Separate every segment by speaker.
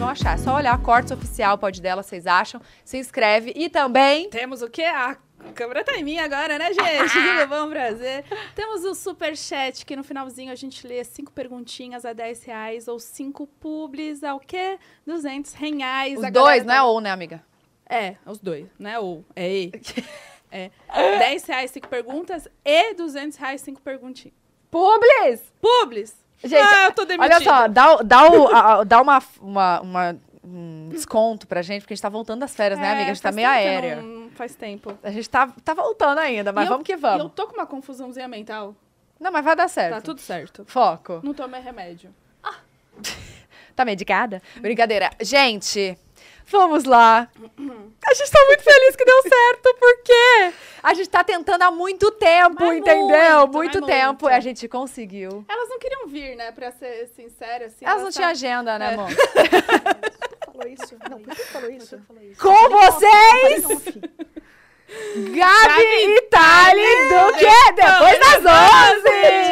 Speaker 1: um achar. É só olhar cortes oficial, pode dela, vocês acham. Se inscreve e também.
Speaker 2: Temos o quê? A câmera tá em mim agora, né, gente? Tudo bom, prazer. Temos o super chat que no finalzinho a gente lê cinco perguntinhas a 10 reais ou cinco publis ao quê? 200 reais.
Speaker 1: Os
Speaker 2: A
Speaker 1: dois,
Speaker 2: galera tá
Speaker 1: né? Ou, né, amiga?
Speaker 2: É, os dois, né? Ou é e. É. 10 reais, cinco perguntas e 200 reais, cinco perguntinhas.
Speaker 1: Publis!
Speaker 2: Publis!
Speaker 1: Gente,
Speaker 2: ah, eu tô demitida.
Speaker 1: Olha só, dá, o- dá, o, a- a- dá uma, uma- uma- um desconto pra gente, porque a gente tá voltando das férias, né,
Speaker 2: É,
Speaker 1: amiga? A gente tá
Speaker 2: faz
Speaker 1: meio
Speaker 2: tempo que eu
Speaker 1: aérea.
Speaker 2: não- Faz tempo.
Speaker 1: A gente tá, tá voltando ainda, mas
Speaker 2: E eu-
Speaker 1: vamos que
Speaker 2: E
Speaker 1: vamos.
Speaker 2: eu tô com uma confusãozinha mental.
Speaker 1: Não, mas vai dar certo.
Speaker 2: Tá tudo certo.
Speaker 1: Foco.
Speaker 2: Não tomei remédio.
Speaker 1: Tá medicada? Brincadeira. Gente, vamos lá. A gente tá muito feliz que deu certo, porque a gente tá tentando há muito tempo,
Speaker 2: Mas
Speaker 1: entendeu?
Speaker 2: muito,
Speaker 1: Muito,
Speaker 2: mas
Speaker 1: tempo.
Speaker 2: muito.
Speaker 1: A gente conseguiu.
Speaker 2: Elas não queriam vir, né? Pra ser sincera, assim.
Speaker 1: Elas não tinham agenda, né,
Speaker 2: É.
Speaker 1: amor?
Speaker 3: Falou isso? Não, por que falou isso?
Speaker 1: Com vocês, Gabi e Thali do quê? Depois das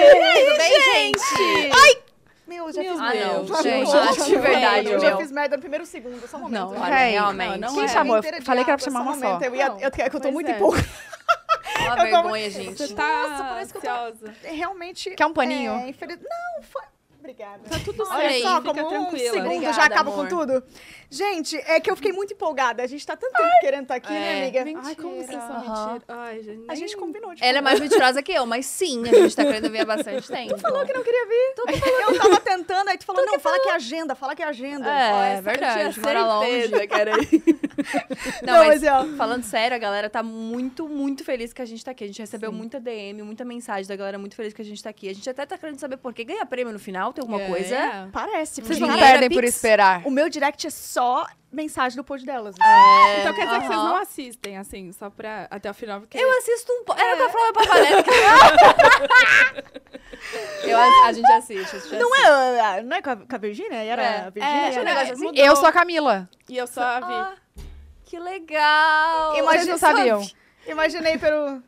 Speaker 1: 11!
Speaker 4: Tudo bem, gente?
Speaker 3: Meu, eu já
Speaker 2: Meu
Speaker 3: fiz
Speaker 2: Deus.
Speaker 3: merda.
Speaker 2: Ah, não,
Speaker 3: Já fiz
Speaker 2: gente,
Speaker 3: merda.
Speaker 2: de verdade,
Speaker 3: Eu já
Speaker 1: meu.
Speaker 3: fiz merda no primeiro segundo, só um momento.
Speaker 2: Não,
Speaker 3: Já
Speaker 2: olha,
Speaker 3: fiz
Speaker 1: Gente,
Speaker 4: realmente.
Speaker 2: não,
Speaker 3: uma
Speaker 2: não
Speaker 1: Quem
Speaker 2: é.
Speaker 3: merda
Speaker 1: chamou? Eu
Speaker 3: inteira de
Speaker 1: falei que era pra
Speaker 3: água,
Speaker 1: chamar uma
Speaker 3: momento.
Speaker 1: só.
Speaker 3: Eu, ia,
Speaker 2: Não,
Speaker 3: eu, é que eu tô
Speaker 2: pois
Speaker 3: muito
Speaker 2: é.
Speaker 3: empolgada.
Speaker 4: Uma
Speaker 3: Eu tava-
Speaker 4: vergonha, gente.
Speaker 2: Você tá
Speaker 3: Nossa, por isso que eu tô-
Speaker 2: ansiosa.
Speaker 3: Realmente...
Speaker 1: Quer um paninho?
Speaker 3: é, infeliz- Não, foi... Obrigada. Tá
Speaker 2: tudo
Speaker 3: Olha
Speaker 4: certo.
Speaker 3: só,
Speaker 2: Fica
Speaker 3: como um
Speaker 2: tranquila.
Speaker 3: segundo já
Speaker 4: Obrigada,
Speaker 3: acaba com
Speaker 4: amor.
Speaker 3: tudo. Gente, é que eu fiquei muito empolgada. A gente tá tanto tempo querendo estar aqui, né,
Speaker 4: É.
Speaker 3: amiga?
Speaker 2: Ai, como vocês são
Speaker 1: Aham.
Speaker 2: mentiras. Ai, gente.
Speaker 3: A
Speaker 2: nem-
Speaker 3: gente combinou de
Speaker 4: Ela é mais mentirosa que eu, mas sim, a gente tá querendo ver há bastante tempo. Tu falou que não queria vir.
Speaker 3: Eu tava tentando, aí tu falou, não, fala que é agenda, fala que é agenda.
Speaker 4: É,
Speaker 2: Essa eu
Speaker 4: verdade,
Speaker 2: tinha
Speaker 4: mora longe.
Speaker 2: certeza, cara.
Speaker 4: Não,
Speaker 3: Não,
Speaker 4: mas,
Speaker 3: mas é, ó.
Speaker 4: falando sério, a galera tá muito, muito feliz que a gente tá aqui. A gente recebeu muita DM, muita mensagem da galera muito feliz que a gente tá aqui. A gente até tá querendo saber por que ganha prêmio no final, tem alguma
Speaker 2: É.
Speaker 4: coisa.
Speaker 3: Parece.
Speaker 1: Vocês
Speaker 3: porque
Speaker 1: não
Speaker 4: Dinheiro é
Speaker 1: perdem por
Speaker 4: Pix?
Speaker 1: esperar.
Speaker 3: O meu direct é só mensagem do pod delas.
Speaker 2: Então quer dizer que vocês
Speaker 4: Aham.
Speaker 2: não assistem, assim, só pra... Até o final, porque...
Speaker 4: Eu assisto um pouco. Era com a Flávia Pavanelli. Eu, a, a gente assiste, a gente
Speaker 3: Não
Speaker 4: assiste.
Speaker 3: é, não é com a, com a Virgínia? Era
Speaker 4: É.
Speaker 3: a Virgínia? né?
Speaker 4: É, tinha um
Speaker 3: Era-
Speaker 4: negócio assim.
Speaker 2: mudou.
Speaker 1: Eu sou a Camila.
Speaker 2: E eu só a vi.
Speaker 4: Que legal!
Speaker 1: Vocês
Speaker 3: Imagina-
Speaker 1: não sabiam.
Speaker 3: Imaginei pelo...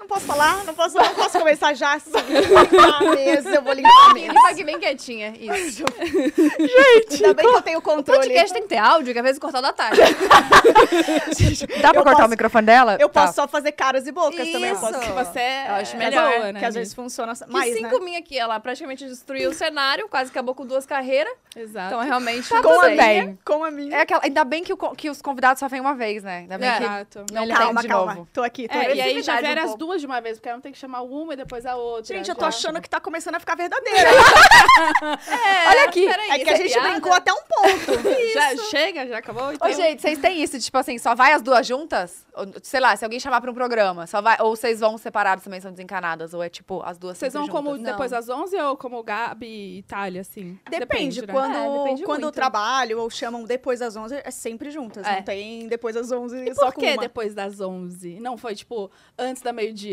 Speaker 3: Não posso falar, não posso, não posso começar já. assim, limpar a mesa, eu vou limpar a mesa.
Speaker 4: Limpa tá aqui bem quietinha, isso.
Speaker 3: Ainda bem que eu tenho controle.
Speaker 4: Podcast tem que ter áudio, que às vezes cortar da tarde. né?
Speaker 1: Dá pra
Speaker 3: Eu
Speaker 1: cortar
Speaker 3: posso-
Speaker 1: o microfone dela?
Speaker 3: Eu
Speaker 1: Tá.
Speaker 3: posso só fazer caras e bocas também. Eu
Speaker 4: Isso.
Speaker 3: posso...
Speaker 2: Você é...
Speaker 4: Eu acho
Speaker 2: é
Speaker 4: melhor,
Speaker 2: boa, né?
Speaker 3: que às
Speaker 2: Mi?
Speaker 3: vezes funciona
Speaker 4: e
Speaker 3: mais,
Speaker 4: cinco
Speaker 3: né?
Speaker 4: minha aqui, ela praticamente destruiu o cenário, quase acabou com duas carreiras.
Speaker 2: Exato.
Speaker 4: Então, realmente,
Speaker 1: Tá
Speaker 4: não
Speaker 1: tudo
Speaker 4: sei.
Speaker 1: bem.
Speaker 3: Com a minha.
Speaker 1: É aquela... Ainda bem que, o co- que os convidados só vêm uma vez, né? Ainda bem
Speaker 4: É.
Speaker 1: que
Speaker 2: Exato.
Speaker 1: não
Speaker 3: calma,
Speaker 1: tem de
Speaker 3: calma.
Speaker 1: novo.
Speaker 3: Tô aqui, tô
Speaker 2: É,
Speaker 3: aqui.
Speaker 2: e aí já
Speaker 4: agressividade
Speaker 2: vieram
Speaker 4: um
Speaker 2: as
Speaker 4: pouco.
Speaker 2: duas de uma vez, porque aí não tem que chamar uma e depois a outra.
Speaker 3: Gente, eu tô
Speaker 2: Já.
Speaker 3: achando que tá começando a ficar verdadeira.
Speaker 4: É,
Speaker 1: Olha aqui,
Speaker 4: peraí,
Speaker 3: É que
Speaker 4: isso
Speaker 3: a gente
Speaker 4: piada?
Speaker 3: brincou até um ponto.
Speaker 2: Já chega? Já acabou? Então...
Speaker 1: Ô, gente, vocês têm isso, tipo assim, só vai as duas juntas? Ou, sei lá, se alguém chamar pra um programa, só vai. Ou vocês vão separados também, são desencanadas, ou é tipo, as duas
Speaker 2: Vocês vão
Speaker 1: sempre
Speaker 2: como
Speaker 1: juntas?
Speaker 4: Não.
Speaker 2: depois às 11 ou como Gabi e Itália, assim?
Speaker 3: Depende,
Speaker 2: né?
Speaker 3: quando,
Speaker 4: É, depende
Speaker 3: quando eu
Speaker 4: muito.
Speaker 3: trabalho ou chamam depois das 11, é sempre juntas.
Speaker 4: É.
Speaker 3: Não tem depois das 11
Speaker 2: E
Speaker 3: só
Speaker 2: por
Speaker 3: com
Speaker 2: que
Speaker 3: uma.
Speaker 2: depois das 11? Não foi, tipo, antes da meio-dia?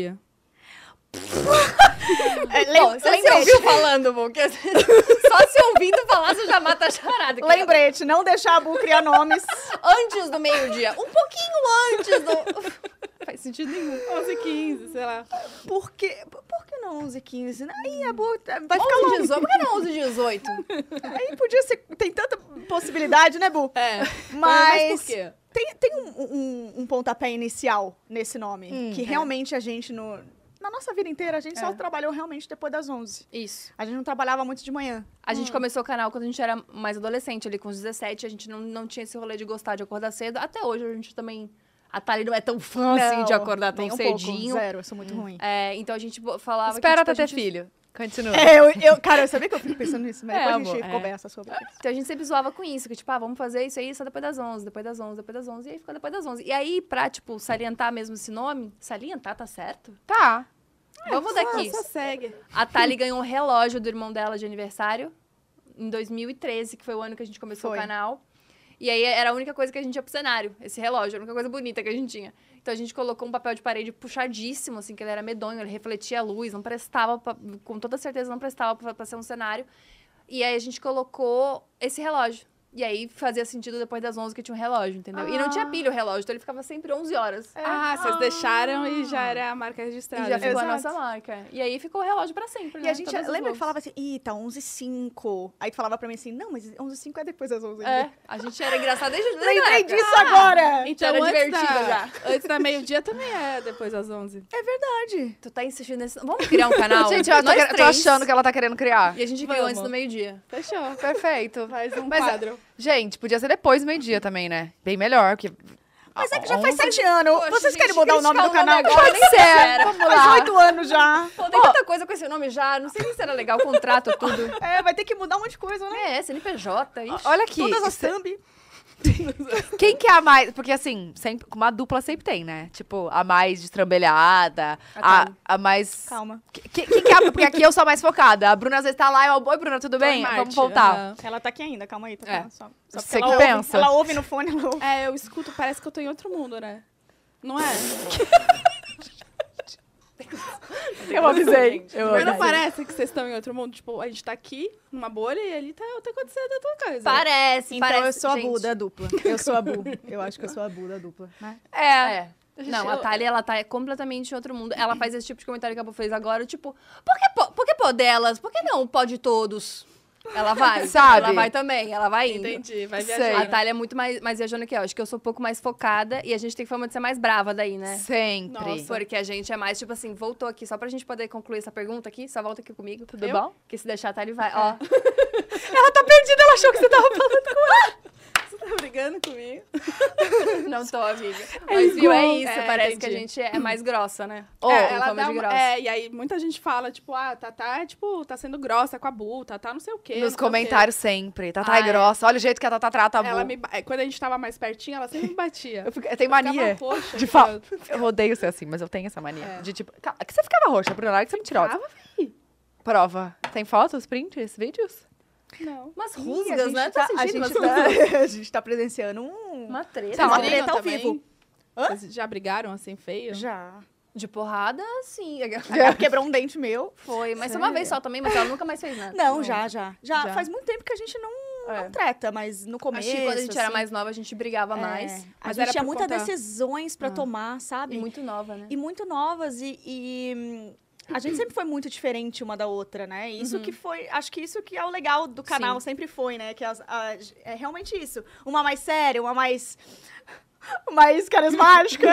Speaker 3: É, lem-
Speaker 4: Bom, você se
Speaker 3: lembrete,
Speaker 4: ouviu falando, porque só se ouvindo falar, você já mata a charada. que- é
Speaker 3: lembrete, não deixar a Bu criar nomes.
Speaker 4: Antes do meio-dia. Um pouquinho antes do... Faz sentido nenhum.
Speaker 2: 11 e 15, sei lá.
Speaker 3: Por que, por que não 11 e 15? né? Aí a Bu vai ficar
Speaker 4: 11
Speaker 3: longe.
Speaker 4: 18. Por que não 11 18?
Speaker 3: Aí podia ser... Tem tanta possibilidade, né, Bu?
Speaker 2: É.
Speaker 3: Mas,
Speaker 2: por quê?
Speaker 3: tem, tem um, um, um pontapé inicial nesse nome.
Speaker 4: Hum, é.
Speaker 3: que realmente a gente, no, na nossa vida inteira, a gente só trabalhou realmente depois das 11.
Speaker 4: Isso.
Speaker 3: A gente não trabalhava muito de manhã.
Speaker 4: A gente começou o canal quando a gente era mais adolescente, ali com os 17, a gente não, não tinha esse rolê de gostar de acordar cedo. Até hoje a gente também. A Thalie não é tão fã assim de
Speaker 3: Não,
Speaker 4: acordar tão
Speaker 3: nem um pouco,
Speaker 4: cedinho.
Speaker 3: zero, eu sou muito ruim.
Speaker 4: É, então a gente bo- falava. que,
Speaker 1: Espera
Speaker 4: tipo, a
Speaker 1: até ter
Speaker 4: gente-
Speaker 1: filho. Continua.
Speaker 3: É, eu, eu, cara, eu sabia que eu fico pensando nisso, mas
Speaker 1: É,
Speaker 3: depois a
Speaker 1: amor,
Speaker 3: gente
Speaker 1: é.
Speaker 3: conversa sobre isso.
Speaker 4: Então a gente sempre zoava com isso, que tipo, ah, vamos fazer isso aí só depois das 11, depois das 11, depois das 11, e aí ficou depois das 11. E aí, pra, tipo, salientar mesmo esse nome, salientar, tá certo?
Speaker 1: Tá.
Speaker 4: vamos
Speaker 2: É, Só-
Speaker 4: daqui.
Speaker 2: Só segue.
Speaker 4: A Thalie ganhou um relógio do irmão dela de aniversário em 2013, que foi o ano que a gente começou
Speaker 3: Foi.
Speaker 4: o canal. E aí era a única coisa que a gente tinha pro cenário, esse relógio, era a única coisa bonita que a gente tinha. Então a gente colocou um papel de parede puxadíssimo, assim, que ele era medonho, ele refletia a luz, não prestava, pra- com toda certeza não prestava pra, pra ser um cenário. E aí a gente colocou esse relógio. E aí fazia sentido depois das 11 que tinha um relógio, entendeu? E não
Speaker 3: Ah.
Speaker 4: tinha pilha o relógio, então ele ficava sempre 11 horas.
Speaker 3: É,
Speaker 2: Ah, vocês deixaram e já era a marca registrada.
Speaker 4: E já
Speaker 2: né?
Speaker 4: ficou a
Speaker 3: Exato.
Speaker 4: nossa marca. E aí ficou o relógio pra sempre,
Speaker 3: E
Speaker 4: né?
Speaker 3: a gente
Speaker 4: Todas as
Speaker 3: lembra que
Speaker 4: logos.
Speaker 3: falava assim, ih, tá 11 5. Aí tu falava pra mim assim, não, mas 11 5 é depois das 11 ainda.
Speaker 4: É, ah. a gente era engraçado desde desde aquela
Speaker 3: Lembrei
Speaker 4: época.
Speaker 3: disso agora!
Speaker 2: Então,
Speaker 4: era
Speaker 2: antes
Speaker 4: divertido
Speaker 2: da,
Speaker 4: já.
Speaker 2: Antes da meio-dia também é depois das 11.
Speaker 3: Verdade.
Speaker 4: Tu tá insistindo nesse... Vamos criar um canal?
Speaker 1: Gente, eu tô,
Speaker 4: Nós
Speaker 1: quer- tô
Speaker 4: três.
Speaker 1: achando que ela tá querendo criar.
Speaker 4: E a gente criou
Speaker 2: Vamos.
Speaker 4: antes do meio-dia.
Speaker 2: Fechou.
Speaker 1: Perfeito.
Speaker 2: Faz um
Speaker 1: Mas a-
Speaker 2: quadro.
Speaker 1: Gente, podia ser depois do meio-dia também, né? Bem melhor, porque...
Speaker 3: Mas é que já faz
Speaker 1: Onze-
Speaker 3: 7 anos.
Speaker 4: Ah, Poxa,
Speaker 3: Vocês
Speaker 4: gente,
Speaker 3: querem mudar o nome do
Speaker 4: criticar
Speaker 3: canal agora?
Speaker 1: Pode ser,
Speaker 4: Era.
Speaker 1: vamos
Speaker 3: Faz
Speaker 1: lá.
Speaker 3: 8 anos já.
Speaker 4: Pô, tem tanta coisa com esse nome já. Não sei nem se era legal o contrato, tudo.
Speaker 3: É, vai ter que mudar um monte de coisa, né?
Speaker 4: É, CNPJ, ixi.
Speaker 1: Olha aqui,
Speaker 3: Todas as
Speaker 4: é
Speaker 1: cê-
Speaker 3: thumb.
Speaker 1: quem que é a mais... Porque assim, sempre, uma dupla sempre tem, né? Tipo, a mais destrambelhada,
Speaker 4: Ah,
Speaker 1: a, a mais...
Speaker 3: Calma.
Speaker 1: Que- que- Quem que é a... Porque aqui eu sou a mais focada. A Bruna às vezes tá lá e eu... Oi, Bruna, tudo bem?
Speaker 2: Marte,
Speaker 1: Vamos voltar.
Speaker 2: aham.
Speaker 3: Ela tá aqui ainda, calma aí. Tá
Speaker 1: É.
Speaker 3: calma, só, só
Speaker 1: Você
Speaker 3: porque
Speaker 1: que
Speaker 3: ela ouve-
Speaker 1: pensa.
Speaker 3: Ela ouve no fone, ela ouve.
Speaker 2: É, eu escuto, parece que eu tô em outro mundo, né? Não é?
Speaker 1: Eu avisei. Eu
Speaker 2: Mas não
Speaker 1: avisei.
Speaker 2: parece que vocês estão em outro mundo? Tipo, a gente tá aqui, numa bolha, e ali tá, tá acontecendo outra coisa.
Speaker 4: Parece,
Speaker 3: Então
Speaker 4: parece.
Speaker 3: eu sou a
Speaker 4: gente.
Speaker 3: Buda dupla. Eu sou a Bu. Eu acho que eu sou a Buda dupla. Né?
Speaker 1: É.
Speaker 4: É. Não, a Thalia, ela tá completamente em outro mundo. Ela faz esse tipo de comentário que a Bu fez agora, tipo, por que, po- por que pó delas? Por que não pó de todos? Ela vai,
Speaker 1: Sabe?
Speaker 4: Ela vai também, ela vai indo.
Speaker 2: Entendi, vai
Speaker 1: Sei.
Speaker 2: viajar.
Speaker 4: A Thalia é muito mais, mais viajando que eu. Acho que eu sou um pouco mais focada e a gente tem fama de ser mais brava daí, né?
Speaker 1: É. Sempre.
Speaker 2: Nossa.
Speaker 4: Porque a gente é mais, tipo assim, voltou aqui, só pra gente poder concluir essa pergunta aqui, só volta aqui comigo. Tudo
Speaker 1: bom?
Speaker 4: Que se deixar, a Thalia vai. Ó,
Speaker 1: Ela tá perdida, ela achou que você tava falando.
Speaker 2: Você tá brigando comigo?
Speaker 4: não tô, amiga. Mas viu, é
Speaker 2: igual.
Speaker 4: isso.
Speaker 2: É,
Speaker 4: parece que
Speaker 2: entendi.
Speaker 4: a gente é mais grossa, né?
Speaker 2: é,
Speaker 4: Tem
Speaker 2: ela
Speaker 4: fama
Speaker 2: dá
Speaker 4: de
Speaker 2: uma-
Speaker 4: grossa.
Speaker 2: é, e aí muita gente fala, tipo, ah, Tatá, é, tipo, tá sendo grossa com a Bu, Tatá não sei o quê. não sei
Speaker 1: Nos
Speaker 2: o quê.
Speaker 1: comentários sempre. Tatá
Speaker 4: Ah,
Speaker 1: é
Speaker 4: é.
Speaker 1: grossa. Olha o jeito que a Tatá trata a
Speaker 2: Ela
Speaker 1: Bu.
Speaker 2: me ba- é, Quando a gente tava mais pertinho, ela sempre me batia.
Speaker 1: Eu, fico- eu tenho
Speaker 2: ficava
Speaker 1: mania.
Speaker 2: roxa,
Speaker 1: De
Speaker 2: tipo,
Speaker 1: falar. Eu odeio ser assim, mas eu tenho essa mania.
Speaker 2: É.
Speaker 1: De tipo. "Ca- que você ficava roxa, Bruna. Olha que você é mentirosa.
Speaker 2: Ficava, véi.
Speaker 1: Prova. Tem fotos, prints, vídeos?
Speaker 2: Não.
Speaker 4: Umas
Speaker 3: Ih,
Speaker 4: rusgas, né?
Speaker 3: Tá,
Speaker 4: tá
Speaker 3: a,
Speaker 4: sentindo
Speaker 3: gente
Speaker 4: umas rusgas?
Speaker 3: tá, a gente tá presenciando um.
Speaker 4: Uma treta. assim,
Speaker 1: Tá,
Speaker 3: uma
Speaker 1: brigam
Speaker 3: treta ao
Speaker 2: também?
Speaker 3: vivo.
Speaker 2: Vocês já brigaram assim feio?
Speaker 3: Já.
Speaker 4: De porrada, sim.
Speaker 3: Ela quebrou um dente meu.
Speaker 4: Foi, mas foi uma vez só também, mas ela nunca mais fez nada.
Speaker 3: Não, já, já, já.
Speaker 1: Já.
Speaker 3: faz muito tempo que a gente não,
Speaker 1: É.
Speaker 3: não treta, mas no começo.
Speaker 4: Acho que quando a gente era
Speaker 3: assim,
Speaker 4: mais nova, a gente brigava
Speaker 3: é,
Speaker 4: mais.
Speaker 3: A
Speaker 2: Mas
Speaker 3: gente
Speaker 2: era
Speaker 3: tinha
Speaker 2: por
Speaker 3: muitas
Speaker 2: conta-
Speaker 3: decisões pra tomar, sabe?
Speaker 4: E muito nova, né?
Speaker 3: E muito novas e. e, hum, a gente sempre foi muito diferente uma da outra, né? E Isso que foi. Acho que isso que é o legal do canal, sempre foi, né? Que as- a- é realmente isso. Uma mais séria, uma mais. mais carismática.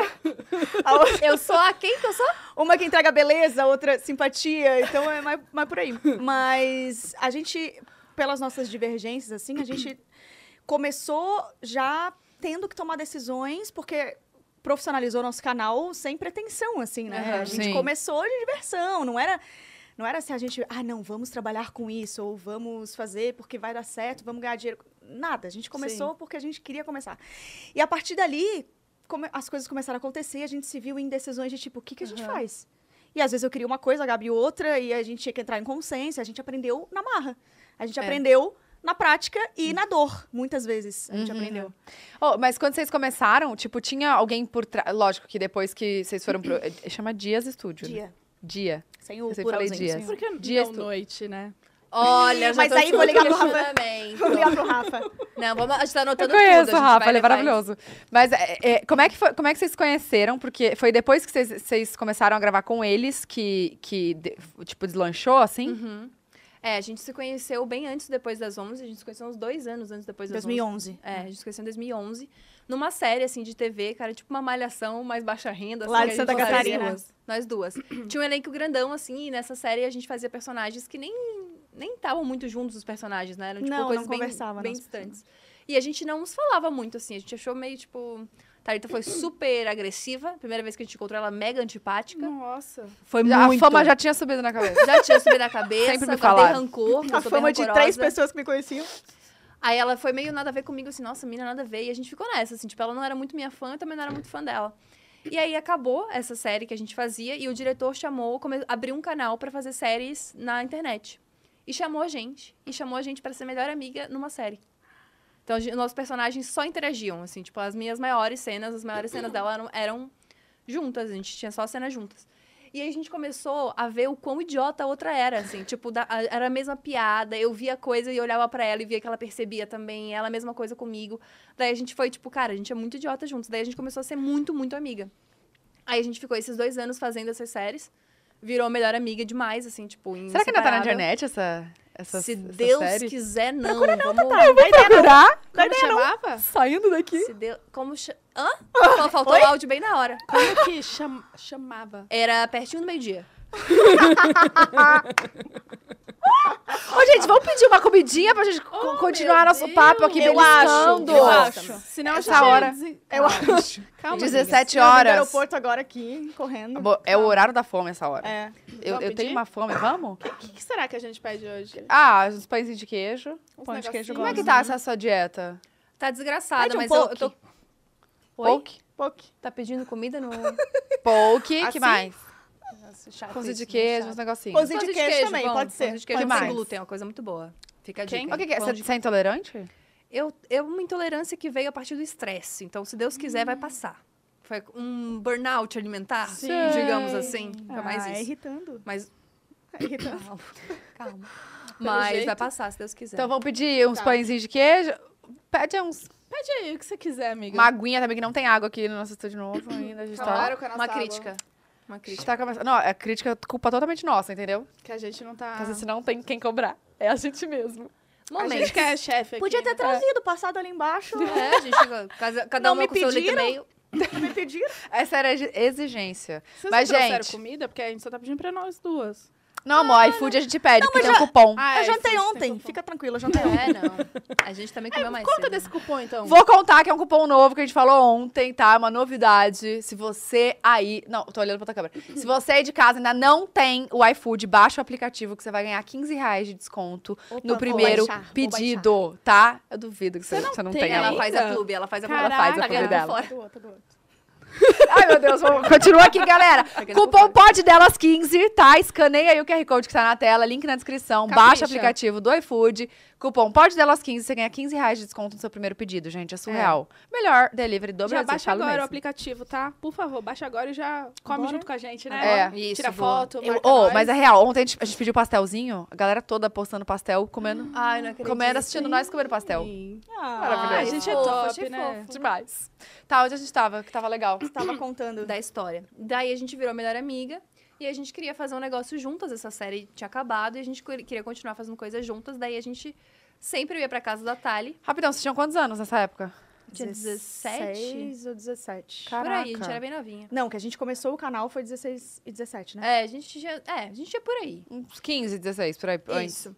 Speaker 3: a outra-
Speaker 4: Eu sou a quem que eu sou?
Speaker 3: Uma que entrega beleza, outra simpatia, então é mais, mais por aí. Mas a gente, pelas nossas divergências, assim, a gente começou já tendo que tomar decisões, porque profissionalizou nosso canal sem pretensão, assim, né?
Speaker 4: Aham,
Speaker 3: a gente
Speaker 1: sim.
Speaker 3: começou de diversão, não era... Não era assim, a gente, ah, não, vamos trabalhar com isso, ou vamos fazer porque vai dar certo, vamos ganhar dinheiro. Nada, a gente começou porque a gente queria começar. E a partir dali, come- as coisas começaram a acontecer e a gente se viu em decisões de tipo, o que, que a gente faz? E às vezes eu queria uma coisa, a Gabi outra, e a gente tinha que entrar em consenso, a gente aprendeu na marra. A gente
Speaker 4: É.
Speaker 3: aprendeu na prática e na dor, muitas vezes a gente aprendeu.
Speaker 1: Oh, mas quando vocês começaram, tipo, tinha alguém por trás. Lógico que depois que vocês foram pro. eh, Chama Dias Estúdio. né?
Speaker 3: Dia.
Speaker 1: Dia.
Speaker 3: Sem o
Speaker 1: Eu sempre falei
Speaker 3: pluralzinho.
Speaker 1: dias.
Speaker 3: sem o-
Speaker 2: Porque
Speaker 1: Dias
Speaker 2: não
Speaker 1: tu-
Speaker 2: noite, né?
Speaker 4: Olha, já
Speaker 3: Mas
Speaker 4: tô
Speaker 3: aí
Speaker 4: te-
Speaker 3: vou ligar pro
Speaker 4: questionamento.
Speaker 3: Vou ligar pro Rafa.
Speaker 4: Não, vamos, a gente tá
Speaker 1: Eu
Speaker 4: anotando
Speaker 1: conheço
Speaker 4: tudo.
Speaker 1: o
Speaker 4: a gente
Speaker 1: Rafa, ele
Speaker 4: vai
Speaker 1: é
Speaker 4: levar
Speaker 1: maravilhoso. Mas é, é, como, é que foi- como é que vocês se conheceram? Porque foi depois que vocês, vocês começaram a gravar com eles que, que de- tipo, deslanchou, assim?
Speaker 4: isso. Uhum. É, a gente se conheceu bem antes depois das 11, a gente se conheceu uns dois anos antes depois das 11.
Speaker 3: 2011.
Speaker 4: É, a gente se conheceu em 2011, numa série, assim, de TV, cara, tipo uma malhação mais baixa renda.
Speaker 3: Lá
Speaker 4: assim,
Speaker 3: de
Speaker 4: que a
Speaker 3: Santa
Speaker 4: gente fazia.
Speaker 3: Catarina.
Speaker 4: Nós duas. Tinha um elenco grandão, assim, e nessa série a gente fazia personagens que nem nem estavam muito juntos os personagens, né? Eram, tipo,
Speaker 3: Não, não
Speaker 4: coisas bem,
Speaker 3: conversava,
Speaker 4: bem
Speaker 3: não.
Speaker 4: distantes. E a gente não nos falava muito, assim, a gente achou meio, tipo... Tarita foi super agressiva, primeira vez que a gente encontrou ela mega antipática.
Speaker 2: Nossa.
Speaker 4: Foi
Speaker 1: Já-
Speaker 4: muito.
Speaker 1: A fama já tinha subido na cabeça.
Speaker 4: Já tinha subido a cabeça,
Speaker 1: Sempre me
Speaker 4: guardei
Speaker 1: falaram.
Speaker 4: rancor, eu
Speaker 3: A
Speaker 4: sou bem
Speaker 3: fama de três
Speaker 4: rancorosa.
Speaker 3: pessoas que me conheciam.
Speaker 4: Aí ela foi meio nada a ver comigo, assim, nossa, mina, nada a ver. E a gente ficou nessa, assim, tipo, ela não era muito minha fã, eu também não era muito fã dela. E aí acabou essa série que a gente fazia e o diretor chamou, come- abriu um canal pra fazer séries na internet. E chamou a gente. E chamou a gente pra ser melhor amiga numa série. Então, a gen- nossos personagens só interagiam, assim, tipo, as minhas maiores cenas, as maiores cenas dela eram, eram juntas, a gente tinha só cenas juntas. E aí a gente começou a ver o quão idiota a outra era, assim. tipo, da- a- era a mesma piada. Eu via coisa e olhava pra ela e via que ela percebia também. Ela a mesma coisa comigo. Daí a gente foi, tipo, cara, a gente é muito idiota juntos. Daí a gente começou a ser muito, muito amiga. Aí a gente ficou esses dois anos fazendo essas séries. Virou melhor amiga demais, assim, tipo,
Speaker 1: Será que ainda tá na
Speaker 4: inseparável.
Speaker 1: internet essa, essa
Speaker 4: Se
Speaker 1: essa
Speaker 4: Deus
Speaker 1: série?
Speaker 4: quiser, não. Procura não, vamos...
Speaker 1: Vou procurar.
Speaker 2: Como é chamava?
Speaker 1: Saindo daqui.
Speaker 4: Se Deus... Como... cha- Hã? Só Faltou o áudio bem na hora.
Speaker 2: Como é que cham- chamava?
Speaker 4: Era pertinho do meio-dia.
Speaker 1: Ô, gente, vamos pedir uma comidinha pra gente co- continuar
Speaker 2: meu
Speaker 1: nosso
Speaker 2: Deus.
Speaker 1: papo aqui
Speaker 3: Eu acho,
Speaker 1: beliscando.
Speaker 3: eu
Speaker 2: acho. Senão
Speaker 1: Essa
Speaker 2: a gente
Speaker 1: hora.
Speaker 3: Eu
Speaker 2: acho. Calma, amiga.
Speaker 1: 17
Speaker 3: Nós no
Speaker 1: horas.
Speaker 3: aeroporto agora aqui, correndo.
Speaker 1: Amor, É o horário da fome essa hora.
Speaker 3: É.
Speaker 1: Eu,
Speaker 2: Vamos
Speaker 1: eu tenho
Speaker 2: pedir?
Speaker 1: uma fome, vamos?
Speaker 2: O que, que será que a gente pede hoje?
Speaker 1: Ah, uns pãezinhos de queijo.
Speaker 2: Uns
Speaker 3: Pão de queijo
Speaker 2: negocinhos?
Speaker 1: Como é que tá essa sua dieta?
Speaker 4: Tá desgraçada,
Speaker 3: Pede um
Speaker 4: mas eu, eu
Speaker 3: poke.
Speaker 4: tô... Oi?
Speaker 1: Poke?
Speaker 3: Pouco.
Speaker 4: Tá pedindo comida no...
Speaker 1: Poke, que
Speaker 3: Assim?
Speaker 1: mais?
Speaker 2: Chato
Speaker 1: Pãozinho
Speaker 2: isso,
Speaker 1: de
Speaker 2: né?
Speaker 1: queijo, uns
Speaker 2: Chato.
Speaker 1: negocinhos.
Speaker 3: Pãozinho de queijo também,
Speaker 4: vamos.
Speaker 3: pode ser.
Speaker 4: Pãozinho de queijo
Speaker 1: Pode
Speaker 4: sem
Speaker 1: ser.
Speaker 4: glúten, é uma coisa muito boa. Fica a
Speaker 2: Quem?
Speaker 4: dica.
Speaker 1: O que, que é?
Speaker 4: Pão
Speaker 1: Você
Speaker 4: de-
Speaker 1: você é intolerante?
Speaker 4: Eu, é uma intolerância que veio a partir do estresse. Então, se Deus quiser, vai passar. Foi um burnout alimentar,
Speaker 1: Sim.
Speaker 4: digamos assim. Foi mais
Speaker 3: ah, é
Speaker 4: isso.
Speaker 3: irritando.
Speaker 4: Mas
Speaker 3: É irritando.
Speaker 4: Calma, calma. Mas vai
Speaker 2: jeito.
Speaker 4: passar, se Deus quiser.
Speaker 1: Então vamos pedir uns
Speaker 2: Tá.
Speaker 1: pãezinhos de queijo. Pede uns,
Speaker 2: Pede aí o que você quiser, amiga.
Speaker 1: uma aguinha também, que não tem água aqui no nosso estúdio novo ainda. A gente tá...
Speaker 2: Acabaram com a nossa
Speaker 4: uma
Speaker 2: água,
Speaker 4: crítica. Uma
Speaker 1: A gente
Speaker 4: crítica.
Speaker 1: tá começando. Não, a crítica é culpa totalmente nossa, entendeu?
Speaker 2: Que a gente não tá...
Speaker 1: Porque assim não tem quem cobrar. É a gente mesmo.
Speaker 2: A
Speaker 4: Momento.
Speaker 2: gente que é chefe aqui.
Speaker 3: Podia ter trazido, passado ali embaixo.
Speaker 4: É, a gente chegou- cada, cada
Speaker 3: Não
Speaker 4: uma
Speaker 3: me
Speaker 4: com seu litro e
Speaker 3: pediram?
Speaker 4: meio.
Speaker 3: Me pediram.
Speaker 1: Essa era a exi- exigência.
Speaker 2: Vocês
Speaker 1: Mas,
Speaker 2: não trouxeram
Speaker 1: gente-
Speaker 2: comida? Porque a gente só tá pedindo pra nós duas.
Speaker 1: Não, amor, iFood a gente pede, porque tem um cupom.
Speaker 2: Ah,
Speaker 3: eu jantei
Speaker 2: vocês têm
Speaker 3: ontem.
Speaker 2: cupom.
Speaker 3: Fica tranquila, eu jantei ontem.
Speaker 4: É, não. A gente também comeu mais
Speaker 2: Conta
Speaker 4: cedo.
Speaker 2: desse cupom, então.
Speaker 1: Vou contar que é um cupom novo que a gente falou ontem, tá? É uma novidade. Se você aí. Não, tô olhando pra outra câmera. Se você aí de casa ainda não tem o iFood, baixa o aplicativo que você vai ganhar 15 reais de desconto no
Speaker 3: vou
Speaker 1: primeiro
Speaker 3: baixar, vou
Speaker 1: pedido, tá? Eu duvido que você, você não,
Speaker 2: tem
Speaker 1: tenha.
Speaker 4: né? Ela
Speaker 2: aí?
Speaker 4: faz a clube, ela faz a
Speaker 1: Ela
Speaker 4: clube.
Speaker 1: faz a
Speaker 4: Tá
Speaker 1: clube
Speaker 4: ganhando
Speaker 1: dela.
Speaker 4: fora.
Speaker 2: Boa, tá boa.
Speaker 1: Ai, meu Deus, vamos- continua aqui, galera.
Speaker 4: ganhando
Speaker 1: Cupom pode delas 15, tá? Escaneia aí o QR Code que tá na tela, link na descrição,
Speaker 2: Capricha.
Speaker 1: baixa o aplicativo do iFood. Cupom pode delas 15, você ganha 15 reais de desconto no seu primeiro pedido, gente. É surreal. Melhor delivery do
Speaker 2: Já
Speaker 1: Brasil,
Speaker 2: baixa
Speaker 1: falo
Speaker 2: agora o
Speaker 1: mesmo.
Speaker 2: aplicativo, tá? Por favor, baixa agora e já come
Speaker 3: Bora?
Speaker 2: junto com a gente,
Speaker 1: É.
Speaker 2: né?
Speaker 4: Isso,
Speaker 2: Tira
Speaker 4: boa.
Speaker 2: foto,
Speaker 1: Eu,
Speaker 2: marca
Speaker 1: oh,
Speaker 2: nós.
Speaker 1: mas é real, ontem a gente, a gente pediu pastelzinho, a galera toda postando pastel, comendo,
Speaker 4: Ai, não acredito.
Speaker 1: comendo assistindo nós comendo pastel.
Speaker 2: Sim.
Speaker 1: Maravilhoso.
Speaker 2: Ah, a gente é
Speaker 4: fofo,
Speaker 2: top,
Speaker 4: achei
Speaker 2: né?
Speaker 4: fofo.
Speaker 1: Demais. Tá, onde a gente tava? Que tava legal.
Speaker 3: Estava contando.
Speaker 4: da história. Daí a gente virou melhor amiga e a gente queria fazer um negócio juntas. Essa série tinha acabado e a gente que- queria continuar fazendo coisas juntas. Daí a gente sempre ia pra casa da Tali.
Speaker 1: Rapidão, vocês tinham quantos anos nessa época?
Speaker 4: Tinha 17?
Speaker 3: 16 ou 17.
Speaker 1: Caraca.
Speaker 4: Por aí, a gente era bem novinha.
Speaker 3: Não, que a gente começou o canal foi 16 e 17, né?
Speaker 4: É, a gente tinha, é, a gente tinha por aí.
Speaker 1: Uns 15, 16, por aí. antes.
Speaker 4: Isso.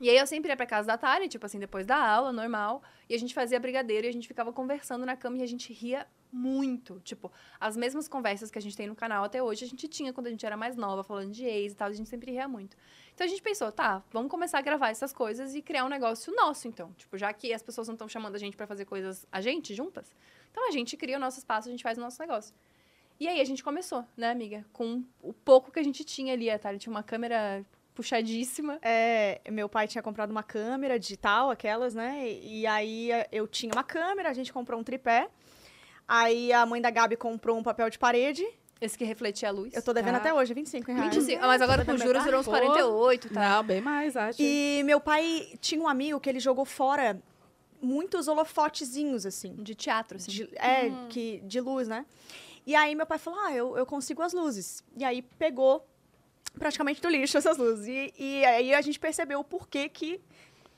Speaker 4: E aí eu sempre ia pra casa da Tali, tipo assim, depois da aula, normal. E a gente fazia brigadeiro e a gente ficava conversando na cama e a gente ria muito. Tipo, as mesmas conversas que a gente tem no canal até hoje, a gente tinha quando a gente era mais nova, falando de ex e tal, a gente sempre ria muito. Então a gente pensou, tá, vamos começar a gravar essas coisas e criar um negócio nosso, então. Tipo, já que as pessoas não estão chamando a gente pra fazer coisas a gente juntas, então a gente cria o nosso espaço, a gente faz o nosso negócio. E aí a gente começou, né, amiga? Com o pouco que a gente tinha ali, a Tali tinha uma câmera puxadíssima.
Speaker 3: É, meu pai tinha comprado uma câmera digital, aquelas, né? E aí eh, eu tinha uma câmera, a gente comprou um tripé. Aí a mãe da Gabi comprou um papel de parede.
Speaker 4: Esse que refletia a luz.
Speaker 3: Eu tô devendo
Speaker 1: Tá.
Speaker 3: até hoje, é 25 reais.
Speaker 4: 25, ah, mas agora com juros virou uns 48, tá?
Speaker 2: Não, bem mais, acho.
Speaker 3: E meu pai tinha um amigo que ele jogou fora muitos holofotezinhos, assim.
Speaker 4: De teatro, assim.
Speaker 3: de, é, que, de luz, né? E aí meu pai falou, ah, eu, eu consigo as luzes. E aí pegou praticamente do lixo essas luzes. E, e aí a gente percebeu o porquê que...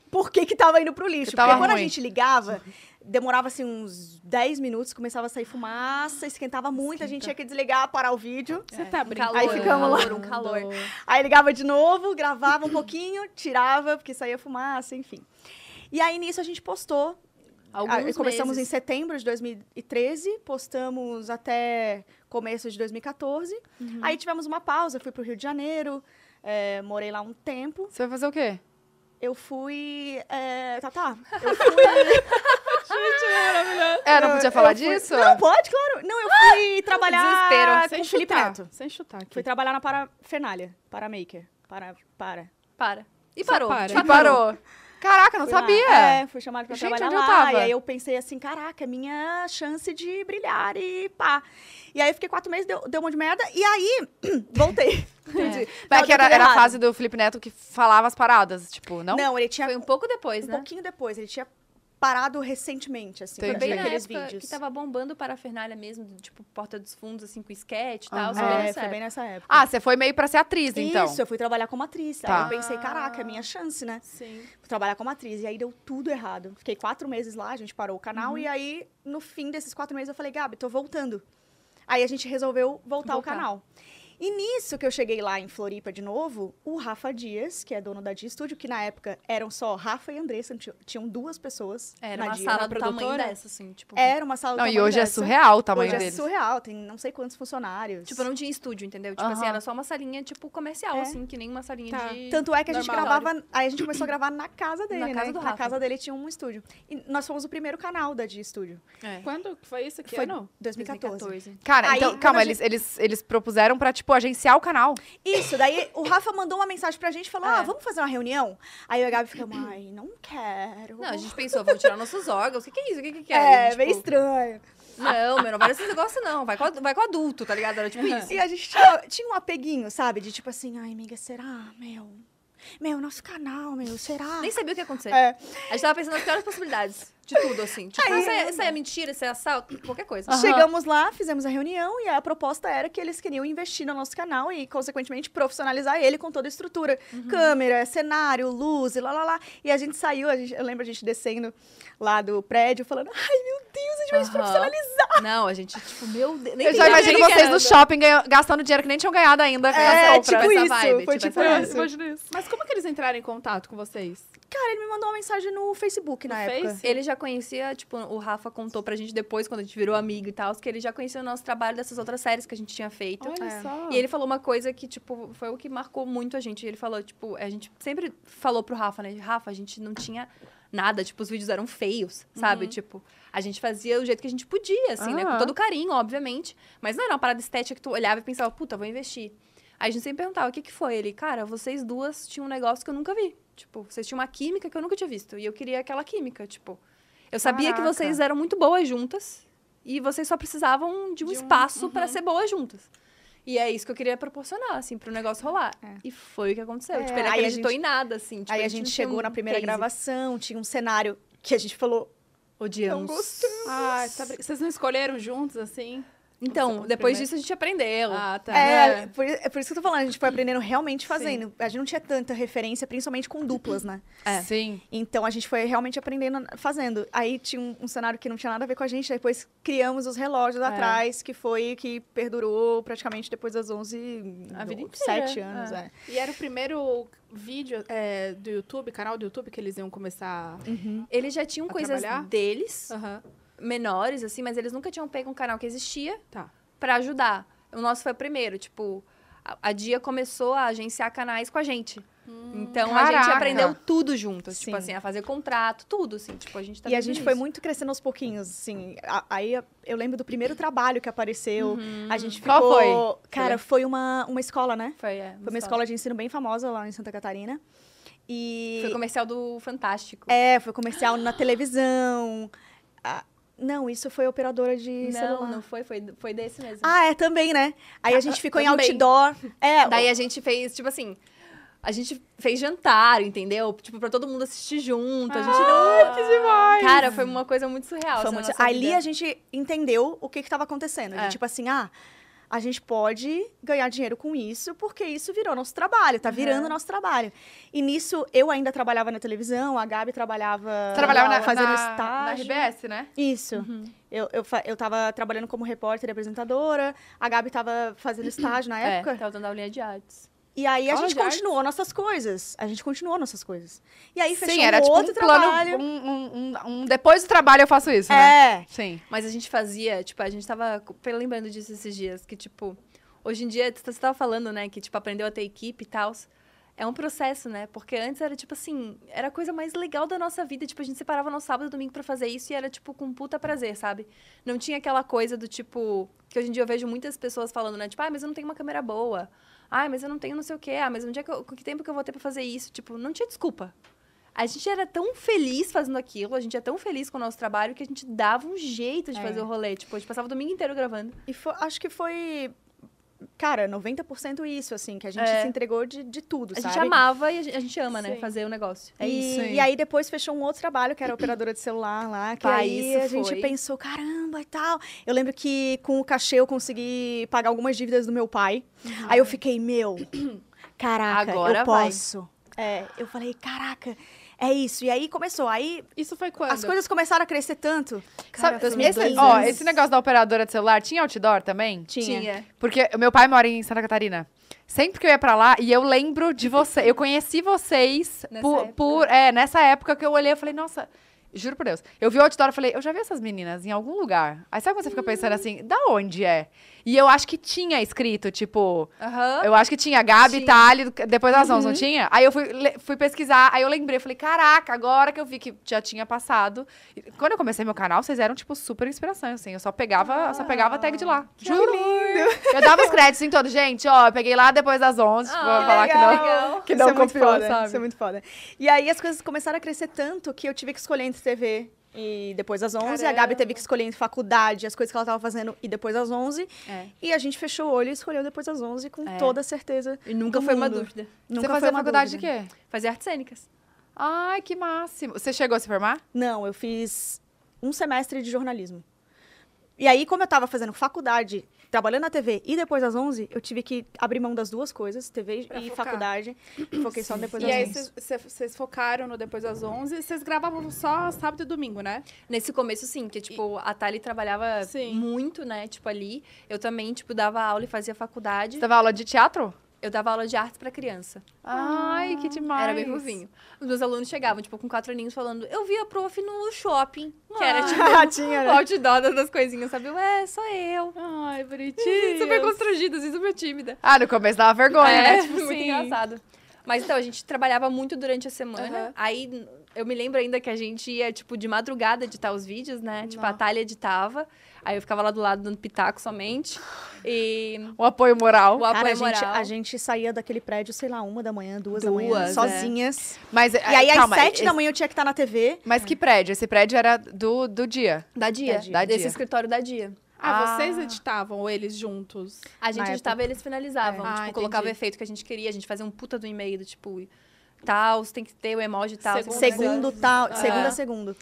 Speaker 3: Por que que tava indo pro lixo?
Speaker 1: Que tava
Speaker 3: Porque quando a
Speaker 1: ruim.
Speaker 3: gente ligava, demorava assim uns 10 minutos, começava a sair fumaça, esquentava muito, a gente tinha que desligar, parar o vídeo.
Speaker 2: Você tá
Speaker 4: um
Speaker 2: brincando.
Speaker 4: calor,
Speaker 3: Aí ficamos lá.
Speaker 4: um calor.
Speaker 3: Aí ligava de novo, gravava um pouquinho, tirava, porque saía fumaça, enfim. E aí nisso a gente postou
Speaker 4: Alguns
Speaker 3: ah, começamos
Speaker 4: meses.
Speaker 3: em setembro de 2013, postamos até começo de 2014. Aí tivemos uma pausa, fui pro Rio de Janeiro, eh, morei lá um tempo.
Speaker 1: Você vai fazer o quê?
Speaker 3: Eu fui. eh, tá, tá.
Speaker 1: É, não podia falar
Speaker 3: Eu fui-
Speaker 1: disso?
Speaker 3: Não, pode, claro. Não, eu fui trabalhar.
Speaker 1: desespero,
Speaker 3: com
Speaker 2: Sem
Speaker 3: o Felipe
Speaker 2: chutar.
Speaker 3: Neto.
Speaker 2: Sem chutar aqui.
Speaker 3: Fui trabalhar na Parafernalha, Paramaker. Para, para.
Speaker 4: Para. né? E
Speaker 2: Só
Speaker 4: parou. tipo,
Speaker 2: para.
Speaker 4: de fato,
Speaker 1: E parou. Caraca, não
Speaker 3: Fui lá.
Speaker 1: sabia.
Speaker 3: É, fui chamada pra
Speaker 1: Gente,
Speaker 3: trabalhar
Speaker 1: onde eu
Speaker 3: lá.
Speaker 1: tava?
Speaker 3: E aí eu pensei assim, caraca, é minha chance de brilhar e pá. E aí eu fiquei quatro meses, deu, deu um monte de merda. E aí, voltei. Entendi.
Speaker 1: Vai
Speaker 3: Não,
Speaker 1: É. que era,
Speaker 3: deu tudo
Speaker 1: era a
Speaker 3: errado.
Speaker 1: fase do Felipe Neto que falava as paradas, tipo, não?
Speaker 3: Não, ele tinha
Speaker 4: Foi um pouco depois,
Speaker 3: um
Speaker 4: né?
Speaker 3: pouquinho depois. Ele tinha parado recentemente, assim.
Speaker 1: Entendi.
Speaker 3: Foi
Speaker 4: Foi
Speaker 3: bem
Speaker 4: bem na
Speaker 3: naqueles
Speaker 4: época
Speaker 3: vídeos.
Speaker 4: que tava bombando para a Fernália mesmo, do tipo Porta dos Fundos, assim, com esquete e
Speaker 1: Aham.
Speaker 4: tal.
Speaker 1: Foi bem
Speaker 3: É,
Speaker 4: Uhum.
Speaker 3: foi bem nessa época.
Speaker 1: Ah, você foi meio pra ser atriz, então.
Speaker 3: Isso, eu fui trabalhar como atriz.
Speaker 1: Tá.
Speaker 3: Aí eu pensei, caraca, é minha chance, né?
Speaker 2: Sim.
Speaker 3: Fui trabalhar como atriz. E aí deu tudo errado. Fiquei quatro meses lá, a gente parou o canal.
Speaker 1: Uhum.
Speaker 3: E aí, no fim desses quatro meses, eu falei, Gabi, tô voltando. Aí a gente resolveu voltar, ao
Speaker 4: Voltar.
Speaker 3: canal. E nisso que eu cheguei lá em Floripa de novo, o Rafa Dias, que é dono da Dia Estúdio, que na época eram só Rafa e Andressa, tinham- tinham duas pessoas
Speaker 4: Era
Speaker 3: na
Speaker 4: uma
Speaker 3: Dia.
Speaker 4: sala
Speaker 2: na
Speaker 4: do tamanho
Speaker 2: produtora?
Speaker 4: dessa, assim, tipo...
Speaker 3: Era uma sala do
Speaker 1: Não, e
Speaker 3: tamanho
Speaker 1: hoje é
Speaker 3: dessa.
Speaker 1: surreal o tamanho
Speaker 3: Hoje
Speaker 1: deles.
Speaker 3: é surreal, tem não sei quantos funcionários.
Speaker 4: Tipo, não tinha estúdio, entendeu? Tipo assim,
Speaker 1: Aham.
Speaker 4: era só uma salinha, tipo, comercial,
Speaker 3: É.
Speaker 4: assim, que nem uma salinha
Speaker 2: Tá.
Speaker 4: de...
Speaker 3: Tanto é que a gente
Speaker 2: Normal.
Speaker 3: gravava. Aí a gente começou a gravar na casa dele,
Speaker 4: Na
Speaker 3: né?
Speaker 4: casa do
Speaker 3: Na
Speaker 4: Rafa.
Speaker 3: casa dele tinha um estúdio. E nós fomos o primeiro canal da Dia Estúdio.
Speaker 4: É.
Speaker 2: Quando que foi isso? Que
Speaker 3: Foi
Speaker 2: ano?
Speaker 3: 2014.
Speaker 1: Cara,
Speaker 3: Aí,
Speaker 1: então,
Speaker 3: quando
Speaker 1: calma,
Speaker 3: a
Speaker 1: eles, eles, eles propuseram pra, tipo, agenciar o canal.
Speaker 3: Isso, daí o Rafa mandou uma mensagem pra gente e falou:
Speaker 4: É.
Speaker 3: Ah, vamos fazer uma reunião? Aí eu e a Gabi ficamos, ai, não quero.
Speaker 4: Não, a gente pensou, vamos tirar nossos órgãos, o que que é isso, o que que que
Speaker 3: É,
Speaker 4: é? E,
Speaker 3: meio
Speaker 4: tipo,
Speaker 3: estranho.
Speaker 4: Não, meu, não vai nesse negócio não, vai com, a- vai com adulto, tá ligado? Era tipo isso.
Speaker 3: E a gente tinha, tinha um apeguinho, sabe? De tipo assim, ai, amiga, será? Meu. Meu, nosso canal, meu, será?
Speaker 4: Nem sabia o que ia acontecer.
Speaker 3: É.
Speaker 4: A gente tava pensando nas piores possibilidades de tudo, assim. Tipo,
Speaker 3: Aí-
Speaker 4: isso, é, isso aí é mentira, isso é assalto, qualquer coisa.
Speaker 1: Aham.
Speaker 3: Chegamos lá, fizemos a reunião e a proposta era que eles queriam investir no nosso canal e, consequentemente, profissionalizar ele com toda a estrutura.
Speaker 4: Uhum.
Speaker 3: Câmera, cenário, luz e lá, lá, lá. E a gente saiu, a gente- eu lembro a gente descendo lá do prédio falando, "Ah, ai, meu Deus, a gente vai se
Speaker 4: Aham.
Speaker 3: profissionalizar.
Speaker 4: Não, a gente, tipo, meu Deus. nem
Speaker 1: Eu já
Speaker 4: entendi
Speaker 1: imagino
Speaker 4: o que
Speaker 1: vocês
Speaker 4: era.
Speaker 1: no shopping ganha- gastando dinheiro que nem tinham ganhado ainda. com as
Speaker 3: É,
Speaker 1: compras.
Speaker 3: tipo
Speaker 4: essa
Speaker 3: isso,
Speaker 4: vibe,
Speaker 3: foi
Speaker 4: tipo
Speaker 3: tipo
Speaker 4: essa
Speaker 3: isso.
Speaker 2: imagina isso. Mas como que eles entraram em contato com vocês?
Speaker 3: Cara, ele me mandou uma mensagem no Facebook na
Speaker 2: No
Speaker 3: época.
Speaker 2: Face?
Speaker 4: Ele já conhecia, tipo, o Rafa contou pra gente depois, quando a gente virou amigo e tal, que ele já conhecia o nosso trabalho dessas outras séries que a gente tinha feito.
Speaker 2: Olha
Speaker 3: É.
Speaker 2: só.
Speaker 4: E ele falou uma coisa que, tipo, foi o que marcou muito a gente. Ele falou, tipo, a gente sempre falou pro Rafa, né? Rafa, a gente não tinha nada, tipo, os vídeos eram feios, sabe? Tipo, a gente fazia o jeito que a gente podia, assim, né? Com
Speaker 1: Aham.
Speaker 4: todo carinho, obviamente. Mas não era uma parada estética que tu olhava e pensava, puta, vou investir. Aí a gente sempre perguntava, o que que foi? Ele, cara, vocês duas tinham um negócio que eu nunca vi. Tipo, vocês tinham uma química que eu nunca tinha visto. E eu queria aquela química, tipo... Eu sabia
Speaker 1: Caraca.
Speaker 4: que vocês eram muito boas juntas. E vocês só precisavam de
Speaker 2: De
Speaker 4: um
Speaker 2: um-
Speaker 4: espaço pra ser boas juntas. E é isso que eu queria proporcionar, assim, pro negócio rolar.
Speaker 3: É.
Speaker 4: E foi o que aconteceu.
Speaker 3: É,
Speaker 4: tipo, ele
Speaker 3: aí a
Speaker 4: acreditou
Speaker 3: gente-
Speaker 4: em nada, assim. Tipo,
Speaker 3: Aí a
Speaker 4: não
Speaker 3: gente
Speaker 4: tinha
Speaker 3: chegou
Speaker 4: um
Speaker 3: na primeira
Speaker 4: case.
Speaker 3: gravação, tinha um cenário que a gente falou,
Speaker 4: Odiamos.
Speaker 3: não gostamos.
Speaker 2: Ah, tá brin- vocês não escolheram juntos, assim?
Speaker 4: Então,
Speaker 2: Os
Speaker 4: depois
Speaker 2: primeiros.
Speaker 4: disso a gente aprendeu.
Speaker 2: Ah, tá.
Speaker 3: É,
Speaker 2: É.
Speaker 3: Por, é por isso que eu tô falando, a gente foi aprendendo realmente fazendo. A gente não tinha tanta referência, principalmente com duplas, né?
Speaker 4: É.
Speaker 1: Sim.
Speaker 3: Então a gente foi realmente aprendendo, fazendo. Aí tinha um, um cenário que não tinha nada a ver com a gente, depois criamos os relógios
Speaker 4: É.
Speaker 3: atrás, que foi que perdurou praticamente depois das 11,
Speaker 4: A vida
Speaker 3: do-
Speaker 4: inteira,
Speaker 3: sete anos, é.
Speaker 2: E era o primeiro vídeo é, do YouTube, canal do YouTube, que eles iam começar.
Speaker 4: Eles já tinham
Speaker 2: A
Speaker 4: coisas
Speaker 2: trabalhar?
Speaker 4: deles,
Speaker 2: Aham.
Speaker 4: menores, assim, mas eles nunca tinham pego um canal que existia
Speaker 2: Tá.
Speaker 4: pra ajudar. O nosso foi o primeiro, tipo... a- A Dia começou a agenciar canais com a gente. então a gente
Speaker 1: Caraca.
Speaker 4: aprendeu tudo junto.
Speaker 3: Hum, Sim.
Speaker 4: Tipo assim, a fazer contrato, tudo, assim. Tipo, a gente tá
Speaker 3: E a
Speaker 4: tudo
Speaker 3: gente
Speaker 4: nisso.
Speaker 3: foi muito crescendo aos pouquinhos, assim. A- Aí a- eu lembro do primeiro trabalho que apareceu.
Speaker 4: Uhum.
Speaker 3: A gente ficou.
Speaker 1: Qual
Speaker 3: Cara, foi uma, uma escola, né?
Speaker 4: Foi, é,
Speaker 3: Foi uma escola de ensino bem famosa lá em Santa Catarina. E.
Speaker 4: Foi o comercial do Fantástico.
Speaker 3: É, foi comercial na televisão. Ah, não, isso foi operadora de
Speaker 4: não,
Speaker 3: celular.
Speaker 4: não foi, foi, foi desse mesmo.
Speaker 3: Ah, é, também, né? Aí a gente ficou em
Speaker 4: também.
Speaker 3: outdoor. É,
Speaker 4: Daí a gente fez, tipo assim, a gente fez jantar, entendeu? Tipo, pra todo mundo assistir junto. A gente não.
Speaker 2: que demais!
Speaker 4: Cara, Ah, foi uma coisa muito surreal.
Speaker 3: foi
Speaker 4: essa
Speaker 3: muito-
Speaker 4: nossa
Speaker 3: ali
Speaker 4: vida.
Speaker 3: a gente entendeu o que estava acontecendo. A gente,
Speaker 4: É.
Speaker 3: tipo assim, ah, a gente pode ganhar dinheiro com isso, porque isso virou nosso trabalho, tá
Speaker 1: Uhum.
Speaker 3: virando nosso trabalho. E nisso, eu ainda trabalhava na televisão, a Gabi trabalhava...
Speaker 1: Trabalhava na,
Speaker 3: Fazendo
Speaker 1: na, na
Speaker 3: estágio.
Speaker 1: RBS, né?
Speaker 3: Isso. Eu, eu, fa- eu tava trabalhando como repórter e apresentadora, a Gabi tava fazendo estágio na
Speaker 4: É,
Speaker 3: época.
Speaker 4: tava dando aulinha de artes.
Speaker 3: E aí a
Speaker 2: Aula
Speaker 3: gente
Speaker 2: de artes.
Speaker 3: continuou nossas coisas. A gente continuou nossas coisas. E aí fechou
Speaker 1: Sim, era
Speaker 3: um
Speaker 1: tipo
Speaker 3: outro
Speaker 1: um plano.
Speaker 3: trabalho.
Speaker 1: Um, um, um- um depois do trabalho eu faço isso, né?
Speaker 3: É.
Speaker 1: Sim.
Speaker 4: Mas a gente fazia, tipo, a gente tava co- lembrando disso esses dias, que, tipo, hoje em dia, você tava falando, né, que, tipo, aprendeu a ter equipe e tal. É um processo, né? Porque antes era, tipo assim, era a coisa mais legal da nossa vida. Tipo, a gente separava nosso sábado e domingo pra fazer isso e era, tipo, com puta prazer, sabe? Não tinha aquela coisa do tipo. Que hoje em dia eu vejo muitas pessoas falando, né? Tipo, ah, mas eu não tenho uma câmera boa. Ah, mas eu não tenho não sei o quê. Ah, mas onde é que eu, com que tempo que eu vou ter pra fazer isso? Tipo, não tinha desculpa. A gente era tão feliz fazendo aquilo, a gente é tão feliz com o nosso trabalho que a gente dava um jeito de
Speaker 3: É.
Speaker 4: fazer o rolê. Tipo, a gente passava o domingo inteiro gravando.
Speaker 3: E fo- acho que foi, cara, 90% isso, assim, que a gente
Speaker 4: É.
Speaker 3: se entregou de, de tudo,
Speaker 4: A
Speaker 3: sabe?
Speaker 4: gente amava e a gente, a gente ama, né?
Speaker 2: Sim.
Speaker 4: Fazer o negócio.
Speaker 1: É
Speaker 3: e,
Speaker 1: isso aí.
Speaker 3: e aí depois fechou um outro trabalho, que era operadora de celular lá, que
Speaker 4: Pá,
Speaker 3: aí
Speaker 4: isso
Speaker 3: a gente
Speaker 4: foi.
Speaker 3: pensou, caramba e tal. Eu lembro que com o cachê eu consegui pagar algumas dívidas do meu pai. Aí eu fiquei, meu, caraca,
Speaker 4: Uhum. Agora
Speaker 3: eu
Speaker 4: vai.
Speaker 3: posso. É, eu falei, caraca, é isso. E aí começou, aí
Speaker 2: Isso foi quando?
Speaker 3: as coisas começaram a crescer tanto.
Speaker 1: Sabe,
Speaker 4: Cara, foi muito
Speaker 1: esse,
Speaker 4: dois
Speaker 1: ó,
Speaker 4: anos.
Speaker 1: esse negócio da operadora de celular tinha outdoor também?
Speaker 3: Tinha.
Speaker 1: Porque o meu pai mora em Santa Catarina. Sempre que eu ia pra lá, e eu lembro de você, eu conheci vocês
Speaker 4: Nessa
Speaker 1: por,
Speaker 4: época.
Speaker 1: por- é, nessa época que eu olhei, eu falei, nossa, juro por Deus. Eu vi o outdoor, eu falei, eu já vi essas meninas em algum lugar. Aí sabe quando você fica pensando assim, da onde é? E eu acho que tinha escrito, tipo,
Speaker 4: Aham.
Speaker 1: eu acho que tinha Gabi,
Speaker 4: Tinha.
Speaker 1: Tali, depois das 11, não
Speaker 3: Uhum.
Speaker 1: tinha? Aí eu fui, le- fui pesquisar, aí eu lembrei, eu falei, caraca, agora que eu vi que já tinha passado. E Quando eu comecei meu canal, vocês eram, tipo, super inspiração, assim. Eu só pegava, eu só pegava a tag de
Speaker 3: Ah,
Speaker 1: lá. Juro. Eu dava os créditos em todo. Gente, ó, eu peguei lá depois das 11, tipo,
Speaker 4: Ah,
Speaker 1: pra falar que
Speaker 3: legal.
Speaker 1: não. Que não
Speaker 3: Isso é muito
Speaker 1: copiou,
Speaker 3: foda,
Speaker 1: sabe?
Speaker 3: Isso é muito foda. E aí as coisas começaram a crescer tanto que eu tive que escolher entre TV e depois às 11. A Gabi
Speaker 4: Caramba.
Speaker 3: teve que escolher entre faculdade, as coisas que ela tava fazendo e depois às 11.
Speaker 4: É.
Speaker 3: E a gente fechou o olho e escolheu depois às 11 com
Speaker 1: É.
Speaker 3: toda certeza.
Speaker 4: E nunca
Speaker 3: Do
Speaker 4: foi uma
Speaker 3: mundo.
Speaker 4: dúvida.
Speaker 3: Nunca
Speaker 1: você
Speaker 3: foi
Speaker 1: fazia
Speaker 3: uma
Speaker 1: faculdade
Speaker 3: dúvida.
Speaker 1: de quê?
Speaker 4: Fazer artes cênicas.
Speaker 1: Ai, que máximo. Você chegou a se formar?
Speaker 3: Não, eu fiz um semestre de jornalismo. E aí, como eu tava fazendo faculdade, trabalhando na TV e depois às 11, eu tive que abrir mão das duas coisas, TV
Speaker 2: Pra
Speaker 3: e
Speaker 2: focar.
Speaker 3: faculdade. Foquei só depois
Speaker 2: E
Speaker 3: às
Speaker 2: aí
Speaker 3: 11.
Speaker 2: vocês focaram no Depois das 11. Vocês gravavam só sábado e domingo, né?
Speaker 4: Nesse começo, sim, porque, tipo, a Thali trabalhava
Speaker 2: Sim.
Speaker 4: muito, né? Tipo, ali. Eu também, tipo, dava aula e fazia faculdade.
Speaker 1: Você
Speaker 3: tá
Speaker 1: dava aula de teatro?
Speaker 4: Eu dava aula de artes pra criança.
Speaker 1: Ai, que
Speaker 3: Ah,
Speaker 1: demais.
Speaker 4: Era bem fofinho. Os meus alunos chegavam, tipo, com quatro aninhos falando, eu vi a prof no shopping. Que era, tipo,
Speaker 3: Ah, tinha,
Speaker 4: o
Speaker 3: né?
Speaker 4: outdoor das coisinhas, sabe? Ué, sou eu.
Speaker 2: Ai, bonitinho.
Speaker 4: Super constrangida, assim, super tímida.
Speaker 1: Ah, no começo dava vergonha,
Speaker 4: É,
Speaker 1: né?
Speaker 2: tipo,
Speaker 4: muito
Speaker 2: sim.
Speaker 4: engraçado. Mas então, a gente trabalhava muito durante a semana.
Speaker 2: Aham.
Speaker 4: Aí n- eu me lembro ainda que a gente ia, tipo, de madrugada editar os vídeos, né? Tipo, a
Speaker 2: Nossa.
Speaker 4: Thalia editava. Aí eu ficava lá do lado dando pitaco somente. E
Speaker 1: O Um apoio moral.
Speaker 4: o apoio
Speaker 3: Cara, a
Speaker 4: moral.
Speaker 3: gente, a gente saía daquele prédio, sei lá, uma da manhã, duas, da manhã,
Speaker 4: Duas, é.
Speaker 3: sozinhas.
Speaker 1: Mas, é,
Speaker 3: E aí,
Speaker 1: calma,
Speaker 3: às sete da
Speaker 1: esse-
Speaker 3: manhã, eu tinha que estar na TV.
Speaker 1: Mas que prédio? Esse prédio era do, do dia.
Speaker 4: Da dia.
Speaker 3: Da
Speaker 1: Dia.
Speaker 4: É, Desse
Speaker 1: Dia.
Speaker 4: escritório da dia.
Speaker 2: Ah,
Speaker 1: Ah.
Speaker 2: vocês editavam ou eles juntos?
Speaker 4: A gente
Speaker 3: Na
Speaker 4: editava e eles finalizavam.
Speaker 2: É. Ah,
Speaker 4: Tipo,
Speaker 2: entendi.
Speaker 4: colocava o efeito que a gente queria. A gente fazia um puta do e-mail do tipo... Tal, você tem que ter o emoji tal.
Speaker 2: Segundo,
Speaker 4: tem que ter-
Speaker 3: Segundo, tal, segundo a segundo.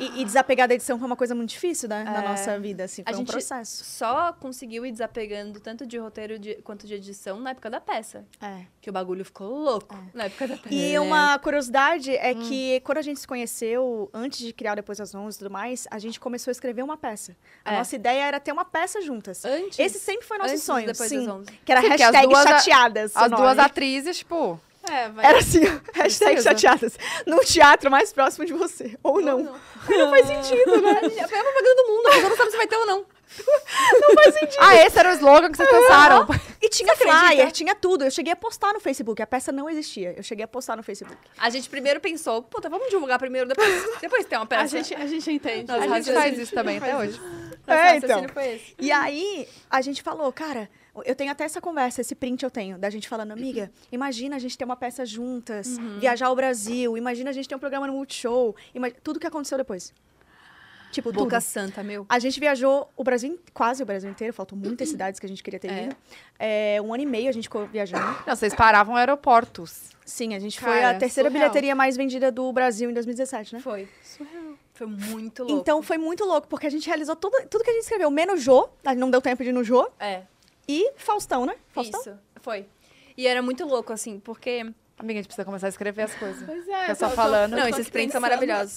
Speaker 3: E, e desapegar da edição foi uma coisa muito difícil, né? Na nossa vida, assim,
Speaker 4: A
Speaker 3: foi um
Speaker 4: gente-
Speaker 3: processo.
Speaker 4: Só conseguiu ir desapegando tanto de roteiro de- quanto de edição na época da peça.
Speaker 3: É.
Speaker 4: Que o bagulho ficou louco na época da peça.
Speaker 3: E uma curiosidade é que quando a gente se conheceu, antes de criar o Depois das 11 e tudo mais, a gente começou a escrever uma peça. A
Speaker 4: É.
Speaker 3: nossa ideia era ter uma peça juntas.
Speaker 4: Antes,
Speaker 3: Esse sempre foi nosso
Speaker 4: antes
Speaker 3: sonho,
Speaker 4: depois
Speaker 3: sim.
Speaker 4: das 11.
Speaker 3: Que era
Speaker 1: Sim, porque as
Speaker 3: hashtag
Speaker 1: duas a-
Speaker 3: chateadas.
Speaker 1: As
Speaker 3: o
Speaker 1: duas
Speaker 3: nome.
Speaker 1: atrizes, tipo.
Speaker 2: É, vai.
Speaker 3: Era assim, hashtag
Speaker 1: Precisa.
Speaker 3: chateadas. Num teatro mais próximo de você. Ou não.
Speaker 4: Não faz sentido, né? É a propaganda do mundo, a pessoa não sabe se vai ter ou não.
Speaker 1: Ah, esse era o slogan que vocês pensaram.
Speaker 3: é? E tinha
Speaker 4: acredita?
Speaker 3: flyer, tinha tudo. Eu cheguei a postar no Facebook. A peça não existia. Eu cheguei a postar no Facebook.
Speaker 4: A gente primeiro pensou, puta, vamos divulgar primeiro, depois, depois tem uma peça.
Speaker 2: A gente, a gente tá- entende.
Speaker 4: Nossa,
Speaker 1: A gente faz isso também até hoje.
Speaker 4: Nosso
Speaker 3: É,
Speaker 4: raciocínio
Speaker 3: então.
Speaker 4: foi esse.
Speaker 3: E aí, a gente falou, cara, eu tenho até essa conversa, esse print eu tenho, da gente falando, amiga, imagina a gente ter uma peça juntas, viajar ao Brasil, imagina a gente ter um programa no Multishow, ima- tudo que aconteceu depois. Tipo, tudo.
Speaker 4: Boca Santa, meu.
Speaker 3: A gente viajou o Brasil, in- quase o Brasil inteiro, faltam muitas cidades que a gente queria ter
Speaker 4: É.
Speaker 3: ido. É, um ano e meio a gente ficou viajando.
Speaker 1: Não, vocês paravam aeroportos.
Speaker 3: Sim, a gente foi
Speaker 2: Cara,
Speaker 3: a terceira
Speaker 2: surreal.
Speaker 3: bilheteria mais vendida do Brasil em 2017, né?
Speaker 4: Foi. Foi muito louco.
Speaker 3: Então foi muito louco, porque a gente realizou tudo, tudo que a gente escreveu, menos Jô, a gente não deu tempo de ir no Jô,
Speaker 4: É,
Speaker 3: e Faustão, né? Faustão?
Speaker 4: isso. Foi. E era muito louco, assim, porque...
Speaker 1: Amiga, a gente precisa começar a escrever as coisas.
Speaker 2: Pois é.
Speaker 1: Fica só
Speaker 2: tô- tô-
Speaker 1: falando.
Speaker 4: Não,
Speaker 2: tô
Speaker 4: esses
Speaker 2: aqui
Speaker 4: prints
Speaker 2: pensando.
Speaker 4: são maravilhosos.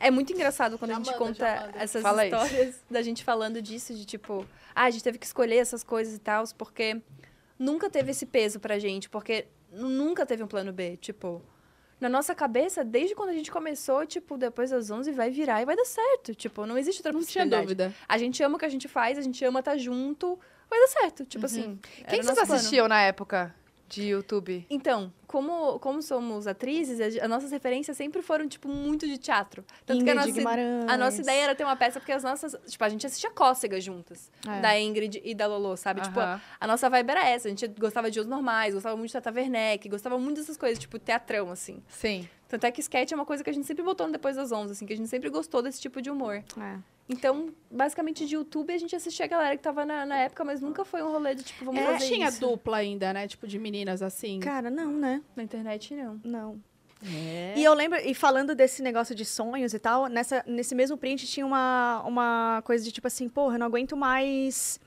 Speaker 4: É muito engraçado quando
Speaker 2: Já
Speaker 4: a gente
Speaker 2: manda,
Speaker 4: conta
Speaker 2: já manda.
Speaker 4: essas
Speaker 1: Fala aí.
Speaker 4: histórias da gente falando disso, de tipo, ah, a gente teve que escolher essas coisas e tal, porque nunca teve esse peso pra gente, porque nu- nunca teve um plano B, tipo. Na nossa cabeça, desde quando a gente começou, tipo, depois das 11 vai virar e vai dar certo. Tipo, não existe outra
Speaker 2: Não tinha
Speaker 4: possibilidade.
Speaker 2: dúvida.
Speaker 4: A gente ama o que a gente faz, a gente ama estar junto, vai dar certo.
Speaker 2: Uhum.
Speaker 4: Tipo assim. era
Speaker 1: Quem
Speaker 4: o
Speaker 1: vocês
Speaker 4: nosso plano.
Speaker 1: assistiam na época de YouTube?
Speaker 4: Então, como, como somos atrizes, a- as nossas referências sempre foram, tipo, muito de teatro. Tanto que a
Speaker 3: Ingrid
Speaker 4: nossa,
Speaker 3: Guimarães.
Speaker 4: a nossa ideia era ter uma peça, porque as nossas. Tipo, a gente assistia cócegas juntas.
Speaker 3: É.
Speaker 4: Da Ingrid e da Lolo, sabe? Tipo,
Speaker 1: Aham.
Speaker 4: a nossa vibe era essa. A gente gostava de Os Normais, gostava muito de Tata Werneck, gostava muito dessas coisas, tipo, teatrão, assim.
Speaker 1: Sim.
Speaker 4: Tanto é que sketch é uma coisa que a gente sempre botou no Depois das 11, assim, que a gente sempre gostou desse tipo de humor.
Speaker 3: É.
Speaker 4: Então, basicamente, de YouTube, a gente assistia a galera que tava na, na época, mas nunca foi um rolê de, tipo,
Speaker 3: É,
Speaker 4: vamos
Speaker 2: Não
Speaker 4: fazer
Speaker 2: É, tinha
Speaker 4: isso.
Speaker 2: dupla ainda, né? Tipo, de meninas assim.
Speaker 3: Cara, não, né?
Speaker 4: Na internet, não.
Speaker 3: Não.
Speaker 2: É.
Speaker 3: E eu lembro, e falando desse negócio de sonhos e tal, nessa, nesse mesmo print tinha uma, uma coisa de tipo assim, porra, eu não aguento mais.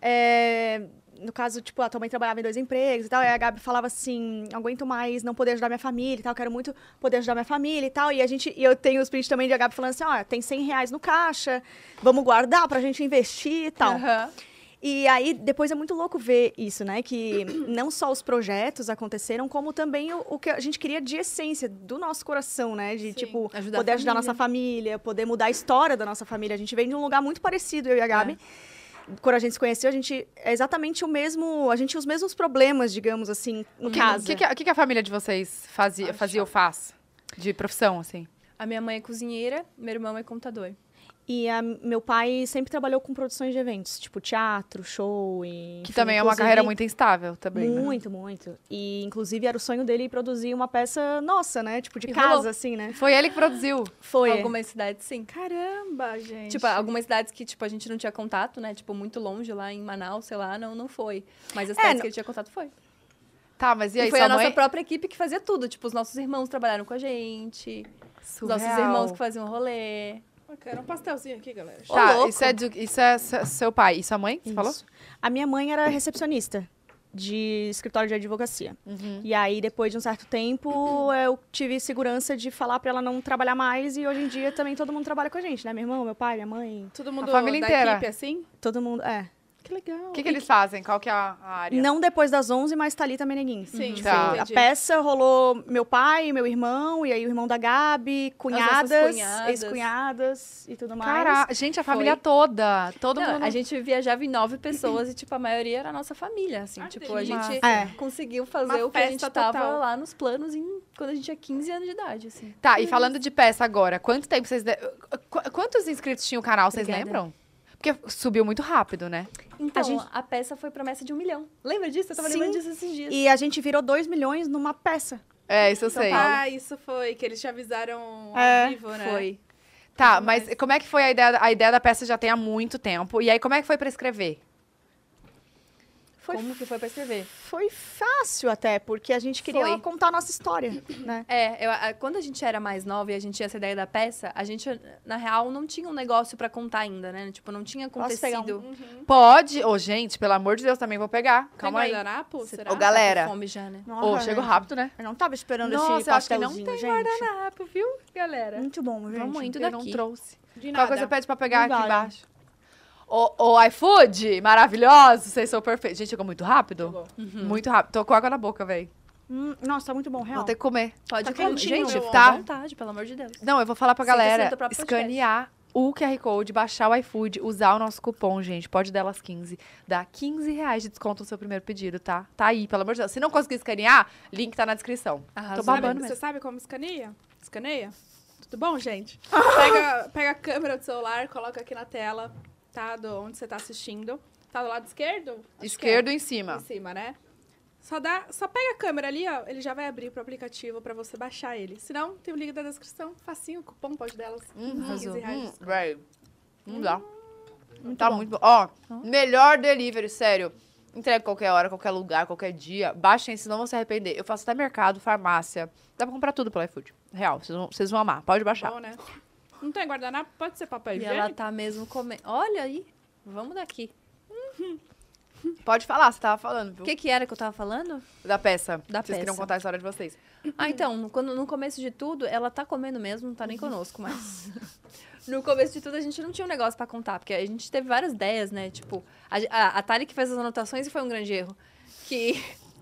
Speaker 3: é, no caso, tipo, a tua mãe trabalhava em dois empregos e tal, e a Gabi falava assim, não aguento mais não poder ajudar minha família e tal, quero muito poder ajudar minha família e tal. E a gente, e eu tenho os prints também de a Gabi falando assim, ó, tem 100 reais no caixa, vamos guardar pra gente investir e tal.
Speaker 4: Aham.
Speaker 3: E aí, depois é muito louco ver isso, né? Que não só os projetos aconteceram, como também o, o que a gente queria de essência do nosso coração, né? De,
Speaker 2: Sim,
Speaker 3: tipo,
Speaker 1: ajudar a
Speaker 3: poder ajudar a nossa família, poder mudar a história da nossa família. A gente vem de um lugar muito parecido, eu e a Gabi.
Speaker 1: É.
Speaker 3: Quando a gente se conheceu, a gente é exatamente o mesmo. A gente tinha os mesmos problemas, digamos assim, em
Speaker 1: O que,
Speaker 3: casa.
Speaker 1: o que é? que a- o que que a família de vocês fazia, fazia ou faz? De profissão, assim?
Speaker 4: A minha mãe é cozinheira, meu irmão é contador.
Speaker 3: E a- meu pai sempre trabalhou com produções de eventos, tipo teatro, show e.
Speaker 1: Que
Speaker 3: enfim,
Speaker 1: também é uma carreira
Speaker 3: inclusive-
Speaker 1: muito instável também, né?
Speaker 3: Muito, muito. E, inclusive, era o sonho dele produzir uma peça nossa, né? Tipo, de
Speaker 4: E
Speaker 3: casa,
Speaker 4: rolou.
Speaker 3: assim, né?
Speaker 1: Foi ele que produziu.
Speaker 3: Foi.
Speaker 4: Algumas cidades, sim.
Speaker 2: Caramba, gente.
Speaker 4: Tipo, algumas cidades que, tipo, a gente não tinha contato, né? Tipo, muito longe lá em Manaus, sei lá, não, não foi. Mas as cidades
Speaker 3: não-
Speaker 4: que ele tinha contato foi.
Speaker 1: Tá, mas É, e
Speaker 4: E,
Speaker 1: aí,
Speaker 4: foi
Speaker 1: sua
Speaker 4: a nossa
Speaker 1: mãe?
Speaker 4: própria equipe que fazia tudo. Tipo, os nossos irmãos trabalharam com a gente. Os nossos
Speaker 1: Surreal.
Speaker 4: irmãos que faziam rolê.
Speaker 2: Bacana, um pastelzinho aqui, galera.
Speaker 4: Ô,
Speaker 1: Tá,
Speaker 4: louco.
Speaker 1: isso é, do- isso é se- seu pai e sua mãe? Você
Speaker 3: Isso.
Speaker 1: falou?
Speaker 3: A minha mãe era recepcionista de escritório de advocacia.
Speaker 1: Uhum.
Speaker 3: E aí, depois de um certo tempo, eu tive segurança de falar pra ela não trabalhar mais. E hoje em dia também todo mundo trabalha com a gente, né? Meu irmão, meu pai, minha mãe,
Speaker 2: Todo mundo
Speaker 1: A família
Speaker 2: da
Speaker 1: inteira.
Speaker 2: equipe, assim?
Speaker 3: todo mundo. É.
Speaker 2: Que legal.
Speaker 1: O que, que eles fazem? Qual que é a a área?
Speaker 3: Não depois das 11, mas Thalita Meneguin.
Speaker 2: Sim,
Speaker 1: Uhum.
Speaker 2: sim,
Speaker 1: Tá.
Speaker 3: A
Speaker 2: entendi.
Speaker 3: peça rolou meu pai, meu irmão, e aí o irmão da Gabi, cunhadas,
Speaker 4: cunhadas.
Speaker 3: ex-cunhadas e tudo mais.
Speaker 1: Caraca, gente, a família
Speaker 4: Foi.
Speaker 1: toda. Todo
Speaker 4: Não,
Speaker 1: mundo.
Speaker 4: a gente viajava em nove pessoas e, tipo, a maioria era a nossa família, assim.
Speaker 2: Ah, que
Speaker 4: tipo, a
Speaker 2: delícia.
Speaker 4: gente
Speaker 3: É.
Speaker 4: conseguiu fazer
Speaker 2: Uma
Speaker 4: o que a gente
Speaker 2: festa
Speaker 4: tava
Speaker 2: total.
Speaker 4: lá nos planos em- quando a gente tinha 15 anos de idade, assim.
Speaker 1: Tá, e falando de peça agora, quanto tempo vocês. de- qu- Quantos inscritos tinha o canal, vocês
Speaker 4: Obrigada.
Speaker 1: lembram? Porque subiu muito rápido, né?
Speaker 4: Então, a,
Speaker 3: gente-
Speaker 4: peça foi promessa de um milhão. Lembra disso? Eu tava
Speaker 3: Sim.
Speaker 4: lembrando disso esses dias.
Speaker 3: E a gente virou 2 milhões numa peça.
Speaker 1: É, isso eu sei.
Speaker 2: Ah, isso foi, que eles te avisaram
Speaker 3: É,
Speaker 2: ao vivo, né?
Speaker 4: Foi.
Speaker 1: Tá, mas como é que foi a ideia? A ideia da peça já tem há muito tempo. E aí, como é que foi pra escrever?
Speaker 3: Foi
Speaker 4: Como que foi pra escrever?
Speaker 3: Foi fácil até, porque a gente queria
Speaker 4: Foi.
Speaker 3: contar a nossa história, né?
Speaker 4: É, eu- a- quando a gente era mais nova e a gente tinha essa ideia da peça, a gente, na real, não tinha um negócio pra contar ainda, né? Tipo, não tinha
Speaker 3: Posso pegar um?
Speaker 4: acontecido.
Speaker 2: Uhum.
Speaker 1: Pode. Ô, gente, pelo amor de Deus, também vou pegar. Calma
Speaker 2: Tem
Speaker 1: aí.
Speaker 2: guardanapo, será?
Speaker 1: Ô, galera.
Speaker 4: Com fome já, né?
Speaker 1: Ô, chegou rápido, né?
Speaker 3: Eu não tava esperando esse
Speaker 1: Nossa, eu acho que não
Speaker 3: pastelzinho,
Speaker 1: tem
Speaker 3: gente.
Speaker 4: Guardanapo, viu, galera?
Speaker 3: Muito bom, gente.
Speaker 4: Vamos indo
Speaker 1: Eu não
Speaker 4: daqui.
Speaker 1: trouxe.
Speaker 2: De
Speaker 1: Qualquer
Speaker 2: nada.
Speaker 1: coisa pede pra pegar aqui
Speaker 3: Obrigada.
Speaker 1: embaixo. Ô, ô, iFood, maravilhoso, vocês são perfeitos. Gente, chegou muito rápido? Uhum.
Speaker 2: Chegou.
Speaker 1: Muito rápido. Tô com água na boca, véi.
Speaker 3: Hum, nossa, tá muito bom, real.
Speaker 1: Vou ter que comer.
Speaker 4: Pode
Speaker 3: Tá
Speaker 4: comer.
Speaker 3: quentinho,
Speaker 4: Gente,
Speaker 2: meu
Speaker 4: tá.
Speaker 1: amor.
Speaker 4: vontade, pelo amor de Deus.
Speaker 1: Não, eu vou falar pra
Speaker 4: 100%
Speaker 1: galera
Speaker 4: do próprio podcast.
Speaker 1: escanear o QR Code, baixar o iFood, usar o nosso cupom, gente. Pode delas 15. Dá 15 reais de desconto no seu primeiro pedido, tá? Tá aí, pelo amor de Deus. Se não conseguir escanear, link tá na descrição.
Speaker 4: Arrasou.
Speaker 1: Tô babando
Speaker 2: Sabe-
Speaker 1: mesmo.
Speaker 2: Você sabe como escaneia? Escaneia? Tudo bom, gente? Pega, pega a câmera do celular, coloca aqui na tela, tá? Do onde você tá assistindo. Tá do lado esquerdo? Acho que é.
Speaker 1: Esquerdo em cima.
Speaker 2: Em cima, né? Só, dá, só pega a câmera ali, ó. Ele já vai abrir pro aplicativo pra você baixar ele. Se não, tem o link da descrição. Facinho, cupom pode delas.
Speaker 1: Hum,
Speaker 2: 15
Speaker 1: arrasou.
Speaker 2: reais.
Speaker 1: Hum, véi. Não dá. tá muito bom. Ó, melhor delivery, sério. Entrega qualquer hora, qualquer lugar, qualquer dia. Baixem, senão vão se arrepender. Eu faço até mercado, farmácia. Dá pra comprar tudo pelo iFood. Real, vocês vão, vocês vão amar. Pode baixar.
Speaker 2: Bom, né? Não tem guardanapo? Pode ser papel
Speaker 4: E ela
Speaker 2: higiênico?
Speaker 4: tá mesmo comendo. Olha aí, vamos daqui.
Speaker 1: Pode falar, você tava falando,
Speaker 4: O
Speaker 1: viu?
Speaker 4: que que era que eu tava falando?
Speaker 1: Da peça.
Speaker 4: Da
Speaker 1: vocês queriam
Speaker 4: peça.
Speaker 1: contar a história de vocês.
Speaker 4: Ah, então, no- quando, no começo de tudo, ela tá comendo mesmo, não tá nem conosco, mas. no começo de tudo, a gente não tinha um negócio pra contar, porque a gente teve várias ideias, né? Tipo, a, a, a Thali que fez as anotações e foi um grande erro. Que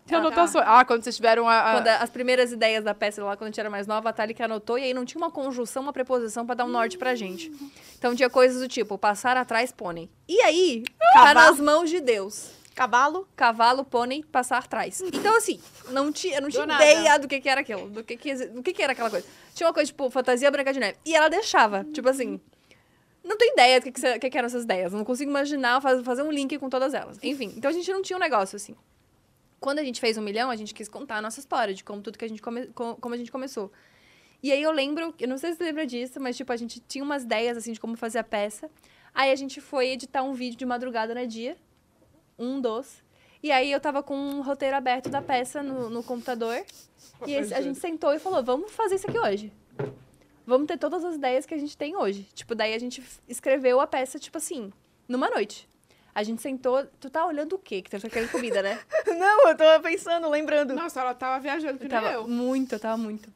Speaker 1: Tem
Speaker 2: Ah, tá.
Speaker 1: anotações. Ah, quando vocês tiveram a. a-
Speaker 4: quando é a- as primeiras ideias da peça lá, quando a gente era mais nova, a Thali que anotou e aí não tinha uma conjunção, uma preposição pra dar um norte pra gente. Então tinha coisas do tipo, passar atrás, pônei. E aí, tá
Speaker 3: Cavalo.
Speaker 4: nas mãos de Deus.
Speaker 3: Cavalo.
Speaker 4: Cavalo, pônei, passar atrás. Então, assim, não tinha, eu não tinha
Speaker 2: Do nada.
Speaker 4: ideia do que, que era aquilo, do que, que, do que, que era aquela coisa. Tinha uma coisa, tipo, fantasia branca de neve. E ela deixava, tipo assim. Não tem ideia do que, que, se- que, que eram essas ideias. Não consigo imaginar faz- fazer um link com todas elas. Enfim, então a gente não tinha um negócio assim. Quando a gente fez um milhão, a gente quis contar a nossa história, de como tudo que a gente come, co- como a gente começou. E aí eu lembro, eu não sei se você lembra disso, mas tipo, a gente tinha umas ideias assim de como fazer a peça. Aí a gente foi editar um vídeo de madrugada na dia. Um dos. E aí eu tava com um roteiro aberto da peça no, no computador. E esse- a gente sentou e falou: vamos fazer isso aqui hoje. Vamos ter todas as ideias que a gente tem hoje. Tipo, daí a gente f- escreveu a peça, tipo assim, numa noite. A gente sentou. Tu tá olhando o quê? Que tu tá querendo comida, né?
Speaker 3: Não, eu tô pensando, lembrando.
Speaker 2: Nossa, ela tava viajando que
Speaker 4: Eu
Speaker 2: nem
Speaker 4: tava
Speaker 2: eu.
Speaker 4: muito, eu tava muito.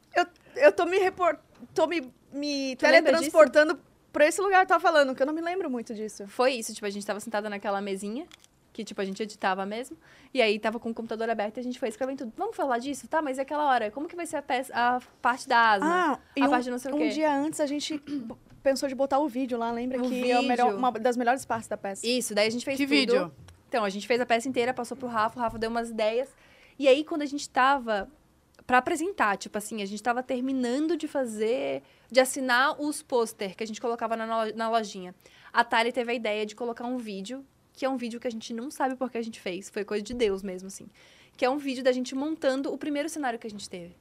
Speaker 3: Eu tô me repor... tô me, me
Speaker 4: Tu lembra
Speaker 3: teletransportando pra esse lugar que eu tava falando, que eu não me lembro muito disso.
Speaker 4: Foi isso, tipo, a gente tava sentada naquela mesinha, que, tipo, a gente editava mesmo. E aí tava com o computador aberto e a gente foi escrevendo tudo. Vamos falar disso? Tá, mas e aquela hora? Como que vai ser a, peça, a parte da asma?
Speaker 3: Ah, e
Speaker 4: a
Speaker 3: um,
Speaker 4: parte de não sei o
Speaker 3: um
Speaker 4: quê.
Speaker 3: dia antes a gente b- pensou de botar o vídeo lá, lembra?
Speaker 4: O
Speaker 3: que é o melhor,
Speaker 4: vídeo.
Speaker 3: uma das melhores partes da peça.
Speaker 4: Isso, daí a gente fez
Speaker 1: Que
Speaker 4: tudo.
Speaker 1: vídeo?
Speaker 4: Então, a gente fez a peça inteira, passou pro Rafa, o Rafa deu umas ideias. E aí, quando a gente tava pra apresentar, tipo assim, a gente tava terminando de fazer, de assinar os pôster que a gente colocava na, no- na lojinha. A Thalia teve a ideia de colocar um vídeo, que é um vídeo que a gente não sabe por que a gente fez, foi coisa de Deus mesmo, assim. Que é um vídeo da gente montando o primeiro cenário que a gente teve.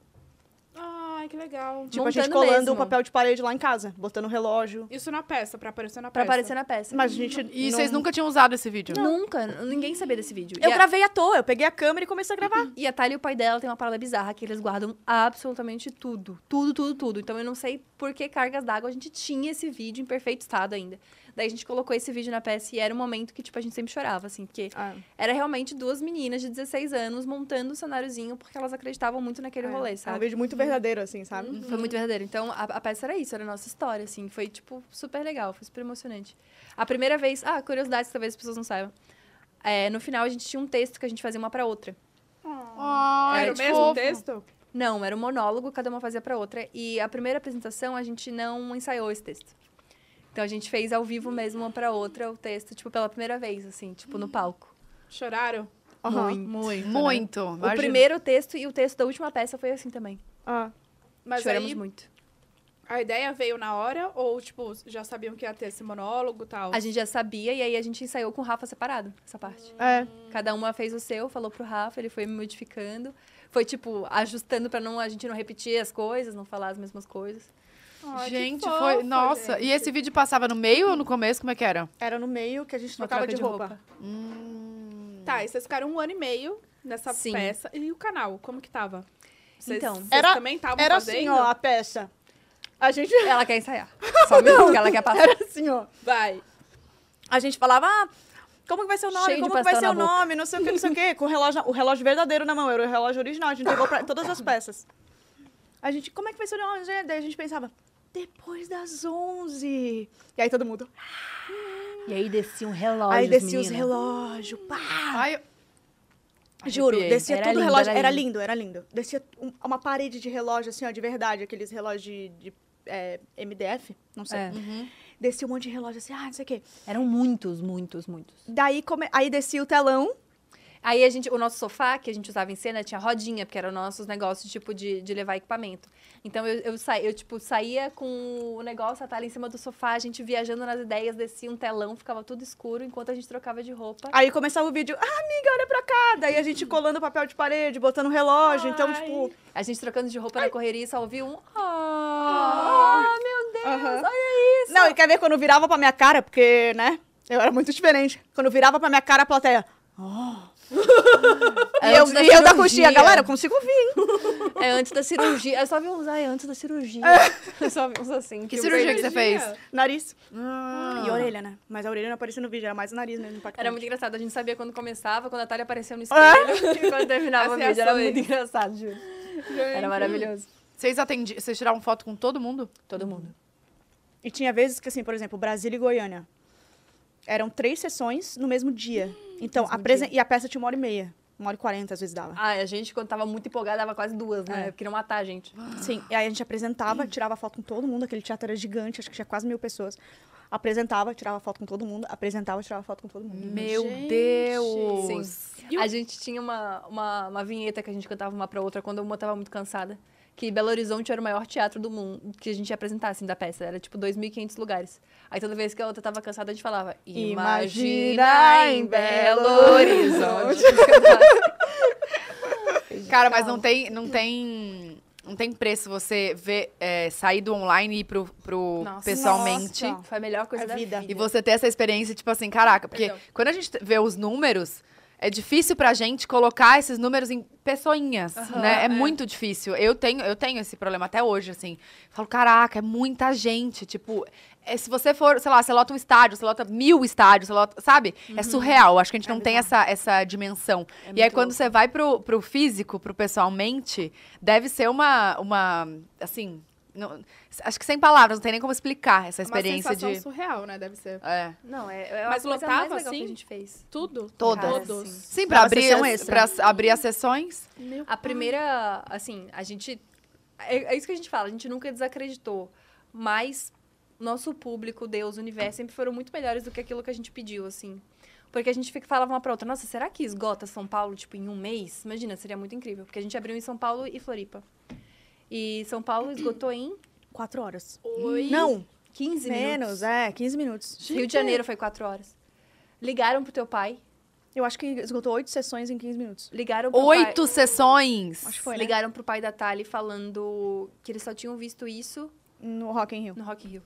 Speaker 2: Ai, que legal.
Speaker 3: Tipo, a gente
Speaker 4: montando
Speaker 3: colando
Speaker 4: mesmo.
Speaker 3: o papel de parede lá em casa, botando o relógio.
Speaker 2: Isso na peça, pra aparecer na
Speaker 4: Pra
Speaker 2: peça.
Speaker 4: aparecer na peça.
Speaker 3: Mas a gente.
Speaker 1: E
Speaker 3: não-
Speaker 1: vocês nunca tinham usado esse vídeo?
Speaker 4: Nunca, ninguém sabia desse vídeo.
Speaker 3: Eu
Speaker 4: E a- Uhum,
Speaker 3: gravei à toa, eu peguei a câmera e comecei a gravar.
Speaker 4: E a Thalia e o pai dela tem uma parada bizarra que eles guardam absolutamente tudo. Tudo, tudo, tudo. Então eu não sei por que cargas d'água a gente tinha esse vídeo em perfeito estado ainda. Daí a gente colocou esse vídeo na peça e era um momento que, tipo, a gente sempre chorava, assim, porque
Speaker 3: Ah.
Speaker 4: era realmente duas meninas de 16 anos montando um cenáriozinho porque elas acreditavam muito naquele rolê,
Speaker 3: É um
Speaker 4: sabe? Uhum.
Speaker 3: vídeo muito verdadeiro, assim, sabe?
Speaker 4: Foi muito verdadeiro. Então, a, a peça era isso, era a nossa história, assim. Foi, tipo, super legal, foi super emocionante. A primeira vez... Ah, curiosidades que talvez as pessoas não saibam. É, no final, a gente tinha um texto que a gente fazia uma pra outra.
Speaker 1: Ai,
Speaker 2: Era o
Speaker 1: que
Speaker 2: mesmo
Speaker 4: Tipo,
Speaker 1: fofo.
Speaker 2: texto?
Speaker 4: Não, era um monólogo, cada uma fazia pra outra. E a primeira apresentação a gente não ensaiou esse texto. Então a gente fez ao vivo mesmo uma pra outra o texto, tipo, pela primeira vez, assim, tipo, no palco.
Speaker 2: Choraram?
Speaker 3: Aham. né?
Speaker 4: Muito.
Speaker 1: Muito.
Speaker 4: né? O
Speaker 1: imagina.
Speaker 4: primeiro texto e o texto da última peça foi assim também.
Speaker 3: Ah.
Speaker 2: Mas
Speaker 4: Choramos
Speaker 2: aí,
Speaker 4: muito.
Speaker 2: a ideia veio na hora? Ou, tipo, já sabiam que ia ter esse monólogo e tal?
Speaker 4: A gente já sabia e aí a gente ensaiou com o Rafa separado, essa parte.
Speaker 3: É.
Speaker 4: Cada uma fez o seu, falou pro Rafa, ele foi modificando. Foi, tipo, ajustando pra não, a gente não repetir as coisas, não falar as mesmas coisas.
Speaker 2: Ai, que
Speaker 1: gente,
Speaker 2: fofa,
Speaker 1: foi. Nossa.
Speaker 2: gente.
Speaker 1: E esse vídeo passava no meio ou no começo? Como é que era?
Speaker 3: Era no meio que a gente
Speaker 4: Uma
Speaker 3: trocava
Speaker 4: troca
Speaker 3: de, roupa.
Speaker 1: Hum.
Speaker 2: Tá, e vocês ficaram um ano e meio nessa
Speaker 4: Sim.
Speaker 2: peça. E o canal, como que tava? Vocês,
Speaker 4: Então.
Speaker 2: vocês
Speaker 3: Era-
Speaker 2: também estavam
Speaker 3: Era
Speaker 2: fazendo?
Speaker 3: assim, ó, a peça. A gente
Speaker 4: Ela quer ensaiar. Só mesmo que ela quer passar.
Speaker 3: era assim, ó.
Speaker 2: Vai.
Speaker 3: A gente falava, ah, como que vai ser o nome?
Speaker 4: Cheio de
Speaker 3: como que vai
Speaker 4: pastel
Speaker 3: ser
Speaker 4: na
Speaker 3: o
Speaker 4: boca.
Speaker 3: nome? Não sei o que, não sei o que. Com o relógio, o relógio verdadeiro na mão, era o relógio original. A gente pegou pra todas as peças. A gente, como é que vai ser o nome? gente?" Daí a gente pensava, depois das 11. E aí todo mundo,
Speaker 4: E aí descia um relógio.
Speaker 3: aí descia os relógios, pá.
Speaker 4: Ah.
Speaker 1: Ai, eu-
Speaker 3: Juro,
Speaker 1: arrepiei.
Speaker 3: descia
Speaker 4: Era
Speaker 3: tudo
Speaker 4: lindo,
Speaker 3: relógio.
Speaker 4: era
Speaker 3: Era lindo, era lindo. Descia um- uma parede de relógio, assim, ó, de verdade. Aqueles relógios de, de, é, MDF, não sei.
Speaker 4: É.
Speaker 1: Uhum.
Speaker 3: Descia um monte de relógio, assim, ah, não sei o quê.
Speaker 4: Eram muitos, muitos, muitos.
Speaker 3: Daí, come... aí descia o telão.
Speaker 4: Aí a gente, o nosso sofá que a gente usava em cena tinha rodinha, porque eram nossos negócios tipo de, de levar equipamento. Então eu, eu, sa, eu tipo saía com o negócio, a Thalia em cima do sofá, a gente viajando nas ideias, descia um telão, ficava tudo escuro enquanto a gente trocava de roupa.
Speaker 3: Aí começava o vídeo, ah, amiga, olha pra cá. Daí a gente colando papel de parede, botando relógio. Então,
Speaker 2: Ai.
Speaker 3: tipo.
Speaker 4: A gente trocando de roupa na correria e só ouvia um. Ah, meu Deus!
Speaker 3: aham.
Speaker 4: Olha isso!
Speaker 3: Não, e quer ver quando virava pra minha cara, porque, né? Eu era muito diferente. Quando virava pra minha cara, a plateia. Oh. e
Speaker 4: É Antes da
Speaker 3: eu, e eu da
Speaker 4: cirurgia.
Speaker 3: coxinha, galera, eu consigo ouvir.
Speaker 4: É antes da cirurgia. Eu só vi uns, ai, antes da cirurgia.
Speaker 3: É.
Speaker 4: Eu só vi uns assim.
Speaker 1: Que
Speaker 4: eu
Speaker 1: cirurgia que
Speaker 4: perdi.
Speaker 1: você fez?
Speaker 3: Nariz.
Speaker 1: Ah.
Speaker 3: E orelha, né? Mas a orelha não aparecia no vídeo, era mais o nariz mesmo. impactante.
Speaker 4: Era muito engraçado. A gente sabia quando começava, quando a Thalia apareceu no espelho e quando terminava o
Speaker 2: Essa é a sua
Speaker 4: vídeo. Era muito engraçado, juro. Era maravilhoso.
Speaker 1: Vocês atendi... Vocês tiraram foto com todo mundo?
Speaker 4: Todo mundo.
Speaker 3: E tinha vezes que, assim, por exemplo, Brasília e Goiânia. Eram três sessões no mesmo dia. Então, a presen- E a peça tinha uma hora e meia. Uma hora e quarenta, às vezes, dava.
Speaker 4: Ah, a gente, quando tava muito empolgada, dava quase duas, né?
Speaker 3: É.
Speaker 4: Queriam matar a gente.
Speaker 3: Sim, e aí a gente apresentava, tirava foto com todo mundo, aquele teatro era gigante, acho que tinha quase mil pessoas. Apresentava, tirava foto com todo mundo, apresentava, tirava foto com todo mundo.
Speaker 1: Meu
Speaker 2: Gente.
Speaker 1: Deus!
Speaker 4: Sim.
Speaker 2: E o-
Speaker 4: A gente tinha uma, uma, uma vinheta que a gente cantava uma pra outra quando uma tava muito cansada. Que Belo Horizonte era o maior teatro do mundo que a gente ia apresentar, assim, da peça. Era tipo 2.500 lugares. Aí toda vez que a outra tava cansada, a gente falava: Imagina em Belo Horizonte. Então-
Speaker 1: Cara, mas não tem, não tem Não tem preço você ver, é, sair do online e ir pro, pro
Speaker 4: Nossa.
Speaker 1: pessoalmente.
Speaker 3: Nossa.
Speaker 4: Foi a melhor coisa
Speaker 3: A
Speaker 4: da
Speaker 3: vida.
Speaker 4: vida.
Speaker 1: E você ter essa experiência, tipo assim, caraca, porque
Speaker 4: Perdão.
Speaker 1: quando a gente vê os números, é difícil pra gente colocar esses números em pessoinhas,
Speaker 4: Aham,
Speaker 1: né? É,
Speaker 4: é.
Speaker 1: muito difícil. Eu tenho, eu tenho esse problema até hoje, assim. Falo, caraca, é muita gente. Tipo, é, se você for, sei lá, você lota um estádio, você lota mil estádios, você lota, sabe? É surreal. Acho que a gente não tem essa, essa dimensão.
Speaker 4: é
Speaker 1: e aí,
Speaker 2: muito
Speaker 1: quando você vai pro, pro físico, pro pessoalmente, deve ser uma, uma assim... não- acho que sem palavras, não tem nem como explicar essa experiência
Speaker 2: É Uma sensação
Speaker 1: de...
Speaker 2: surreal, né? Deve ser.
Speaker 1: É.
Speaker 4: Não, é, é
Speaker 2: Mas
Speaker 4: a coisa
Speaker 2: lotava,
Speaker 4: mais legal que
Speaker 2: assim?
Speaker 4: a gente fez.
Speaker 2: Tudo?
Speaker 1: Todas.
Speaker 2: Todos.
Speaker 4: Assim.
Speaker 1: Sim, pra
Speaker 3: Dava
Speaker 1: abrir,
Speaker 3: sessão
Speaker 1: as,
Speaker 3: extra.
Speaker 1: pra s- abrir as sessões.
Speaker 2: Meu
Speaker 4: A primeira, assim, a gente. É, é isso que a gente fala, a gente nunca desacreditou. Mas nosso público, Deus, o universo, sempre foram muito melhores do que aquilo que a gente pediu, assim. Porque a gente fica, falava uma pra outra, nossa, será que esgota São Paulo, tipo, em um mês? Imagina, seria muito incrível. Porque a gente abriu em São Paulo e Floripa. E São Paulo esgotou em
Speaker 3: Quatro horas.
Speaker 2: Oi.
Speaker 3: Não,
Speaker 4: 15
Speaker 3: menos,
Speaker 4: minutos.
Speaker 3: é, 15 minutos.
Speaker 4: Rio de Janeiro foi 4 horas. Ligaram pro teu pai.
Speaker 3: Eu acho que esgotou oito sessões em 15 minutos.
Speaker 4: Ligaram pro pai.
Speaker 1: Oito sessões.
Speaker 3: Acho que foi, né?
Speaker 4: Ligaram pro pai da Thali falando que eles só tinham visto isso
Speaker 3: No Rock in Rio.
Speaker 4: no Rock in Rio.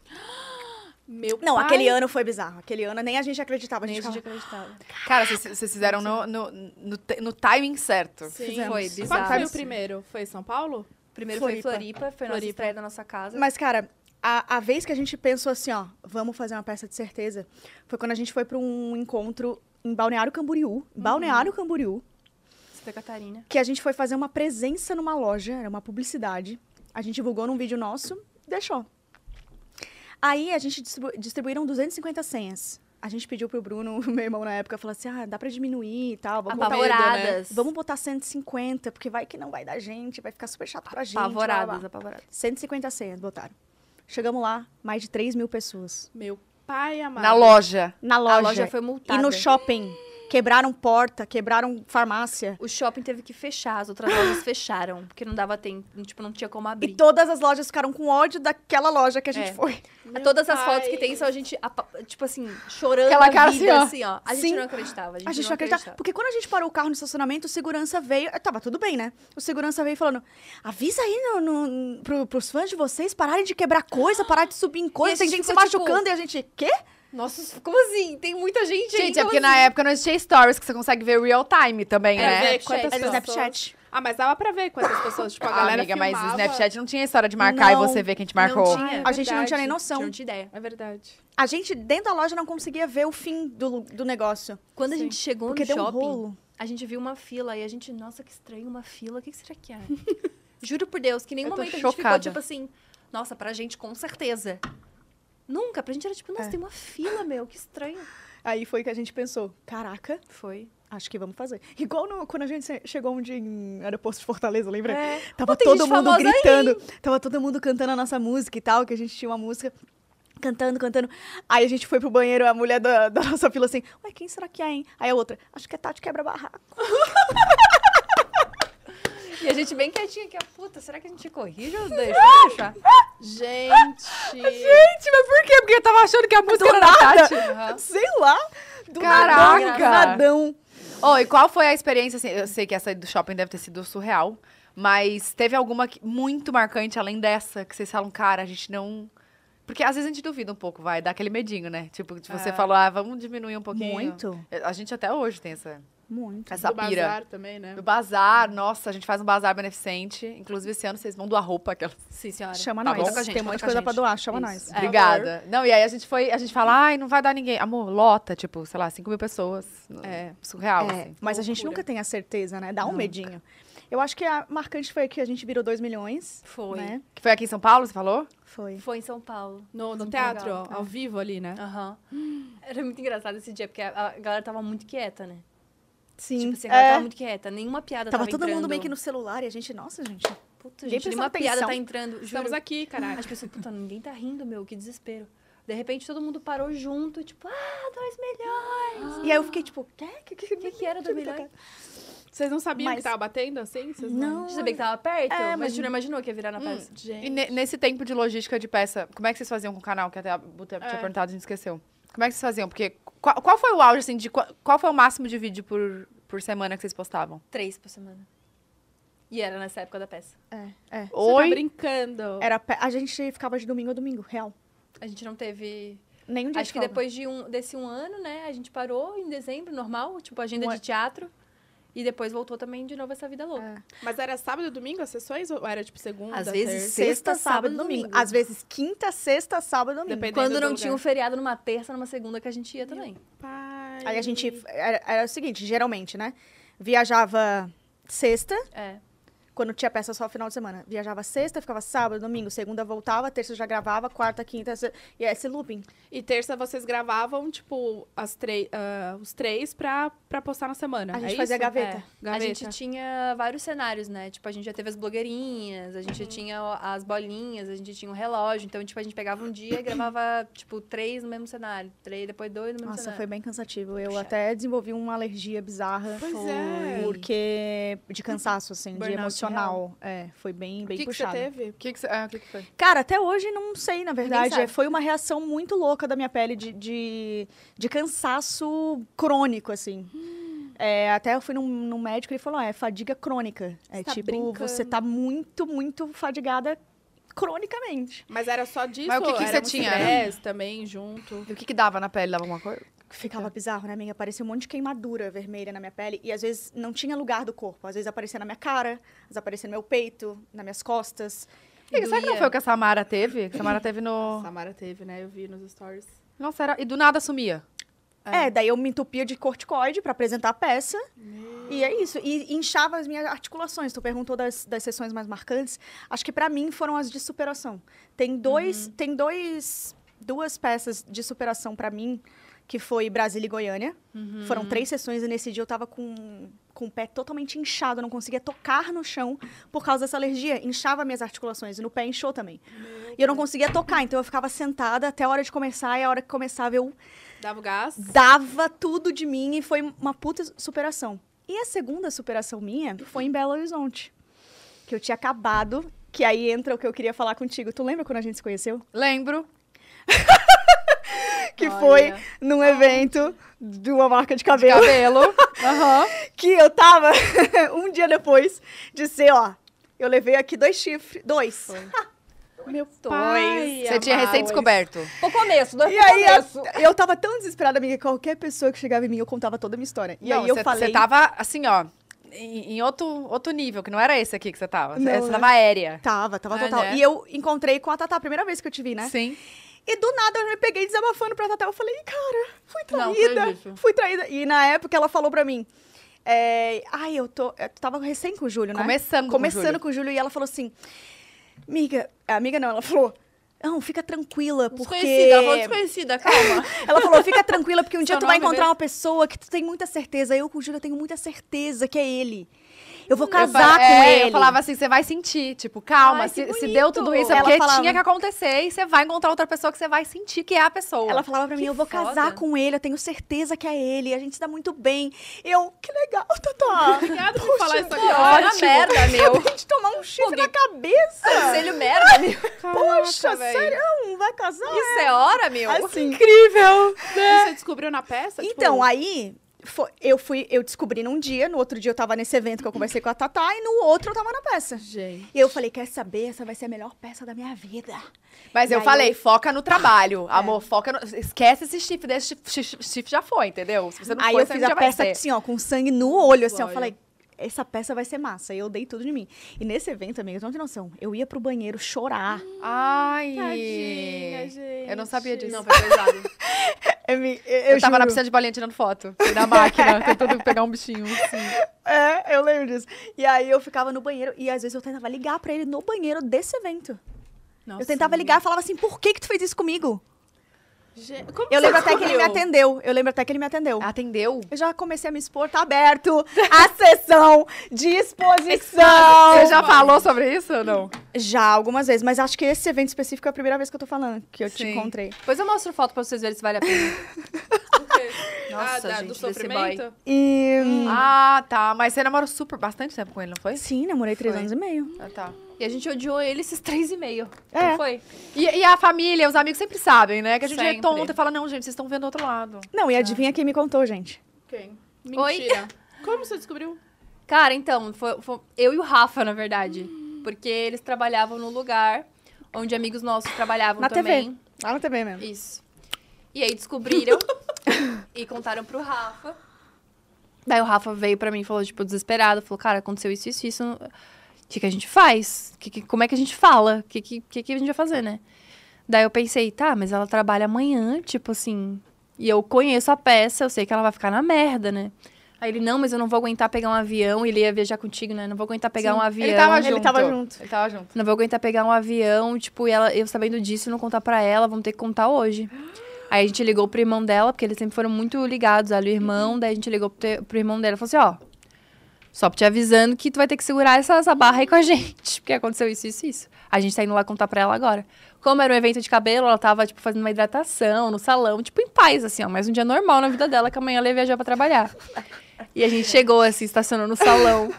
Speaker 2: Meu
Speaker 3: Não,
Speaker 2: pai.
Speaker 3: aquele ano foi bizarro. Aquele ano nem a gente acreditava. A
Speaker 4: Nem
Speaker 3: gente
Speaker 4: a gente
Speaker 3: ficava...
Speaker 4: acreditava.
Speaker 1: Cara, vocês- vocês fizeram no, no, no, te- no timing certo.
Speaker 2: Sim.
Speaker 3: Fizemos.
Speaker 4: Foi
Speaker 2: Qual
Speaker 4: bizarro.
Speaker 2: foi o primeiro? Foi São Paulo?
Speaker 4: Primeiro foi
Speaker 3: Floripa.
Speaker 4: Floripa, foi nossa
Speaker 2: Floripa.
Speaker 4: estreia da nossa casa.
Speaker 3: Mas, cara, a, a vez que a gente pensou assim, ó, vamos fazer uma peça de certeza, foi quando a gente foi pra um encontro em Balneário Camboriú. Balneário Camboriú.
Speaker 4: Santa Catarina.
Speaker 3: que a gente foi fazer uma presença numa loja, era uma publicidade. A gente divulgou num vídeo nosso, deixou. Aí a gente distribu- distribuíram 250 senhas. A gente pediu pro Bruno, meu irmão na época, falou assim: "Ah, dá pra diminuir e tal, vamos botar,
Speaker 4: né? Apavoradas.
Speaker 3: vamos botar 150, porque vai que não vai dar gente, vai ficar super chato pra gente". blá, blá, blá."
Speaker 4: Apavoradas, apavoradas.
Speaker 3: 150 senhas botaram. Chegamos lá, mais de 3 mil pessoas.
Speaker 2: Meu pai amado.
Speaker 1: Na loja.
Speaker 3: Na
Speaker 4: A
Speaker 3: loja.
Speaker 4: loja foi multada.
Speaker 3: e no shopping. Quebraram porta, quebraram farmácia.
Speaker 4: O shopping teve que fechar, as outras lojas fecharam, porque não dava tempo, tipo, não tinha como
Speaker 3: E
Speaker 4: abrir.
Speaker 3: todas as lojas ficaram com ódio daquela loja que a gente
Speaker 4: É.
Speaker 3: foi.
Speaker 2: Meu
Speaker 4: Todas as
Speaker 2: pai.
Speaker 4: fotos que tem são a gente, apa- tipo assim, chorando
Speaker 1: Aquela
Speaker 4: a
Speaker 1: cara
Speaker 4: vida,
Speaker 1: assim,
Speaker 4: assim, ó. A gente
Speaker 3: Sim.
Speaker 4: não acreditava, a gente,
Speaker 3: A gente
Speaker 4: não
Speaker 3: não acreditava. Porque quando a gente parou o carro no estacionamento, o segurança veio. eh, Tava tudo bem, né? O segurança veio falando: avisa aí no, no, pro- pros fãs de vocês pararem de quebrar coisa, parar de subir em coisa.
Speaker 4: a
Speaker 3: Tem
Speaker 4: gente
Speaker 3: gente se
Speaker 4: ficou, tipo,
Speaker 3: machucando e a gente. Quê?
Speaker 4: Nossa, como assim? Tem muita gente, aí,
Speaker 1: Gente, é
Speaker 4: como
Speaker 1: porque na
Speaker 4: assim?
Speaker 1: época não existia stories que você consegue ver real time também,
Speaker 2: É,
Speaker 1: né?
Speaker 2: ver quantas
Speaker 3: Era
Speaker 2: pessoas.
Speaker 3: Snapchat.
Speaker 2: Ah, mas dava pra ver quantas pessoas. Tipo, a
Speaker 1: Ah,
Speaker 2: galera
Speaker 1: amiga, mas
Speaker 2: filmava.
Speaker 1: Snapchat não tinha história de marcar
Speaker 3: Não,
Speaker 1: e você ver que a gente
Speaker 4: não
Speaker 1: marcou.
Speaker 4: tinha.
Speaker 3: a gente não tinha
Speaker 2: verdade.
Speaker 3: nem
Speaker 4: Tinha,
Speaker 3: noção.
Speaker 4: Não tinha ideia.
Speaker 2: É verdade.
Speaker 3: A gente, dentro da loja, não conseguia ver o fim do, do negócio.
Speaker 4: Quando
Speaker 2: Sim.
Speaker 4: a gente chegou
Speaker 3: Porque
Speaker 4: no
Speaker 3: deu um
Speaker 4: shopping,
Speaker 3: rolo.
Speaker 4: a gente viu uma fila e a gente, nossa, que estranho, uma fila, o que que será que é? Juro por Deus, que em nenhum
Speaker 1: Eu tô
Speaker 4: momento a gente ficou
Speaker 1: chocada.
Speaker 4: tipo assim, nossa, pra gente com certeza. Nunca, pra gente era tipo, nossa,
Speaker 3: É.
Speaker 4: tem uma fila, meu, que estranho.
Speaker 3: Aí foi que a gente pensou: caraca,
Speaker 4: Foi.
Speaker 3: acho que vamos fazer. Igual no- quando a gente se- chegou um dia em aeroporto de Fortaleza, lembra?
Speaker 4: É.
Speaker 3: Tava
Speaker 4: Pô, tem
Speaker 3: todo
Speaker 4: gente
Speaker 3: mundo
Speaker 4: famosa aí,
Speaker 3: gritando. Tava todo mundo cantando a nossa música e tal, que a gente tinha uma música. Cantando, cantando. Aí a gente foi pro banheiro, a mulher da, da nossa fila assim, ué, quem será que é, hein? Aí a outra, acho que é Tati Quebra-Barraco.
Speaker 4: E a gente bem quietinha aqui, a puta, será que a gente corrige ou deixa? Deixa eu deixar?
Speaker 2: Gente!
Speaker 1: Gente, mas por quê? Porque eu tava achando que a música era da Tati.
Speaker 4: Aham.
Speaker 3: Sei lá. Do
Speaker 1: Caraca!
Speaker 3: Nadão.
Speaker 1: Ô, e qual foi a experiência? assim, eu sei que essa do shopping deve ter sido surreal, mas teve alguma que- muito marcante além dessa que vocês falam, cara, a gente não. Porque às vezes a gente duvida um pouco, vai, dá aquele medinho, né? Tipo, de você
Speaker 2: É.
Speaker 1: falar, ah, vamos diminuir um pouquinho.
Speaker 3: Muito,
Speaker 1: A gente até hoje tem essa,
Speaker 3: muito.
Speaker 1: essa
Speaker 2: do
Speaker 1: pira.
Speaker 2: bazar também, né?
Speaker 1: Do bazar, nossa, a gente faz um bazar beneficente. Inclusive, esse ano vocês vão doar roupa. Aquela...
Speaker 4: Sim, senhora.
Speaker 3: Chama
Speaker 1: Tá
Speaker 3: nós.
Speaker 1: bom.
Speaker 3: Tem um monte de coisa pra doar, chama
Speaker 4: Isso.
Speaker 3: nós.
Speaker 4: É.
Speaker 1: Obrigada. Não, e aí a gente foi, a gente fala, ai, não vai dar ninguém. Amor, lota, tipo, sei lá, 5 mil pessoas. É, surreal,
Speaker 3: É,
Speaker 1: assim.
Speaker 3: mas a gente
Speaker 2: Loucura.
Speaker 3: nunca tem a certeza, né? Dá um
Speaker 1: Nunca.
Speaker 3: medinho. Eu acho que a marcante foi que a gente virou 2 milhões.
Speaker 4: Foi.
Speaker 3: Né?
Speaker 1: Que foi aqui em São Paulo, você falou?
Speaker 3: Foi.
Speaker 4: Foi em São Paulo.
Speaker 2: No, no
Speaker 4: São
Speaker 2: teatro,
Speaker 4: Paulo.
Speaker 2: ó, ao vivo ali, né?
Speaker 4: Aham. Era muito engraçado esse dia, porque a a galera tava muito quieta, né?
Speaker 3: Sim.
Speaker 4: Tipo assim, a galera
Speaker 3: é.
Speaker 4: tava muito quieta, nenhuma piada
Speaker 3: Tava
Speaker 4: tava,
Speaker 3: todo mundo meio que
Speaker 4: entrando.
Speaker 3: no celular e a gente, nossa, gente.
Speaker 4: Puta,
Speaker 3: Ninguém
Speaker 4: gente, nenhuma
Speaker 3: prestando
Speaker 4: piada tá
Speaker 3: atenção.
Speaker 4: entrando. Juro.
Speaker 2: Estamos aqui, caralho.
Speaker 4: As pessoas, puta, ninguém tá rindo, meu, que desespero. De repente todo mundo parou junto, tipo, ah, dois melhores.
Speaker 3: E aí eu fiquei tipo, quê? Que, que, tá
Speaker 4: O Ah. que, tá que era dois melhores?
Speaker 2: Vocês não sabiam
Speaker 3: Mas-
Speaker 2: que tava batendo assim? Vocês
Speaker 4: A
Speaker 3: Não.
Speaker 4: gente sabia que tava perto,
Speaker 3: É,
Speaker 4: mas,
Speaker 3: mas-
Speaker 4: a gente não imaginou que ia virar na
Speaker 2: Hum,
Speaker 4: peça.
Speaker 1: E
Speaker 2: gente.
Speaker 1: ne- nesse tempo de logística de peça, como é que vocês faziam com o canal? Que até a Buta tinha
Speaker 2: É.
Speaker 1: perguntado, a gente esqueceu. Como é que vocês faziam? Porque qual, qual foi o auge, assim, de qua- qual, foi o máximo de vídeo por, por semana que vocês postavam?
Speaker 4: Três por semana. E era nessa época da peça.
Speaker 3: É, é.
Speaker 2: Você tá
Speaker 1: Oi?
Speaker 2: brincando.
Speaker 3: Era, pe- a gente ficava de domingo a domingo, real.
Speaker 4: A gente não teve.
Speaker 3: Nenhum dia
Speaker 4: Acho
Speaker 3: de
Speaker 4: que
Speaker 3: folga.
Speaker 4: depois de um, desse um ano, né? A gente parou em dezembro, normal, tipo, agenda
Speaker 3: Um
Speaker 4: de teatro. E depois voltou também de novo essa vida louca.
Speaker 2: Mas era sábado e domingo as sessões? Ou era tipo segunda?
Speaker 4: Às
Speaker 2: terça?
Speaker 4: vezes sexta, sábado, domingo.
Speaker 3: Às vezes quinta, sexta, sábado, domingo.
Speaker 2: Dependendo
Speaker 4: Quando não
Speaker 2: do
Speaker 4: tinha um
Speaker 2: lugar.
Speaker 4: feriado numa terça, numa segunda que a gente ia também.
Speaker 2: Pai.
Speaker 3: Aí a gente. Era, era o seguinte, geralmente, né? Viajava sexta,
Speaker 4: É.
Speaker 3: quando tinha peça só final de semana. Viajava sexta, ficava sábado, domingo, segunda voltava, terça já gravava, quarta, quinta. se- E é esse looping.
Speaker 2: E terça vocês gravavam, tipo, as três, ah, os três pra, pra postar na semana.
Speaker 3: A gente
Speaker 2: é
Speaker 3: fazia
Speaker 2: isso?
Speaker 3: gaveta.
Speaker 4: É.
Speaker 2: Gaveta.
Speaker 4: A gente tinha vários cenários, né? Tipo, a gente já teve as blogueirinhas, a gente já tinha o- as bolinhas, a gente tinha o relógio. Então, tipo, a gente pegava um dia e gravava, tipo, três no mesmo cenário. Três, depois dois no mesmo
Speaker 3: Nossa, foi
Speaker 4: cenário.
Speaker 3: bem cansativo. Eu
Speaker 4: Puxa.
Speaker 3: até desenvolvi uma alergia bizarra.
Speaker 2: Pois é.
Speaker 3: Porque. De cansaço, assim, de
Speaker 2: Burnout
Speaker 3: emocional. É, foi bem,
Speaker 2: O
Speaker 3: bem
Speaker 2: que, que você
Speaker 3: puxado.
Speaker 2: teve?
Speaker 1: O que, que, você- ah, o que que foi?
Speaker 3: Cara, até hoje não sei, na verdade.
Speaker 4: sabe.
Speaker 3: É, Foi uma reação muito louca da minha pele de, de, de cansaço crônico, assim. É, até eu fui num, num médico e ele falou: "Ah, é fadiga crônica. é
Speaker 4: tá
Speaker 3: tipo,
Speaker 4: brincando.
Speaker 3: você tá muito, muito fadigada cronicamente.
Speaker 2: Mas era só disso?
Speaker 1: Mas o que
Speaker 2: ou
Speaker 1: que
Speaker 2: era
Speaker 1: você tinha?
Speaker 2: Dez também, junto.
Speaker 1: E o que, que dava na pele? Dava alguma coisa?
Speaker 3: Ficava bizarro, né, amiga? Aparecia um monte de queimadura vermelha na minha pele. E às vezes não tinha lugar do corpo. Às vezes aparecia na minha cara, às vezes aparecia no meu peito, nas minhas costas.
Speaker 1: Amiga, será que não
Speaker 4: doía.
Speaker 1: foi o que a Samara teve? Que a Samara teve no.
Speaker 2: Samara teve, né? Eu vi nos stories.
Speaker 1: Nossa, era. E do nada sumia.
Speaker 3: É, daí eu me entupia de corticoide pra apresentar a peça. E é isso. E inchava as minhas articulações. Tu perguntou das, das sessões mais marcantes. Acho que pra mim foram as de superação. Tem dois, tem dois, duas peças de superação pra mim, que foi Brasília e Goiânia. Foram três sessões e nesse dia eu tava com, com o pé totalmente inchado, eu não conseguia tocar no chão por causa dessa alergia. Inchava minhas articulações e no pé inchou também. E eu não conseguia tocar, então eu ficava sentada até a hora de começar e a hora que começava eu
Speaker 2: Dava o gás?
Speaker 3: dava tudo de mim e foi uma puta superação. E a segunda superação minha foi em Belo Horizonte, que eu tinha acabado, que aí entra o que eu queria falar contigo. Tu lembra quando a gente se conheceu?
Speaker 1: Lembro.
Speaker 3: Que
Speaker 4: Olha.
Speaker 3: foi num evento de uma marca de cabelo
Speaker 1: Cabelo. Aham.
Speaker 3: que eu tava um dia depois de ser, ó, eu levei aqui dois chifres, dois.
Speaker 2: Meu
Speaker 3: Pai
Speaker 1: Você tinha recém-descoberto.
Speaker 4: Foi o começo, dois
Speaker 3: E aí a- eu tava tão desesperada, amiga, que qualquer pessoa que chegava em mim eu contava toda a minha história. E
Speaker 1: Não,
Speaker 3: aí eu
Speaker 1: cê-
Speaker 3: falei,
Speaker 1: Você tava, assim, ó, em, em outro, outro nível, que não era esse aqui que você tava.
Speaker 3: Não,
Speaker 1: você
Speaker 3: né?
Speaker 1: tava aérea.
Speaker 3: tava, tava
Speaker 1: Ah,
Speaker 3: total.
Speaker 1: né?
Speaker 3: E eu encontrei com a Tatá, a primeira vez que eu te vi, né?
Speaker 1: Sim.
Speaker 3: E do nada eu me peguei desabafando pra Tatá. Eu falei, "Ih, cara, fui
Speaker 4: Não, foi
Speaker 3: traída.
Speaker 4: isso.
Speaker 3: fui traída. E na época ela falou pra mim. é, Ai, eu tô. Eu tava recém com o Júlio, né?
Speaker 1: Começando com o
Speaker 3: Começando
Speaker 1: Júlio.
Speaker 3: com o Júlio. E ela falou assim: Amiga, amiga não, ela falou. Não, fica tranquila, porque.
Speaker 4: Desconhecida, ela falou desconhecida, calma.
Speaker 3: Ela falou, fica tranquila, porque um dia
Speaker 4: Seu
Speaker 3: tu vai
Speaker 4: nome
Speaker 3: encontrar
Speaker 4: mesmo?
Speaker 3: uma pessoa que tu tem muita certeza. Eu com o Júlio eu tenho muita certeza que é ele. Eu vou
Speaker 1: Eu
Speaker 3: casar
Speaker 1: fala-
Speaker 3: com
Speaker 1: é,
Speaker 3: ele.
Speaker 1: Eu falava assim, você vai sentir. Tipo, calma,
Speaker 4: Ai, que
Speaker 1: se, se
Speaker 4: bonito.
Speaker 1: deu tudo isso é
Speaker 3: Ela
Speaker 1: porque
Speaker 3: falava-
Speaker 1: tinha que acontecer e você vai encontrar outra pessoa que você vai sentir que é a pessoa.
Speaker 3: Ela falava pra mim,
Speaker 4: Que
Speaker 3: eu vou
Speaker 4: foda.
Speaker 3: casar com ele, eu tenho certeza que é ele, a gente se dá muito bem. Eu, que legal, Totó.
Speaker 2: Obrigada por falar isso aqui.
Speaker 4: Olha a merda, meu.
Speaker 3: Acabei de tomar um chifre
Speaker 4: Alguém-
Speaker 3: na cabeça.
Speaker 4: Conselho merda, meu.
Speaker 3: Poxa,
Speaker 2: velho.
Speaker 3: sério? Não Vai casar?
Speaker 4: Isso é hora, meu. tipo
Speaker 3: Assim.
Speaker 1: Incrível!
Speaker 2: E Você descobriu na peça?
Speaker 3: Então,
Speaker 2: tipo,
Speaker 3: aí... foi- eu fui, eu descobri num dia, no outro dia eu tava nesse evento que eu conversei com a Tatá, e no outro eu tava na peça.
Speaker 2: Gente.
Speaker 3: E eu falei, quer saber? Essa vai ser a melhor peça da minha vida.
Speaker 1: Mas
Speaker 3: E
Speaker 1: eu
Speaker 3: aí É.
Speaker 1: falei, foca no trabalho. Amor, foca no... Esquece esse chifre, deixa chifre, chifre já foi, entendeu? Se você não
Speaker 3: Aí
Speaker 1: foi,
Speaker 3: eu
Speaker 1: você
Speaker 3: fiz
Speaker 1: não
Speaker 3: a
Speaker 1: já vai
Speaker 3: peça
Speaker 1: ser.
Speaker 3: assim, ó, com sangue no olho, assim, ó.
Speaker 2: Glória.
Speaker 3: Falei, essa peça vai ser massa. E eu dei tudo de mim. E nesse evento, amiga, tu não tem noção. Eu ia pro banheiro chorar.
Speaker 1: Ai...
Speaker 2: Tadinha, gente.
Speaker 4: é-
Speaker 1: Eu não sabia disso.
Speaker 4: Não, foi pesado.
Speaker 3: Eu, me- eu-
Speaker 1: É Eu,
Speaker 3: eu
Speaker 1: tava na
Speaker 3: juro.
Speaker 1: piscina de bolinha tirando foto. Fui na máquina, tentando pegar um bichinho. Assim.
Speaker 3: É, eu lembro disso. E aí eu ficava no banheiro e às vezes eu tentava ligar pra ele no banheiro desse evento. eu tentava ligar e falava assim, por que que tu fez isso comigo?
Speaker 2: Gente, como
Speaker 3: Eu
Speaker 2: você
Speaker 3: lembro até que ele me
Speaker 2: descobriu?
Speaker 3: atendeu. Eu lembro até que ele me atendeu.
Speaker 1: Atendeu?
Speaker 3: Eu já comecei a me expor, tá aberto a sessão de exposição.
Speaker 1: Você já falou sobre isso ou não?
Speaker 3: Já, algumas vezes, mas acho que esse evento específico é a primeira vez que eu tô falando, que eu te
Speaker 1: Sim.
Speaker 3: encontrei.
Speaker 4: Depois eu mostro foto pra vocês verem se vale a pena.
Speaker 2: Ah,
Speaker 4: Nossa,
Speaker 2: da-
Speaker 4: gente,
Speaker 2: do
Speaker 4: desse boy.
Speaker 2: sofrimento?
Speaker 3: E.
Speaker 4: Hum.
Speaker 1: Ah, tá. Mas você namorou super bastante tempo com ele, não foi?
Speaker 3: Sim, namorei três
Speaker 1: Foi.
Speaker 3: anos e meio.
Speaker 1: Ah, tá.
Speaker 4: E a gente odiou ele esses três e meio.
Speaker 3: É.
Speaker 4: Não foi?
Speaker 1: E, e a família, os amigos sempre sabem, né? Que a gente é
Speaker 4: Sempre.
Speaker 1: tonta e fala, não, gente, vocês estão vendo outro lado.
Speaker 3: Não, e adivinha quem me contou, gente?
Speaker 2: Quem?
Speaker 4: Oi?
Speaker 2: Mentira. Como você descobriu?
Speaker 4: Cara, então, foi, foi eu e o Rafa, na verdade. Porque eles trabalhavam num lugar onde amigos nossos trabalhavam
Speaker 5: Na TV.
Speaker 4: também.
Speaker 5: Lá na TV mesmo.
Speaker 4: Isso. E aí descobriram e contaram pro Rafa. Daí o Rafa veio pra mim e falou, tipo, desesperado. Falou, cara, aconteceu isso, isso, isso. O que, que a gente faz? Que, que- como é que a gente fala? O que, que, que, que a gente vai fazer, né? Daí eu pensei, tá, mas ela trabalha amanhã, tipo assim. E eu conheço a peça, eu sei que ela vai ficar na merda, né? Aí ele, não, mas eu não vou aguentar pegar um avião. Ele ia viajar contigo, né? Não vou aguentar pegar um avião.
Speaker 1: Ele tava
Speaker 5: Ele
Speaker 1: junto.
Speaker 5: tava junto.
Speaker 1: Ele tava junto.
Speaker 4: Não vou aguentar pegar um avião, tipo, e ela, eu sabendo disso, não contar pra ela, vamos ter que contar hoje. Aí a gente ligou pro irmão dela, porque eles sempre foram muito ligados, ela e o irmão, daí a gente ligou pro, te- pro irmão dela e falou assim, ó, só te avisando que tu vai ter que segurar essa, essa barra aí com a gente, porque aconteceu isso, isso, isso. A gente tá indo lá contar pra ela agora. Como era um evento de cabelo, ela tava, tipo, fazendo uma hidratação no salão, tipo, em paz, assim, ó, mais um dia normal na vida dela, que amanhã ela ia viajar pra trabalhar. E a gente chegou, assim, estacionou no salão.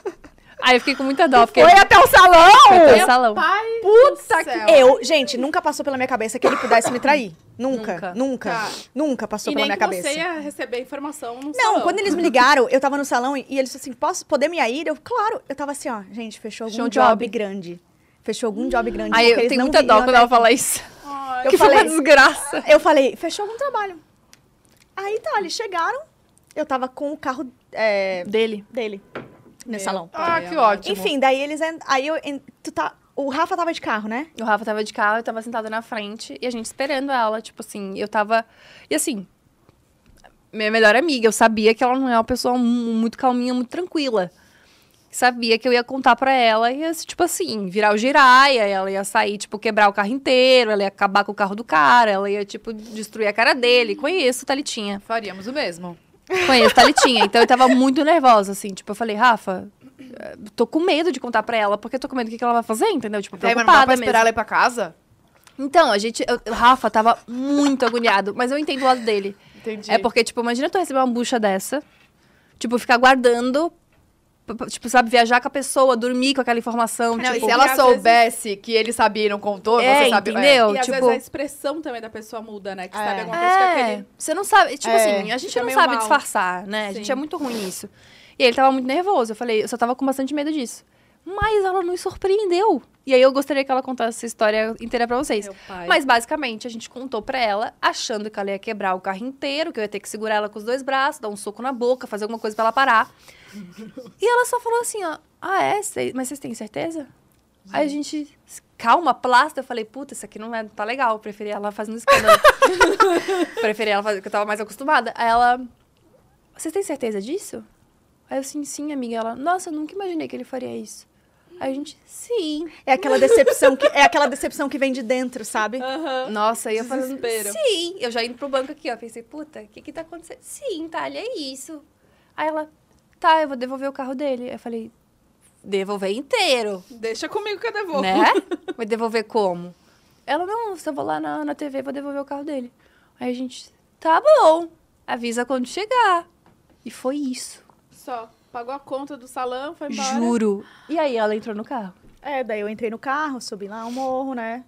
Speaker 4: Aí eu fiquei com muita dó, porque...
Speaker 5: Foi até o salão!
Speaker 4: foi até o salão.
Speaker 1: Puta que...
Speaker 3: Eu, gente, nunca passou pela minha cabeça que ele pudesse me trair. Nunca,
Speaker 4: Nunca.
Speaker 3: nunca,
Speaker 2: Tá.
Speaker 3: nunca passou
Speaker 2: e
Speaker 3: pela
Speaker 2: nem
Speaker 3: minha
Speaker 2: que
Speaker 3: cabeça.
Speaker 4: é
Speaker 2: você ia receber informação no
Speaker 3: Não,
Speaker 2: salão.
Speaker 3: quando eles me ligaram, eu tava no salão e e eles assim, posso, podemos ir aí? Eu, claro. Eu tava assim, ó, gente, fechou algum
Speaker 4: Fechou um
Speaker 3: job.
Speaker 4: job. Hum.
Speaker 3: grande. Fechou algum job grande.
Speaker 4: Aí
Speaker 3: porque
Speaker 4: eu
Speaker 3: eles
Speaker 4: tenho
Speaker 3: não
Speaker 4: muita dó
Speaker 3: viriam
Speaker 4: quando
Speaker 3: até
Speaker 4: ela fala isso.
Speaker 2: Olha,
Speaker 3: Eu
Speaker 4: que foi uma
Speaker 3: falei-
Speaker 4: desgraça.
Speaker 3: Eu falei, fechou algum trabalho. Aí tá, eles chegaram. Eu tava com o carro é,
Speaker 4: Dele.
Speaker 3: dele no salão.
Speaker 1: Ah, que ótimo.
Speaker 3: Enfim, daí eles. en- Aí eu. en- Tu tá, o Rafa tava de carro, né?
Speaker 4: O Rafa tava de carro, eu tava sentada na frente e a gente esperando ela. Tipo assim, eu tava. E assim, minha melhor amiga, eu sabia que ela não é uma pessoa mu- muito calminha, muito tranquila. Sabia que eu ia contar pra ela e ia, tipo assim, virar o giraia, ela ia sair, tipo, quebrar o carro inteiro, ela ia acabar com o carro do cara, ela ia, tipo, destruir a cara dele. Conheço, Thalitinha.
Speaker 1: Faríamos o mesmo.
Speaker 4: Conheço Thalitinha. Então eu tava muito nervosa, assim. Tipo, eu falei, Rafa, eh, tô com medo de contar pra ela, porque eu tô com medo do que que ela vai fazer, entendeu? Tipo,
Speaker 1: Daí, É, mas não dá
Speaker 4: preocupada
Speaker 1: pra
Speaker 4: mesmo.
Speaker 1: esperar ela ir pra casa?
Speaker 4: Então, a gente. eu- o Rafa tava muito agoniado, mas eu entendo o lado dele.
Speaker 1: Entendi.
Speaker 4: É porque, tipo, imagina tu receber uma bucha dessa, tipo, ficar guardando. p- p- Tipo, sabe, viajar com a pessoa, dormir com aquela informação.
Speaker 1: Não, e
Speaker 4: tipo,
Speaker 1: se
Speaker 2: e
Speaker 1: ela
Speaker 2: às
Speaker 1: soubesse que eles sabiam, contou,
Speaker 4: É,
Speaker 1: você sabe...
Speaker 4: entendeu?
Speaker 2: E às
Speaker 4: tipo-
Speaker 2: vezes a expressão também da pessoa muda, né? Que
Speaker 3: É.
Speaker 2: sabe alguma coisa que
Speaker 4: É,
Speaker 2: aquele...
Speaker 4: você não sabe. Tipo
Speaker 3: É,
Speaker 4: assim, a gente
Speaker 2: fica
Speaker 4: não
Speaker 2: meio
Speaker 4: sabe
Speaker 2: mal.
Speaker 4: disfarçar, né? A gente
Speaker 2: Sim.
Speaker 4: é muito ruim nisso. E ele tava muito nervoso. Eu falei, eu só tava com bastante medo disso. Mas ela nos surpreendeu. E aí eu gostaria que ela contasse essa história inteira pra vocês.
Speaker 2: Meu pai.
Speaker 4: É, Mas basicamente a gente contou pra ela, achando que ela ia quebrar o carro inteiro, que eu ia ter que segurar ela com os dois braços, dar um soco na boca, fazer alguma coisa pra ela parar. e ela só falou assim, ó, ah é, Cê- mas vocês têm certeza? Aí a gente, calma, plasta, eu falei, puta, isso aqui não, é, não tá legal, eu preferi ela fazendo escândalo. preferi ela fazer, porque eu tava mais acostumada. Aí ela, vocês têm certeza disso? Aí eu, sim, sim, amiga. Ela, nossa, eu nunca imaginei que ele faria isso. Aí a gente, sim.
Speaker 3: É aquela decepção que, é aquela decepção que vem de dentro, sabe?
Speaker 1: é.
Speaker 2: Aham.
Speaker 4: Nossa, aí eu falando,
Speaker 2: Desespero.
Speaker 4: sim. Eu já indo pro banco aqui, ó. Pensei, puta, o que que tá acontecendo? Sim, tá, ele é isso. Aí ela, tá, eu vou devolver o carro dele. Eu falei, devolver inteiro,
Speaker 2: Deixa comigo que eu devolvo.
Speaker 4: né? Vou devolver como? Ela, não, se eu vou lá na, na TV, vou devolver o carro dele. Aí a gente, tá bom, avisa quando chegar. E foi isso,
Speaker 2: Só. Pagou a conta do salão, foi embora.
Speaker 4: juro. E aí ela entrou no carro.
Speaker 3: É, daí eu entrei no carro, subi lá o morro, né?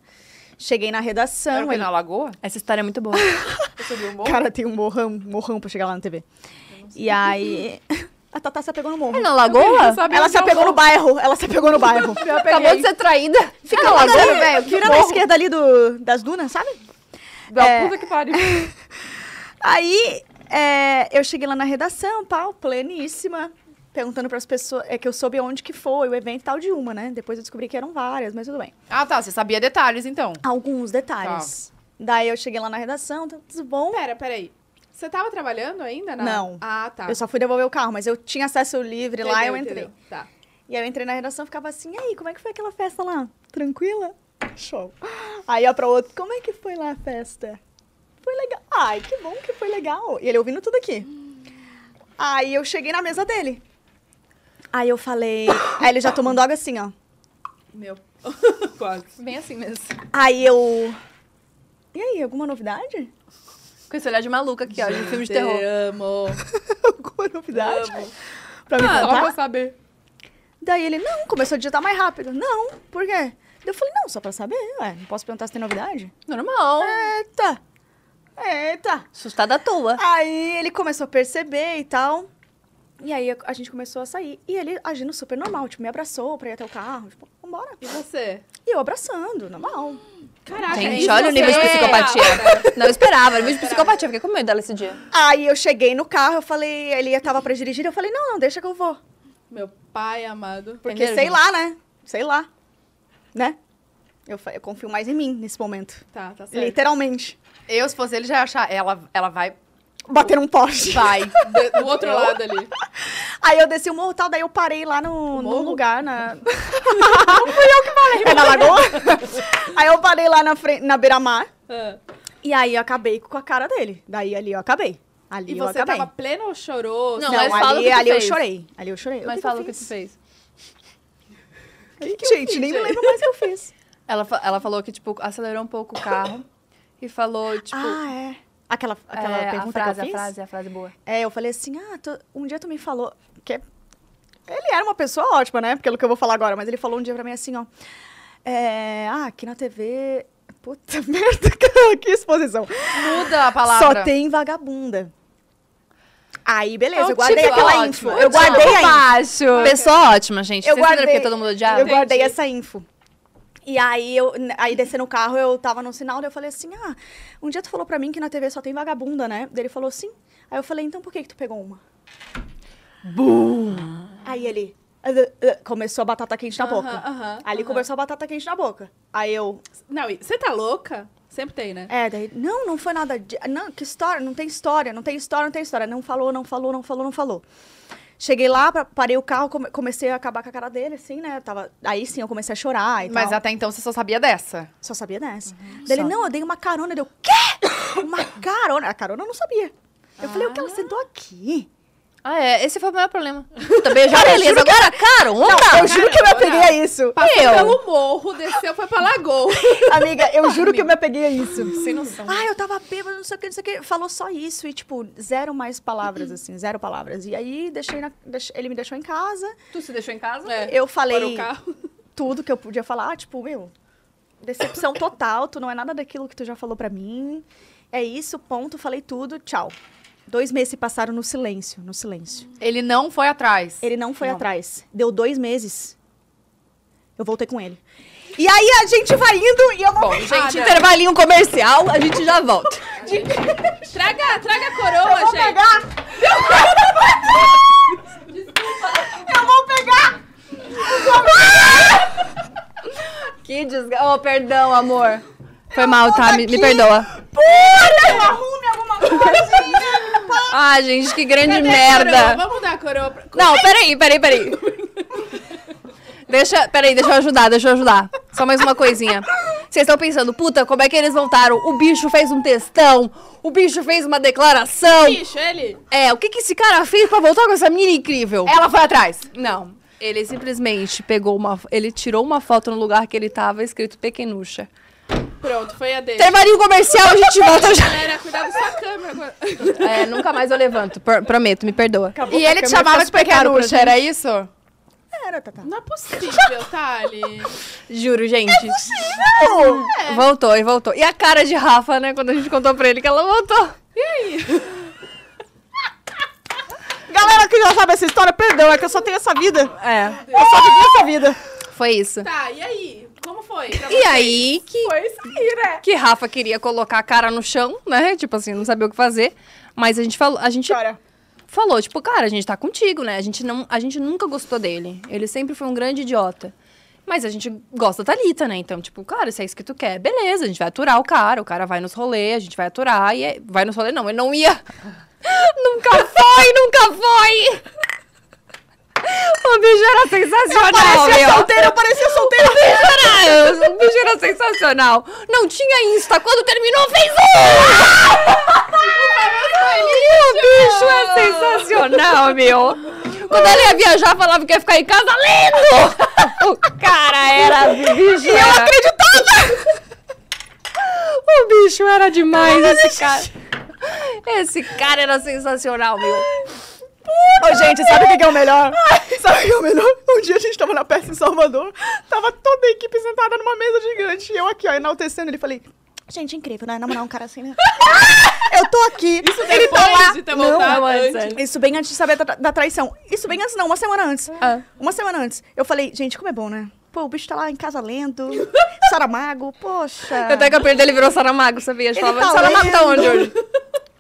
Speaker 3: Cheguei na redação.
Speaker 1: Era
Speaker 3: ele-
Speaker 1: na lagoa?
Speaker 4: Essa história é muito boa.
Speaker 1: Você subiu o morro?
Speaker 3: Cara, tem um morrão, morrão pra chegar lá na TV. E aí. A Tatá se apegou no morro.
Speaker 4: É na lagoa?
Speaker 3: Ela
Speaker 1: é
Speaker 3: se apegou no bairro. Ela se apegou no bairro.
Speaker 4: Acabou de ser traída. Fica
Speaker 1: tá
Speaker 4: na lagoa, velho.
Speaker 3: Vira na esquerda ali do, das dunas, sabe?
Speaker 1: Da
Speaker 3: É.
Speaker 1: puta que pariu.
Speaker 3: Aí é, eu cheguei lá na redação, pau, pleníssima, perguntando pras pessoas. É que eu soube onde que foi o evento e tal de uma, né? Depois eu descobri que eram várias, mas tudo bem.
Speaker 1: Ah, tá. Você sabia detalhes, então.
Speaker 3: Alguns detalhes. Daí eu cheguei lá na redação, tá tudo bom.
Speaker 2: Pera, peraí. Você tava trabalhando ainda? Na...
Speaker 3: Não.
Speaker 2: Ah, tá.
Speaker 3: Eu só fui devolver o carro, mas eu tinha acesso livre lá
Speaker 2: Entendeu,
Speaker 3: eu entrei.
Speaker 2: entendeu. Tá.
Speaker 3: E aí eu entrei na redação e ficava assim, e aí, como é que foi aquela festa lá? Tranquila? Show. Aí ia pra outro, como é que foi lá a festa? Foi legal. Ai, que bom que foi legal. E ele ouvindo tudo aqui. Aí eu cheguei na mesa dele. Aí eu falei. Aí ele já tomando água assim, ó.
Speaker 2: Meu. Quase.
Speaker 4: Bem assim mesmo.
Speaker 3: Aí eu. E aí, alguma novidade?
Speaker 4: Com esse olhar de maluca aqui,
Speaker 1: é
Speaker 4: ó, de
Speaker 1: um
Speaker 4: filme de terror.
Speaker 2: Te amo.
Speaker 3: alguma novidade?
Speaker 2: amo.
Speaker 3: Pra me
Speaker 2: Só pra
Speaker 3: contar?
Speaker 2: saber.
Speaker 3: Daí ele, não, começou a digitar mais rápido. Não, por quê? Daí Eu falei, não, só pra saber, ué. Não posso perguntar se tem novidade?
Speaker 4: Normal.
Speaker 3: Eita! Eita!
Speaker 4: Assustada à toa.
Speaker 3: Aí ele começou a perceber e tal. E aí a, a gente começou a sair. E ele agindo super normal, tipo, me abraçou pra ir até o carro, tipo, vambora.
Speaker 2: E você?
Speaker 3: E eu abraçando, normal.
Speaker 2: Caraca,
Speaker 4: Gente,
Speaker 2: isso é
Speaker 4: olha o nível de
Speaker 2: você-
Speaker 4: psicopatia. Não esperava, nível de psicopatia. Fiquei com medo dela esse dia.
Speaker 3: Aí eu cheguei no carro, eu falei, ele tava pra dirigir, eu falei, não, não, deixa que eu vou.
Speaker 2: Meu pai amado.
Speaker 3: Porque
Speaker 4: Primeiro,
Speaker 3: sei
Speaker 4: gente.
Speaker 3: lá, né? Sei lá. Né? Eu, fa- eu confio mais em mim nesse momento.
Speaker 2: Tá, tá certo.
Speaker 3: Literalmente.
Speaker 1: Eu, se fosse ele, já ia achar. Ela, ela vai.
Speaker 3: Bater um poste.
Speaker 1: Vai.
Speaker 2: De- do outro lado ali.
Speaker 3: Aí eu desci o morro tal, daí eu parei lá no, num
Speaker 2: morro?
Speaker 3: lugar na. Não fui eu que falei. É na lagoa? Aí eu parei lá na, frente, na beira-mar.
Speaker 2: Ah.
Speaker 3: E aí eu acabei com a cara dele. Daí ali eu acabei. Ali
Speaker 2: E
Speaker 3: eu
Speaker 2: você
Speaker 3: acabei.
Speaker 2: tava pleno ou chorou?
Speaker 4: Não,
Speaker 3: Não,
Speaker 4: mas fala o
Speaker 3: ali,
Speaker 4: que tu
Speaker 3: ali eu
Speaker 4: fez.
Speaker 3: chorei. Ali eu chorei.
Speaker 4: Mas
Speaker 3: que
Speaker 4: fala
Speaker 3: eu
Speaker 4: o que tu
Speaker 3: fiz?
Speaker 4: fez.
Speaker 3: gente, nem me lembro mais o que eu fiz.
Speaker 4: Ela, fa- ela falou que, tipo, acelerou um pouco o carro e falou, tipo.
Speaker 3: ah, é. Aquela, aquela
Speaker 4: é, a
Speaker 3: pergunta
Speaker 4: frase,
Speaker 3: que eu
Speaker 4: a
Speaker 3: fiz?
Speaker 4: frase, a frase boa.
Speaker 3: É, eu falei assim, ah, tu- um dia tu me falou que é- ele era uma pessoa ótima, né? Pelo que eu vou falar agora, mas ele falou um dia pra mim assim, ó, é, ah, aqui na TV, puta merda, cara, que exposição.
Speaker 1: Muda a palavra.
Speaker 3: Só tem vagabunda. Aí, beleza,
Speaker 1: É um
Speaker 4: tipo,
Speaker 3: eu guardei
Speaker 1: título
Speaker 3: aquela
Speaker 1: ótimo,
Speaker 3: info.
Speaker 1: é um
Speaker 3: Eu guardei a info.
Speaker 1: baixo.
Speaker 4: Pessoa ótima, gente.
Speaker 3: Eu
Speaker 4: Vocês entenderam
Speaker 3: guardei.
Speaker 4: porque todo mundo odiava?
Speaker 3: Eu guardei
Speaker 2: Entendi.
Speaker 3: essa info. E aí, eu, aí descendo o carro, eu tava no sinal, daí eu falei assim, ah, um dia tu falou pra mim que na TV só tem vagabunda, né? Daí ele falou, sim. Aí eu falei, então por que que tu pegou uma? Bum! Aí ele... "Ah, ah, ah", Começou a batata quente na
Speaker 2: Aham,
Speaker 3: boca.
Speaker 2: aham,
Speaker 3: Ali
Speaker 2: aham.
Speaker 3: começou a batata quente na boca. Aí eu...
Speaker 2: Não, e você tá louca? Sempre tem, né?
Speaker 3: É, daí... Não, não foi nada... De... Não, que história? Não tem história, não tem história, não tem história. Não falou, não falou, não falou, não falou. Cheguei lá, pra- parei o carro, come- comecei a acabar com a cara dele, assim, né? Tava... Aí sim, eu comecei a chorar e
Speaker 1: Mas
Speaker 3: tal.
Speaker 1: até então você só sabia dessa.
Speaker 3: Só sabia dessa. Daí
Speaker 4: só.
Speaker 3: ele, não, eu dei uma carona. Deu, quê? Uma carona? A carona eu não sabia. Eu falei, o que ela sentou aqui?
Speaker 4: Ah, é. Esse foi o maior problema. Também já beleza. Agora, cara, um
Speaker 3: Não, eu juro que eu me apeguei a isso.
Speaker 2: Passou
Speaker 4: Eu?
Speaker 2: pelo morro, desceu, foi pra lagoa.
Speaker 3: Amiga, eu juro que eu me apeguei a isso.
Speaker 1: Sem noção.
Speaker 3: Ah, eu tava bêbada, não sei o que, não sei o que. Falou só isso e, tipo, zero mais palavras, assim, zero palavras. E aí, deixei na- deix- ele me deixou em casa.
Speaker 1: Tu se deixou em casa?
Speaker 2: É. Parou o
Speaker 3: Eu falei
Speaker 2: carro.
Speaker 3: tudo que eu podia falar, tipo, meu, decepção total, tu não é nada daquilo que tu já falou pra mim. É isso, ponto, falei tudo, tchau. Dois meses se passaram no silêncio, no silêncio.
Speaker 1: Ele não foi atrás.
Speaker 3: Ele não foi
Speaker 1: Não.
Speaker 3: atrás. Deu dois meses. Eu voltei com ele. E aí a gente vai indo e eu um não.
Speaker 1: Bom, gente, então-
Speaker 4: intervalinho comercial, a gente já volta.
Speaker 2: Traga, traga a coroa, gente.
Speaker 4: Que desgraça. Oh, perdão, amor. Foi mal, tá? Me, me perdoa. Ah, gente, que grande
Speaker 2: Cadê a coroa?
Speaker 4: merda.
Speaker 2: Vamos dar a coroa. Pra...
Speaker 4: Não, peraí, peraí, peraí. Deixa, peraí, deixa eu ajudar, deixa eu ajudar. Só mais uma coisinha. Vocês estão pensando, puta, como é que eles voltaram? O bicho fez um textão, o bicho fez uma declaração.
Speaker 2: Bicho, ele.
Speaker 4: É, o que, que esse cara fez pra voltar com essa mina incrível?
Speaker 1: Ela foi atrás.
Speaker 4: Não. Ele simplesmente pegou uma. Ele tirou uma foto no lugar que ele tava escrito Pequenucha.
Speaker 2: Pronto, foi a dele.
Speaker 4: Intervalinho comercial, a gente volta já.
Speaker 2: Galera, cuidado da sua câmera agora.
Speaker 4: É, nunca mais eu levanto. pr- prometo, me perdoa.
Speaker 1: E ele te chamava de pequenucha,
Speaker 4: né?
Speaker 1: era isso?
Speaker 3: Era, Tata.
Speaker 2: Não é possível, Thali.
Speaker 4: Juro, gente. É possível! Voltou e voltou. E a cara de Rafa, né? Quando a gente contou pra ele que ela voltou.
Speaker 3: Galera que já sabe essa história, perdão, é que eu só tenho essa vida.
Speaker 4: É,
Speaker 3: Eu só vivi essa vida.
Speaker 4: foi isso.
Speaker 2: Tá, e aí? Como foi? pra
Speaker 4: E
Speaker 2: você?
Speaker 4: aí que,
Speaker 2: Foi isso aí, né?
Speaker 4: que Rafa queria colocar a cara no chão, né? Tipo assim, não sabia o que fazer. Mas a gente falou, a gente
Speaker 3: Chora.
Speaker 4: falou, tipo, cara, a gente tá contigo, né? A gente, não, a gente nunca gostou dele. Ele sempre foi um grande idiota. Mas a gente gosta da Thalita, né? Então, tipo, cara, se é isso que tu quer, beleza, a gente vai aturar o cara, o cara vai nos rolê, a gente vai aturar e é- vai nos rolê, não, ele não ia. nunca foi, nunca foi! O bicho era sensacional,
Speaker 3: Parecia
Speaker 4: meu.
Speaker 3: solteira, eu parecia solteira.
Speaker 4: O bicho era, o bicho Um era sensacional. Não tinha Insta. Quando terminou, fez um! o bicho é sensacional, meu. Quando ela ia viajar, falava que ia ficar em casa lindo. O cara era bicho. E eu acreditava. O bicho era demais, esse cara. Esse cara era sensacional, meu.
Speaker 3: Ô, gente, sabe o que que é o melhor? Sabe o que é o melhor? Um dia a gente tava na peça em Salvador, tava toda a equipe sentada numa mesa gigante. E eu aqui, ó, enaltecendo ele. Falei, Gente, incrível, né? Namorar um cara assim, né? Eu tô aqui. Isso ele tá
Speaker 2: Depois
Speaker 3: lá.
Speaker 2: de ter
Speaker 3: Não,
Speaker 2: voltado
Speaker 4: não, antes,
Speaker 2: antes.
Speaker 4: é.
Speaker 3: Isso bem antes de saber da, da traição. Isso bem antes, não, uma semana antes.
Speaker 4: Ah.
Speaker 3: Uma semana antes. Eu falei, gente, como é bom, né? Pô, o bicho tá lá em casa lendo. Saramago, poxa.
Speaker 4: Até que a perna dele virou Saramago, sabia? Eu
Speaker 3: Ele
Speaker 4: falava,
Speaker 3: tá
Speaker 4: Saramago tá onde
Speaker 3: lendo."
Speaker 4: hoje?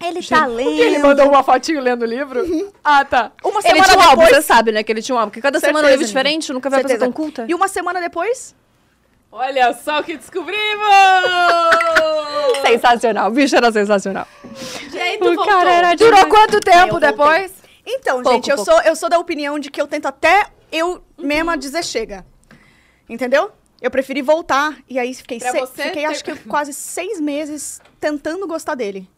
Speaker 3: Ele tá lendo.
Speaker 1: Ele mandou uma fotinho lendo o livro?
Speaker 4: Uhum.
Speaker 1: Ah, tá.
Speaker 3: Uma
Speaker 4: Ele
Speaker 3: semana
Speaker 4: tinha um álbum,
Speaker 3: depois.
Speaker 4: você sabe, né? Que ele tinha um álbum. Porque cada semana um
Speaker 3: Certeza,
Speaker 4: livro diferente, nunca vi uma pessoa
Speaker 3: Certeza.
Speaker 4: tão culta.
Speaker 3: E uma semana depois,
Speaker 2: Olha só o que descobrimos!
Speaker 4: Sensacional, o bicho era sensacional.
Speaker 2: E aí tu voltou.
Speaker 1: Durou quanto tempo
Speaker 3: Eu voltei.
Speaker 1: depois?
Speaker 3: Então,
Speaker 4: Pouco,
Speaker 3: gente, eu
Speaker 4: pouco. Uhum.
Speaker 3: sou, eu sou da opinião de que eu tento até eu mesma dizer chega. Entendeu? Eu preferi voltar. E aí fiquei,
Speaker 2: Pra
Speaker 3: se-
Speaker 2: você
Speaker 3: fiquei
Speaker 2: ter-
Speaker 3: acho que quase seis meses tentando gostar dele.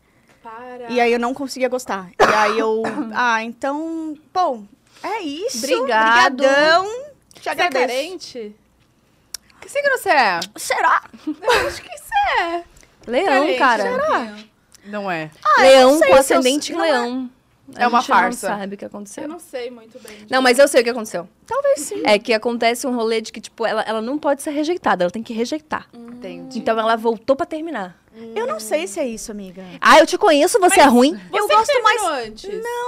Speaker 2: Para.
Speaker 3: E aí eu não conseguia gostar. E aí eu. Ah, então. Bom, é isso.
Speaker 4: Obrigado.
Speaker 3: Obrigadão. Te
Speaker 2: Você é
Speaker 3: agradeço.
Speaker 2: carente?
Speaker 1: Que signo você é?
Speaker 3: Será?
Speaker 4: Leão,
Speaker 2: Carente, né?
Speaker 4: cara.
Speaker 1: Não é.
Speaker 4: leão
Speaker 3: sei
Speaker 4: com
Speaker 3: se Ah, eu-
Speaker 4: ascendente em
Speaker 3: não é-
Speaker 4: leão.
Speaker 1: É uma farsa.
Speaker 4: Não sabe o que
Speaker 2: Eu
Speaker 4: aconteceu.
Speaker 2: não sei muito bem.
Speaker 4: Não, mas eu sei o que aconteceu.
Speaker 3: Talvez sim.
Speaker 4: É que acontece um rolê de que, tipo, ela, ela não pode ser rejeitada, ela tem que rejeitar.
Speaker 1: Hum. Entendi.
Speaker 4: Então ela voltou pra terminar.
Speaker 3: Eu
Speaker 2: Hum.
Speaker 3: não sei se é isso, amiga.
Speaker 4: Ah, eu te conheço, você é ruim.
Speaker 2: Você eu gosto mais antes. Não.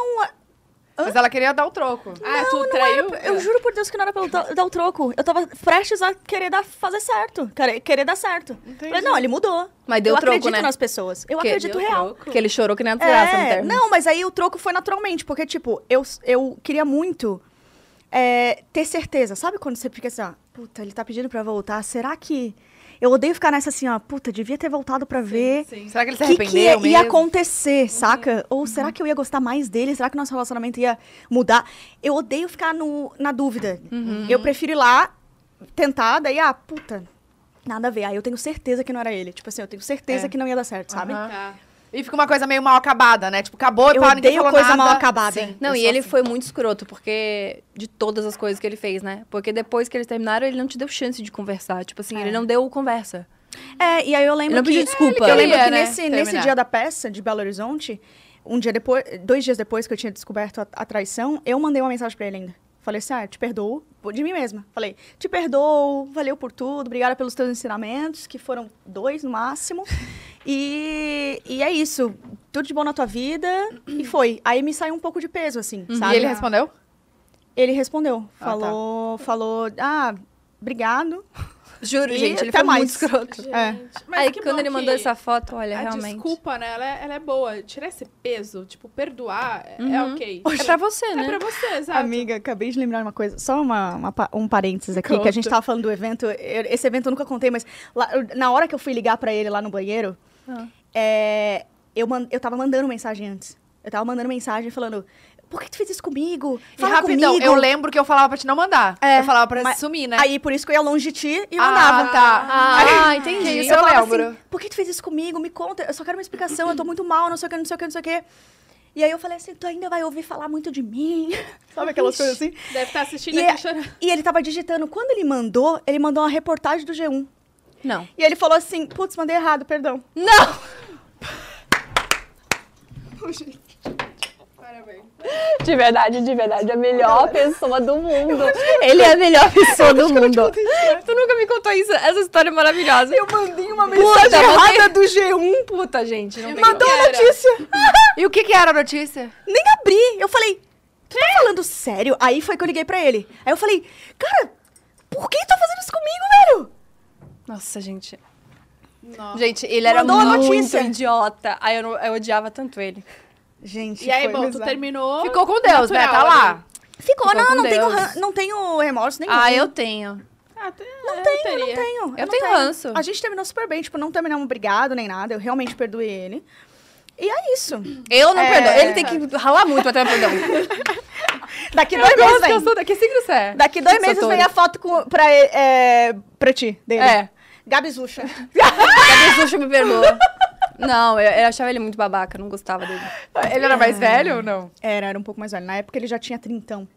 Speaker 1: Mas ela queria dar o troco.
Speaker 2: Ah, tu traiu?
Speaker 3: Eu juro por Deus que não era pra eu dar, dar o troco. Eu tava prestes a querer dar, fazer certo. Querer, querer dar certo. Falei, não, ele mudou.
Speaker 4: Mas deu
Speaker 3: eu
Speaker 4: troco,
Speaker 3: acredito
Speaker 4: né?
Speaker 3: nas pessoas. Eu
Speaker 4: Que-
Speaker 3: acredito
Speaker 4: deu
Speaker 3: real.
Speaker 4: Que ele chorou que nem a desgraça no
Speaker 3: É,
Speaker 4: término.
Speaker 3: não, mas aí o troco foi naturalmente, porque, tipo, eu, eu queria muito é, ter certeza. Sabe quando você fica assim, ó, puta, ele tá pedindo pra voltar, será que. Eu odeio ficar nessa assim, ó, puta, devia ter voltado pra ver.
Speaker 2: Sim.
Speaker 1: Será que ele se
Speaker 3: O que, que
Speaker 1: arrependeu
Speaker 3: ia,
Speaker 4: é?
Speaker 1: mesmo? Uhum.
Speaker 3: ia acontecer, saca? Ou será que eu ia gostar mais dele? Será que nosso relacionamento ia mudar? Eu odeio ficar no, na dúvida.
Speaker 1: Uhum.
Speaker 3: Eu prefiro ir lá, tentar, daí, ah, puta, nada a ver. Aí eu tenho certeza que não era ele. Tipo assim, eu tenho certeza
Speaker 1: É.
Speaker 3: que não ia dar certo, sabe?
Speaker 1: Aham.
Speaker 2: Tá.
Speaker 1: E fica uma coisa meio mal acabada, né? Tipo, acabou e
Speaker 3: Eu
Speaker 1: pá, ninguém
Speaker 3: odeio
Speaker 1: falou
Speaker 3: coisa
Speaker 1: nada.
Speaker 3: mal acabada.
Speaker 1: Sim.
Speaker 4: Não,
Speaker 1: Eu
Speaker 4: e
Speaker 1: sou
Speaker 4: ele
Speaker 1: assim.
Speaker 4: foi muito escroto, porque de todas as coisas que ele fez, né? Porque depois que eles terminaram, ele não te deu chance de conversar. Tipo assim, ele não deu conversa.
Speaker 3: É, e aí eu lembro
Speaker 4: Ele não
Speaker 3: que... É,
Speaker 4: pediu desculpa.
Speaker 3: eu lembro
Speaker 1: Ele
Speaker 3: que
Speaker 1: ia, né,
Speaker 3: nesse, nesse
Speaker 1: terminar.
Speaker 3: dia da peça, de Belo Horizonte, um dia depois, dois dias depois que eu tinha descoberto a, a traição, eu mandei uma mensagem pra ele ainda. Falei assim, ah, te perdoo, por- de mim mesma. Falei, te perdoo, valeu por tudo, obrigada pelos teus ensinamentos, que foram dois no máximo. E, e é isso, tudo de bom na tua vida, e foi. Aí me saiu um pouco de peso, assim,
Speaker 4: Uhum.
Speaker 3: sabe?
Speaker 1: Uhum. E ele respondeu?
Speaker 3: Ele respondeu,
Speaker 1: Ah, tá.
Speaker 3: falou, falou, ah, obrigado.
Speaker 4: Juro,
Speaker 3: E
Speaker 4: gente, ele
Speaker 3: até
Speaker 4: foi
Speaker 3: mais.
Speaker 4: muito escroto.
Speaker 3: É.
Speaker 2: Gente, mas
Speaker 4: Aí
Speaker 2: que
Speaker 4: quando
Speaker 2: bom
Speaker 4: ele mandou
Speaker 2: que
Speaker 4: essa foto, olha,
Speaker 2: a
Speaker 4: realmente.
Speaker 2: desculpa, né? Ela é, ela é boa. Tirar esse peso, tipo, perdoar é- é
Speaker 4: Uhum.
Speaker 2: ok.
Speaker 4: É pra você,
Speaker 2: É
Speaker 4: né?
Speaker 2: pra você, exato.
Speaker 3: Amiga, acabei de lembrar uma coisa, só uma, uma pa- um parênteses aqui, que
Speaker 2: Conta.
Speaker 3: a gente tava falando do evento. eu- esse evento eu nunca contei, mas lá- eu- na hora que eu fui ligar pra ele lá no banheiro,
Speaker 4: Ah.
Speaker 3: é, eu, man- eu tava mandando mensagem antes. Eu tava mandando mensagem falando: por que tu fez isso comigo?
Speaker 1: E
Speaker 3: Fala
Speaker 1: rapidão,
Speaker 3: comigo.
Speaker 1: eu lembro que eu falava pra te não mandar.
Speaker 3: É,
Speaker 1: eu falava pra
Speaker 3: mas-
Speaker 1: sumir, né?
Speaker 3: Aí por isso que eu ia longe de ti e mandava.
Speaker 1: ah, tá.
Speaker 4: Ah,
Speaker 3: Que
Speaker 4: entendi.
Speaker 1: isso
Speaker 3: eu
Speaker 1: eu
Speaker 3: falava
Speaker 1: lembro.
Speaker 3: assim, por que tu fez isso comigo? Me conta, eu só quero uma explicação, eu tô muito mal, não sei o que, não sei o que, não sei o que. E aí eu falei assim, tu ainda vai ouvir falar muito de mim. Sabe aquelas coisas assim?
Speaker 2: Deve estar assistindo
Speaker 3: E
Speaker 2: aqui
Speaker 3: é-
Speaker 2: chorando.
Speaker 3: E ele tava digitando. Quando ele mandou, ele mandou uma reportagem do G1.
Speaker 4: Não.
Speaker 3: E ele falou assim: putz, mandei errado, perdão.
Speaker 4: Não! De verdade, de verdade, a melhor pessoa do mundo. Ele é a melhor pessoa do mundo. Tu nunca me contou isso, essa história é maravilhosa.
Speaker 3: né? Eu mandei uma
Speaker 4: Puta,
Speaker 3: mensagem
Speaker 4: mandei-
Speaker 3: errada do G1.
Speaker 4: Puta, gente, não tem
Speaker 3: Mandou a notícia.
Speaker 1: E o que que era a notícia?
Speaker 3: Nem abri. Eu falei: tu tá falando sério? Aí foi que eu liguei pra ele. Aí eu falei: cara, por que tu tá fazendo isso comigo, velho?
Speaker 4: Nossa, gente.
Speaker 2: Nossa.
Speaker 4: Gente, ele era
Speaker 3: Mandou a
Speaker 4: muito
Speaker 3: notícia.
Speaker 4: idiota. Aí eu, não- eu odiava tanto ele.
Speaker 3: Gente,
Speaker 2: E aí,
Speaker 3: foi
Speaker 2: bom, tu
Speaker 3: bizarro.
Speaker 2: terminou.
Speaker 1: Ficou com Deus, né? Tá
Speaker 2: natural,
Speaker 1: lá.
Speaker 3: Ficou,
Speaker 4: Ficou
Speaker 3: não,
Speaker 4: com
Speaker 3: não tenho,
Speaker 4: Deus.
Speaker 3: ran- não tenho remorso nenhum.
Speaker 4: Ah, eu tenho.
Speaker 2: Ah, te- eu teria.
Speaker 3: Não tenho.
Speaker 4: Eu
Speaker 3: não
Speaker 4: tenho ranço.
Speaker 3: A gente terminou super bem, tipo, não terminamos brigado nem nada. Eu realmente perdoei ele. E é isso.
Speaker 4: Eu não
Speaker 3: É.
Speaker 4: perdoo. Ele tem que ralar muito pra ter meu perdão.
Speaker 3: Daqui assim dois meses vem.
Speaker 1: Que signo você é?
Speaker 3: Daqui dois meses
Speaker 4: toda.
Speaker 3: vem a foto com, pra, ele- é, pra ti, dele.
Speaker 4: É.
Speaker 3: Gabi Zucha.
Speaker 4: Cadê o Xuxa me perdoa? Não, eu, eu achava ele muito babaca, não gostava dele.
Speaker 1: Ele era mais velho ou não?
Speaker 3: Era, era um pouco mais velho. Na época ele já tinha trintão.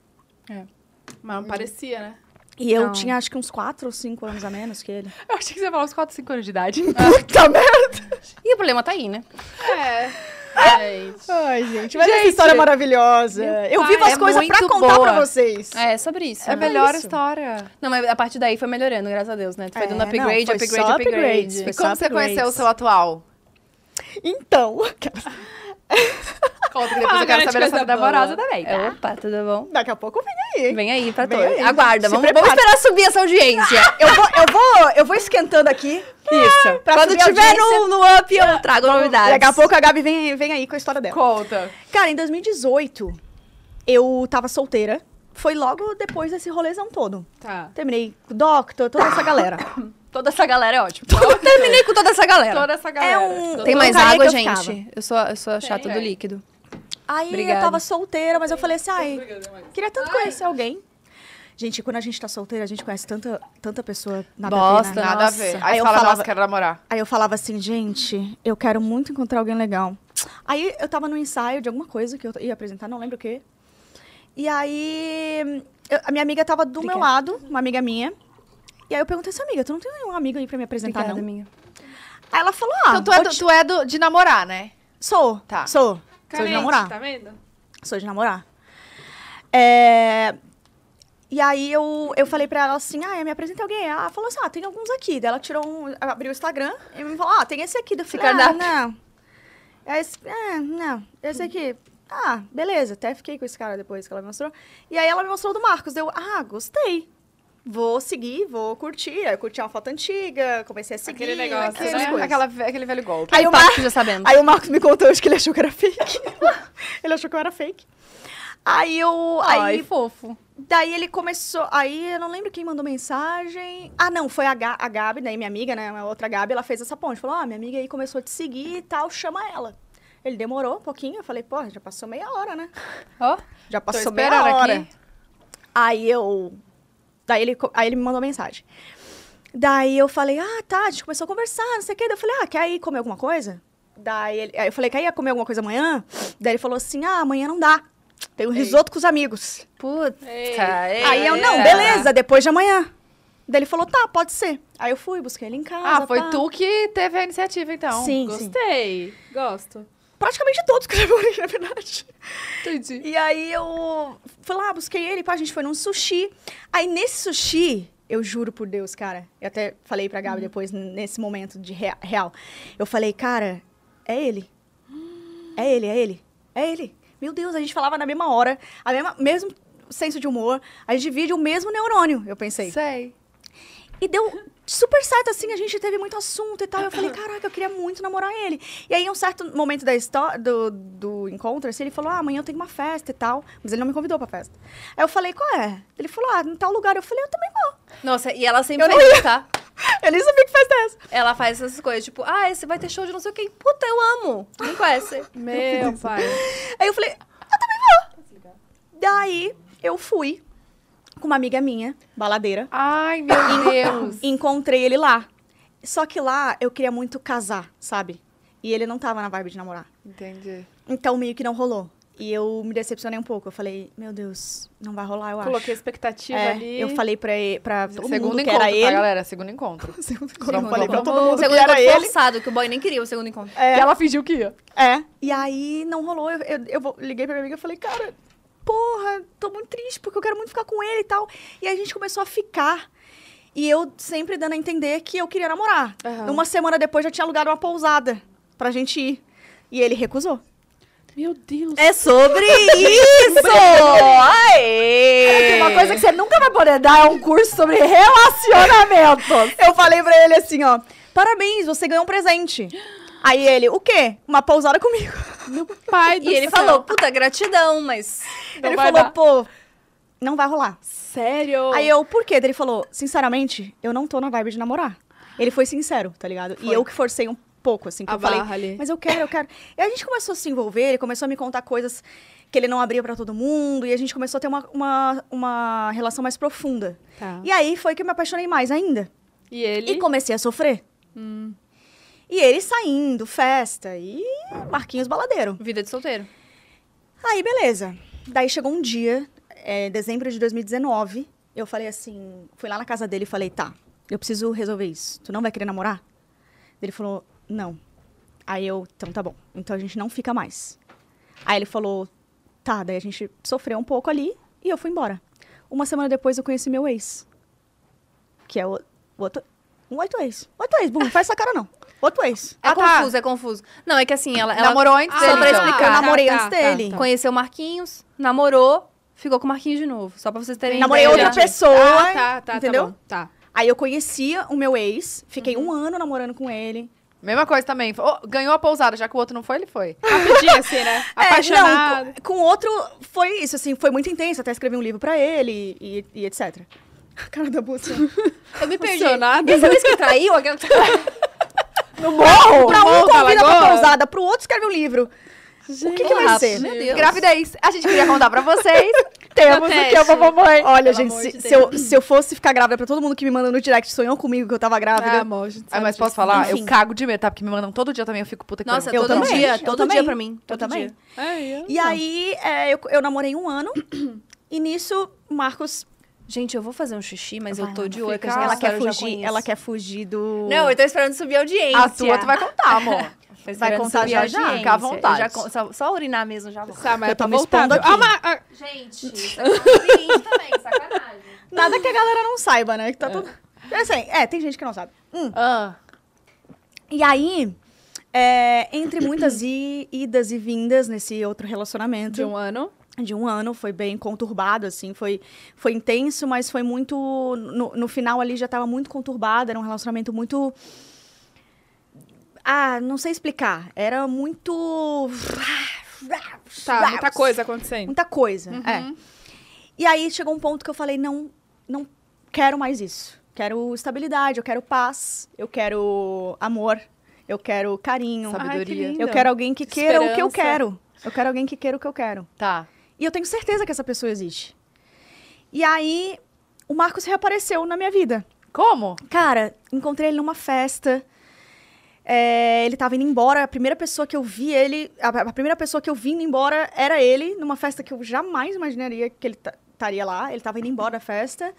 Speaker 2: Mas não parecia, né?
Speaker 3: E eu
Speaker 5: Então.
Speaker 4: Não.
Speaker 3: tinha acho que uns 4 ou 5 anos a menos que ele.
Speaker 1: Eu achei que você ia falar uns 4, 5 anos de idade.
Speaker 3: Puta merda!
Speaker 4: E o problema tá aí, né?
Speaker 2: É.
Speaker 1: Gente.
Speaker 5: Ai, gente, mas essa
Speaker 1: Gente,
Speaker 5: história é maravilhosa. Eu vivo as
Speaker 1: é
Speaker 5: coisas pra
Speaker 1: muito
Speaker 5: contar pra
Speaker 1: boa.
Speaker 5: vocês.
Speaker 4: É, sobre isso.
Speaker 1: É a
Speaker 4: né?
Speaker 1: melhor
Speaker 5: isso.
Speaker 1: história.
Speaker 4: Não, mas a partir daí foi melhorando, graças a Deus, né? Tu foi
Speaker 5: É,
Speaker 4: dando
Speaker 5: não,
Speaker 4: upgrade,
Speaker 5: foi
Speaker 4: upgrade,
Speaker 5: só
Speaker 4: upgrade,
Speaker 5: upgrade.
Speaker 1: E
Speaker 5: Foi
Speaker 1: como
Speaker 5: só
Speaker 1: você conheceu o
Speaker 5: upgrades.
Speaker 1: seu atual?
Speaker 5: Então,
Speaker 1: Conta que depois eu
Speaker 2: Ah, agora
Speaker 1: quero
Speaker 2: de
Speaker 1: saber a
Speaker 2: coisa
Speaker 1: história da
Speaker 2: boa.
Speaker 1: namorada também.
Speaker 4: É, opa, tudo bom?
Speaker 5: daqui a pouco vem aí. hein?
Speaker 4: Vem aí pra
Speaker 5: Vem
Speaker 4: todos.
Speaker 5: aí.
Speaker 4: Aguarda,
Speaker 5: Se
Speaker 4: vamos, vamos
Speaker 5: prepara.
Speaker 4: esperar subir essa audiência.
Speaker 5: Eu vou, eu vou, eu vou esquentando aqui. Isso. Pra
Speaker 4: Quando
Speaker 5: subir a
Speaker 4: tiver
Speaker 5: audiência.
Speaker 4: no, no up, eu trago novidades.
Speaker 5: Daqui a pouco a Gabi vem, vem aí com a história dela.
Speaker 1: Conta.
Speaker 3: Cara, em 2018, eu tava solteira. Foi logo depois desse rolezão todo.
Speaker 2: Tá.
Speaker 3: Terminei com o Doctor, toda essa galera.
Speaker 4: Toda essa galera é ótima. Eu terminei com toda essa galera.
Speaker 1: Toda
Speaker 2: É
Speaker 1: essa galera.
Speaker 3: um-
Speaker 4: Tem mais
Speaker 3: Eu caí
Speaker 4: água,
Speaker 3: que eu
Speaker 4: gente?
Speaker 3: ficava.
Speaker 4: Eu sou, eu sou a chata do líquido.
Speaker 3: Aí
Speaker 4: Obrigada.
Speaker 3: eu tava solteira, mas eu falei assim, ai, queria tanto conhecer alguém. Gente, quando a gente tá solteira, a gente conhece tanta, tanta pessoa nada a ver,
Speaker 4: Bosta,
Speaker 3: né?
Speaker 1: Nada
Speaker 4: nossa.
Speaker 1: a ver. Aí,
Speaker 3: Aí eu
Speaker 1: fala,
Speaker 3: falava-
Speaker 1: nossa, quero namorar.
Speaker 3: Aí eu falava assim, gente, eu quero muito encontrar alguém legal. Aí eu tava no ensaio de alguma coisa que eu ia apresentar, não lembro o quê. E aí eu- a minha amiga tava do meu lado, uma amiga minha. E aí eu perguntei assim, amiga, tu não tem nenhum amigo aí pra me apresentar,
Speaker 4: Obrigada,
Speaker 3: não?
Speaker 4: minha.
Speaker 3: Aí ela falou, ah,
Speaker 1: então tu é,
Speaker 3: vou
Speaker 1: do,
Speaker 3: te-
Speaker 1: tu é do- de namorar, né?
Speaker 3: sou,
Speaker 1: Tá.
Speaker 3: sou, sou de
Speaker 2: Carente,
Speaker 3: namorar.
Speaker 2: tá vendo?
Speaker 3: Sou de namorar. É, E aí eu, eu falei pra ela assim, ah, me apresenta alguém. Ela falou assim, ah, tem alguns aqui. Daí ela tirou um, abriu o Instagram e me falou, ah, tem esse aqui. Daí Eu falei, ah, não. É esse, é, não, esse aqui. Ah, beleza. Até fiquei com esse cara depois que ela me mostrou. E aí ela me mostrou o do Marcos. Deu, ah, gostei. Vou seguir, vou curtir. Aí eu curti uma foto antiga, comecei a seguir.
Speaker 2: Aquele negócio,
Speaker 3: aquelas
Speaker 2: né?
Speaker 3: coisas.
Speaker 1: é Aquela, aquele velho golpe.
Speaker 3: Aí
Speaker 4: Aí
Speaker 3: o
Speaker 4: o
Speaker 3: Mar-
Speaker 4: já sabemos.
Speaker 3: Aí o Marcos me contou hoje que ele achou que era fake. ele achou que eu era fake. Aí eu. Aí,
Speaker 4: fofo.
Speaker 3: daí ele começou. Aí eu não lembro quem mandou mensagem. Ah, não, foi a, Ga a Gabi, daí minha amiga, né? Uma outra Gabi, ela fez essa ponte. Falou: Ó, minha amiga aí começou a te seguir e tal, chama ela. Ele demorou um pouquinho, eu falei, pô, já passou meia hora, né?
Speaker 4: Ó,
Speaker 3: Já
Speaker 1: Tô
Speaker 3: passou meia
Speaker 1: esperando
Speaker 3: hora.
Speaker 1: aqui.
Speaker 3: Aí eu. Daí ele, co- aí ele me mandou mensagem. Daí eu falei, ah, tá, a gente começou a conversar, não sei o quê. Daí eu falei, ah, quer ir comer alguma coisa? Daí ele, aí eu falei, quer ir comer alguma coisa amanhã? Daí ele falou assim, ah, amanhã não dá. Tem um risoto com os amigos.
Speaker 4: puta.
Speaker 2: Ei.
Speaker 3: Aí
Speaker 4: é.
Speaker 3: eu,
Speaker 1: É.
Speaker 3: não, beleza, depois de amanhã. Daí ele falou, tá, pode ser. Aí eu fui, busquei ele em casa.
Speaker 1: Ah, foi
Speaker 3: pá.
Speaker 1: tu que teve a iniciativa, então.
Speaker 3: Sim, sim.
Speaker 2: Gostei. Gosto.
Speaker 3: Praticamente todos que eu namorei, na verdade.
Speaker 1: Entendi.
Speaker 3: E aí eu fui lá, busquei ele, pá, a gente foi num sushi. Aí nesse sushi, eu juro por Deus, cara, eu até falei pra Gabi depois, n- nesse momento de rea- real. Eu falei, cara, é ele. É ele, é ele. É ele. Meu Deus, a gente falava na mesma hora, a mesma, mesmo senso de humor, a gente divide o mesmo neurônio, eu pensei.
Speaker 1: Sei.
Speaker 3: E deu super certo, assim, a gente teve muito assunto e tal. Eu falei, caraca, eu queria muito namorar ele. E aí, em um certo momento da histó- do, do encontro, assim, ele falou, ah, amanhã eu tenho uma festa e tal. Mas ele não me convidou pra festa. Aí eu falei, qual é? Ele falou, ah, em tal lugar. Eu falei, eu também vou.
Speaker 4: Nossa, e ela sempre
Speaker 3: Eu não
Speaker 4: faz isso, tá?
Speaker 3: Eu nem sabia que festa é essa.
Speaker 4: Ela faz essas coisas, tipo, ah, esse vai ter show de não sei o quê. Puta, eu amo. Não conhece.
Speaker 2: Meu pai.
Speaker 3: Aí eu falei, eu também vou. Daí, eu fui com uma amiga minha, baladeira.
Speaker 1: Ai, meu Deus.
Speaker 3: Encontrei ele lá. Só que lá, eu queria muito casar, sabe? E ele não tava na vibe de namorar.
Speaker 1: Entendi.
Speaker 3: Então meio que não rolou. E eu me decepcionei um pouco. Eu falei, meu Deus, não vai rolar, eu acho.
Speaker 2: Coloquei expectativa
Speaker 3: É,
Speaker 2: ali.
Speaker 3: Eu falei pra, e- pra todo
Speaker 1: Segundo
Speaker 3: mundo que
Speaker 1: encontro,
Speaker 3: era
Speaker 1: tá,
Speaker 3: ele.
Speaker 1: galera? Segundo encontro.
Speaker 3: Segundo encontro.
Speaker 1: Segundo
Speaker 3: Eu falei pra
Speaker 1: encontro.
Speaker 3: todo mundo que
Speaker 4: Segundo
Speaker 3: era
Speaker 4: encontro
Speaker 3: ele.
Speaker 4: forçado, que o boy nem queria o segundo encontro.
Speaker 1: E ela fingiu que ia.
Speaker 3: É. E aí não rolou. Eu, eu, eu vou- liguei pra minha amiga e falei, cara, porra, tô muito triste porque eu quero muito ficar com ele e tal. E aí a gente começou a ficar. E eu sempre dando a entender que eu queria namorar.
Speaker 2: Aham.
Speaker 3: Uma semana depois já tinha alugado uma pousada pra gente ir. E ele recusou.
Speaker 2: Meu Deus.
Speaker 4: É sobre isso! Aê!
Speaker 5: Uma coisa que você nunca vai poder dar é um curso sobre relacionamento.
Speaker 3: Eu falei pra ele assim, ó. Parabéns, você ganhou um presente. Aí ele, o quê? Uma pousada comigo.
Speaker 2: Pai do
Speaker 4: E ele
Speaker 2: céu.
Speaker 4: falou, puta, gratidão, mas...
Speaker 3: ele
Speaker 2: vai
Speaker 3: falou,
Speaker 2: dar.
Speaker 3: pô, não vai rolar.
Speaker 2: Sério?
Speaker 3: Aí eu, por quê? Daí Ele falou, sinceramente, eu não tô na vibe de namorar. Ele foi sincero, tá ligado? E eu que forcei um pouco, assim, que
Speaker 2: A
Speaker 3: eu falei,
Speaker 2: barra ali.
Speaker 3: mas eu quero, eu quero. E a gente começou a se envolver, ele começou a me contar coisas que ele não abria pra todo mundo, e a gente começou a ter uma, uma, uma relação mais profunda.
Speaker 2: Tá.
Speaker 3: E aí foi que eu me apaixonei mais ainda.
Speaker 2: E ele?
Speaker 3: E comecei a sofrer. E ele saindo, festa, e Marquinhos baladeiro.
Speaker 4: Vida de solteiro.
Speaker 3: Aí, beleza. Daí chegou um dia, é, dezembro de 2019, eu falei assim, fui lá na casa dele e falei, tá, eu preciso resolver isso. Tu não vai querer namorar? Ele falou, não. Aí eu, então tá bom. Então a gente não fica mais. Aí ele falou, tá, daí a gente sofreu um pouco ali e eu fui embora. Uma semana depois eu conheci meu ex. Que é o, o outro. Um oito ex. Oito ex, burro, não faz essa cara não. Outro ex.
Speaker 4: É
Speaker 1: Ah, tá.
Speaker 4: confuso, é confuso. Não, é que assim, ela, ela
Speaker 1: Namorou antes
Speaker 4: Ah,
Speaker 1: dele,
Speaker 4: só pra
Speaker 1: então.
Speaker 4: explicar.
Speaker 3: eu namorei
Speaker 2: tá,
Speaker 3: antes
Speaker 2: tá,
Speaker 3: dele.
Speaker 2: tá.
Speaker 4: conheceu o Marquinhos, namorou, ficou com o Marquinhos de novo. Só pra vocês terem
Speaker 3: Namorei
Speaker 4: ideia.
Speaker 3: outra pessoa.
Speaker 2: Ah, tá, tá,
Speaker 3: entendeu?
Speaker 2: tá bom. Tá.
Speaker 3: Aí eu conhecia o meu ex, fiquei
Speaker 2: Uhum.
Speaker 3: um ano namorando com ele.
Speaker 1: Mesma coisa também. Ô, ganhou a pousada, já que o outro não foi, ele foi.
Speaker 2: Rapidinho assim, né?
Speaker 3: É,
Speaker 2: Apaixonado.
Speaker 3: não, com, com outro foi isso, assim, foi muito intenso. Até escrevi um livro pra ele e, e etc. A cara da bolsa.
Speaker 4: Eu me perdi.
Speaker 2: Apaixonado.
Speaker 4: Essa vez que traiu, aquela que
Speaker 1: No morro!
Speaker 3: pra um
Speaker 1: Morro da
Speaker 3: convida pra
Speaker 1: Lagoa?
Speaker 3: pousada, pro outro escreve um livro. o que, que vai
Speaker 4: Rapaz,
Speaker 3: ser?
Speaker 4: Meu Deus. Ah,
Speaker 1: Gravidez. é A gente queria contar pra vocês. Temos o que
Speaker 2: Acontece.
Speaker 1: eu vou mamãe.
Speaker 3: Olha,
Speaker 2: Pelo
Speaker 3: gente,
Speaker 2: amor
Speaker 3: se,
Speaker 2: de
Speaker 3: se eu, se eu fosse ficar grávida pra todo mundo que me manda no direct, sonhou comigo que eu tava
Speaker 2: Ah,
Speaker 3: grávida.
Speaker 2: amor, a gente
Speaker 1: Ah,
Speaker 2: sabe
Speaker 1: mas
Speaker 2: disso.
Speaker 1: posso falar?
Speaker 3: Enfim.
Speaker 1: Eu cago de medo, tá? Porque me mandam todo dia também, eu fico puta que
Speaker 4: Nossa,
Speaker 1: pariu. Então, assim,
Speaker 3: Eu
Speaker 4: todo
Speaker 3: também,
Speaker 4: dia,
Speaker 3: eu
Speaker 4: todo
Speaker 3: também.
Speaker 4: dia pra mim.
Speaker 3: eu
Speaker 4: todo
Speaker 3: também.
Speaker 4: dia.
Speaker 2: Ai, eu-
Speaker 3: E aí, é, eu, eu namorei um ano, e nisso, o Marcos.
Speaker 4: Gente, eu vou fazer um xixi, mas eu
Speaker 3: Vai,
Speaker 4: tô
Speaker 3: Ana,
Speaker 4: de
Speaker 3: fica.
Speaker 4: olho. que essa
Speaker 3: Ela
Speaker 4: história
Speaker 3: quer
Speaker 4: eu já
Speaker 3: fugir,
Speaker 4: conheço.
Speaker 3: ela quer fugir do.
Speaker 4: Não, eu tô esperando subir a audiência.
Speaker 1: A tua tu vai contar, amor.
Speaker 4: Tô esperando
Speaker 3: contar
Speaker 4: subir
Speaker 3: já
Speaker 4: a
Speaker 3: já,
Speaker 4: audiência.
Speaker 1: fica à vontade.
Speaker 4: Eu já con- só, só urinar mesmo, já vou.
Speaker 2: Tá, mas
Speaker 3: Eu tô me
Speaker 2: voltando.
Speaker 3: expondo aqui.
Speaker 2: Ah, mas- ah,
Speaker 4: Gente, isso é um também, sacanagem.
Speaker 3: Nada que a galera não saiba, né? Que tá todo... é. Assim, é, tem gente que não sabe. Hum.
Speaker 1: Ah,
Speaker 3: E aí, é, entre muitas i- idas e vindas nesse outro relacionamento
Speaker 2: de um ano.
Speaker 3: de um ano, foi bem conturbado, assim, foi, foi intenso, mas foi muito. No, no final ali já estava muito conturbado, era um relacionamento muito. Ah, não sei explicar. Era muito.
Speaker 2: Tá, muita coisa acontecendo.
Speaker 3: Muita coisa. É. E aí chegou um ponto que eu falei: não, não quero mais isso. Quero estabilidade, eu quero paz, eu quero amor, eu quero carinho.
Speaker 1: Sabe-
Speaker 2: Ai, que
Speaker 1: Sabedoria.
Speaker 2: lindo.
Speaker 3: Eu quero alguém que queira o que eu
Speaker 2: Esperança.
Speaker 3: quero. Eu quero alguém que queira o que eu quero.
Speaker 1: tá.
Speaker 3: E eu tenho certeza que essa pessoa existe. E aí, o Marcos reapareceu na minha vida.
Speaker 1: Como?
Speaker 3: Cara, encontrei ele numa festa. É, ele tava indo embora. A primeira pessoa que eu vi ele. A, a primeira pessoa que eu vi indo embora era ele, numa festa que eu jamais imaginaria que ele estaria lá. Ele tava indo embora da festa.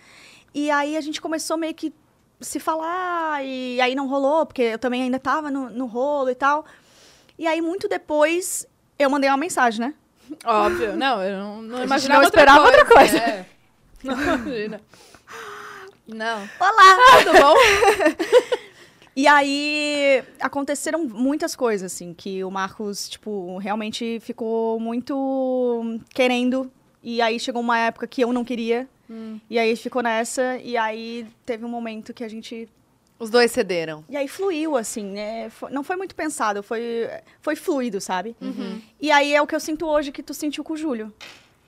Speaker 3: E aí a gente começou meio que se falar. E aí não rolou, porque eu também ainda tava no, no rolo e tal. E aí, muito depois, eu mandei uma mensagem, né?
Speaker 2: Óbvio. Não, eu não, não
Speaker 1: gente
Speaker 2: imaginava
Speaker 1: não esperava outra coisa.
Speaker 2: É. Não imagina. Não.
Speaker 3: Olá!
Speaker 2: Ah, Tudo bom?
Speaker 3: E aí aconteceram muitas coisas, assim, que o Marcos, tipo, realmente ficou muito querendo. E aí chegou uma época que eu não queria.
Speaker 2: Hum.
Speaker 3: E aí ficou nessa. E aí teve um momento que a gente.
Speaker 1: Os dois cederam.
Speaker 3: E aí fluiu, assim, né? Fo- não foi muito pensado, foi, foi fluido, sabe?
Speaker 2: Uhum.
Speaker 3: E aí é o que eu sinto hoje que tu sentiu com o Júlio.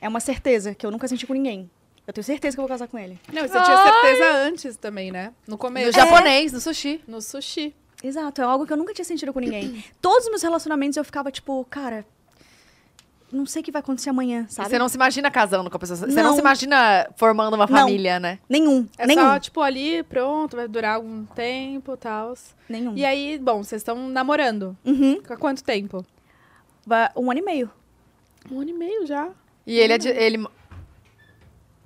Speaker 3: É uma certeza que eu nunca senti com ninguém. Eu tenho certeza que eu vou casar com ele.
Speaker 2: Não, você tinha certeza antes também, né? No
Speaker 1: No
Speaker 2: começo.
Speaker 1: japonês, no sushi.
Speaker 2: No sushi.
Speaker 3: Exato, é algo que eu nunca tinha sentido com ninguém. Todos os meus relacionamentos eu ficava tipo, cara, não sei o que vai acontecer amanhã, sabe?
Speaker 1: Você não se imagina casando com a pessoa. Você não,
Speaker 3: Não.
Speaker 1: se imagina formando uma
Speaker 3: Não.
Speaker 1: família, né?
Speaker 3: Nenhum,
Speaker 2: É
Speaker 3: nenhum,
Speaker 2: só, tipo, ali, pronto, vai durar algum tempo e tal.
Speaker 3: nenhum.
Speaker 2: E
Speaker 1: é
Speaker 2: aí, bom, vocês estão namorando.
Speaker 3: Uhum.
Speaker 2: Há quanto tempo?
Speaker 3: Ba- Um ano e meio.
Speaker 2: Um ano e meio já.
Speaker 1: E ele é de. Ele...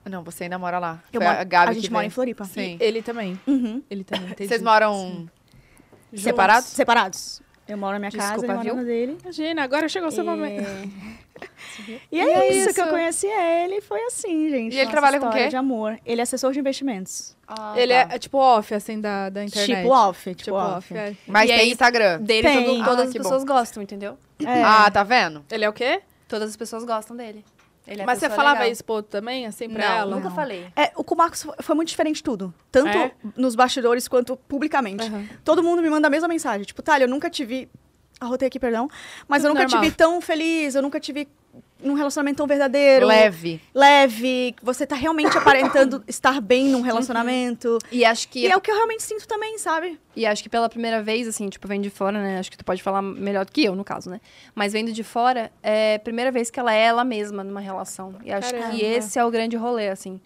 Speaker 1: Não, você ainda mora lá.
Speaker 3: Eu
Speaker 1: Foi
Speaker 3: moro-
Speaker 1: a Gabi
Speaker 3: a gente
Speaker 1: que
Speaker 3: mora
Speaker 1: veio.
Speaker 3: em Floripa.
Speaker 1: Sim.
Speaker 2: Ele também.
Speaker 3: Uhum.
Speaker 2: Ele também, entendi.
Speaker 1: Vocês moram separados?
Speaker 3: Separados. Eu moro na minha casa,
Speaker 1: Desculpa,
Speaker 3: ele mora
Speaker 1: viu?
Speaker 3: na dele.
Speaker 2: Imagina, agora chegou o seu momento.
Speaker 3: E é,
Speaker 2: é
Speaker 3: isso,
Speaker 2: isso.
Speaker 3: que eu conheci ele, foi assim, gente.
Speaker 1: E ele
Speaker 3: Nossa
Speaker 1: trabalha com
Speaker 3: história
Speaker 1: quê?
Speaker 3: De amor. Ele é assessor de investimentos.
Speaker 2: Ele
Speaker 1: tá.
Speaker 2: é, tipo off, assim, da, da internet.
Speaker 3: Tipo off, tipo,
Speaker 2: Tipo
Speaker 3: off.
Speaker 2: off, é.
Speaker 1: Mas
Speaker 4: E
Speaker 1: tem
Speaker 4: aí-
Speaker 1: Instagram.
Speaker 4: Dele, todo-
Speaker 3: Tem.
Speaker 4: todas
Speaker 1: Ah,
Speaker 4: as
Speaker 1: que
Speaker 4: pessoas gostam, entendeu?
Speaker 3: É.
Speaker 1: Ah, tá vendo?
Speaker 2: Ele é o quê?
Speaker 4: Todas as pessoas gostam dele. Ele é a
Speaker 2: Mas você
Speaker 4: pessoa
Speaker 2: falava
Speaker 4: legal.
Speaker 2: isso pro outro também, assim, pra
Speaker 4: não,
Speaker 2: ela?
Speaker 4: nunca falei.
Speaker 3: É, o com o Marcos fo- foi muito diferente tudo. Tanto
Speaker 2: É?
Speaker 3: nos bastidores quanto publicamente.
Speaker 2: Aham.
Speaker 3: Todo mundo me manda a mesma mensagem. Tipo, Thalia, eu nunca te vi. Arrotei aqui, perdão. Mas eu
Speaker 2: Tudo
Speaker 3: nunca te
Speaker 2: normal.
Speaker 3: vi tão feliz, eu nunca te vi num relacionamento tão verdadeiro.
Speaker 1: Leve.
Speaker 3: Leve. Você tá realmente aparentando estar bem
Speaker 2: Uhum.
Speaker 3: num relacionamento.
Speaker 4: E acho que
Speaker 3: E é o que eu realmente sinto também, sabe?
Speaker 4: E acho que pela primeira vez, assim, tipo, vem de fora, né? Acho que tu pode falar melhor do que eu, no caso, né? Mas vendo de fora, é a primeira vez que ela é ela mesma numa relação. E acho
Speaker 2: Caramba.
Speaker 4: que esse é o grande rolê, assim.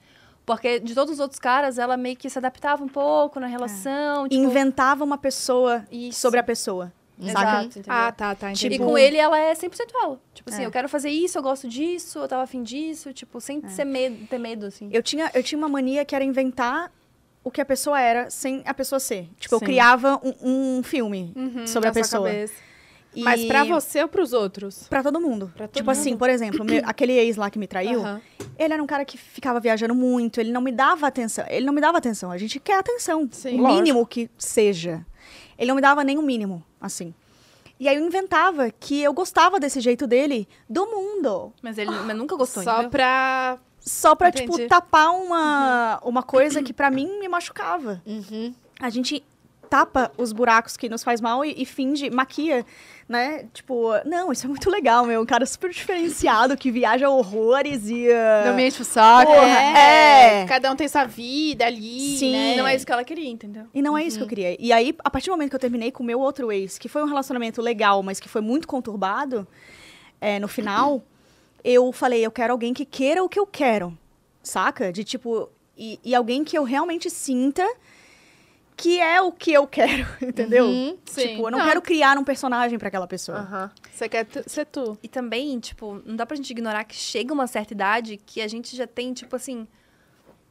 Speaker 4: Porque de todos os outros caras, ela meio que se adaptava um pouco na relação. Tipo,
Speaker 3: Inventava uma pessoa
Speaker 4: Isso.
Speaker 3: É. sobre a pessoa.
Speaker 1: Uhum.
Speaker 4: Exato, entendeu?
Speaker 2: Ah, tá, tá.
Speaker 4: e
Speaker 2: Entendi.
Speaker 4: com ele, ela é 100% ela. Tipo assim, eu quero fazer isso, eu gosto disso, eu tava afim disso. Tipo, sem ser medo, ter medo, assim.
Speaker 3: Eu tinha, eu tinha uma mania que era inventar o que a pessoa era sem a pessoa ser. Tipo, eu
Speaker 2: Sim.
Speaker 3: criava um, um filme
Speaker 2: Uhum,
Speaker 3: sobre a
Speaker 2: na sua
Speaker 3: pessoa.
Speaker 2: cabeça.
Speaker 3: E
Speaker 2: Mas pra você ou pros outros?
Speaker 3: Pra todo mundo.
Speaker 2: Pra todo
Speaker 3: tipo assim, por exemplo, meu- aquele ex lá que me traiu,
Speaker 2: Aham.
Speaker 3: ele era um cara que ficava viajando muito, ele não me dava atenção. Ele não me dava atenção. A gente quer atenção.
Speaker 2: Sim.
Speaker 3: o mínimo que seja. Ele não me dava nem o mínimo, assim. E aí eu inventava que eu gostava desse jeito dele do mundo.
Speaker 4: Mas ele mas nunca gostou,
Speaker 2: Só
Speaker 4: entendeu?
Speaker 2: pra.
Speaker 3: Só pra, tipo,
Speaker 2: Entendi. Uhum.
Speaker 3: tapar uma, uma coisa que pra mim me machucava.
Speaker 1: Uhum.
Speaker 3: A gente tapa os buracos que nos faz mal e, e finge, maquia, né? Tipo, não, isso é muito legal, meu. Um cara super diferenciado que viaja horrores e. ah,
Speaker 1: Não me enche o saco.
Speaker 3: é.
Speaker 2: Cada um tem sua vida ali.
Speaker 3: Sim.
Speaker 2: né?
Speaker 4: Não é isso que ela queria, entendeu?
Speaker 3: E não é isso que eu queria. E aí, a partir do momento que eu terminei com o meu outro ex, que foi um relacionamento legal, mas que foi muito conturbado, é, no final, eu falei, eu quero alguém que queira o que eu quero, saca? De tipo, e, e alguém que eu realmente sinta que é o que eu quero, entendeu?
Speaker 1: Uhum,
Speaker 2: sim.
Speaker 3: Tipo, eu não,
Speaker 2: Não.
Speaker 3: quero criar um personagem pra aquela pessoa.
Speaker 1: Aham.
Speaker 2: Você quer tu- ser tu.
Speaker 4: E também, tipo, não dá pra gente ignorar que chega uma certa idade que a gente já tem, tipo assim,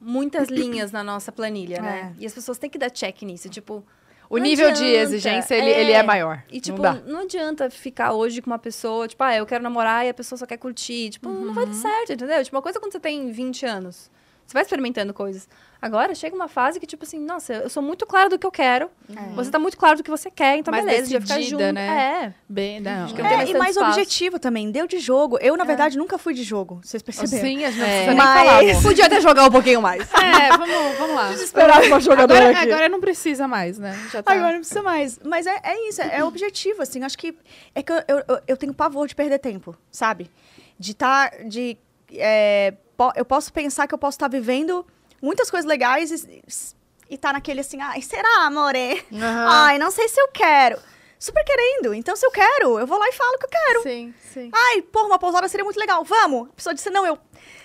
Speaker 4: muitas linhas na nossa planilha, né? E as pessoas têm que dar check nisso, tipo...
Speaker 1: O
Speaker 4: não
Speaker 1: É. nível de
Speaker 4: adianta,
Speaker 1: exigência, ele é, ele é maior.
Speaker 4: E, tipo,
Speaker 1: não dá.
Speaker 4: não, adianta ficar hoje com uma pessoa, tipo, ah, eu quero namorar e a pessoa só quer curtir. Tipo, não vai dar
Speaker 1: Uhum.
Speaker 4: certo, entendeu? Tipo, uma coisa é quando você tem 20 anos. Você vai experimentando coisas. Agora chega uma fase que, tipo assim, nossa, eu sou muito clara do que eu quero.
Speaker 3: É.
Speaker 4: Você tá muito claro do que você quer, então
Speaker 1: Mais
Speaker 4: beleza, já fica
Speaker 1: decidida,
Speaker 4: junto.
Speaker 1: né?
Speaker 4: É.
Speaker 2: Bem, não.
Speaker 4: Acho que eu tenho
Speaker 3: É, e
Speaker 4: bastante
Speaker 3: mais
Speaker 4: espaço.
Speaker 3: objetivo também, deu de jogo. Eu, na verdade, nunca fui de jogo, vocês perceberam.
Speaker 1: Sim, a gente não
Speaker 4: É.
Speaker 1: precisa nem
Speaker 3: Mas-
Speaker 1: falar, amor.
Speaker 5: Podia até jogar um pouquinho mais.
Speaker 2: É, vamos, vamos lá.
Speaker 5: Esperar uma jogadora
Speaker 2: Agora,
Speaker 5: aqui.
Speaker 2: agora não precisa mais, né? Já tá.
Speaker 3: Agora não precisa mais. Mas é, é isso, é, é objetivo, assim. Acho que é que eu, eu, eu tenho pavor de perder tempo, sabe? De estar. de, é, po- eu posso pensar que eu posso estar vivendo muitas coisas legais e, e tá naquele assim, ai, será, amore?
Speaker 1: Aham.
Speaker 3: Ai, não sei se eu quero. Super querendo. Então, se eu quero, eu vou lá e falo que eu quero.
Speaker 2: Sim, sim.
Speaker 3: Ai, pô, uma pousada seria muito legal. Vamos! A pessoa disse, não, eu.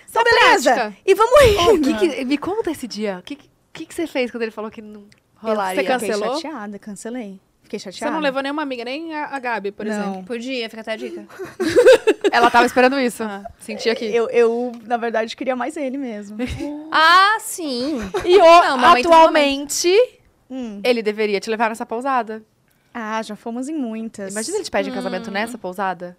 Speaker 3: Então, beleza!
Speaker 2: prática.
Speaker 3: E vamos aí.
Speaker 1: Ô, que que- me conta tá esse dia. O que, que- que que você fez quando ele falou que não rolaria?
Speaker 3: Você cancelou?
Speaker 2: cancelou?
Speaker 3: Fiquei chateada, cancelei. Fiquei
Speaker 2: Você
Speaker 3: chateada.
Speaker 2: não levou nenhuma amiga, nem a, a Gabi, por
Speaker 3: Não.
Speaker 2: exemplo.
Speaker 4: Podia, fica até a dica.
Speaker 1: Ela tava esperando isso. Senti aqui.
Speaker 3: Eu, eu, na verdade, queria mais ele mesmo.
Speaker 4: ah, sim.
Speaker 1: E o-
Speaker 4: Não, momento do
Speaker 1: atualmente,
Speaker 3: Hum.
Speaker 1: ele deveria te levar nessa pousada.
Speaker 3: Ah, já fomos em muitas.
Speaker 1: Imagina ele te pede em casamento nessa pousada.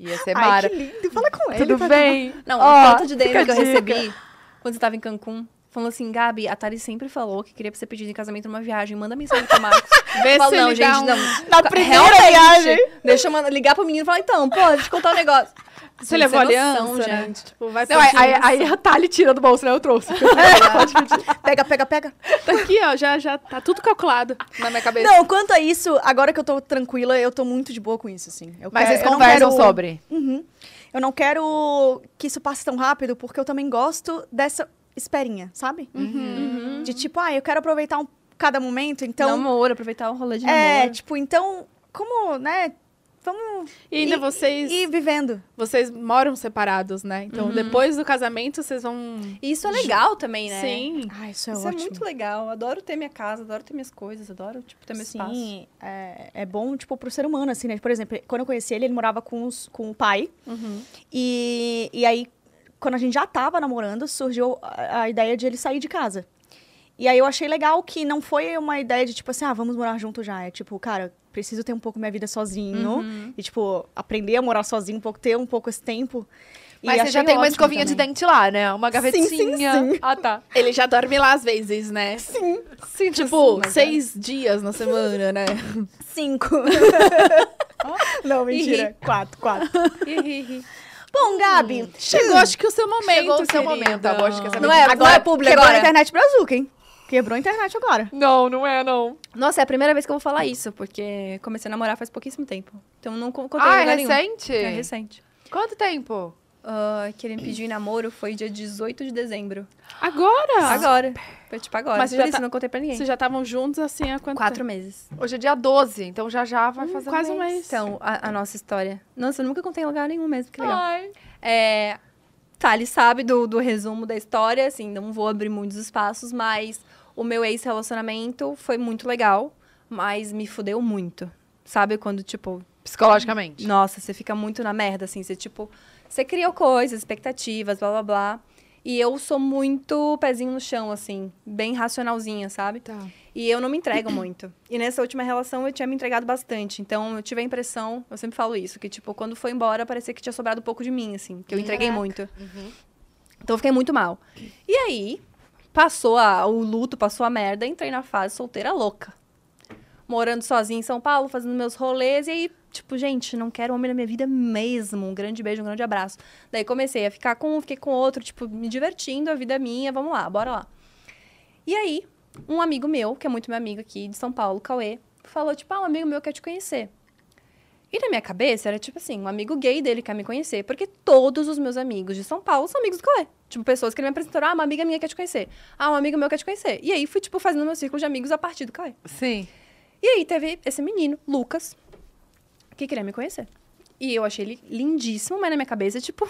Speaker 1: Ia ser
Speaker 3: Ai,
Speaker 1: mara.
Speaker 3: que lindo. Fala com ele.
Speaker 1: Tudo
Speaker 3: tá
Speaker 1: bem?
Speaker 4: Não,
Speaker 1: Ó,
Speaker 4: a foto de DM
Speaker 1: fica
Speaker 4: que eu
Speaker 1: a dica.
Speaker 4: recebi quando você tava em Cancún. Falando assim, Gabi, a Tari sempre falou que queria ser pedida em casamento numa viagem. Manda mensagem pro Marcos.
Speaker 2: Vê
Speaker 4: Fala,
Speaker 2: se
Speaker 4: não,
Speaker 2: ele
Speaker 4: gente,
Speaker 2: dá um...
Speaker 4: não.
Speaker 3: Na primeira viagem.
Speaker 4: Deixa eu mandar- ligar pro menino e falar, então, pô, deixa eu te contar um negócio.
Speaker 2: Você levou
Speaker 4: sem noção,
Speaker 2: aliança, né? Tipo, vai
Speaker 1: Não,
Speaker 2: pra
Speaker 1: aí,
Speaker 2: cima.
Speaker 1: aí- aí a Thali tira do bolso, né? Eu trouxe.
Speaker 3: Pega, pega, pega.
Speaker 2: Tá aqui, ó, já, já tá tudo calculado na minha cabeça.
Speaker 3: Não, quanto a isso, agora que eu tô tranquila, eu tô muito de boa com isso, assim. Eu
Speaker 1: Mas
Speaker 3: quero-
Speaker 1: vocês
Speaker 3: eu não
Speaker 1: conversam
Speaker 3: quero-
Speaker 1: sobre.
Speaker 3: Uhum. Eu não quero que isso passe tão rápido, porque eu também gosto dessa esperinha, sabe?
Speaker 1: Uhum.
Speaker 3: De tipo, ah, eu quero aproveitar um- cada momento, então...
Speaker 4: namoro, aproveitar o rolê de né?
Speaker 3: é,
Speaker 4: namoro.
Speaker 3: tipo, então, como, né? Vamos
Speaker 2: E ainda
Speaker 3: E-
Speaker 2: vocês
Speaker 3: ir vivendo.
Speaker 2: vocês moram separados, né? Então, depois do casamento, vocês vão...
Speaker 4: E isso é legal também, né?
Speaker 2: Sim.
Speaker 3: Ah, isso é
Speaker 4: Isso
Speaker 3: ótimo.
Speaker 4: é muito legal. Adoro ter minha casa, adoro ter minhas coisas, adoro, tipo, ter meu espaço.
Speaker 3: Sim, é, é bom, tipo, pro ser humano, assim, né? Por exemplo, quando eu conheci ele, ele morava com, os- com o pai. E, e aí, quando a gente já tava namorando, surgiu a, a ideia de ele sair de casa. E aí eu achei legal que não foi uma ideia de, tipo assim, ah, vamos morar junto já. É tipo, cara, preciso ter um pouco minha vida sozinho. E, tipo, aprender a morar sozinho um pouco, ter um pouco esse tempo. E
Speaker 1: Mas você já
Speaker 3: achei
Speaker 1: tem uma
Speaker 3: ótimo
Speaker 1: escovinha de
Speaker 3: também.
Speaker 1: dente lá, né? Uma
Speaker 3: Sim,
Speaker 1: gavetinha.
Speaker 3: sim, sim.
Speaker 1: Ah, tá.
Speaker 2: Ele já dorme lá às vezes, né? Sim. Sim, tipo,
Speaker 1: é.
Speaker 2: seis dias na semana, né?
Speaker 3: Cinco. não, mentira. Quatro, quatro. Bom, Gabi,
Speaker 2: Chegou, acho que o seu momento,
Speaker 1: Chegou o seu
Speaker 2: querida.
Speaker 1: momento, eu acho que essa
Speaker 4: Não é,
Speaker 3: Agora
Speaker 4: agora é
Speaker 3: público.
Speaker 4: público
Speaker 3: Quebrou a
Speaker 4: agora.
Speaker 3: internet pra Zuka, hein? Quebrou a internet agora.
Speaker 1: Não, não é, não.
Speaker 4: Nossa, é a primeira vez que eu vou falar isso, porque comecei a namorar faz pouquíssimo tempo. Então não co- contei
Speaker 1: Ah,
Speaker 4: em
Speaker 1: é
Speaker 4: lugar nenhum.
Speaker 1: recente?
Speaker 4: É recente.
Speaker 1: Quanto tempo?
Speaker 4: Ah, que ele me pediu em namoro foi dia 18 de dezembro.
Speaker 2: Agora?
Speaker 4: Agora. Foi tipo agora.
Speaker 2: É. Mas
Speaker 4: Mas
Speaker 2: você
Speaker 4: Por
Speaker 2: já
Speaker 4: isso
Speaker 2: tá-
Speaker 4: não contei pra ninguém.
Speaker 2: Vocês já estavam juntos, assim, há quanto
Speaker 4: Quatro meses.
Speaker 1: Hoje é dia 12, então já já vai
Speaker 2: Hum,
Speaker 1: fazer
Speaker 2: quase um
Speaker 1: um mês.
Speaker 2: mês.
Speaker 4: Então, a, a nossa história. Nossa, eu nunca contei em lugar nenhum mesmo, que legal.
Speaker 1: Ai.
Speaker 2: Ah.
Speaker 4: É, tá, ele sabe do, do resumo da história, assim, não vou abrir muitos espaços, mas o meu ex-relacionamento foi muito legal, mas me fudeu muito. Sabe quando, tipo,
Speaker 1: Psicologicamente.
Speaker 4: nossa, você fica muito na merda, assim, você, tipo, você criou coisas, expectativas, blá blá blá. E eu sou muito pezinho no chão, assim, bem racionalzinha, sabe?
Speaker 1: Tá.
Speaker 4: E eu não me entrego muito. E nessa última relação eu tinha me entregado bastante. Então eu tive a impressão, eu sempre falo isso, que tipo, quando foi embora parecia que tinha sobrado pouco de mim, assim, que eu entreguei muito. Então eu fiquei muito mal. E aí, passou a- o luto, passou a merda, entrei na fase solteira louca. Morando sozinha em São Paulo, fazendo meus rolês, e aí, tipo, gente, não quero homem na minha vida mesmo. Um grande beijo, um grande abraço. Daí comecei a ficar com um, fiquei com outro, tipo, me divertindo, a vida é minha, vamos lá, bora lá. E aí, um amigo meu, que é muito meu amigo aqui de São Paulo, Cauê, falou, tipo, ah, um amigo meu quer te conhecer. E na minha cabeça era tipo assim, um amigo gay dele quer me conhecer, porque todos os meus amigos de São Paulo são amigos do Cauê. Tipo, pessoas que ele me apresentaram, ah, uma amiga minha quer te conhecer. Ah, um amigo meu quer te conhecer. E aí fui, tipo, fazendo meu círculo de amigos a partir do Cauê.
Speaker 1: Sim.
Speaker 4: E aí teve esse menino, Lucas, que queria me conhecer. E eu achei ele lindíssimo, mas na minha cabeça, tipo,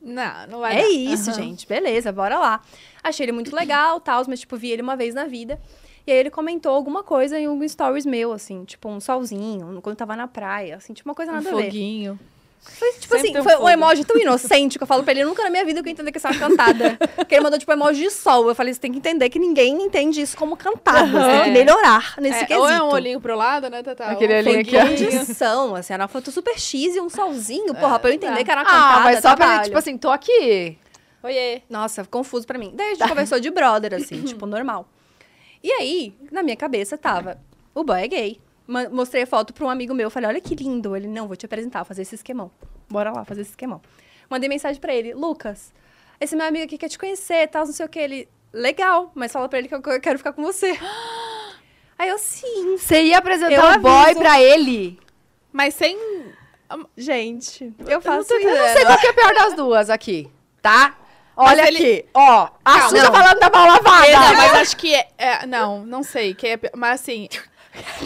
Speaker 1: Não, não vai
Speaker 4: é
Speaker 1: dar.
Speaker 4: isso, gente. Beleza, bora lá. Achei ele muito legal, tal, mas, tipo, vi ele uma vez na vida. E aí ele comentou alguma coisa em um stories meu, assim, tipo, um solzinho, quando eu tava na praia, assim, tipo, uma coisa
Speaker 1: Um
Speaker 4: nada a ver.
Speaker 1: foguinho.
Speaker 4: Foi, tipo
Speaker 1: Sempre tem
Speaker 4: assim,
Speaker 1: um
Speaker 4: foi um
Speaker 1: fogo.
Speaker 4: emoji tão inocente que eu falo pra ele, nunca na minha vida eu ia entender que isso é uma cantada. Porque ele mandou, tipo, emoji de sol. Eu falei, você tem que entender que ninguém entende isso como cantada. Você tem que
Speaker 2: É.
Speaker 4: melhorar nesse
Speaker 2: É,
Speaker 4: quesito.
Speaker 2: ou é um olhinho pro lado, né, Tatá?
Speaker 1: Aquele
Speaker 4: é
Speaker 2: Ou um
Speaker 1: olhinho aqui, ó.
Speaker 2: foguinho.
Speaker 4: Condição, assim, era uma foto super X e um solzinho, porra, pra eu entender
Speaker 2: tá.
Speaker 4: que era uma cantada.
Speaker 1: Ah, mas só pra ele,
Speaker 4: trabalho.
Speaker 1: tipo assim, tô aqui.
Speaker 2: Oiê.
Speaker 4: Nossa, confuso pra mim. Daí a gente conversou de brother, assim, tipo, normal. E aí, na minha cabeça tava, o boy é gay. Ma- Mostrei a foto pra um amigo meu, falei, olha que lindo. Ele, não, vou te apresentar, vou fazer esse esquemão. Bora lá, fazer esse esquemão. Mandei mensagem pra ele, Lucas, esse meu amigo aqui quer te conhecer, tal, não sei o que. Ele, legal, mas fala pra ele que eu eu quero ficar com você. Aí eu, sim.
Speaker 1: Você ia apresentar
Speaker 4: Eu
Speaker 1: um boy
Speaker 4: aviso.
Speaker 1: pra ele?
Speaker 2: Mas sem...
Speaker 4: Gente, eu
Speaker 2: não
Speaker 4: faço
Speaker 2: tô
Speaker 4: isso.
Speaker 1: Eu não sei qual que é a pior das duas aqui, tá? Olha
Speaker 2: Mas ele-
Speaker 1: aqui, ó. A
Speaker 2: Calma.
Speaker 1: Su tá falando da mão lavada.
Speaker 2: Não, mas acho que é... é- não, não sei. Que é, mas assim...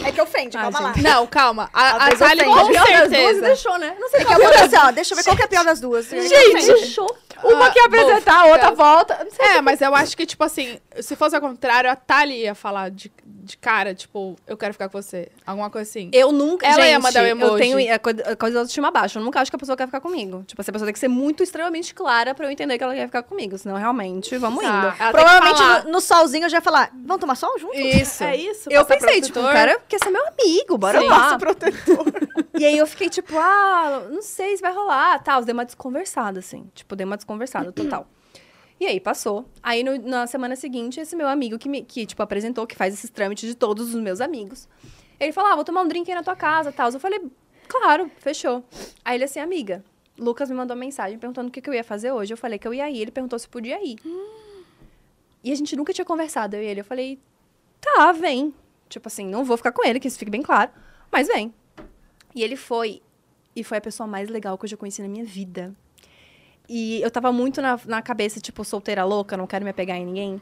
Speaker 3: É que ofende,
Speaker 4: Ah,
Speaker 3: calma lá.
Speaker 2: Não, calma. A, a
Speaker 3: Talvez
Speaker 2: Sally
Speaker 3: ofenda.
Speaker 2: com
Speaker 4: Pior assim, das duas,
Speaker 2: certeza.
Speaker 4: deixou, né? Não sei
Speaker 3: É que a outra, assim, ó, deixa eu ver qual que é a pior das duas.
Speaker 1: Gente,
Speaker 4: deixou.
Speaker 1: uma quer apresentar, a outra volta. Não sei.
Speaker 2: assim, ah, É, mas eu acho que, tipo assim, se fosse ao contrário, a Thalia ia falar de, de cara, tipo, eu quero ficar com você. Alguma coisa assim.
Speaker 4: Eu nunca.
Speaker 2: Ela
Speaker 4: gente,
Speaker 2: ia mandar o
Speaker 4: Eu
Speaker 2: emoji.
Speaker 4: tenho a co- a coisa da autoestima baixa. Eu nunca acho que a pessoa quer ficar comigo. Tipo, essa pessoa tem que ser muito, extremamente clara pra eu entender que ela quer ficar comigo. Senão, realmente, vamos
Speaker 2: Tá,
Speaker 4: indo.
Speaker 2: ela tem que
Speaker 3: Provavelmente
Speaker 2: falar.
Speaker 3: no, no solzinho eu já ia falar, vamos tomar sol junto?
Speaker 4: Isso.
Speaker 2: É isso?
Speaker 4: Eu
Speaker 2: passar
Speaker 4: pensei, tipo, o
Speaker 2: protetor?
Speaker 4: cara quer ser meu amigo, bora
Speaker 2: Sim.
Speaker 4: lá.
Speaker 3: protetor.
Speaker 4: E aí eu fiquei tipo, ah, não sei se vai rolar, tal. Dei uma desconversada, assim. Tipo, dei uma desconversada total. E aí passou. Aí no- na semana seguinte, esse meu amigo que, me, que, tipo, apresentou, que faz esses trâmites de todos os meus amigos, ele falou, ah, vou tomar um drink aí na tua casa, tal. Eu falei, claro, fechou. Aí ele assim, amiga, Lucas me mandou mensagem perguntando o que, que eu ia fazer hoje. Eu falei que eu ia ir, ele perguntou se podia ir. E a gente nunca tinha conversado, eu e ele. Eu falei, tá, vem. Tipo assim, não vou ficar com ele, que isso fique bem claro, mas vem. E ele foi. E foi a pessoa mais legal que eu já conheci na minha vida. E eu tava muito na, na cabeça, tipo, solteira louca, não quero me apegar em ninguém.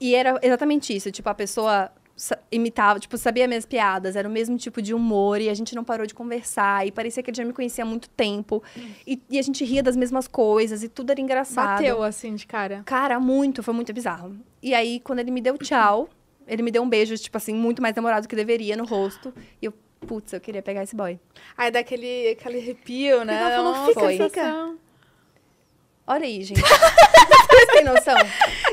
Speaker 4: E era exatamente isso. Tipo, a pessoa sa- imitava, tipo, sabia minhas piadas, era o mesmo tipo de humor, e a gente não parou de conversar. E parecia que ele já me conhecia há muito tempo. E, e a gente ria das mesmas coisas, e tudo era engraçado.
Speaker 2: Bateu, assim, de cara.
Speaker 4: Cara, muito, foi muito bizarro. E aí, quando ele me deu tchau, ele me deu um beijo, tipo assim, muito mais demorado do que deveria no rosto. E eu, putz, eu queria pegar esse boy.
Speaker 2: Aí dá aquele, aquele arrepio, né?
Speaker 4: Ela falou,
Speaker 2: Uma
Speaker 4: tá "Fica,
Speaker 2: sensação."
Speaker 4: Olha aí, gente. Vocês têm noção?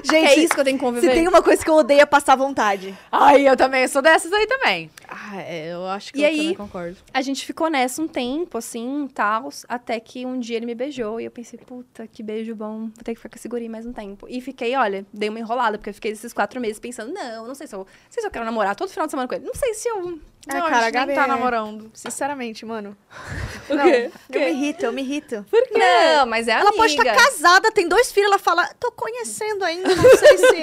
Speaker 4: Que
Speaker 3: Gente,
Speaker 4: é isso que eu tenho que
Speaker 3: se
Speaker 4: conviver?
Speaker 3: tem uma coisa que eu odeio é passar vontade.
Speaker 1: Ai, eu também, eu sou dessas aí também.
Speaker 2: Ah, é, eu acho que
Speaker 4: E
Speaker 2: eu
Speaker 4: aí?
Speaker 2: também concordo.
Speaker 4: A gente ficou nessa um tempo, assim, tal, até que um dia ele me beijou e eu pensei, puta, que beijo bom, vou ter que ficar com esse guri mais um tempo. E fiquei, olha, dei uma enrolada, porque eu fiquei esses quatro meses pensando, não, não sei se eu, não sei se eu quero namorar todo final de semana com ele, não sei se eu...
Speaker 3: Ah,
Speaker 1: não,
Speaker 3: cara,
Speaker 1: a gente
Speaker 3: Gabi,
Speaker 1: nem tá
Speaker 3: é.
Speaker 1: namorando.
Speaker 3: Sinceramente, mano.
Speaker 2: O quê?
Speaker 3: Eu me irrito, eu me irrito.
Speaker 4: Não, mas é
Speaker 3: Ela pode estar casada, tem dois filhos, ela fala, tô conhecendo ainda, não sei se.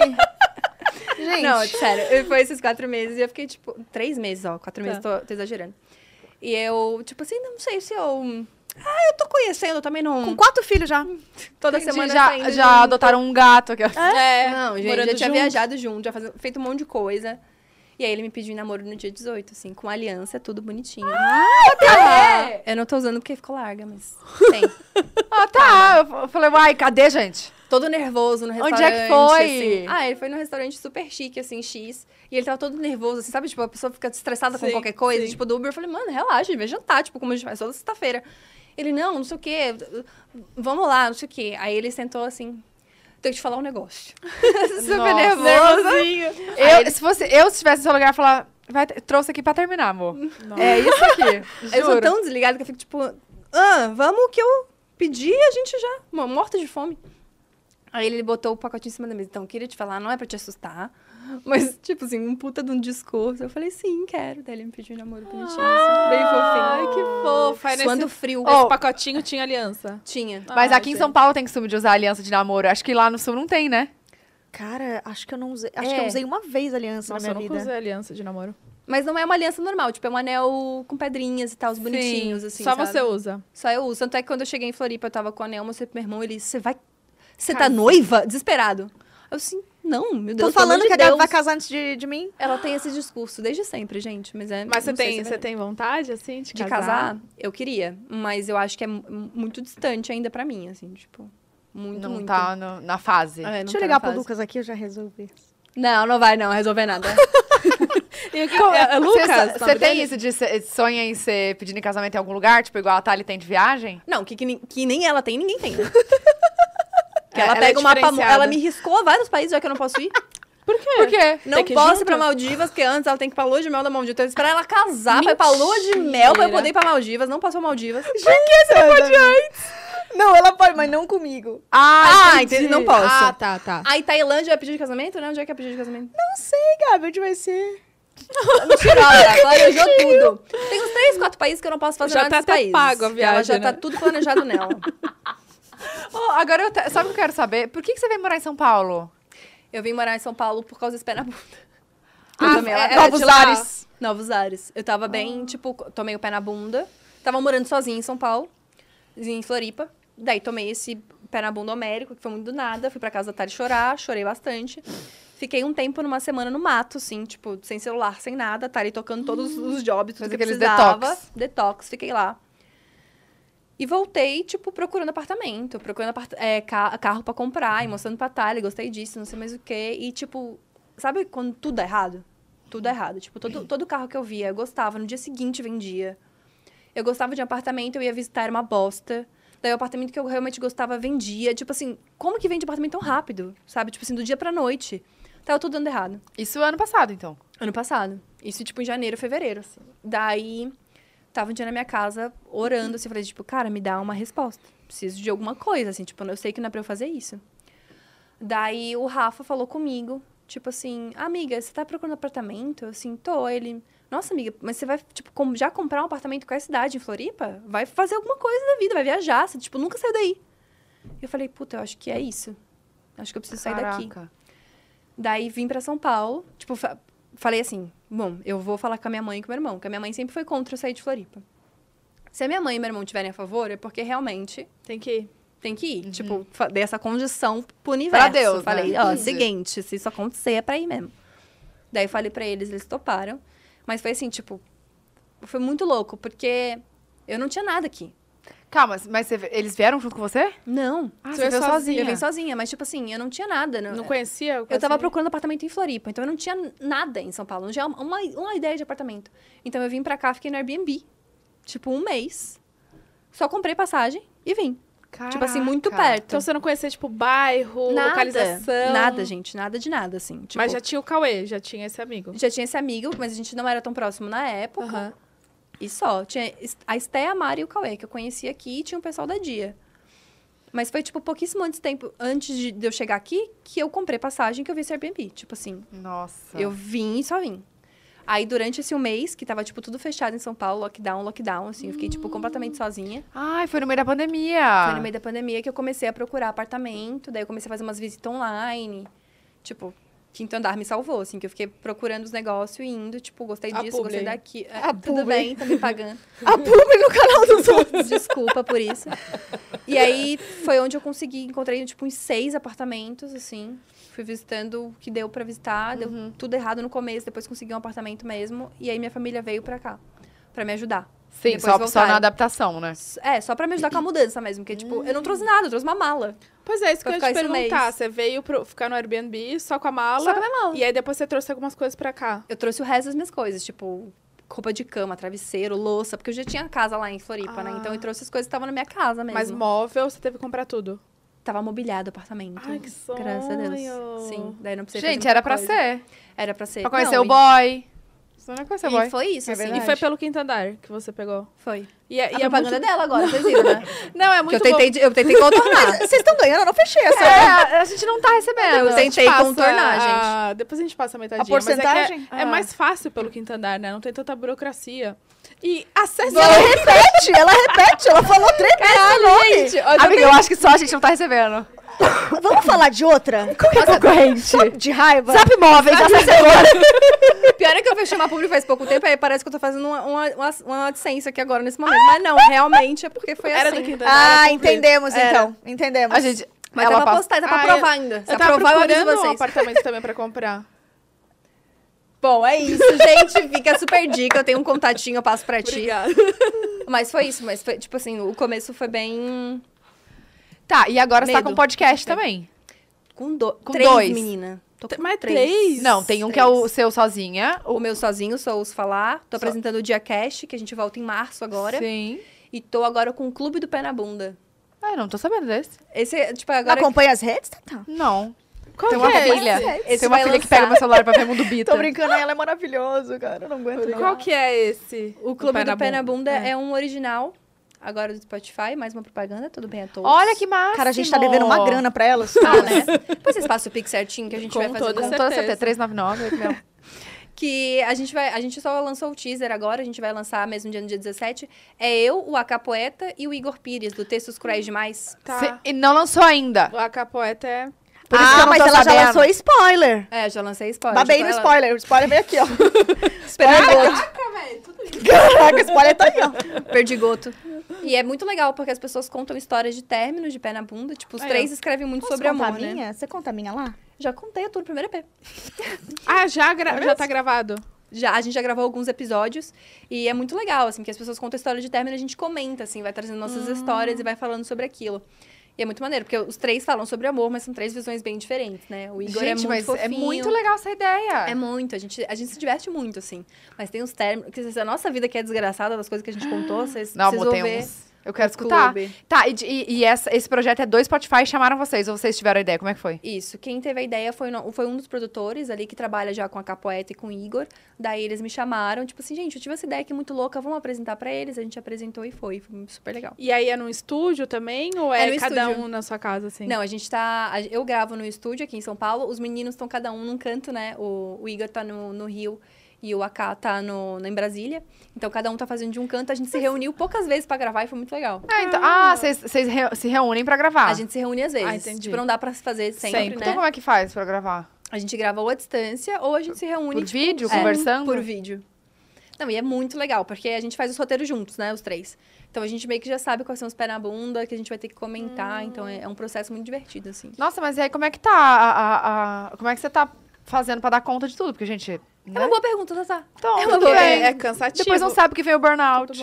Speaker 3: Gente.
Speaker 4: Não, sério, eu- foi esses quatro meses e eu fiquei, tipo, três meses, ó, quatro meses, tô, tô exagerando. E eu, tipo assim, não sei se eu... Ah, eu tô conhecendo, eu também não...
Speaker 3: com quatro filhos já.
Speaker 4: Toda
Speaker 1: Entendi,
Speaker 4: semana
Speaker 1: já,
Speaker 4: saindo
Speaker 1: já
Speaker 4: junto.
Speaker 1: adotaram um gato aqui. ó.
Speaker 2: É,
Speaker 4: Não, gente,
Speaker 2: morando
Speaker 4: já tinha
Speaker 2: junto.
Speaker 4: viajado junto, já fazendo, feito um monte de coisa. E aí ele me pediu em namoro no dia 18, assim, com aliança, tudo bonitinho. Ah, tá! Eu não tô usando porque ficou larga, mas tem.
Speaker 1: Ah, tá. Eu f- Eu falei, uai, cadê, gente?
Speaker 4: Todo nervoso no restaurante.
Speaker 1: Onde é que foi?
Speaker 4: assim. Ah, ele foi num restaurante super chique, assim, X. E ele tava todo nervoso, assim, sabe? Tipo, a pessoa fica estressada com
Speaker 2: Sim,
Speaker 4: qualquer coisa.
Speaker 2: sim.
Speaker 4: Tipo, do Uber, eu falei, mano, relaxa, ele vai jantar, tipo, como a gente faz toda sexta-feira. Ele, não, não sei o quê, vamos lá, não sei o quê. Aí ele sentou assim, tenho que te falar um negócio.
Speaker 1: Super
Speaker 4: Nossa.
Speaker 1: nervosa. Eu, se fosse, eu estivesse no seu lugar, eu ia falar, vai, te- trouxe aqui pra terminar, amor. É isso aqui.
Speaker 4: Eu sou
Speaker 1: juro.
Speaker 4: tão desligada que eu fico tipo, ah, vamos que eu pedi e a gente já, mo- morta de fome. Aí ele botou o pacotinho em cima da mesa. Então, eu queria te falar, não é pra te assustar. Mas, tipo assim, um puta de um discurso. Eu falei, sim, quero. Daí ele me pediu em namoro bonitinho, assim, bem
Speaker 2: Ah, Ai,
Speaker 4: fofinho.
Speaker 2: que fofo. Aí nesse,
Speaker 4: Suando frio.
Speaker 2: nesse
Speaker 1: Oh.
Speaker 2: pacotinho tinha aliança.
Speaker 4: Tinha.
Speaker 1: Mas
Speaker 2: Ai,
Speaker 1: aqui em São Paulo tem costume de usar aliança de namoro. Acho que lá no Sul não tem, né?
Speaker 3: Cara, acho que eu não usei. Acho que eu
Speaker 4: É.
Speaker 3: usei uma vez aliança
Speaker 2: Nossa,
Speaker 3: na
Speaker 2: eu
Speaker 3: minha
Speaker 2: nunca
Speaker 3: vida.
Speaker 2: usei aliança de namoro.
Speaker 4: Mas não é uma aliança normal. Tipo, é um anel com pedrinhas e tal, os bonitinhos,
Speaker 2: Sim,
Speaker 4: assim,
Speaker 2: Só
Speaker 4: sabe?
Speaker 2: você usa.
Speaker 4: Só eu uso. Tanto é que quando eu cheguei em Floripa, eu tava com o anel, mostrei pro meu irmão, ele, você vai... Você tá
Speaker 3: Casa.
Speaker 4: noiva? Desesperado. Eu, assim, não, meu
Speaker 3: Tô
Speaker 4: Deus. pelo amor
Speaker 3: falando
Speaker 4: de
Speaker 3: que a Gabi
Speaker 4: Deus.
Speaker 3: vai casar antes de, de mim?
Speaker 4: Ela tem esse discurso desde sempre, gente. Mas, é,
Speaker 2: Mas você
Speaker 4: não sei se
Speaker 2: tem,
Speaker 4: é
Speaker 2: você
Speaker 4: verdade.
Speaker 2: tem vontade, assim, de,
Speaker 4: De casar, eu queria. Mas eu acho que é mu- muito distante ainda pra mim, assim, tipo. Muito,
Speaker 1: não
Speaker 4: muito.
Speaker 1: tá no- na fase.
Speaker 4: É, não
Speaker 3: Deixa eu
Speaker 4: tá
Speaker 3: ligar
Speaker 4: na
Speaker 3: pro
Speaker 4: fase.
Speaker 3: Lucas aqui, eu já resolvi.
Speaker 4: Não, não vai não resolver nada.
Speaker 2: E o que- é, é Lucas?
Speaker 1: Você
Speaker 2: o nome
Speaker 1: tem
Speaker 2: dele?
Speaker 1: isso de ser- sonha em ser pedindo em casamento em algum lugar? Tipo, igual a Thali tem de viagem?
Speaker 4: não, que, que, nem- que nem ela tem, ninguém tem. né? Que
Speaker 1: É,
Speaker 4: ela
Speaker 1: ela
Speaker 4: pega
Speaker 1: é
Speaker 4: o mapa. mu-
Speaker 1: diferenciada.
Speaker 4: Ela me riscou vários países, já que eu não posso ir. É.
Speaker 1: Por quê?
Speaker 4: Não
Speaker 2: que ir
Speaker 4: posso
Speaker 2: junto?
Speaker 4: ir pra Maldivas, porque antes ela tem que ir pra lua de mel da Maldivas. Então, eu esperar ela casar, vai pra lua de mel pra eu
Speaker 2: Mentira.
Speaker 4: poder ir pra Maldivas. Não posso pra Maldivas.
Speaker 3: Não, ela pode, mas não comigo.
Speaker 4: Ah, entendi. Não posso.
Speaker 2: Ah, tá, tá.
Speaker 4: Aí, Tailândia é pedido de casamento? Não, onde é que é pedido de casamento?
Speaker 3: Não sei, Gabi, onde vai ser?
Speaker 4: Mentirosa, planejou tudo. Tem uns três, quatro países que eu não posso fazer
Speaker 2: Já
Speaker 4: nada
Speaker 2: tá
Speaker 4: desses
Speaker 2: até
Speaker 4: países.
Speaker 2: pago a viagem,
Speaker 4: Ela já tá
Speaker 2: né?
Speaker 4: tudo planejado nela.
Speaker 1: Ô, oh, agora, eu te- sabe o que eu quero saber? Por que, que você veio morar em São Paulo?
Speaker 4: Eu vim morar em São Paulo por causa desse pé na bunda.
Speaker 1: Ah,
Speaker 4: Eu tomei-
Speaker 1: é-
Speaker 4: era
Speaker 1: novos
Speaker 4: de lá.
Speaker 1: ares.
Speaker 4: Novos ares. Eu tava
Speaker 2: Ah.
Speaker 4: bem, tipo, co- tomei o pé na bunda. Tava morando sozinha em São Paulo, em Floripa. Daí tomei esse pé na bunda homérico, que foi muito do nada. Fui pra casa da Tari chorar, chorei bastante. Fiquei um tempo, numa semana, no mato, assim, tipo, sem celular, sem nada. Tari tocando todos os jobs,
Speaker 1: Fez
Speaker 4: tudo que
Speaker 1: Hum. aqueles
Speaker 4: precisava.
Speaker 1: detox.
Speaker 4: Detox, fiquei lá. E voltei, tipo, procurando apartamento, procurando apart- é, ca- carro pra comprar, e mostrando pra Thalia, gostei disso, não sei mais o quê. E, tipo, sabe quando tudo dá errado? Tudo dá errado. Tipo,
Speaker 1: Uhum.
Speaker 4: todo, todo carro que eu via, eu gostava, no dia seguinte vendia. Eu gostava de um apartamento, eu ia visitar, era uma bosta. Daí o apartamento que eu realmente gostava vendia. Tipo assim, como que vende apartamento tão rápido? Sabe? Tipo assim, do dia pra noite. Tava tudo dando errado.
Speaker 1: Isso ano passado, então.
Speaker 4: Ano passado. Isso, tipo, em janeiro, fevereiro, assim. Daí, tava um dia na minha casa, orando, assim, eu falei, tipo, cara, me dá uma resposta. Preciso de alguma coisa, assim, tipo, eu sei que não é pra eu fazer isso. Daí, o Rafa falou comigo, tipo assim, amiga, você tá procurando apartamento? Eu, assim, tô. Ele, nossa, amiga, mas você vai, tipo, com- já comprar um apartamento com a cidade, em Floripa? Vai fazer alguma coisa da vida, vai viajar, você, tipo, nunca saiu daí. Eu falei, puta, eu acho que é isso. Acho que eu preciso sair daqui.
Speaker 1: Caraca.
Speaker 4: Daí vim pra São Paulo, tipo, fa- falei assim, bom, eu vou falar com a minha mãe e com o meu irmão, porque a minha mãe sempre foi contra eu sair de Floripa. Se a minha mãe e meu irmão tiverem a favor, é porque realmente
Speaker 2: Tem que ir.
Speaker 4: tem que ir. Tipo, fa- dei essa condição pro universo.
Speaker 1: Uhum. Pra Deus, né?
Speaker 4: Falei, ó,
Speaker 1: Entendi.
Speaker 4: seguinte, se isso acontecer, é pra ir mesmo. Daí falei pra eles, eles toparam. Mas foi assim, tipo, foi muito louco, porque eu não tinha nada aqui.
Speaker 1: Calma, mas você- eles vieram junto com você?
Speaker 4: Não.
Speaker 1: Ah,
Speaker 2: Você veio sozinha.
Speaker 4: Eu vim sozinha, mas tipo assim, eu não tinha nada. Não,
Speaker 2: Não conhecia?
Speaker 4: eu tava
Speaker 2: quase-
Speaker 4: procurando apartamento em Floripa, então eu não tinha nada em São Paulo, não tinha uma, uma ideia de apartamento. Então eu vim pra cá, fiquei no Airbnb, tipo um mês. Só comprei passagem e vim. Tipo assim, muito
Speaker 1: Caraca.
Speaker 4: perto.
Speaker 2: Então você não conhecia, tipo, bairro, localização?
Speaker 4: Nada, gente, nada de nada, assim. Tipo,
Speaker 2: Mas já tinha o Cauê, já tinha esse amigo.
Speaker 4: já tinha esse amigo, mas a gente não era tão próximo na época.
Speaker 2: Aham.
Speaker 4: E só. Tinha es- a Esté, a Mari e o Cauê, que eu conheci aqui, e tinha o pessoal da Dia. Mas foi, tipo, pouquíssimo antes tempo, antes de de eu chegar aqui, que eu comprei passagem que eu vi esse Airbnb. Tipo assim,
Speaker 1: Nossa.
Speaker 4: Eu vim e só vim. Aí, durante esse um mês, que tava, tipo, tudo fechado em São Paulo, lockdown, lockdown, assim, eu fiquei, tipo, completamente sozinha.
Speaker 1: Ai, foi no meio da pandemia.
Speaker 3: Ah.
Speaker 4: Foi no meio da pandemia que eu comecei a procurar apartamento, daí eu comecei a fazer umas visitas online. Tipo, Quinto Andar me salvou, assim, que eu fiquei procurando os negócios e indo, tipo, gostei
Speaker 2: A
Speaker 4: disso,
Speaker 2: publi.
Speaker 4: gostei daqui. É,
Speaker 3: A
Speaker 4: tudo
Speaker 3: publi.
Speaker 4: bem, tá me pagando.
Speaker 3: A publi no canal dos outros.
Speaker 4: Desculpa por isso. E aí, foi onde eu consegui, encontrei, tipo, uns seis apartamentos, assim. Fui visitando o que deu pra visitar, deu
Speaker 3: Uhum.
Speaker 4: tudo errado no começo, depois consegui um apartamento mesmo. E aí, minha família veio pra cá, pra me ajudar.
Speaker 1: Sim,
Speaker 4: Depois
Speaker 1: só, só
Speaker 4: voltaram.
Speaker 1: na adaptação, né?
Speaker 4: S- É, só pra me ajudar com a mudança mesmo, porque, tipo, eu não
Speaker 3: Hum.
Speaker 4: trouxe nada, eu trouxe uma mala.
Speaker 2: Pois é, isso que
Speaker 4: Pra
Speaker 2: eu ia
Speaker 4: ficar
Speaker 2: te
Speaker 4: esse mês.
Speaker 2: perguntar. Você veio pro- ficar no Airbnb só com a mala.
Speaker 4: Só com a minha mala.
Speaker 2: E aí depois você trouxe algumas coisas pra cá.
Speaker 4: Eu trouxe o resto das minhas coisas, tipo, roupa de cama, travesseiro, louça,
Speaker 2: Ah.
Speaker 4: porque eu já tinha casa lá em Floripa, né? Então, eu trouxe as coisas que estavam na minha casa mesmo.
Speaker 2: Mas móvel, você teve que comprar tudo.
Speaker 4: Tava mobiliado o apartamento.
Speaker 2: Ai, que sonho.
Speaker 4: Graças a Deus. Sim, daí não precisei fazer
Speaker 1: Gente,
Speaker 4: muita
Speaker 1: era pra
Speaker 4: coisa.
Speaker 1: ser.
Speaker 4: Era pra ser.
Speaker 1: Pra conhecer
Speaker 4: Não,
Speaker 1: o boy. Você não
Speaker 4: E,
Speaker 1: conheceu o
Speaker 4: e
Speaker 1: boy.
Speaker 4: foi isso,
Speaker 1: É
Speaker 4: assim.
Speaker 1: verdade.
Speaker 2: E foi pelo quinto andar que você pegou.
Speaker 4: Ah, Foi.
Speaker 2: E, é- e
Speaker 4: E a
Speaker 2: é
Speaker 4: propaganda
Speaker 2: muito...
Speaker 4: dela agora, vocês viram, né?
Speaker 2: Não, é
Speaker 4: Porque
Speaker 2: muito
Speaker 4: eu
Speaker 2: bom.
Speaker 4: tentei, de- eu tentei contornar.
Speaker 3: Vocês estão ganhando, eu não fechei essa.
Speaker 1: É, a gente não tá recebendo.
Speaker 4: Eu
Speaker 1: a gente
Speaker 4: tentei
Speaker 1: passa
Speaker 4: contornar, gente. Ah.
Speaker 2: Ah, depois a gente passa a metadinha.
Speaker 3: A
Speaker 2: mas é que é-
Speaker 3: porcentagem?
Speaker 2: É, mais fácil pelo quinto andar, né? Não tem tanta burocracia. E acesso...
Speaker 3: Ela repete, ela repete, ela falou três vezes
Speaker 1: Gente, olha, amiga, eu acho que só a gente não tá recebendo.
Speaker 3: o nome. Vamos falar de outra?
Speaker 5: Qual que é concorrente?
Speaker 3: De raiva?
Speaker 5: Zap Móveis, assessora.
Speaker 4: Pior é que eu fui chamar público faz pouco tempo, aí parece que eu tô fazendo uma, uma, uma, uma adicência aqui agora nesse momento. Mas não, realmente é porque foi
Speaker 2: Era
Speaker 4: assim.
Speaker 2: do quinto andar.
Speaker 3: Ah,
Speaker 2: era cumprido.
Speaker 3: entendemos então. Entendemos.
Speaker 1: A gente.
Speaker 4: Mas
Speaker 1: ela
Speaker 4: tá pra
Speaker 1: passa-
Speaker 4: postar, tá pra
Speaker 2: Ah,
Speaker 4: provar ainda. Se
Speaker 2: Eu tava
Speaker 4: aprovar, eu aviso
Speaker 2: procurando um
Speaker 4: vocês.
Speaker 2: apartamento também pra comprar.
Speaker 4: Bom, é isso, gente. Fica super dica. Eu tenho um contatinho, eu passo pra ti. Mas foi isso, mas foi, tipo assim, o começo foi bem.
Speaker 1: Tá, e agora você tá
Speaker 4: Medo.
Speaker 1: com um podcast também.
Speaker 4: Com, do...
Speaker 1: Com
Speaker 4: três,
Speaker 1: dois.
Speaker 4: menina. Tô com
Speaker 2: Mas
Speaker 4: três.
Speaker 2: três?
Speaker 1: Não, tem um que é o seu sozinha.
Speaker 4: O meu sozinho, sou os falar. Tô apresentando o Dia Cast, que a gente volta em março agora.
Speaker 1: Sim.
Speaker 4: E tô agora com o Clube do Pé na Bunda.
Speaker 1: Ah, não tô sabendo desse.
Speaker 4: Esse, é, tipo, agora.
Speaker 3: Acompanha as redes, tá?
Speaker 1: Não.
Speaker 2: Qual
Speaker 1: tem
Speaker 2: que
Speaker 1: uma
Speaker 2: é esse?
Speaker 1: filha.
Speaker 4: Esse
Speaker 1: tem uma
Speaker 4: vai
Speaker 1: filha que
Speaker 4: lançar.
Speaker 1: pega meu celular pra ver Mundo Bita.
Speaker 3: Tô brincando, ela é maravilhosa, cara. Eu não aguento. não.
Speaker 2: Qual que é esse?
Speaker 4: O Clube
Speaker 1: Pé
Speaker 4: do
Speaker 1: na
Speaker 4: Pé na
Speaker 1: Bunda.
Speaker 4: Bunda é. um original, agora do Spotify, mais uma propaganda, tudo bem a todos.
Speaker 1: Olha que massa.
Speaker 3: Cara, a gente tá devendo uma grana pra elas.
Speaker 4: Ah, né? Depois vocês passam o pix certinho que a gente
Speaker 2: Com
Speaker 4: vai fazer.
Speaker 2: toda
Speaker 1: Com
Speaker 4: um-
Speaker 1: toda certeza.
Speaker 2: certeza.
Speaker 1: 399, 89.
Speaker 4: Que a gente vai. A gente só lançou o teaser agora, a gente vai lançar mesmo dia no dia 17. É eu, o Acapoeta e o Igor Pires, do Textos Cruéis Demais.
Speaker 2: Tá.
Speaker 1: Cê- E não lançou ainda.
Speaker 2: O Acapoeta é...
Speaker 3: Por
Speaker 1: Ah,
Speaker 3: isso que eu não
Speaker 1: mas
Speaker 3: tô
Speaker 1: ela já
Speaker 3: sabendo.
Speaker 1: lançou
Speaker 3: spoiler.
Speaker 4: É, já lancei spoiler.
Speaker 3: Babei
Speaker 4: já
Speaker 3: no
Speaker 4: tô-
Speaker 3: spoiler. O spoiler veio aqui, ó.
Speaker 4: Perdigoto.
Speaker 3: Caraca, o spoiler tá aí, ó.
Speaker 4: Perdigoto. E é muito legal, porque as pessoas contam histórias de términos, de pé na bunda. Tipo, os
Speaker 2: Aí,
Speaker 4: três escrevem muito sobre
Speaker 3: contar
Speaker 4: amor,
Speaker 3: a
Speaker 4: né?
Speaker 3: minha? Você conta a minha lá?
Speaker 4: Já contei, eu tô no primeiro EP.
Speaker 2: Ah, já, gra- já tá gravado?
Speaker 4: Já, a gente já gravou alguns episódios e é muito legal, assim, que as pessoas contam a história de término e a gente comenta, assim, vai trazendo
Speaker 3: Ah.
Speaker 4: nossas histórias e vai falando sobre aquilo. E é muito maneiro, porque os três falam sobre amor, mas são três visões bem diferentes, né? O Igor é
Speaker 1: gente,
Speaker 4: muito
Speaker 1: mas é
Speaker 4: fofinho.
Speaker 1: muito legal essa ideia.
Speaker 4: É muito, a gente, a gente se diverte muito, assim. Mas tem uns términos, que se a nossa vida que é desgraçada, das coisas que a gente contou, vocês
Speaker 1: Ah. não, amor,
Speaker 4: precisam
Speaker 1: tem
Speaker 4: ver.
Speaker 1: uns. Eu quero
Speaker 4: no
Speaker 1: escutar.
Speaker 4: clube.
Speaker 1: Tá, e, de- e- e essa- esse projeto é do Spotify, chamaram vocês, ou vocês tiveram a ideia, como é que foi?
Speaker 4: Isso, quem teve a ideia foi, no- foi um dos produtores ali que trabalha já com a Capoeta e com o Igor. Daí eles me chamaram, tipo assim, gente, eu tive essa ideia aqui muito louca, vamos apresentar pra eles. A gente apresentou e foi, foi super legal.
Speaker 2: E aí é num estúdio também? Ou é,
Speaker 4: É no
Speaker 2: cada
Speaker 4: estúdio.
Speaker 2: um na sua casa, assim?
Speaker 4: Não, a gente tá. a- Eu gravo no estúdio aqui em São Paulo, os meninos estão cada um num canto, né? O, o Igor tá no, no Rio e o AK tá no, em Brasília. Então cada um tá fazendo de um canto. A gente se reuniu poucas vezes pra gravar e foi muito legal.
Speaker 1: Ah, então, ah, vocês vocês reu- se reúnem pra gravar.
Speaker 4: A gente se reúne às vezes.
Speaker 2: Ah, entendi.
Speaker 4: Tipo, não dá pra se fazer sempre,
Speaker 2: Sempre.
Speaker 1: Então
Speaker 4: né?
Speaker 1: como é que faz pra gravar?
Speaker 4: A gente grava ou à distância ou a gente se reúne
Speaker 1: Por
Speaker 4: tipo,
Speaker 1: vídeo,
Speaker 4: é,
Speaker 1: conversando?
Speaker 4: por vídeo. Não, e é muito legal, porque a gente faz os roteiros juntos, né? Os três. Então a gente meio que já sabe quais são os pés na bunda, que a gente vai ter que comentar. Então é, é um processo muito divertido, assim.
Speaker 1: Nossa, mas e aí como é que tá a, a- a- Como é que você tá fazendo pra dar conta de tudo? Porque, gente...
Speaker 4: É
Speaker 1: Né?
Speaker 4: uma boa pergunta, Tatá.
Speaker 1: Então,
Speaker 4: é uma
Speaker 1: tudo
Speaker 4: boa-
Speaker 1: bem.
Speaker 2: É, é cansativo.
Speaker 1: Depois não sabe o que veio o burnout.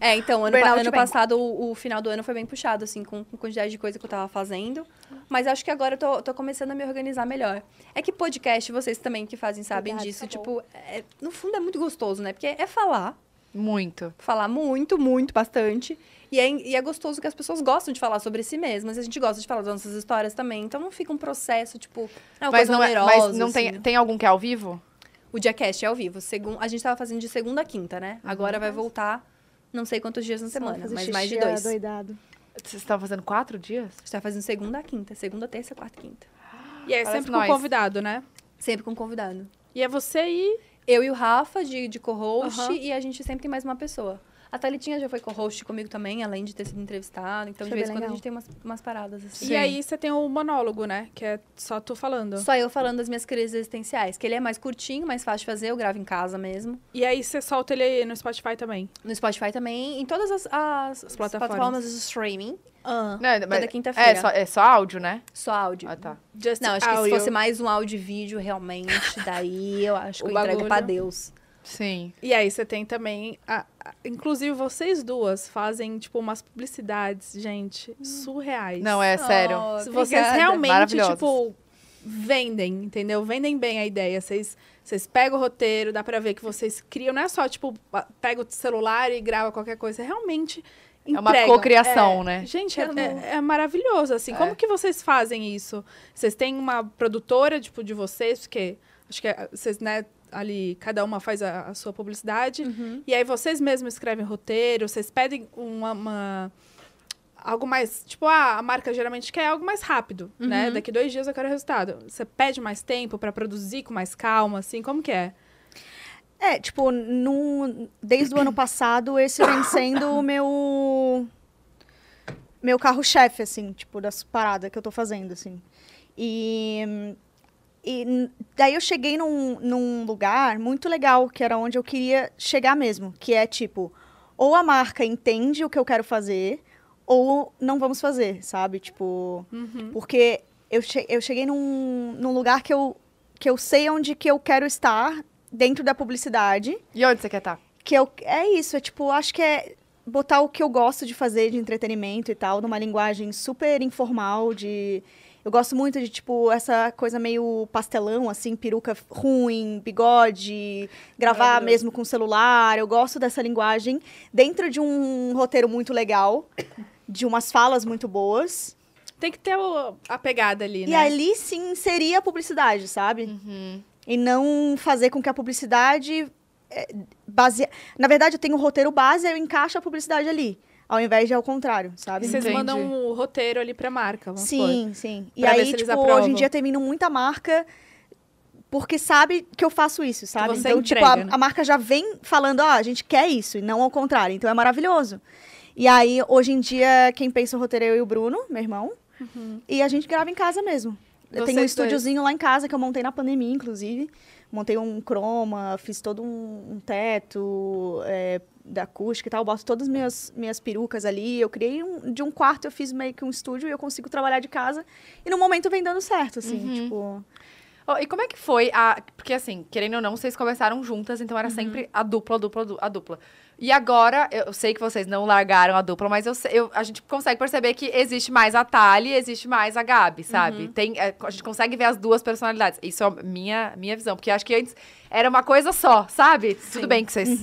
Speaker 4: É, então, ano, pa-
Speaker 3: Burnout
Speaker 4: ano
Speaker 3: bem.
Speaker 4: passado, o, o final do ano foi bem puxado, assim, com, com quantidade de coisa que eu tava fazendo. Mas acho que agora eu tô, tô começando a me organizar melhor. É que podcast, vocês também que fazem sabem Verdade, disso. acabou. Tipo, é- no fundo é muito gostoso, né? Porque é falar,
Speaker 1: Muito.
Speaker 4: falar muito, muito, bastante. E é, e é gostoso que as pessoas gostam de falar sobre si mesmas. A gente gosta de falar das nossas histórias também. Então não fica um processo, tipo, é uma
Speaker 1: mas
Speaker 4: coisa
Speaker 1: não, é,
Speaker 4: onerosa,
Speaker 1: mas não tem,
Speaker 4: assim.
Speaker 1: tem algum que é ao vivo?
Speaker 4: O Diacast é ao vivo. Segun... A gente tava fazendo de segunda a quinta, né?
Speaker 1: Uhum.
Speaker 4: Agora vai voltar, não sei quantos dias na semana, mas mais de dois.
Speaker 3: Doidado.
Speaker 1: Vocês estavam fazendo quatro dias?
Speaker 4: A gente tá fazendo segunda a quinta. Segunda, terça, quarta, e quinta.
Speaker 2: E é
Speaker 1: Parece
Speaker 2: sempre com
Speaker 1: nós.
Speaker 2: convidado, né?
Speaker 4: Sempre com um convidado.
Speaker 2: E é você e...
Speaker 4: Eu e o Rafa, de, de co-host,
Speaker 2: Aham.
Speaker 4: e a gente sempre tem mais uma pessoa. A Thalitinha já foi co-host comigo também, além de ter sido entrevistada.
Speaker 3: Foi
Speaker 4: Então, de vez em
Speaker 3: bem
Speaker 4: quando, a
Speaker 3: legal.
Speaker 4: gente tem umas, umas paradas assim.
Speaker 1: Sim.
Speaker 2: E aí você tem o monólogo, né? Que é só tu falando.
Speaker 4: Só eu falando das minhas crises existenciais. Que ele é mais curtinho, mais fácil de fazer. Eu gravo em casa mesmo.
Speaker 2: E aí você solta ele aí no Spotify também.
Speaker 4: No Spotify também. Em todas as, as- as plataformas.
Speaker 2: plataformas.
Speaker 4: de streaming.
Speaker 3: Ah.
Speaker 1: Não,
Speaker 4: Toda
Speaker 1: é,
Speaker 4: quinta-feira.
Speaker 1: só, é só áudio, né?
Speaker 4: Só áudio.
Speaker 1: Ah, tá.
Speaker 2: Just
Speaker 4: Não, acho que se
Speaker 2: audio.
Speaker 4: fosse mais um áudio e vídeo, realmente, daí eu acho que
Speaker 2: O
Speaker 4: eu entrego
Speaker 2: bagulho.
Speaker 4: pra Deus.
Speaker 1: Sim.
Speaker 2: E aí você tem também... a- a- Inclusive, vocês duas fazem, tipo, umas publicidades, gente, surreais.
Speaker 1: Não, é sério.
Speaker 4: Oh,
Speaker 2: Se vocês
Speaker 4: obrigada.
Speaker 2: realmente,
Speaker 1: Maravilhosas.
Speaker 2: tipo, vendem, entendeu? Vendem bem a ideia. Vocês, vocês pegam o roteiro, dá pra ver que vocês criam. Não é só, tipo, ba- pega o celular e grava qualquer coisa. É realmente
Speaker 1: É uma
Speaker 2: entregam.
Speaker 1: cocriação, né?
Speaker 2: Gente, é,
Speaker 4: Quero não.
Speaker 2: é- é maravilhoso, assim. Como que vocês fazem isso? Vocês têm uma produtora, tipo, de vocês, porque acho que é, vocês, né, ali, cada uma faz a, a sua publicidade.
Speaker 4: Uhum.
Speaker 2: E aí vocês mesmos escrevem roteiro, vocês pedem uma... uma- Algo mais, tipo, ah, a marca geralmente quer algo mais rápido,
Speaker 4: Uhum.
Speaker 2: né? Daqui dois dias eu quero resultado. Você pede mais tempo pra produzir com mais calma, assim, como que é?
Speaker 3: É, tipo, num- desde o ano passado, esse vem sendo o meu. Meu carro-chefe, assim, tipo, das paradas que eu tô fazendo, assim. E. E n- daí eu cheguei num, num lugar muito legal, que era onde eu queria chegar mesmo. Que é tipo, ou a marca entende o que eu quero fazer, ou não vamos fazer, sabe? Tipo. Porque eu, che- eu cheguei num, num lugar que eu, que eu sei onde que eu quero estar dentro da publicidade.
Speaker 1: E onde você quer tá? estar?
Speaker 3: Que eu, é isso, é tipo, acho que é botar o que eu gosto de fazer de entretenimento e tal, numa linguagem super informal, de. Eu gosto muito de, tipo, essa coisa meio pastelão, assim, peruca ruim, bigode, gravar
Speaker 2: Maravilhoso.
Speaker 3: mesmo com celular. Eu gosto dessa linguagem dentro de um roteiro muito legal, de umas falas muito boas.
Speaker 2: Tem que ter o- a pegada ali,
Speaker 3: E
Speaker 2: né? Uhum.
Speaker 3: ali sim seria a publicidade, sabe? E não fazer com que a publicidade é, base... Na verdade, eu tenho um roteiro base, aí eu encaixo a publicidade ali. Ao invés de ao contrário,
Speaker 2: E
Speaker 3: sabe?
Speaker 2: vocês
Speaker 1: Entendi.
Speaker 2: mandam o roteiro ali pra marca, vamos supor.
Speaker 3: Sim, sim. E
Speaker 2: Pra ver
Speaker 3: aí,
Speaker 2: se eles
Speaker 3: tipo,
Speaker 2: aprovam.
Speaker 3: hoje em dia termino muita marca porque sabe que eu faço isso, sabe?
Speaker 2: você
Speaker 3: então, tipo, a,
Speaker 2: entrega, né?
Speaker 3: a marca já vem falando, ó, a gente quer isso, e não ao contrário. Então é maravilhoso. E aí, hoje em dia, quem pensa o roteiro é eu e o Bruno, meu irmão. E a gente grava em casa mesmo. Eu tenho um
Speaker 2: Vocês dois.
Speaker 3: estúdiozinho lá em casa que eu montei na pandemia, inclusive. Montei um croma, fiz todo um, um teto é, da acústica e tal. Boto todas as minhas, minhas perucas ali. Eu criei um, de um quarto, eu fiz meio que um estúdio e eu consigo trabalhar de casa. E no momento vem dando certo, assim, tipo.
Speaker 1: Ó, e como é que foi a. Porque assim, querendo ou não, vocês começaram juntas, então era sempre a dupla, a dupla, a du- a dupla. E agora, eu eu sei que vocês não largaram a dupla, mas eu, sei- eu- a gente consegue perceber que existe mais a Thali, existe mais a Gabi, sabe? Tem, é, a gente consegue ver as duas personalidades. Isso é a minha, minha visão, porque acho que antes era uma coisa só, sabe? Tudo bem que vocês.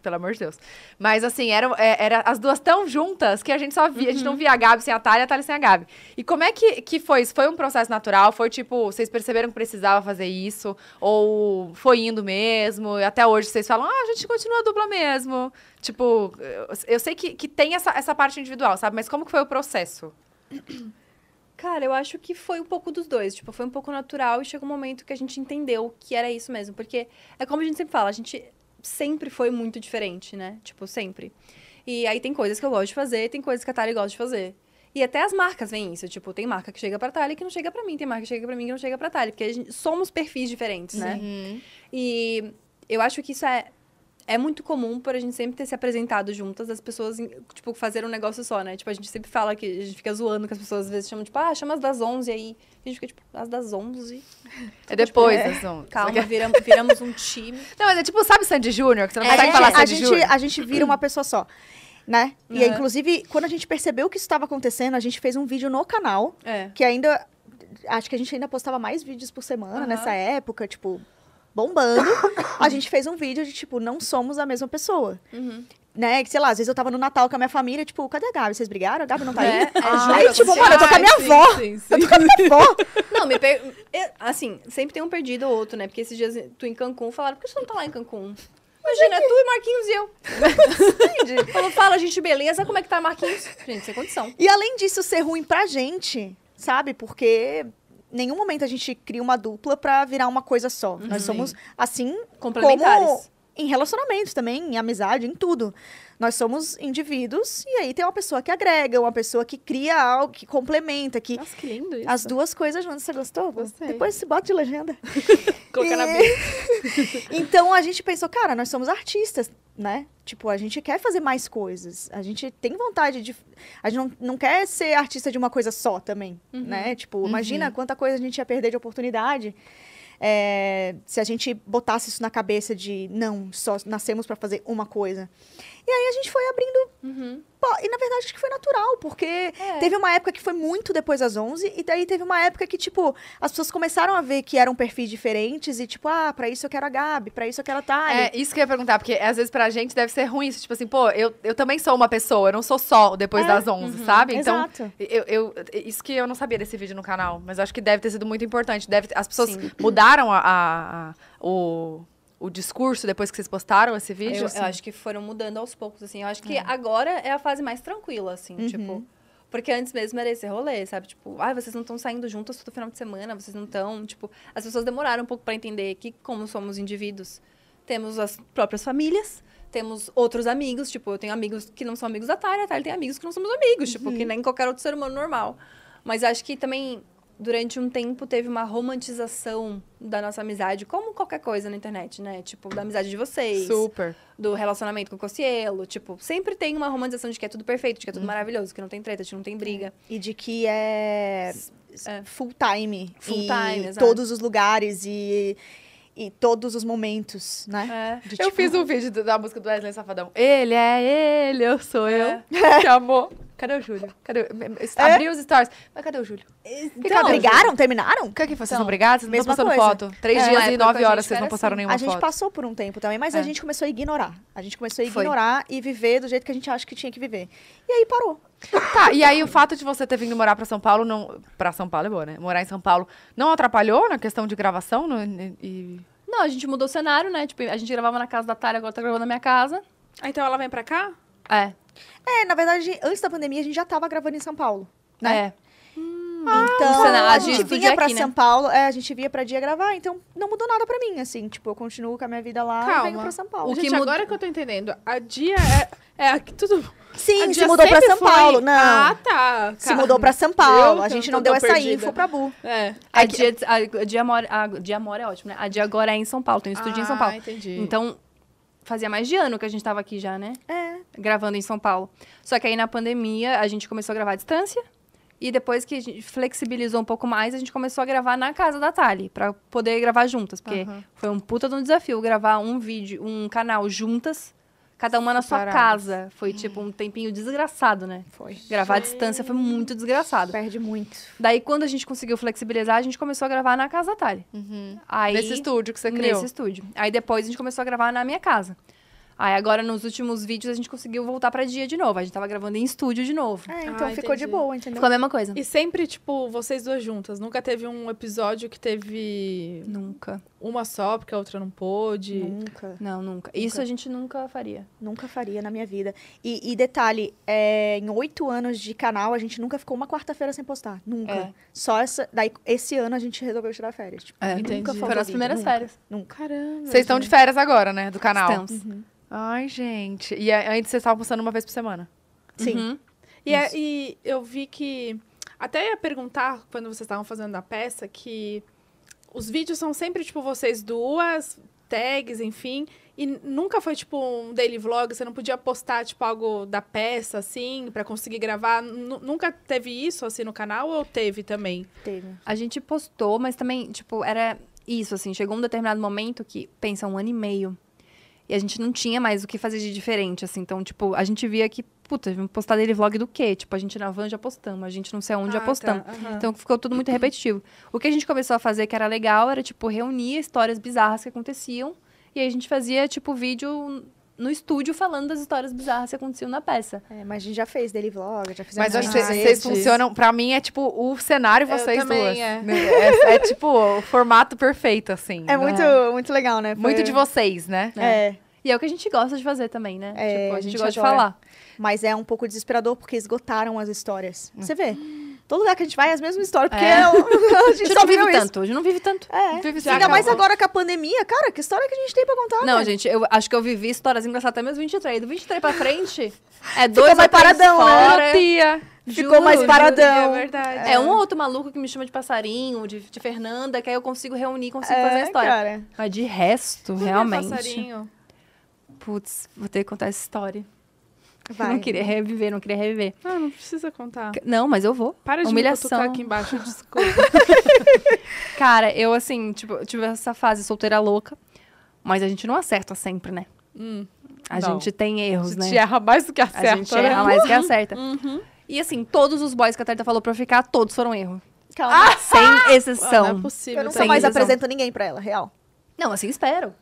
Speaker 1: Pelo amor de Deus. Mas assim, eram, é, era as duas tão juntas que a gente só via, a gente não via a Gabi sem a Thalia, a Thalia sem a Gabi. E como é que, que foi isso? Foi um processo natural? Foi tipo, vocês perceberam que precisava fazer isso? Ou foi indo mesmo? E até hoje vocês falam, ah, a gente continua dupla mesmo. Tipo, eu, eu sei que, que tem essa, essa parte individual, sabe? Mas como que foi o processo?
Speaker 4: Cara, eu acho que foi um pouco dos dois. Tipo, foi um pouco natural e chegou um momento que a gente entendeu que era isso mesmo. Porque é como a gente sempre fala, a gente sempre foi muito diferente, né? Tipo, sempre. E aí tem coisas que eu gosto de fazer, tem coisas que a Thalia gosta de fazer. E até as marcas veem isso. Tipo, tem marca que chega pra Thalia que não chega pra mim, tem marca que chega pra mim que não chega pra Thalia. Porque a gente- somos perfis diferentes, né? E eu acho que isso é, é muito comum por a gente sempre ter se apresentado juntas, as pessoas, em- tipo, fazer um negócio só, né? Tipo, a gente sempre fala que a gente fica zoando que as pessoas às vezes chamam, tipo, ah, chama as das 11 aí. A gente fica, tipo, as das 11.
Speaker 1: É depois, assim.
Speaker 4: Calma, viram- viramos um time.
Speaker 1: Não, mas é tipo, sabe Sandy Júnior? Que você não
Speaker 4: É,
Speaker 1: consegue
Speaker 3: a,
Speaker 1: falar
Speaker 3: gente, a,
Speaker 1: Sandy
Speaker 3: gente,
Speaker 1: Júnior?
Speaker 3: a gente vira uma pessoa só. Né? E
Speaker 4: Uhum.
Speaker 3: inclusive, quando a gente percebeu que isso estava acontecendo, a gente fez um vídeo no canal
Speaker 4: É.
Speaker 3: que ainda acho que a gente ainda postava mais vídeos por semana
Speaker 4: Aham.
Speaker 3: nessa época, tipo, bombando. a gente fez um vídeo de tipo, não somos a mesma pessoa.
Speaker 4: Uhum.
Speaker 3: Né? Que sei lá, às vezes eu tava no Natal com a minha família, tipo, cadê a Gabi? Vocês brigaram? A Gabi não tá aí?
Speaker 4: É, é, juro,
Speaker 3: aí, tipo,
Speaker 4: aconteceu.
Speaker 3: mano, eu tô com a minha
Speaker 2: Ai, sim,
Speaker 3: avó.
Speaker 2: sim, sim.
Speaker 3: Eu tô com a minha avó.
Speaker 4: Não, me per... eu- Assim, sempre tem um perdido ou outro, né? Porque esses dias tu em Cancún falaram, por que você não tá lá em Cancún? Imagina, é tu e Marquinhos e eu. Entendi. Falou, fala, gente, beleza, como é que tá Marquinhos? Gente, sem condição.
Speaker 3: E além disso ser ruim pra gente, sabe? Porque em nenhum momento a gente cria uma dupla pra virar uma coisa só. Nós
Speaker 4: Uhum.
Speaker 3: somos assim
Speaker 4: Complementares.
Speaker 3: Como em relacionamentos também, em amizade, em tudo. Nós somos indivíduos e aí tem uma pessoa que agrega, uma pessoa que cria algo, que complementa, que
Speaker 2: Nossa, que lindo isso.
Speaker 3: as duas coisas juntas. Você gostou?
Speaker 2: Gostei.
Speaker 3: Depois se bota de legenda.
Speaker 2: Colocar na
Speaker 3: E- então a gente pensou, cara, nós somos artistas, né? Tipo, a gente quer fazer mais coisas. A gente tem vontade de. A gente não, não quer ser
Speaker 2: Uhum.
Speaker 3: artista de uma coisa só também, né? Tipo, imagina quanta coisa a gente ia perder de oportunidade. É, se a gente botasse isso na cabeça de não, só nascemos para fazer uma coisa. E aí a gente foi abrindo.
Speaker 4: Uhum.
Speaker 3: po- E na verdade acho que foi natural, porque
Speaker 4: É.
Speaker 3: teve uma época que foi muito depois das 11, e daí teve uma época que, tipo, as pessoas começaram a ver que eram perfis diferentes e, tipo, ah, pra isso eu quero a Gabi, pra isso eu quero a
Speaker 1: É,
Speaker 3: Thay.
Speaker 1: isso que eu ia perguntar, porque às vezes pra gente deve ser ruim isso. Tipo assim, pô, eu, eu também sou uma pessoa, eu não sou só o depois
Speaker 3: É,
Speaker 1: das
Speaker 3: uhum.
Speaker 1: 11, sabe? Então,
Speaker 3: Exato.
Speaker 1: eu, eu- isso que eu não sabia desse vídeo no canal, mas acho que deve ter sido muito importante. Deve, as pessoas mudaram a, a- a- o, o discurso depois que vocês postaram esse vídeo?
Speaker 4: Eu,
Speaker 1: assim?
Speaker 4: eu acho que foram mudando aos poucos, assim. Eu acho que agora é a fase mais tranquila, assim, tipo. Porque antes mesmo era esse rolê, sabe? Tipo, ai, vocês não estão saindo juntas todo final de semana, vocês não estão. Tipo, as pessoas demoraram um pouco pra entender que, como somos indivíduos, temos as próprias famílias, temos outros amigos. Tipo, eu tenho amigos que não são amigos da Thalia, a Thalia tem amigos que não somos amigos, tipo, que nem qualquer outro ser humano normal. Mas acho que também, durante um tempo, teve uma romantização da nossa amizade, como qualquer coisa na internet, né? Tipo, da amizade de vocês
Speaker 1: Super.
Speaker 4: do relacionamento com o Cocielo. Tipo, sempre tem uma romantização de que é tudo perfeito, de que é tudo maravilhoso, que não tem treta, de que não tem briga.
Speaker 3: E de que é,
Speaker 4: é.
Speaker 3: full time.
Speaker 4: Full
Speaker 3: e
Speaker 4: time, exato.
Speaker 3: todos os lugares e, e todos os momentos, né?
Speaker 4: É.
Speaker 3: De,
Speaker 1: Eu
Speaker 3: tipo,
Speaker 1: fiz um vídeo do- da música do Wesley Safadão. Ele é ele, eu sou eu. Te amou. Cadê o Júlio? Cadê o... Abriu os stories. Mas cadê o Júlio?
Speaker 3: Então, brigaram? Terminaram?
Speaker 1: O que é que foi? Vocês não brigaram? Vocês não estão
Speaker 3: mesma
Speaker 1: postando
Speaker 3: coisa.
Speaker 1: foto. Três
Speaker 4: É, na
Speaker 1: dias e
Speaker 4: época
Speaker 1: nove
Speaker 4: a
Speaker 1: horas
Speaker 4: gente
Speaker 1: vocês não
Speaker 4: era
Speaker 1: postaram
Speaker 4: assim.
Speaker 1: nenhuma
Speaker 3: A gente
Speaker 1: foto.
Speaker 3: passou por um tempo também, mas
Speaker 1: É.
Speaker 3: a gente começou a ignorar. A gente começou a
Speaker 4: Foi.
Speaker 3: ignorar e viver do jeito que a gente acha que tinha que viver. E aí parou.
Speaker 1: Tá, e aí o fato de você ter vindo morar pra São Paulo, não. Pra São Paulo é boa, né? Morar em São Paulo não atrapalhou na questão de gravação? No, e...
Speaker 4: Não, a gente mudou o cenário, né? Tipo, a gente gravava na casa da Tara, agora tá gravando na minha casa.
Speaker 2: Ah, então ela vem pra cá?
Speaker 4: É.
Speaker 3: É, na verdade, antes da pandemia a gente já tava gravando em São Paulo.
Speaker 4: Né?
Speaker 3: Então,
Speaker 4: o cenário
Speaker 3: a
Speaker 4: de
Speaker 3: gente
Speaker 4: estúdio
Speaker 3: vinha
Speaker 4: é
Speaker 3: pra
Speaker 4: aqui, né?
Speaker 3: São Paulo, é, a gente vinha pra dia gravar, então não mudou nada pra mim, assim, tipo, eu continuo com a minha vida lá e
Speaker 2: Calma.
Speaker 3: venho pra São Paulo.
Speaker 4: O que
Speaker 2: Gente,
Speaker 4: muda-
Speaker 2: agora que eu tô entendendo. A dia é... É, aqui tudo... a
Speaker 3: Sim, se
Speaker 2: dia
Speaker 3: mudou pra
Speaker 2: sempre
Speaker 3: São
Speaker 2: foi-
Speaker 3: Paulo, não.
Speaker 2: Ah, tá.
Speaker 3: se mudou pra São Paulo,
Speaker 2: Eu
Speaker 3: a gente
Speaker 2: tô-
Speaker 3: não
Speaker 2: tô
Speaker 3: deu essa
Speaker 2: perdida.
Speaker 3: info pra Bu.
Speaker 2: É.
Speaker 4: A, dia, a, a dia mora, a dia mora é ótimo, né? A dia agora é em São Paulo, tem um estúdio em São Paulo.
Speaker 2: Ah, entendi.
Speaker 4: Então, fazia mais de ano que a gente tava aqui já, né?
Speaker 3: É.
Speaker 4: Gravando em São Paulo. Só que aí na pandemia a gente começou a gravar à distância. E depois que a gente flexibilizou um pouco mais, a gente começou a gravar na casa da Thali, pra poder gravar juntas. Porque foi um puta de um desafio gravar um vídeo, um canal juntas, cada uma na sua
Speaker 1: Separadas.
Speaker 4: casa. Foi tipo um tempinho desgraçado, né?
Speaker 3: Foi.
Speaker 4: Gravar à distância foi muito desgraçado.
Speaker 3: Perde muito.
Speaker 4: Daí, quando a gente conseguiu flexibilizar, a gente começou a gravar na casa da Thali. Aí,
Speaker 1: Nesse estúdio que você criou.
Speaker 4: Nesse estúdio. Aí depois a gente começou a gravar na minha casa. Aí agora, nos últimos vídeos, a gente conseguiu voltar pra dia de novo. A gente tava gravando em estúdio de novo.
Speaker 3: É, então
Speaker 2: Ah,
Speaker 3: ficou de
Speaker 2: entendi.
Speaker 3: boa, entendeu?
Speaker 4: Ficou a mesma coisa.
Speaker 2: E sempre, tipo, vocês duas juntas. Nunca teve um episódio que teve
Speaker 4: Nunca.
Speaker 2: uma só, porque a outra não pôde.
Speaker 3: Nunca.
Speaker 4: Não, nunca. Isso a gente nunca faria.
Speaker 3: Nunca faria na minha vida. E, e detalhe, é, em oito anos de canal, a gente nunca ficou uma quarta-feira sem postar. Nunca.
Speaker 4: É.
Speaker 3: Só essa. Daí, esse ano a gente resolveu tirar férias. Tipo,
Speaker 4: É,
Speaker 2: Entendi.
Speaker 4: nunca
Speaker 2: Foram
Speaker 4: foram
Speaker 2: as
Speaker 4: as primeiras férias. Uhum.
Speaker 3: nunca.
Speaker 2: Caramba.
Speaker 1: Vocês estão
Speaker 2: gente.
Speaker 1: de férias agora, né? Do canal.
Speaker 4: Estamos.
Speaker 1: Ai, gente. E a- antes vocês estavam postando uma vez por semana.
Speaker 3: Sim.
Speaker 4: Uhum.
Speaker 2: E, é- e eu vi que. Até ia perguntar quando vocês estavam fazendo a peça que os vídeos são sempre, tipo, vocês duas, tags, enfim. E nunca foi, tipo, um daily vlog, você não podia postar, tipo, algo da peça, assim, pra conseguir gravar. Nu- nunca teve isso, assim, no canal ou teve também?
Speaker 3: Teve.
Speaker 4: A gente postou, mas também, tipo, era isso, assim. Chegou um determinado momento que, pensa, um ano e meio. E a gente não tinha mais o que fazer de diferente, assim. Então, tipo, a gente via que, puta, vamos postar dele vlog do quê? Tipo, a gente na van já postamos, a gente não sei aonde
Speaker 2: Ah,
Speaker 4: já postamos.
Speaker 2: tá, aham.
Speaker 4: Então ficou tudo muito repetitivo. O que a gente começou a fazer que era legal era, tipo, reunir histórias bizarras que aconteciam. E aí a gente fazia, tipo, vídeo no estúdio falando das histórias bizarras que aconteciam na peça.
Speaker 3: É, mas a gente já fez daily vlog, já fizemos.
Speaker 1: Mas eu acho que
Speaker 3: muitos
Speaker 1: vocês- vocês
Speaker 3: vezes.
Speaker 1: funcionam. Pra mim é tipo o cenário
Speaker 2: Eu
Speaker 1: vocês
Speaker 2: também,
Speaker 1: duas.
Speaker 2: é.
Speaker 1: Né? É, é tipo o formato perfeito, assim.
Speaker 3: É
Speaker 1: né? É
Speaker 3: muito, muito legal, né? Foi-
Speaker 1: Muito de vocês, né?
Speaker 3: É.
Speaker 4: E é o que a gente gosta de fazer também, né?
Speaker 3: É,
Speaker 4: tipo, a
Speaker 3: a
Speaker 4: gente,
Speaker 3: gente
Speaker 4: gosta
Speaker 3: adora.
Speaker 4: de falar.
Speaker 3: Mas é um pouco desesperador porque esgotaram as histórias. Você vê. Todo lugar que a gente vai é as mesmas histórias, porque
Speaker 4: É.
Speaker 3: é o- a
Speaker 4: A
Speaker 3: gente
Speaker 4: gente
Speaker 3: só
Speaker 4: não vive
Speaker 3: viveu isso.
Speaker 4: tanto, hoje não vive tanto.
Speaker 3: É.
Speaker 1: Vive-
Speaker 2: Já
Speaker 3: Ainda mais
Speaker 2: acabou.
Speaker 3: agora com a pandemia. Cara, que história que a gente tem pra contar?
Speaker 4: Não,
Speaker 3: né?
Speaker 4: gente, eu acho que eu vivi histórias engraçadas até meus 23. Do 23 pra frente, é
Speaker 3: Ficou
Speaker 4: dois ou
Speaker 3: mais
Speaker 4: três
Speaker 3: paradão, né?
Speaker 4: fora.
Speaker 1: Tia.
Speaker 3: Ficou mais
Speaker 4: juro,
Speaker 3: paradão.
Speaker 2: É verdade.
Speaker 4: É um ou outro maluco que me chama de passarinho, de, de Fernanda, que aí eu consigo reunir, consigo fazer a
Speaker 3: É,
Speaker 4: história.
Speaker 3: cara.
Speaker 4: Mas de resto,
Speaker 2: Por que
Speaker 4: realmente.
Speaker 2: passarinho?
Speaker 4: Putz, vou ter que contar essa história.
Speaker 3: Vai.
Speaker 4: Não queria reviver, não queria reviver.
Speaker 2: Ah, não precisa contar.
Speaker 4: Não, mas eu vou.
Speaker 2: Para de
Speaker 4: humilhação.
Speaker 2: me cutucar aqui embaixo, desculpa. Ah,
Speaker 4: Cara, eu assim, tipo, tive essa fase solteira louca, mas a gente não acerta sempre, né? a
Speaker 1: não.
Speaker 4: gente tem erros,
Speaker 1: A
Speaker 4: né?
Speaker 1: gente erra mais do que acerta,
Speaker 4: a gente
Speaker 1: né?
Speaker 4: erra mais que acerta. E assim, todos os boys que a Thalita falou pra eu ficar, todos foram erro.
Speaker 3: Calma.
Speaker 4: Sem
Speaker 2: Não, não
Speaker 4: exceção.
Speaker 2: é possível.
Speaker 3: eu nunca
Speaker 4: Ah, sem
Speaker 3: mais
Speaker 4: ilusão.
Speaker 3: apresento ninguém pra ela, real.
Speaker 4: Não, assim espero.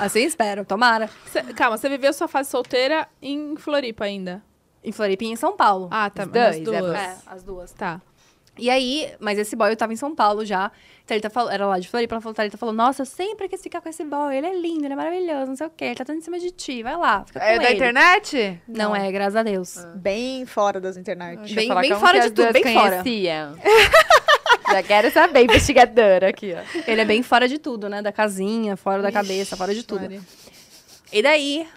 Speaker 4: Assim espero, tomara.
Speaker 2: Cê- calma, você viveu sua fase solteira em Floripa ainda.
Speaker 4: Em Floripa e em São Paulo.
Speaker 2: Ah, tá.
Speaker 1: Os
Speaker 2: Nas
Speaker 1: dois, é,
Speaker 2: duas.
Speaker 4: É, as duas.
Speaker 2: Tá.
Speaker 4: E aí, mas esse boy eu tava em São Paulo já. Thalita falou, era lá de Floripa, ela falou, Thalita falou, nossa, eu sempre quis ficar com esse boy, ele é lindo, ele é maravilhoso, não sei o quê, ele tá todo em cima de ti, vai lá, fica com
Speaker 1: É
Speaker 4: ele.
Speaker 1: da internet?
Speaker 4: Não, é, graças a Deus.
Speaker 3: Bem fora das internet.
Speaker 1: Deixa eu
Speaker 4: Bem-
Speaker 1: falar
Speaker 4: bem
Speaker 1: como
Speaker 4: fora
Speaker 1: que
Speaker 4: de
Speaker 1: as
Speaker 4: tudo,
Speaker 1: duas
Speaker 4: bem fora.
Speaker 1: conheciam. Já quero saber, investigadora aqui, ó.
Speaker 4: Ele é bem fora de tudo, né? Da casinha, fora da cabeça, fora de tudo.
Speaker 2: Maria.
Speaker 4: E daí,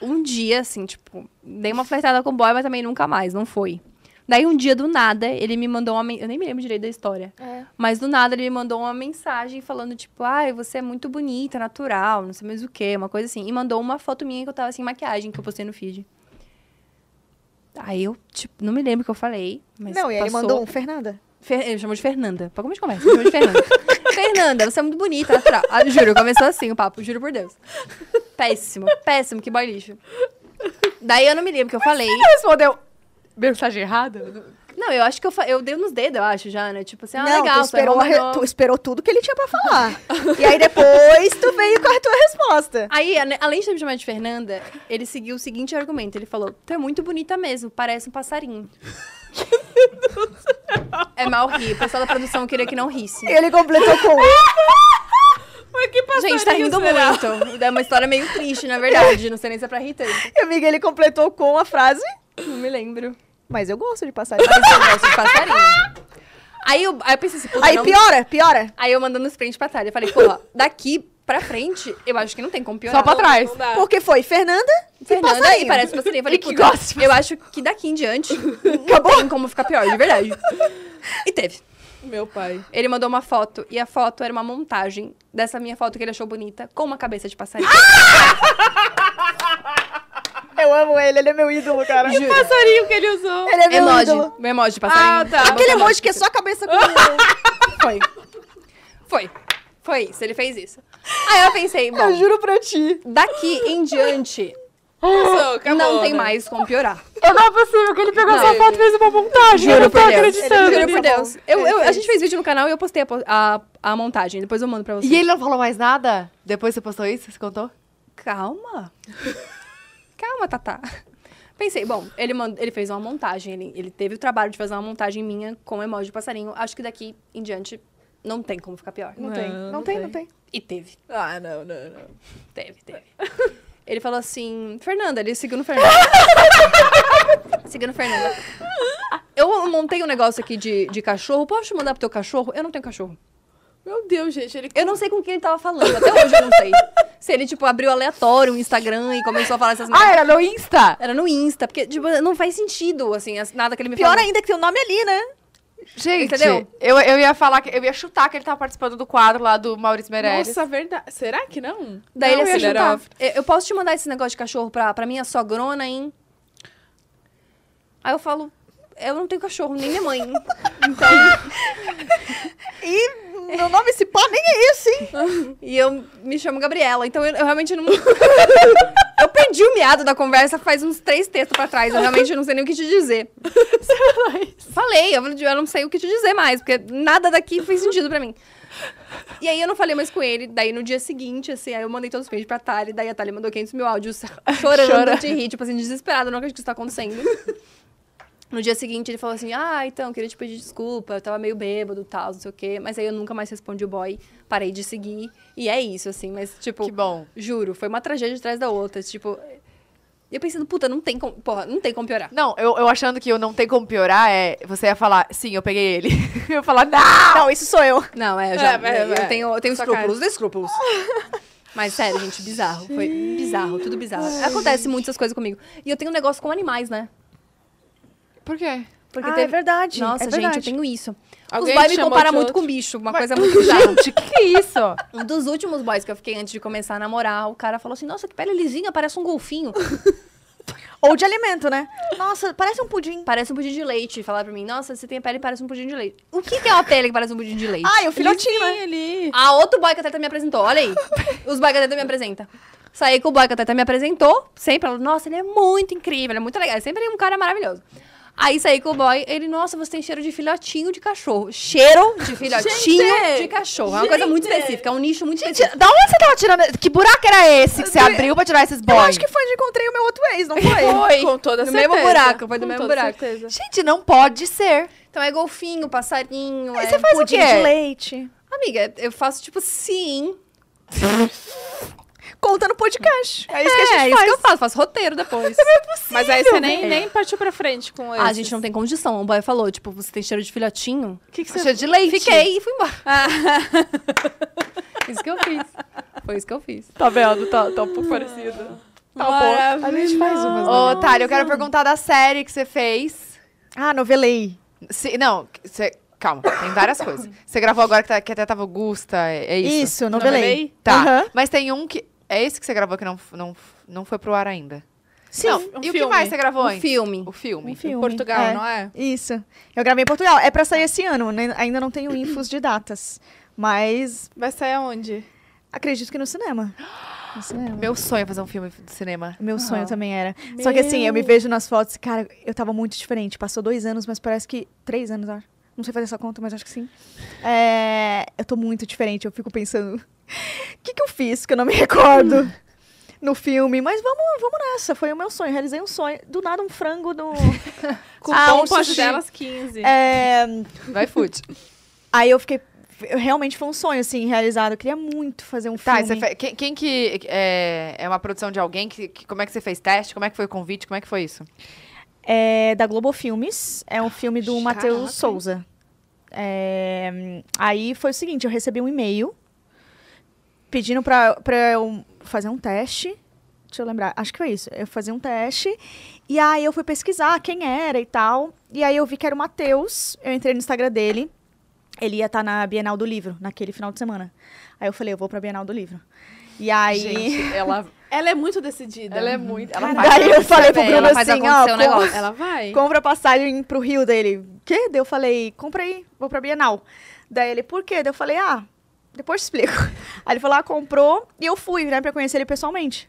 Speaker 4: um dia, assim, tipo, dei uma flertada com o boy, mas também nunca mais, não foi. Daí, um dia, do nada, ele me mandou uma... men- Eu nem me lembro direito da história.
Speaker 3: É.
Speaker 4: Mas, do nada, ele me mandou uma mensagem falando, tipo, ai, você é muito bonita, natural, não sei mais o quê, uma coisa assim. E mandou uma foto minha que eu tava sem maquiagem, que eu postei no feed. Aí eu, tipo, não me lembro o que eu falei, mas
Speaker 3: Não, e ele
Speaker 4: passou.
Speaker 3: mandou um, Fernanda.
Speaker 4: Fer... Ele chamou de Fernanda. Pra começar de conversa, ele chamou de Fernanda. Fernanda, você é muito bonita, natural. Ah, juro, começou assim o papo, juro por Deus. Péssimo, péssimo, que boy lixo. Daí eu não me lembro o que eu falei.
Speaker 1: Respondeu mensagem errada?
Speaker 4: Não, eu acho que eu, fa- eu dei nos dedos, eu acho, já, né? Tipo assim, ah,
Speaker 3: não,
Speaker 4: legal,
Speaker 3: tu esperou,
Speaker 4: foi
Speaker 3: a re-
Speaker 4: mandou.
Speaker 3: tu esperou tudo que ele tinha pra falar. e aí depois tu veio com a tua resposta.
Speaker 4: Aí, a- além de me chamar de Fernanda, ele seguiu o seguinte argumento. Ele falou, tu é muito bonita mesmo, parece um passarinho. é mal rir. O pessoal da produção queria que não risse.
Speaker 3: E ele completou com
Speaker 2: Mas que passarinho
Speaker 4: Gente, tá rindo
Speaker 2: será?
Speaker 4: muito. É uma história meio triste, na verdade. Não sei nem se é pra rir tanto.
Speaker 3: E, amiga, ele completou com a frase.
Speaker 4: Não me lembro.
Speaker 3: Mas eu gosto de passarinho.
Speaker 4: Eu gosto de passarinho. Aí eu, aí eu pensei assim, puta,
Speaker 3: Aí
Speaker 4: não-
Speaker 3: piora, piora.
Speaker 4: Aí eu mandando os print pra trás. Eu falei, porra, daqui pra frente, eu acho que não tem como piorar.
Speaker 1: Só pra trás.
Speaker 2: Não dá.
Speaker 3: Porque foi Fernanda e
Speaker 4: Fernanda aí
Speaker 3: passarinho.
Speaker 4: parece passarinho. Eu falei,
Speaker 1: E que
Speaker 4: puta,
Speaker 1: gosta
Speaker 4: eu acho que daqui em diante não tem como ficar pior, de verdade. E teve.
Speaker 2: Meu pai.
Speaker 4: Ele mandou uma foto, e a foto era uma montagem dessa minha foto que ele achou bonita, com uma cabeça de passarinho.
Speaker 3: Eu amo ele, ele é meu ídolo, cara.
Speaker 2: Que passarinho que ele usou?
Speaker 3: Ele é meu
Speaker 4: emoji.
Speaker 3: ídolo.
Speaker 4: Meu emoji de passarinho.
Speaker 2: Ah, tá.
Speaker 4: Tá bom,
Speaker 3: Aquele
Speaker 4: tá bom.
Speaker 3: emoji que é só a cabeça com...
Speaker 4: Foi. Foi. Foi isso, ele fez isso. Aí eu pensei, bom,
Speaker 3: eu juro pra ti.
Speaker 4: daqui em diante
Speaker 2: Passou, acabou,
Speaker 4: não tem
Speaker 2: né?
Speaker 4: mais como piorar.
Speaker 1: Eu não é possível que ele pegou
Speaker 4: Não,
Speaker 1: essa foto e fez uma montagem. eu não tô
Speaker 4: por Deus.
Speaker 1: acreditando.
Speaker 4: Juro
Speaker 3: Ele
Speaker 4: por Deus.
Speaker 3: fez.
Speaker 4: Eu, eu-
Speaker 3: Ele
Speaker 4: a gente fez vídeo no canal e eu postei a, po- a, a montagem. Depois eu mando pra vocês.
Speaker 1: E ele não falou mais nada? Depois você postou isso? Você contou?
Speaker 4: Calma. Calma, Tatá. Pensei, bom, ele, mand- ele fez uma montagem, ele, ele teve o trabalho de fazer uma montagem minha com emoji de passarinho. Acho que daqui em diante não tem como ficar pior.
Speaker 3: Não, tem, não, tem, não tem.
Speaker 4: E teve.
Speaker 2: Ah, não, não, não.
Speaker 4: Teve,
Speaker 3: É.
Speaker 4: teve. Ele falou assim, Fernanda, ele seguiu no Fernanda. seguindo Fernanda. Eu montei um negócio aqui de, de cachorro. Posso te mandar pro teu cachorro? Eu não tenho cachorro.
Speaker 2: Meu Deus, gente, ele...
Speaker 4: Eu não sei com quem ele tava falando. Até hoje eu não sei. Se ele, tipo, abriu aleatório um Instagram e começou a falar essas
Speaker 1: Ah, era no Insta?
Speaker 4: Era no Insta, porque, tipo, não faz sentido, assim, as- nada que ele me
Speaker 3: Pior
Speaker 4: falou.
Speaker 3: ainda que tem o nome ali, né?
Speaker 1: Gente,
Speaker 4: Entendeu?
Speaker 1: Eu, eu ia falar que eu ia chutar que ele tava participando do quadro lá do Maurício Meirelles.
Speaker 2: Nossa, verdade. Será que não?
Speaker 4: Daí
Speaker 2: não,
Speaker 4: ele assim,
Speaker 2: ele era-
Speaker 4: tá, eu eu posso te mandar esse negócio de cachorro pra, pra minha sogrona, hein? Aí eu falo, eu não tenho cachorro, nem minha mãe. Então,
Speaker 3: E meu nome se pá nem é isso, hein?
Speaker 4: e eu me chamo Gabriela, então eu, eu realmente não... Eu perdi o meado da conversa faz uns três textos pra trás, eu realmente não sei nem o que te dizer. Falei, eu, eu não sei o que te dizer mais, porque nada daqui fez sentido pra mim. E aí eu não falei mais com ele, daí no dia seguinte, assim, aí eu mandei todos os prints pra Thali, daí a Thali mandou 500 mil áudios chorando
Speaker 1: Chora.
Speaker 4: de rir, tipo assim, desesperada, não acredito que isso tá acontecendo. No dia seguinte ele falou assim, ah, então, queria te pedir desculpa, eu tava meio bêbado e tal, não sei o quê. Mas aí eu nunca mais respondi o boy, parei de seguir, e é isso, assim, mas tipo...
Speaker 1: Que bom.
Speaker 4: Juro, foi uma tragédia atrás da outra. Tipo, eu pensando, puta, não tem como. Porra, não tem como piorar.
Speaker 1: Não, eu, eu achando que eu não tem como piorar, é. Você ia falar, sim, eu peguei ele. eu ia falar, não!
Speaker 3: Não, isso sou eu.
Speaker 4: Não, é, já.
Speaker 2: É, vai,
Speaker 4: eu,
Speaker 2: vai.
Speaker 4: tenho, eu tenho
Speaker 2: Sua cara.
Speaker 4: escrúpulos, eu escrúpulos. Mas sério, gente, bizarro. Foi bizarro, tudo bizarro. Acontece muito essas coisas comigo. E eu tenho um negócio com animais, né?
Speaker 1: Por quê?
Speaker 4: Porque
Speaker 3: Ah, é
Speaker 4: teve-
Speaker 3: verdade.
Speaker 4: Nossa,
Speaker 3: é
Speaker 4: gente,
Speaker 3: verdade.
Speaker 4: eu tenho isso.
Speaker 2: Alguém
Speaker 4: Os boys
Speaker 2: te
Speaker 4: me
Speaker 2: chamou
Speaker 4: comparam
Speaker 2: de
Speaker 4: muito
Speaker 2: outro?
Speaker 4: com bicho, uma coisa muito bizarra.
Speaker 1: Gente, que que é isso?
Speaker 4: Um dos últimos boys que eu fiquei antes de começar a namorar, o cara falou assim: Nossa, que pele lisinha, parece um golfinho.
Speaker 3: Ou de alimento, né? Nossa, parece um pudim.
Speaker 4: Parece um pudim de leite. Falaram pra mim, nossa, você tem a pele que parece um pudim de leite. O que, que é uma pele que parece um pudim de leite?
Speaker 3: Ai, o filhotinho, né?
Speaker 2: ali.
Speaker 4: Ah, outro boy que a Teta me apresentou, olha aí. Os boy que a Teta me apresenta. Saí com o boy que a Teta me apresentou, sempre ela, nossa, ele é muito incrível, ele é muito legal, ele sempre é um cara maravilhoso. Aí saí com o boy, ele, nossa, você tem cheiro de filhotinho de cachorro. Cheiro de filhotinho de cachorro. É uma coisa muito específica, é um nicho muito específico.
Speaker 1: Da onde você tava tirando? Que buraco era esse que você abriu pra tirar esses
Speaker 3: Eu
Speaker 1: boys?
Speaker 3: acho que foi onde encontrei o meu outro ex, não foi?
Speaker 2: Foi. Com toda
Speaker 4: No
Speaker 2: certeza.
Speaker 4: mesmo buraco, foi do
Speaker 2: Com
Speaker 4: mesmo
Speaker 2: toda
Speaker 4: buraco.
Speaker 2: certeza.
Speaker 1: Gente, não pode ser.
Speaker 4: Então é golfinho, passarinho,
Speaker 1: Aí
Speaker 4: é
Speaker 1: você faz o
Speaker 4: pudim
Speaker 1: quê?
Speaker 4: de
Speaker 3: De
Speaker 4: leite.
Speaker 3: leite.
Speaker 4: Amiga, eu faço tipo sim.
Speaker 3: Conta no podcast. É isso que a
Speaker 4: é,
Speaker 3: gente
Speaker 4: isso
Speaker 3: faz.
Speaker 4: que eu faço, faço roteiro depois.
Speaker 2: Mas aí você nem, nem partiu pra frente com ele.
Speaker 4: ah, a gente não tem condição. O boy falou, tipo, você tem cheiro de filhotinho?
Speaker 2: O que, que você
Speaker 1: Cheiro é de leite.
Speaker 4: Fiquei e fui embora. isso que eu fiz. Foi isso que eu fiz.
Speaker 1: Tá vendo? Tá, tá um pouco parecido. Tá bom.
Speaker 2: Maravilhoso.
Speaker 1: A gente faz umas. Ô, Thalia, eu quero perguntar da série que você fez.
Speaker 3: Ah, novelei.
Speaker 1: Se- não, você... Calma, tem várias coisas. Você gravou agora que, tá- que até tava Augusta, é, é isso?
Speaker 3: Isso, novelei.
Speaker 1: Tá.
Speaker 3: Aham.
Speaker 1: Mas tem um que... É esse que você gravou que não, não, não foi pro ar ainda.
Speaker 3: Sim.
Speaker 1: não,
Speaker 2: um
Speaker 1: e o que
Speaker 2: filme.
Speaker 1: mais você gravou
Speaker 4: Um
Speaker 1: antes?
Speaker 4: filme.
Speaker 1: O filme.
Speaker 3: Um filme.
Speaker 2: Em Portugal,
Speaker 3: É.
Speaker 2: não é?
Speaker 3: Isso. Eu gravei em Portugal. É pra sair esse ano, né? ainda não tenho infos de datas. Mas
Speaker 2: Vai sair aonde?
Speaker 3: acredito que no cinema. No cinema.
Speaker 1: Meu sonho é fazer um filme de cinema.
Speaker 3: Meu
Speaker 2: Ah.
Speaker 3: sonho também era. Só que assim, eu me vejo nas fotos, cara, eu tava muito diferente. Passou dois anos, mas parece que. Três anos, eu acho. Não sei fazer essa conta, mas acho que sim. É, eu tô muito diferente. Eu fico pensando. O que, que eu fiz que eu não me recordo no filme? Mas vamos, vamos nessa. Foi o meu sonho. Realizei um sonho. Do nada, um frango do.
Speaker 2: Cupom
Speaker 3: Ah, um
Speaker 2: pode
Speaker 3: sushi.
Speaker 2: delas 15.
Speaker 3: É,
Speaker 1: Vai, Food.
Speaker 3: aí eu fiquei. eu- Realmente foi um sonho, assim, realizado. Eu queria muito fazer um
Speaker 1: Tá, e
Speaker 3: filme.
Speaker 1: você fe- quem, quem que é, é uma produção de alguém? Que, que- como é que você fez teste? Como é que foi o convite? Como é que foi isso?
Speaker 3: É da Globo Filmes. É um filme do
Speaker 1: Caraca, hein?
Speaker 3: Matheus Souza. É, aí foi o seguinte, eu recebi um e-mail pedindo pra, pra eu fazer um teste. Deixa eu lembrar, acho que foi isso. Eu fazia um teste e aí eu fui pesquisar quem era e tal. E aí eu vi que era o Matheus. Eu entrei no Instagram dele. Ele ia estar na Bienal do Livro, naquele final de semana. Aí eu falei, eu vou pra Bienal do Livro. E aí...
Speaker 1: ela,
Speaker 2: Ela é muito decidida.
Speaker 1: muito.
Speaker 3: Daí eu falei pro
Speaker 4: bem,
Speaker 3: Bruno
Speaker 4: ela faz
Speaker 3: assim, ó,
Speaker 2: um
Speaker 4: acontecer
Speaker 3: pô,
Speaker 4: o negócio.
Speaker 2: Ela vai.
Speaker 3: compra passagem pro Rio dele. Quê? Daí eu falei, compra aí, vou pra Bienal. Daí ele, por quê? Daí eu falei, ah, depois te explico. Aí ele falou, ah, comprou e eu fui, né, pra conhecer ele pessoalmente.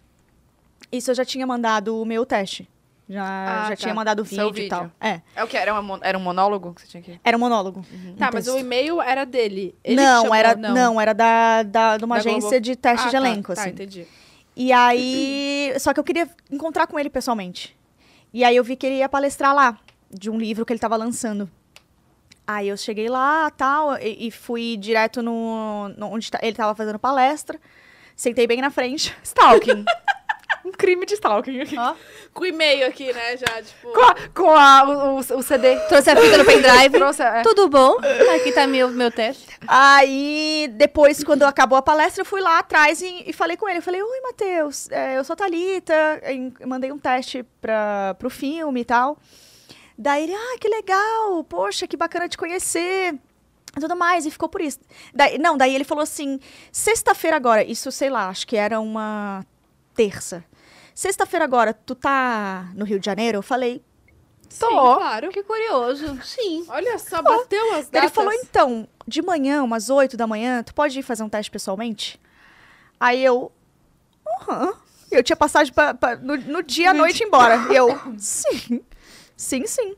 Speaker 3: Isso eu já tinha mandado o meu teste. Já,
Speaker 1: Ah,
Speaker 3: já
Speaker 1: tá.
Speaker 3: tinha mandado
Speaker 1: Seu
Speaker 3: vídeo, e tal.
Speaker 1: vídeo.
Speaker 3: É,
Speaker 1: É o que? Era, uma mon- era um monólogo que você tinha que.
Speaker 3: era um monólogo.
Speaker 2: Tá,
Speaker 3: Um
Speaker 2: mas
Speaker 3: texto.
Speaker 2: o e-mail era dele. Ele que
Speaker 3: não,
Speaker 2: chamou,
Speaker 3: era,
Speaker 2: não,
Speaker 3: não. era da, da, de uma
Speaker 2: Da Globo.
Speaker 3: agência de teste
Speaker 2: Ah,
Speaker 3: de elenco,
Speaker 2: tá, Tá,
Speaker 3: assim.
Speaker 2: entendi.
Speaker 3: E aí. Só que eu queria encontrar com ele pessoalmente. E aí eu vi que ele ia palestrar lá, de um livro que ele tava lançando. Aí eu cheguei lá tal, e, e fui direto no, no- onde ta- ele tava fazendo palestra. Sentei bem na frente.
Speaker 1: Stalking. um crime de stalking.
Speaker 2: Com o e-mail aqui, né, já, tipo...
Speaker 1: Com, a- com a- Ah, o, o- o CD.
Speaker 4: Trouxe a fita no pendrive.
Speaker 1: Trouxe. é.
Speaker 4: Tudo bom? Aqui tá meu, meu teste.
Speaker 3: Aí, depois, quando acabou a palestra, eu fui lá atrás e, e falei com ele. Eu falei, oi, Matheus, é, eu sou a Thalita, em- eu mandei um teste para pro filme e tal. Daí ele, ah, que legal, poxa, que bacana te conhecer. e Tudo mais, e ficou por isso. Daí, não, daí ele falou assim, sexta-feira agora, isso sei lá, acho que era uma terça. Sexta-feira agora, tu tá no Rio de Janeiro? Eu falei.
Speaker 2: Sim,
Speaker 1: Tô.
Speaker 2: claro.
Speaker 4: Que curioso. Sim.
Speaker 2: Olha só, bateu as
Speaker 3: Daí
Speaker 2: datas.
Speaker 3: ele falou, então, de manhã, umas 8 da manhã, tu pode ir fazer um teste pessoalmente? Aí eu, aham. Eu tinha passagem pra, pra- no, no dia à noite embora. E eu, sim, sim, sim.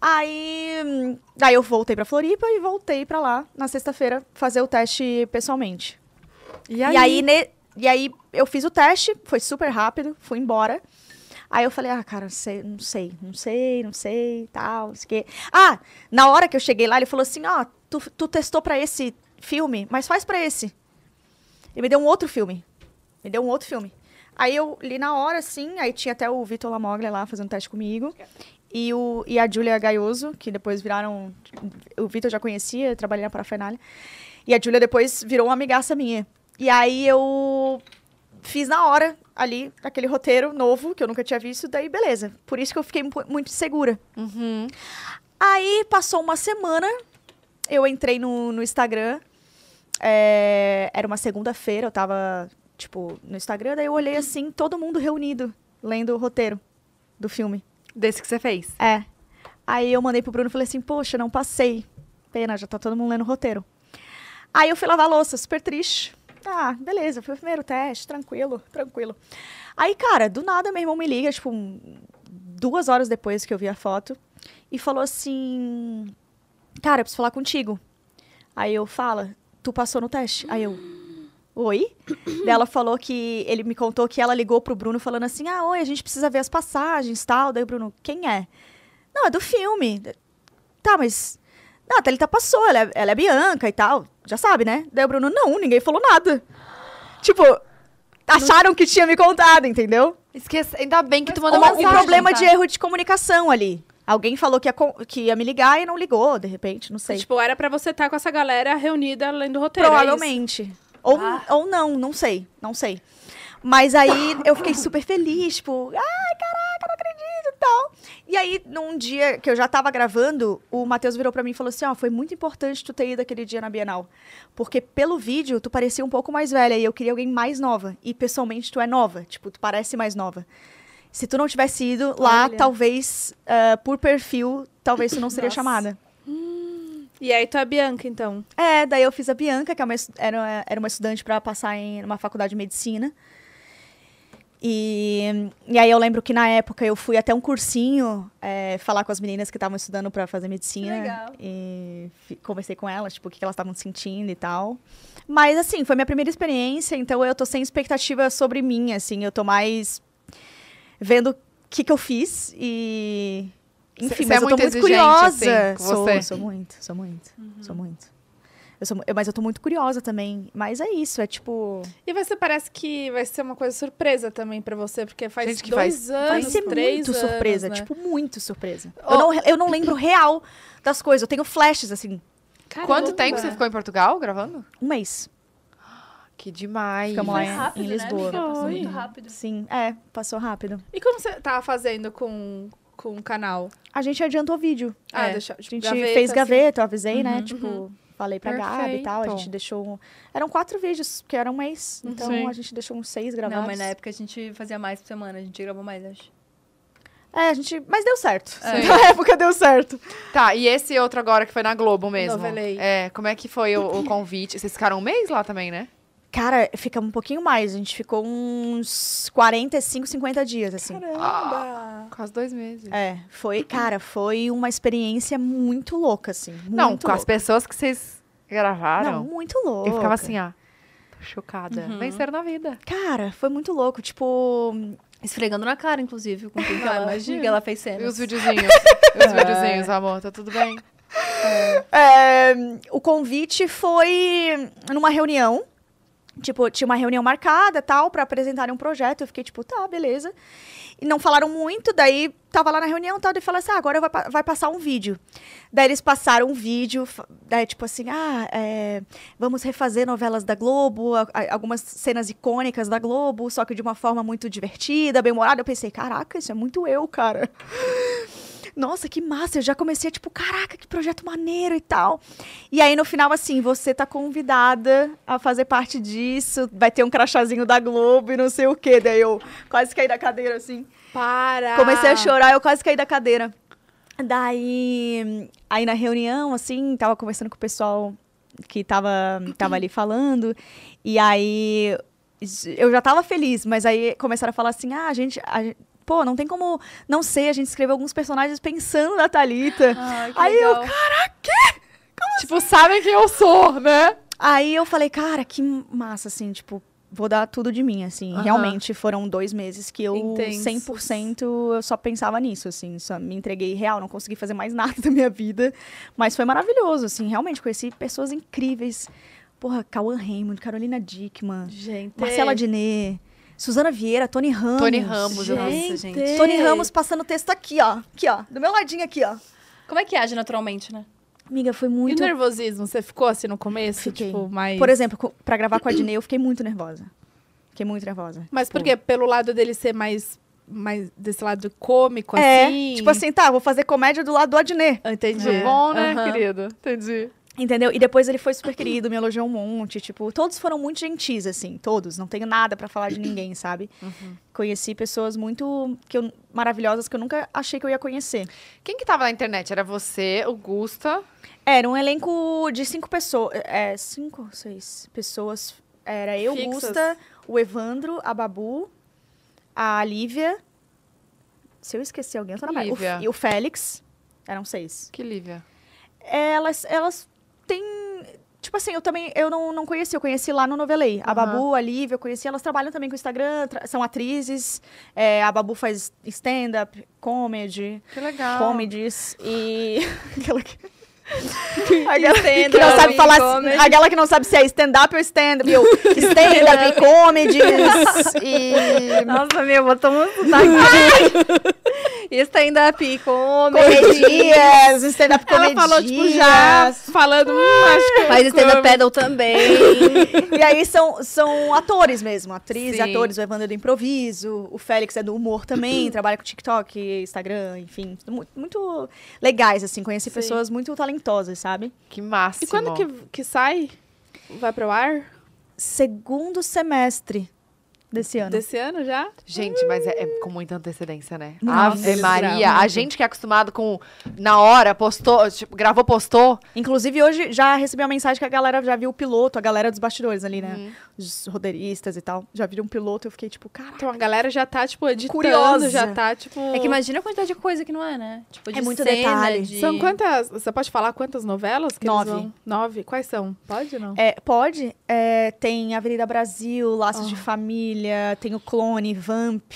Speaker 3: Aí, hum, daí eu voltei pra Floripa e voltei pra lá na sexta-feira fazer o teste pessoalmente.
Speaker 1: E
Speaker 3: E aí, ne- e aí eu fiz o teste, foi super rápido, fui embora. Aí eu falei, ah, cara, sei- não sei, não sei, não sei, tal, não sei o quê. Ah, na hora que eu cheguei lá, ele falou assim, ó, tu, tu testou pra esse filme, mas faz pra esse. Ele me deu um outro filme. Me deu um outro filme. Aí eu li na hora, assim, aí tinha até o Vitor Lamoglia lá fazendo teste comigo. E, o, e a Júlia Gaioso, que depois viraram... O Vitor já conhecia, trabalhei na Parafernália. E a Júlia depois virou uma amigaça minha. E aí eu fiz na hora ali, aquele roteiro novo que eu nunca tinha visto, daí beleza. Por isso que eu fiquei mu- muito segura. Aí passou uma semana, eu entrei no, no Instagram. é, era uma segunda-feira, eu tava, tipo, no Instagram, daí eu olhei assim, todo mundo reunido, lendo o roteiro. do filme.
Speaker 1: Desse que você fez.
Speaker 3: É. Aí eu mandei pro Bruno e falei assim, poxa, não passei. Pena, já tá todo mundo lendo o roteiro. Aí eu fui lavar a louça, super triste. Ah, beleza, foi o primeiro teste, tranquilo, tranquilo. Aí, cara, do nada meu irmão me liga, tipo, um- duas horas depois que eu vi a foto, e falou assim: Cara, eu preciso falar contigo. Aí eu fala, tu passou no teste. Aí eu. Oi? Daí ela falou que. Ele me contou que ela ligou pro Bruno falando assim: Ah, oi, a gente precisa ver as passagens tal. Daí o Bruno, quem é? Não, é do filme. Tá, mas. Não, a Thalita passou, ela é, ela é Bianca e tal. Já sabe, né? Daí o Bruno, não, ninguém falou nada. Tipo, acharam que tinha me contado, entendeu?
Speaker 1: Esquece. Ainda bem que tu mandou
Speaker 3: Ou
Speaker 1: uma
Speaker 3: um
Speaker 4: assim?
Speaker 1: mensagem.
Speaker 3: problema
Speaker 1: tá?
Speaker 3: de erro de comunicação ali. Alguém falou que ia, con- que ia me ligar e não ligou, de repente, não sei.
Speaker 2: Tipo, era pra você estar com essa galera reunida lendo o roteiro. é isso?
Speaker 3: Provavelmente. Ou,
Speaker 4: Ah.
Speaker 3: ou não, não sei, não sei. Mas aí eu fiquei super feliz, tipo, ai, caraca, não acredito e tal. E aí, num dia que eu já tava gravando, o Matheus virou pra mim e falou assim, ó, foi muito importante tu ter ido aquele dia na Bienal. Porque pelo vídeo, tu parecia um pouco mais velha e eu queria alguém mais nova. E pessoalmente, tu é nova, tipo, tu parece mais nova. Se tu não tivesse ido lá,
Speaker 4: Olha.
Speaker 3: talvez, ah, por perfil, talvez tu não seria
Speaker 4: Nossa.
Speaker 3: chamada.
Speaker 2: E aí tu é Bianca, então.
Speaker 3: É, daí eu fiz a Bianca, que é uma estu- era, era uma estudante para passar em uma faculdade de medicina. E, e aí eu lembro que na época eu fui até um cursinho é, falar com as meninas que estavam estudando para fazer medicina.
Speaker 4: Que legal.
Speaker 3: E fi- conversei com elas, tipo, o que que elas estavam sentindo e tal. Mas assim, foi minha primeira experiência, então eu tô sem expectativa sobre mim, assim, eu tô mais vendo o que, que eu fiz e.
Speaker 1: Cê-
Speaker 3: Enfim,
Speaker 1: cê
Speaker 3: mas
Speaker 1: é
Speaker 3: eu tô
Speaker 1: muito
Speaker 3: muito
Speaker 1: exigente,
Speaker 3: curiosa.
Speaker 1: assim, com você. Uhum.
Speaker 3: sou, sou muito, sou muito, sou muito. Eu sou, mu- eu- mas eu tô muito curiosa também. Mas é isso, é tipo.
Speaker 2: E vai ser, parece que vai ser uma coisa surpresa também pra você, porque faz
Speaker 1: Gente, que
Speaker 2: dois anos,
Speaker 3: Vai ser
Speaker 2: três
Speaker 3: muito
Speaker 2: anos,
Speaker 3: surpresa,
Speaker 2: né?
Speaker 3: tipo, muito surpresa.
Speaker 1: Ô.
Speaker 3: Eu, não, re- eu não lembro real das coisas, eu tenho flashes, assim,
Speaker 1: Quanto
Speaker 2: Caramba.
Speaker 1: tempo você ficou em Portugal gravando?
Speaker 3: um mês.
Speaker 1: Que demais.
Speaker 3: Ficamos lá
Speaker 4: Foi
Speaker 3: em-
Speaker 4: rápido,
Speaker 3: em
Speaker 4: né,
Speaker 3: Lisboa.
Speaker 4: amiga? Passou
Speaker 2: Foi.
Speaker 4: muito rápido.
Speaker 3: Sim, é, passou rápido.
Speaker 2: E como você tava fazendo com, com o canal?
Speaker 3: A gente adiantou vídeo.
Speaker 2: Ah,
Speaker 1: É,
Speaker 2: deixa assim.
Speaker 3: A gente fez gaveta, eu avisei, né? Tipo, falei pra Gabi e tal. A
Speaker 1: Perfeito.
Speaker 3: gente deixou. um- Eram quatro vídeos, porque era um mês. Então
Speaker 2: Sim.
Speaker 3: a gente deixou uns seis gravados.
Speaker 4: Não, mas na época a gente fazia mais por semana, a gente gravou mais, acho.
Speaker 3: É, a gente. Mas deu certo.
Speaker 1: É.
Speaker 3: Na época deu certo.
Speaker 1: Tá, e esse outro agora que foi na Globo mesmo?
Speaker 2: Novelei.
Speaker 1: É, como é que foi o, o convite? Vocês ficaram um mês lá também, né?
Speaker 3: Cara, fica um pouquinho mais. A gente ficou uns 45, 50 dias, assim.
Speaker 2: Caramba!
Speaker 1: Quase dois meses.
Speaker 3: É, foi. Cara, foi uma experiência muito louca, assim. Muito
Speaker 1: Não, com as
Speaker 3: louca.
Speaker 1: pessoas que vocês
Speaker 3: Não,
Speaker 1: gravaram,
Speaker 3: muito louca.
Speaker 1: eu ficava assim, ah, tô chocada. Venceram na vida.
Speaker 3: Cara, foi muito louco. Tipo,
Speaker 4: Esfregando na cara, inclusive, com tudo que,
Speaker 2: Ah,
Speaker 4: ela,
Speaker 2: imagina.
Speaker 4: que ela fez
Speaker 1: E
Speaker 4: cenas.
Speaker 1: os videozinhos? os videozinhos, amor, tá tudo bem?
Speaker 3: É, o convite foi numa reunião. Tipo, tinha uma reunião marcada, tal, pra apresentarem um projeto. Eu fiquei tipo, tá, beleza. E não falaram muito, daí tava lá na reunião, tal, e falaram assim, ah, agora vai, pa- vai passar um vídeo. Daí eles passaram um vídeo, fa- daí tipo assim, ah, é, vamos refazer novelas da Globo, a- a- algumas cenas icônicas da Globo, só que de uma forma muito divertida, bem-humorada. Eu pensei, caraca, isso é muito eu, cara. Nossa, que massa! Eu já comecei, tipo, caraca, que projeto maneiro e tal. E aí, no final, assim, você tá convidada a fazer parte disso, vai ter um crachazinho da Globo e não sei o quê. Daí eu quase caí da cadeira, assim.
Speaker 2: Para!
Speaker 3: Comecei a chorar, eu quase caí da cadeira. Daí, aí na reunião, assim, tava conversando com o pessoal que tava, tava ali falando. E aí, eu já tava feliz, mas aí começaram a falar assim, ah, a gente... a gen- Pô, não tem como não sei, a gente escreveu alguns personagens pensando na Thalita.
Speaker 4: Ai, que
Speaker 3: Aí eu,
Speaker 4: legal.
Speaker 1: tipo, sabem quem eu sou, né?
Speaker 3: Aí eu falei, cara, que massa, assim, tipo, vou dar tudo de mim, assim.
Speaker 1: Aham.
Speaker 3: Realmente foram dois meses que eu,
Speaker 2: Intensos.
Speaker 3: 100%, eu só pensava nisso, assim. Só me entreguei real, não consegui fazer mais nada da minha vida. Mas foi maravilhoso, assim. Realmente, conheci pessoas incríveis. Porra, Cauan Raymond, Carolina Dickman,
Speaker 2: Gente,
Speaker 3: Marcela Diné, Suzana Vieira, Tony Ramos.
Speaker 1: Tony Ramos,
Speaker 4: Gente.
Speaker 1: nossa.
Speaker 4: Nossa,
Speaker 2: gente.
Speaker 3: Tony Ramos passando texto aqui, ó. Aqui, ó. Do meu ladinho aqui, ó.
Speaker 4: Como é que age naturalmente, né?
Speaker 3: Amiga, foi
Speaker 2: E o
Speaker 3: muito...
Speaker 2: nervosismo, você ficou assim no começo?
Speaker 3: Fiquei.
Speaker 2: Tipo, mais...
Speaker 3: Por exemplo, co- pra gravar com a Diné, eu fiquei muito nervosa. Fiquei muito nervosa.
Speaker 2: Mas por quê? Pelo lado dele ser mais, mais desse lado cômico,
Speaker 3: É,
Speaker 2: assim?
Speaker 3: tipo assim, tá, vou fazer comédia do lado do Adnet.
Speaker 2: Eu Entendi.
Speaker 1: Tudo bom, né,
Speaker 2: Aham.
Speaker 1: querido? Entendi.
Speaker 3: Entendeu? E depois ele foi super querido, me elogiou um monte. Tipo, todos foram muito gentis, assim, todos. Não tenho nada pra falar de ninguém, sabe? Conheci pessoas muito que eu- maravilhosas que eu nunca achei que eu ia conhecer.
Speaker 1: Quem que tava na internet? Era você, o Gusta.
Speaker 3: Era um elenco de cinco pessoas. É, cinco ou seis pessoas. Era eu,
Speaker 2: Fixas.
Speaker 3: Gusta, o Evandro, a Babu, a Lívia. Se eu esqueci alguém, eu tô na merda. O F-
Speaker 1: Lívia.
Speaker 3: E o Félix. Eram seis.
Speaker 1: Que Lívia.
Speaker 3: Elas, elas têm. Tipo assim, eu também eu não, não conheci, eu conheci lá no Novelei. A
Speaker 1: Aham.
Speaker 3: Babu, a Lívia, eu conheci, elas trabalham também com o Instagram, tra- são atrizes. É, a Babu faz stand-up, comedy,
Speaker 1: Que legal.
Speaker 3: comedies e. aquela que.
Speaker 4: Entendo,
Speaker 3: que não sabe
Speaker 4: e
Speaker 3: falar,
Speaker 4: comedy.
Speaker 3: aquela que não sabe se é stand-up ou stand-up, eu, stand-up e comedies, e
Speaker 4: Nossa, meu, botou um sotaque. Stand-up e comedy.
Speaker 3: comedias, stand-up
Speaker 2: Ela
Speaker 3: comedias.
Speaker 2: falou, tipo, já falando, hum, acho que
Speaker 4: Faz stand-up pedal também.
Speaker 3: E aí são, são atores mesmo, atrizes,
Speaker 1: Sim.
Speaker 3: atores, o Evandro é do improviso, o Félix é do humor também, trabalha com TikTok, Instagram, enfim, mu- muito legais, assim, conheci pessoas muito talentosas, sabe?
Speaker 1: Que máximo.
Speaker 2: E quando que, que sai? Vai pro ar?
Speaker 3: Segundo semestre desse ano.
Speaker 2: Desse ano já?
Speaker 1: Gente, mas é, é com muita antecedência, né?
Speaker 3: Nossa,
Speaker 1: Ave Maria.
Speaker 2: bravo.
Speaker 1: A gente que é acostumado com... Na hora, postou... Tipo, gravou, postou.
Speaker 3: Inclusive, hoje já recebi uma mensagem que a galera já viu o piloto, a galera dos bastidores ali, né? Os roteiristas e tal. Já viram um piloto, eu fiquei tipo, cara.
Speaker 2: Então a galera já tá, tipo, editando,
Speaker 3: Curiosa.
Speaker 2: já tá, tipo...
Speaker 4: É que imagina a quantidade de coisa que não é, né? Tipo, de
Speaker 3: É muito
Speaker 4: cena,
Speaker 3: detalhe.
Speaker 4: de-
Speaker 2: São quantas... Você pode falar quantas novelas que
Speaker 3: Nove.
Speaker 2: eles vão? Nove. Quais são? Pode ou não?
Speaker 3: É, pode? É, tem Avenida Brasil, Laços de Família, tem o Clone, Vamp,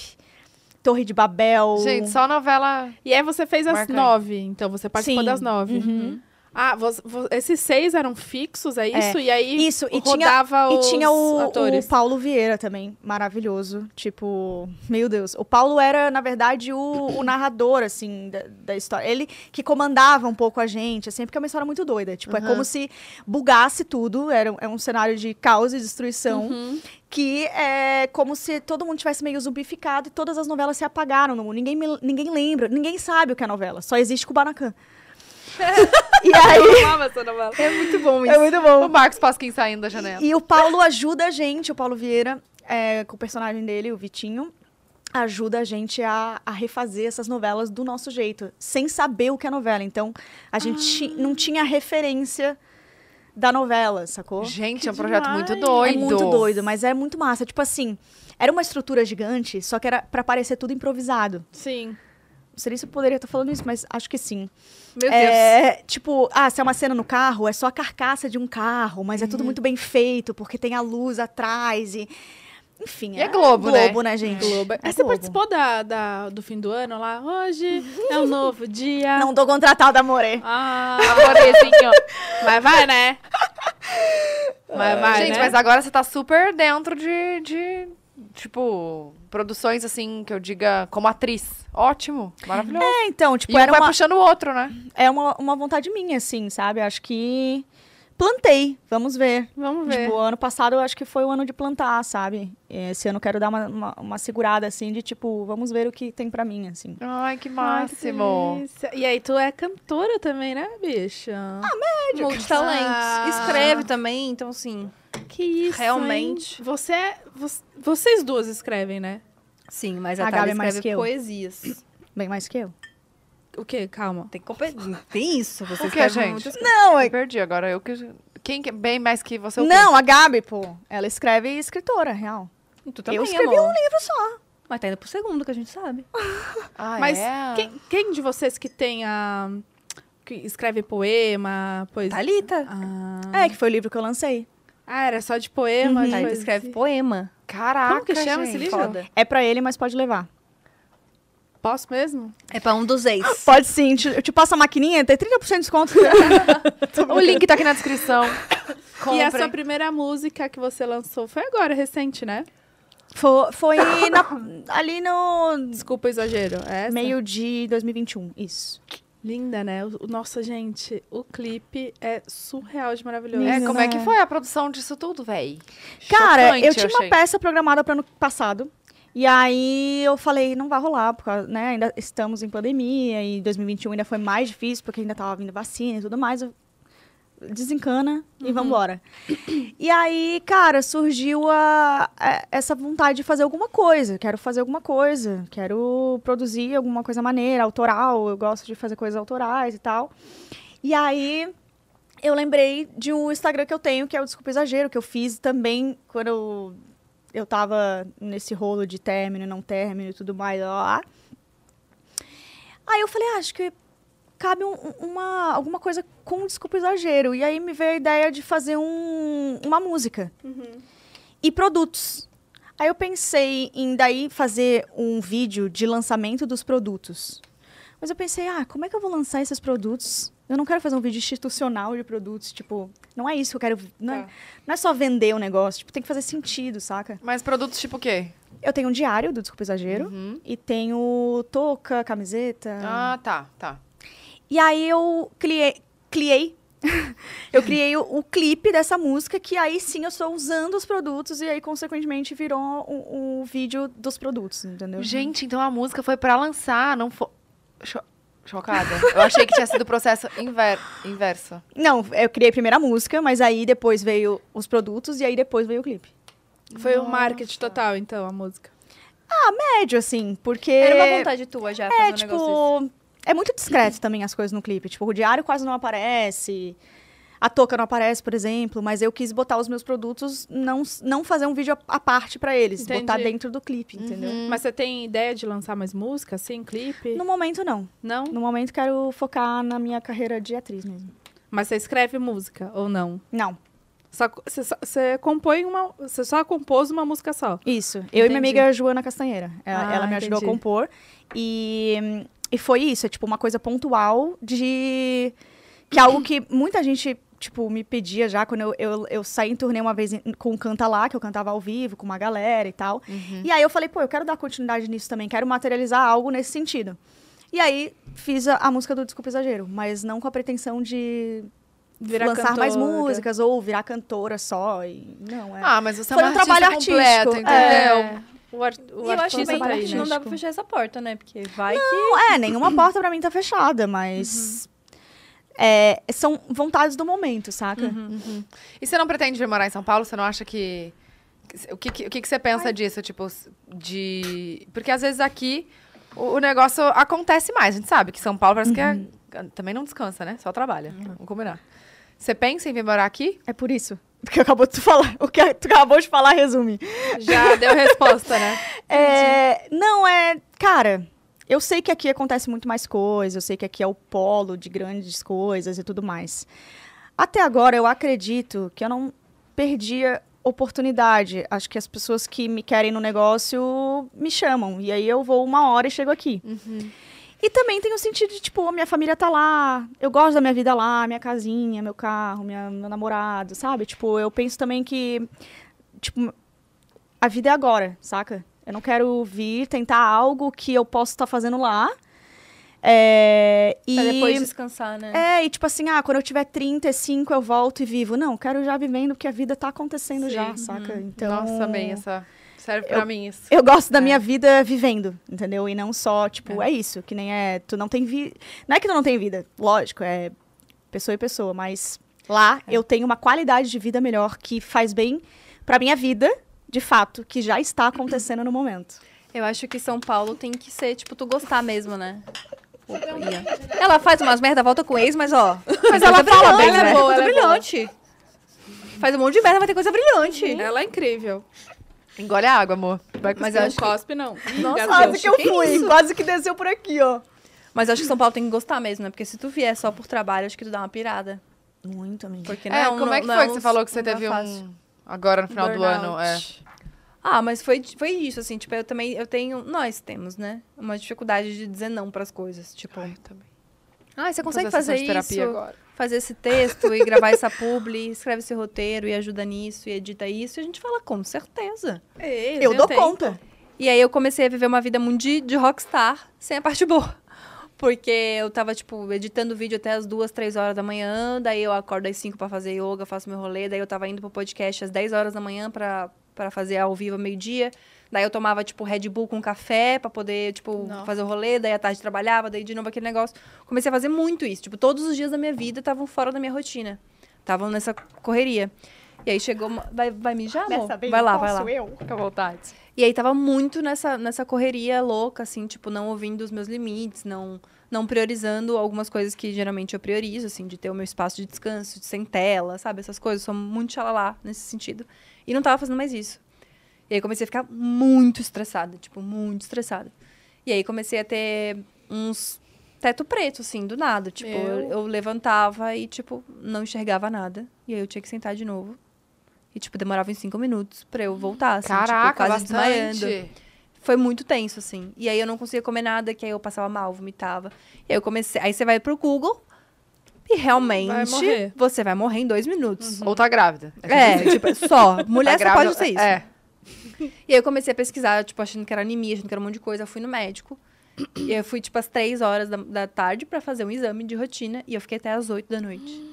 Speaker 3: Torre de Babel.
Speaker 1: Gente, só novela...
Speaker 2: E aí você fez as
Speaker 1: Marca aí.
Speaker 2: nove, então você participou
Speaker 3: Sim.
Speaker 2: das nove.
Speaker 3: Uhum.
Speaker 2: Ah, vo- vo- esses seis eram fixos, é isso? E aí
Speaker 3: Isso, e tinha,
Speaker 2: rodava
Speaker 3: e
Speaker 2: os
Speaker 3: tinha o, o
Speaker 2: atores.
Speaker 3: Paulo Vieira também, maravilhoso. Tipo, meu Deus. O Paulo era, na verdade, o, o narrador, assim, da, da história. Ele que comandava um pouco a gente, assim, porque é uma história muito doida. Tipo, é como se bugasse tudo. Era, um- é um cenário de caos e destruição.
Speaker 2: Uhum.
Speaker 3: que é como se todo mundo tivesse meio zumbificado e todas as novelas se apagaram no mundo. Ninguém, me- ninguém lembra, ninguém sabe o que é novela. Só existe Kubanacan. e aí,
Speaker 2: Eu amava essa novela.
Speaker 4: É muito bom isso.
Speaker 3: é muito bom.
Speaker 1: O Marcos Pasquim saindo da janela.
Speaker 3: E o Paulo ajuda a gente, o Paulo Vieira, é, com o personagem dele, o Vitinho, ajuda a gente a, a refazer essas novelas do nosso jeito, sem saber o que é novela. Então, a gente não tinha referência da novela, sacou?
Speaker 1: Gente, é um
Speaker 2: que
Speaker 1: projeto
Speaker 2: demais.
Speaker 1: muito doido.
Speaker 3: É muito doido, mas é muito massa. Tipo assim, era uma estrutura gigante, só que era pra parecer tudo improvisado.
Speaker 2: Sim.
Speaker 3: Não sei nem se eu poderia estar falando isso, mas acho que sim.
Speaker 4: Meu
Speaker 3: É, tipo, ah, se é uma cena no carro, é só a carcaça de um carro, mas é tudo muito bem feito, porque tem a luz atrás e. Enfim.
Speaker 1: E é Globo, né?
Speaker 3: Globo, né, gente?
Speaker 2: Globo.
Speaker 3: É
Speaker 2: Aí você
Speaker 3: Globo.
Speaker 2: participou da, da- do fim do ano lá? Hoje é um novo dia.
Speaker 3: Não tô contratada, amore.
Speaker 2: Ah,
Speaker 1: Amorzinho.
Speaker 2: mas vai, né? Mas vai,
Speaker 1: Gente,
Speaker 2: né?
Speaker 1: mas agora você tá super dentro de, de, tipo, produções assim, que eu diga, como atriz. Ótimo, maravilhoso.
Speaker 3: É, então, tipo,
Speaker 1: e um
Speaker 3: era
Speaker 1: vai
Speaker 3: uma,
Speaker 1: puxando o outro, né?
Speaker 3: é uma, uma vontade minha, assim, sabe? Acho que. Plantei, vamos ver.
Speaker 2: Vamos ver.
Speaker 3: Tipo, ano passado eu acho que foi o ano de plantar, sabe? Esse ano eu quero dar uma, uma, uma segurada, assim, de tipo, vamos ver o que tem pra mim, assim.
Speaker 1: Ai, que
Speaker 2: Ai, que
Speaker 1: máximo.
Speaker 2: delícia. E aí, tu é cantora também, né, bicha?
Speaker 3: Ah,
Speaker 4: Multitalento.
Speaker 2: Ah.
Speaker 4: Escreve também, então assim.
Speaker 2: que isso,
Speaker 4: realmente.
Speaker 2: hein? Você, é- vo- vocês duas escrevem, né?
Speaker 4: Sim, mas
Speaker 3: a
Speaker 4: a,
Speaker 3: Gabi
Speaker 4: Gabi
Speaker 3: é mais que
Speaker 4: escreve
Speaker 3: eu.
Speaker 4: poesias.
Speaker 3: Bem mais que eu.
Speaker 2: O quê? Calma.
Speaker 4: Tem, compe- Tem isso? Você
Speaker 1: o que,
Speaker 4: escreve um-
Speaker 1: gente?
Speaker 4: muitas-
Speaker 3: Não, é
Speaker 1: Me perdi agora. Eu que. Quem que- bem mais que você? eu
Speaker 3: Não, a Gabi, pô. Ela escreve escritora, real.
Speaker 4: Tu também,
Speaker 3: eu escrevi
Speaker 4: amor.
Speaker 3: um livro só.
Speaker 4: Mas tá indo pro segundo, que a gente sabe.
Speaker 1: penso. Ah,
Speaker 2: Mas
Speaker 1: é?
Speaker 2: Quem, quem de vocês que tem a... Que escreve poema, poesia...
Speaker 4: Thalita.
Speaker 2: é. Ah.
Speaker 3: É, que foi o livro que eu lancei.
Speaker 2: Ah, era só de poema? de
Speaker 4: Thalita
Speaker 2: coisa
Speaker 4: escreve
Speaker 2: assim.
Speaker 4: poema.
Speaker 1: Caraca,
Speaker 2: Como que chama esse
Speaker 1: gente.
Speaker 2: livro?
Speaker 4: Foda.
Speaker 3: É pra ele, mas pode levar.
Speaker 2: Posso mesmo?
Speaker 4: É pra um dos ex.
Speaker 3: Pode sim, te- eu te passo a maquininha, tem 30% de desconto.
Speaker 1: O link tá aqui na descrição.
Speaker 2: E a
Speaker 3: é
Speaker 1: Comprem.
Speaker 2: sua primeira música que você lançou foi agora, recente, né?
Speaker 3: foi foi na- ali no
Speaker 2: Desculpa o exagero. É essa?
Speaker 3: meio de 2021, isso.
Speaker 2: Linda, né? O- o- Nossa, gente, o clipe é surreal de maravilhoso.
Speaker 1: É,
Speaker 3: Menina.
Speaker 1: como é que foi a produção disso tudo, véi?
Speaker 3: né? Cara,
Speaker 1: Chocante,
Speaker 3: eu tinha uma
Speaker 1: achei.
Speaker 3: peça programada para ano passado. E aí eu falei, não vai rolar, porque né, ainda um estamos em pandemia e 2021 ainda foi mais difícil, porque ainda tava vindo vacina e tudo mais. Eu- desencana
Speaker 1: Uhum.
Speaker 3: e vambora. E aí, cara, surgiu a, a- essa vontade de fazer alguma coisa. Quero fazer alguma coisa. Quero produzir alguma coisa maneira, autoral. Eu gosto de fazer coisas autorais e tal. E aí, eu lembrei de um Instagram que eu tenho, que é o Desculpa Exagero, que eu fiz também quando eu, eu tava nesse rolo de término, não término e tudo mais. Lá, lá, lá. Aí eu falei, "Ah, acho que cabe um- um- uma, alguma coisa com desculpa exagero. E aí me veio a ideia de fazer um- uma música e produtos. Aí eu pensei em daí fazer um vídeo de lançamento dos produtos. Mas eu pensei, ah, como é que eu vou lançar esses produtos? Eu não quero fazer um vídeo institucional de produtos, tipo, não é isso que eu quero. Não, é,
Speaker 1: Tá.
Speaker 3: não é só vender o negócio, tipo, tem que fazer sentido, saca?
Speaker 1: Mas produtos tipo o quê?
Speaker 3: Eu tenho um diário do Desculpa Exagero
Speaker 1: Uhum.
Speaker 3: e tenho touca, camiseta.
Speaker 1: Ah, tá, tá.
Speaker 3: E aí eu criei. criei eu criei o, o clipe dessa música, que aí sim eu estou usando os produtos, e aí, consequentemente, virou o, o vídeo dos produtos, entendeu?
Speaker 1: Gente, então a música foi pra lançar, não foi. Cho- Chocada. Eu achei que tinha sido o processo inver... inverso.
Speaker 3: Não, eu criei primeiro a música, mas aí depois veio os produtos e aí depois veio o clipe.
Speaker 2: Foi um marketing total, então, a música.
Speaker 3: Médio, assim, porque.
Speaker 4: Era uma vontade tua já fazer
Speaker 3: É,
Speaker 4: um negócio
Speaker 3: tipo. É muito discreto também as coisas no clipe. Tipo, o diário quase não aparece. A touca não aparece, por exemplo, mas eu quis botar os meus produtos, não, não fazer um vídeo à à parte pra eles,
Speaker 2: Entendi.
Speaker 3: botar dentro do clipe, entendeu?
Speaker 4: Uhum.
Speaker 2: Mas você tem ideia de lançar mais música, assim, clipe?
Speaker 3: No momento, não.
Speaker 2: Não?
Speaker 3: No momento, quero focar na minha carreira de atriz mesmo.
Speaker 2: Mas você escreve música ou não?
Speaker 3: Não,
Speaker 2: Só- Você só- você compõe uma. Você só compôs uma música só.
Speaker 3: isso. Eu e minha
Speaker 2: Entendi.
Speaker 3: amiga Joana Castanheira. Ela,
Speaker 2: Ah,
Speaker 3: ela me ajudou a
Speaker 2: entendi.
Speaker 3: compor. E, e foi isso. É tipo uma coisa pontual de. Que é algo que muita gente. Tipo, me pedia já quando eu, eu, eu saí em turnê uma vez em- com o Canta Lá, que eu cantava ao vivo com uma galera e tal.
Speaker 2: Uhum.
Speaker 3: E aí eu falei, pô, eu quero dar continuidade nisso também, quero materializar algo nesse sentido. E aí fiz a, a música do Desculpa Exagero, mas não com a pretensão de
Speaker 2: Virar
Speaker 3: lançar mais
Speaker 2: cantora.
Speaker 3: músicas ou virar cantora só. E... Não, é.
Speaker 1: Ah, mas você
Speaker 3: Foi
Speaker 1: é
Speaker 3: um
Speaker 1: uma artista
Speaker 3: trabalho
Speaker 1: completa,
Speaker 3: artístico, é.
Speaker 1: entendeu?
Speaker 2: É, O, ar, o
Speaker 4: É. E eu acho que
Speaker 2: artista
Speaker 4: bem
Speaker 2: tá aí,
Speaker 4: que
Speaker 2: né?
Speaker 4: não dá pra fechar essa porta, né? Porque vai
Speaker 3: Não, é, nenhuma porta pra mim tá fechada, mas. é, são vontades do momento, saca?
Speaker 1: E você não pretende morar em São Paulo? Você não acha que. que- O que, que- o que, que você pensa disso? Tipo, s- de. Porque às vezes aqui o, o negócio acontece mais. A gente sabe que São Paulo parece que
Speaker 4: Uhum.
Speaker 1: é- também não descansa, né? Só trabalha. Vamos combinar. Você pensa em vir morar aqui?
Speaker 3: É por isso. Porque acabou de tu falar. O que tu acabou de falar resume.
Speaker 1: Já deu resposta, né?
Speaker 3: É, não, é. Cara, eu sei que aqui acontece muito mais coisa, eu sei que aqui é o polo de grandes coisas e tudo mais. Até agora, eu acredito que eu não perdi a oportunidade. Acho que as pessoas que me querem no negócio me chamam. E aí eu vou uma hora e chego aqui.
Speaker 4: Uhum.
Speaker 3: E também tem o sentido de, tipo, a minha família tá lá, eu gosto da minha vida lá, minha casinha, meu carro, minha, meu namorado, sabe? Tipo, eu penso também que, tipo, a vida é agora, saca? Eu não quero vir tentar algo que eu posso estar fazendo lá. É, e...
Speaker 4: pra depois descansar, né?
Speaker 3: É, e tipo assim, ah, quando eu tiver 35 eu volto e vivo. Não, quero já vivendo porque a vida tá acontecendo
Speaker 2: Sim.
Speaker 4: Uhum.
Speaker 3: já, saca? Então,
Speaker 1: Nossa, bem, essa. Serve pra mim isso.
Speaker 3: eu gosto da
Speaker 4: É.
Speaker 3: minha vida vivendo, entendeu? E não só, tipo, é, isso, que nem é, tu não tem vida. Não é que tu não tem vida, lógico, é pessoa e pessoa, mas lá
Speaker 4: É.
Speaker 3: eu tenho uma qualidade de vida melhor que faz bem pra minha vida, de fato, que já está acontecendo no momento.
Speaker 4: Eu acho que São Paulo tem que ser, tipo, tu gostar mesmo, né? Opa, ia. Ela faz umas merda, volta com o ex, mas ó. Mas
Speaker 1: ela fala bem,
Speaker 4: ela
Speaker 1: né?
Speaker 4: é boa,
Speaker 2: Ela é
Speaker 4: brilhante. Faz um monte de merda, vai ter coisa brilhante.
Speaker 2: Ela é incrível.
Speaker 1: Engole a água, amor. Vai Mas
Speaker 4: Mas eu
Speaker 2: não
Speaker 4: acho que-
Speaker 2: cospe, não. Ih,
Speaker 4: Nossa,
Speaker 2: engasgou.
Speaker 4: Quase
Speaker 3: Quase
Speaker 4: Deus,
Speaker 3: que
Speaker 4: que
Speaker 3: eu
Speaker 4: eu que
Speaker 3: fui,
Speaker 4: fui, isso?
Speaker 3: quase que desceu por aqui, ó.
Speaker 4: Mas eu acho que São Paulo tem que gostar mesmo, né? Porque se tu vier só por trabalho, acho que tu dá uma pirada.
Speaker 3: Muito, amiga.
Speaker 4: Porque não
Speaker 1: É,
Speaker 4: um-
Speaker 1: como é que
Speaker 4: não-
Speaker 1: foi
Speaker 4: não
Speaker 1: que você
Speaker 4: um-
Speaker 1: falou que você
Speaker 4: não tá
Speaker 1: teve
Speaker 4: fácil. Assim,
Speaker 1: um. Agora no final do ano? É.
Speaker 2: Burnout.
Speaker 4: Ah, mas foi, foi isso, assim, tipo, eu também, eu tenho, nós temos, né, uma dificuldade de dizer não pras coisas, tipo,
Speaker 1: Ai, eu também.
Speaker 4: ah, você
Speaker 1: Vou
Speaker 4: consegue
Speaker 1: fazer
Speaker 4: fazer,
Speaker 1: sessão de terapia
Speaker 4: isso,
Speaker 1: agora.
Speaker 4: fazer esse texto e gravar essa publi, escreve esse roteiro e ajuda nisso e edita isso, e a gente fala, com certeza.
Speaker 1: É,
Speaker 2: Ei,
Speaker 3: Eu
Speaker 2: gente,
Speaker 3: dou
Speaker 2: tem.
Speaker 3: conta.
Speaker 4: E aí eu comecei a viver uma vida muito de, de rockstar, sem a parte boa. Porque eu tava, tipo, editando vídeo até as duas, três horas da manhã, daí eu acordo às cinco pra fazer yoga, faço meu rolê, daí eu tava indo pro podcast às 10 horas da manhã pra, pra fazer ao vivo ao meio-dia. Daí eu tomava, tipo, Red Bull com café pra poder, tipo,
Speaker 2: Nossa.
Speaker 4: fazer o rolê, daí à tarde trabalhava, daí de novo aquele negócio. Comecei a fazer muito isso. Tipo, todos os dias da minha vida estavam fora da minha rotina. Estavam nessa correria. E aí chegou. uma- Vai, vai mijar, amor?
Speaker 3: Dessa vez
Speaker 4: vai lá,
Speaker 3: eu
Speaker 4: vai
Speaker 3: posso,
Speaker 4: lá.
Speaker 3: eu?
Speaker 1: Fica à vontade.
Speaker 4: E aí tava muito nessa, nessa correria louca, assim, tipo, não ouvindo os meus limites, não, não priorizando algumas coisas que geralmente eu priorizo, assim, de ter o meu espaço de descanso, de sem tela, sabe? Essas coisas. Sou muito xalalá nesse sentido. E não tava fazendo mais isso. E aí comecei a ficar muito estressada, tipo, muito estressada. E aí comecei a ter uns teto preto, assim, do nada. Tipo, eu,
Speaker 2: Meu.
Speaker 4: eu levantava e, tipo, não enxergava nada. E aí eu tinha que sentar de novo. E, tipo, demorava uns cinco minutos pra eu voltar, assim, tipo,
Speaker 1: Caraca,
Speaker 4: quase
Speaker 1: bastante.
Speaker 4: desmaiando. Foi muito tenso, assim. E aí eu não conseguia comer nada, que aí eu passava mal, vomitava. E aí eu comecei. Aí você vai pro Google e
Speaker 2: Vai
Speaker 4: realmente
Speaker 2: morrer.
Speaker 4: você vai morrer em dois minutos.
Speaker 1: Ou tá grávida.
Speaker 4: É, tipo, só. Mulher
Speaker 1: tá
Speaker 4: só
Speaker 1: grávida,
Speaker 4: pode ser isso.
Speaker 1: É.
Speaker 4: E aí eu comecei a pesquisar, tipo, achando que era anemia, achando que era um monte de coisa. Eu fui no médico. E eu fui, tipo, às três horas da, da tarde pra fazer um exame de rotina. E eu fiquei até às oito da noite.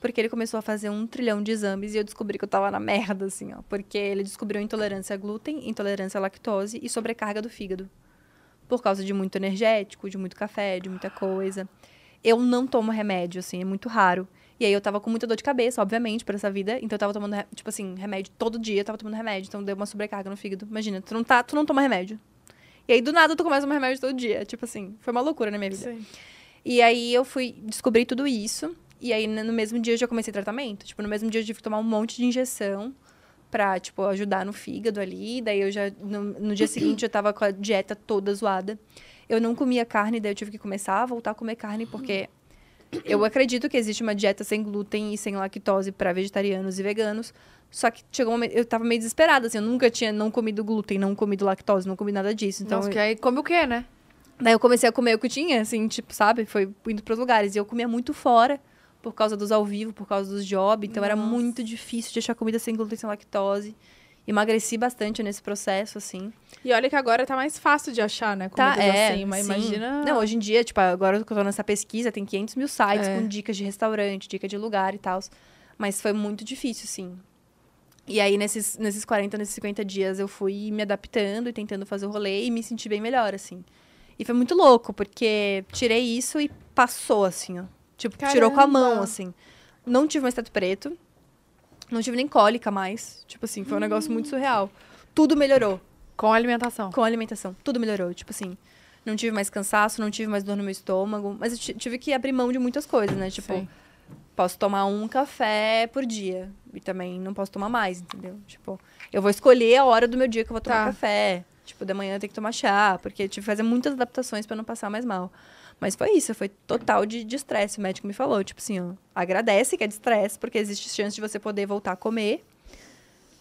Speaker 4: Porque ele começou a fazer um trilhão de exames e eu descobri que eu tava na merda, assim, ó. Porque ele descobriu intolerância a glúten, intolerância à lactose e sobrecarga do fígado. Por causa de muito energético, de muito café, de muita coisa. Eu não tomo remédio, assim, é muito raro. E aí eu tava com muita dor de cabeça, obviamente, pra essa vida. Então eu tava tomando, re- tipo assim, remédio todo dia, eu tava tomando remédio. Então deu uma sobrecarga no fígado. Imagina, tu não, tá, tu não toma remédio. E aí do nada tu começa a tomar remédio todo dia. Tipo assim, foi uma loucura na minha vida.
Speaker 2: Sim.
Speaker 4: E aí eu fui descobrir tudo isso. E aí no mesmo dia eu já comecei tratamento. Tipo, no mesmo dia eu tive que tomar um monte de injeção pra, tipo, ajudar no fígado ali. Daí eu já, no, no dia seguinte, eu tava com a dieta toda zoada. Eu não comia carne, daí eu tive que começar a voltar a comer carne, porque eu acredito que existe uma dieta sem glúten e sem lactose para vegetarianos e veganos. Só que chegou um momento, eu tava meio desesperada, assim, eu nunca tinha não comido glúten, não comido lactose, não comi nada disso. Então,
Speaker 1: Nossa, que aí come o quê, né?
Speaker 4: Daí eu comecei a comer o que eu tinha, assim, tipo, sabe? Foi indo pros lugares. E eu comia muito fora, por causa dos ao vivo, por causa dos job. Então era muito difícil de achar comida sem glúten, sem lactose. Emagreci bastante nesse processo, assim.
Speaker 2: E olha que agora tá mais fácil de achar, né?
Speaker 4: Tá,
Speaker 2: Comidas
Speaker 4: é,
Speaker 2: assim, mas
Speaker 4: sim.
Speaker 2: imagina...
Speaker 4: Não, hoje em dia, tipo, agora que eu tô nessa pesquisa, tem 500 mil sites
Speaker 2: É.
Speaker 4: com dicas de restaurante, dica de lugar e tal. Mas foi muito difícil, sim. E aí, nesses, nesses 40, nesses 50 dias, eu fui me adaptando e tentando fazer o rolê e me senti bem melhor, assim. E foi muito louco, porque tirei isso e passou, assim, ó. Tipo, tirou com a mão,
Speaker 2: Caramba.
Speaker 4: assim. Não tive mais teto preto. Não tive nem cólica mais. Tipo assim, foi um negócio
Speaker 2: Hum.
Speaker 4: muito surreal. Tudo melhorou.
Speaker 1: Com a alimentação.
Speaker 4: Com a alimentação. Tudo melhorou. Tipo assim, não tive mais cansaço, não tive mais dor no meu estômago. Mas eu ti- tive que abrir mão de muitas coisas, né? Tipo,
Speaker 1: Sim.
Speaker 4: posso tomar um café por dia. E também não posso tomar mais, entendeu? Tipo, eu vou escolher a hora do meu dia que eu vou tomar
Speaker 2: Tá.
Speaker 4: café. Tipo, da manhã eu tenho que tomar chá. Porque eu tive que fazer muitas adaptações pra não passar mais mal. Mas foi isso, foi total de de estresse. o médico me falou, tipo assim, ó, agradece que é de estresse, porque existe chance de você poder voltar a comer.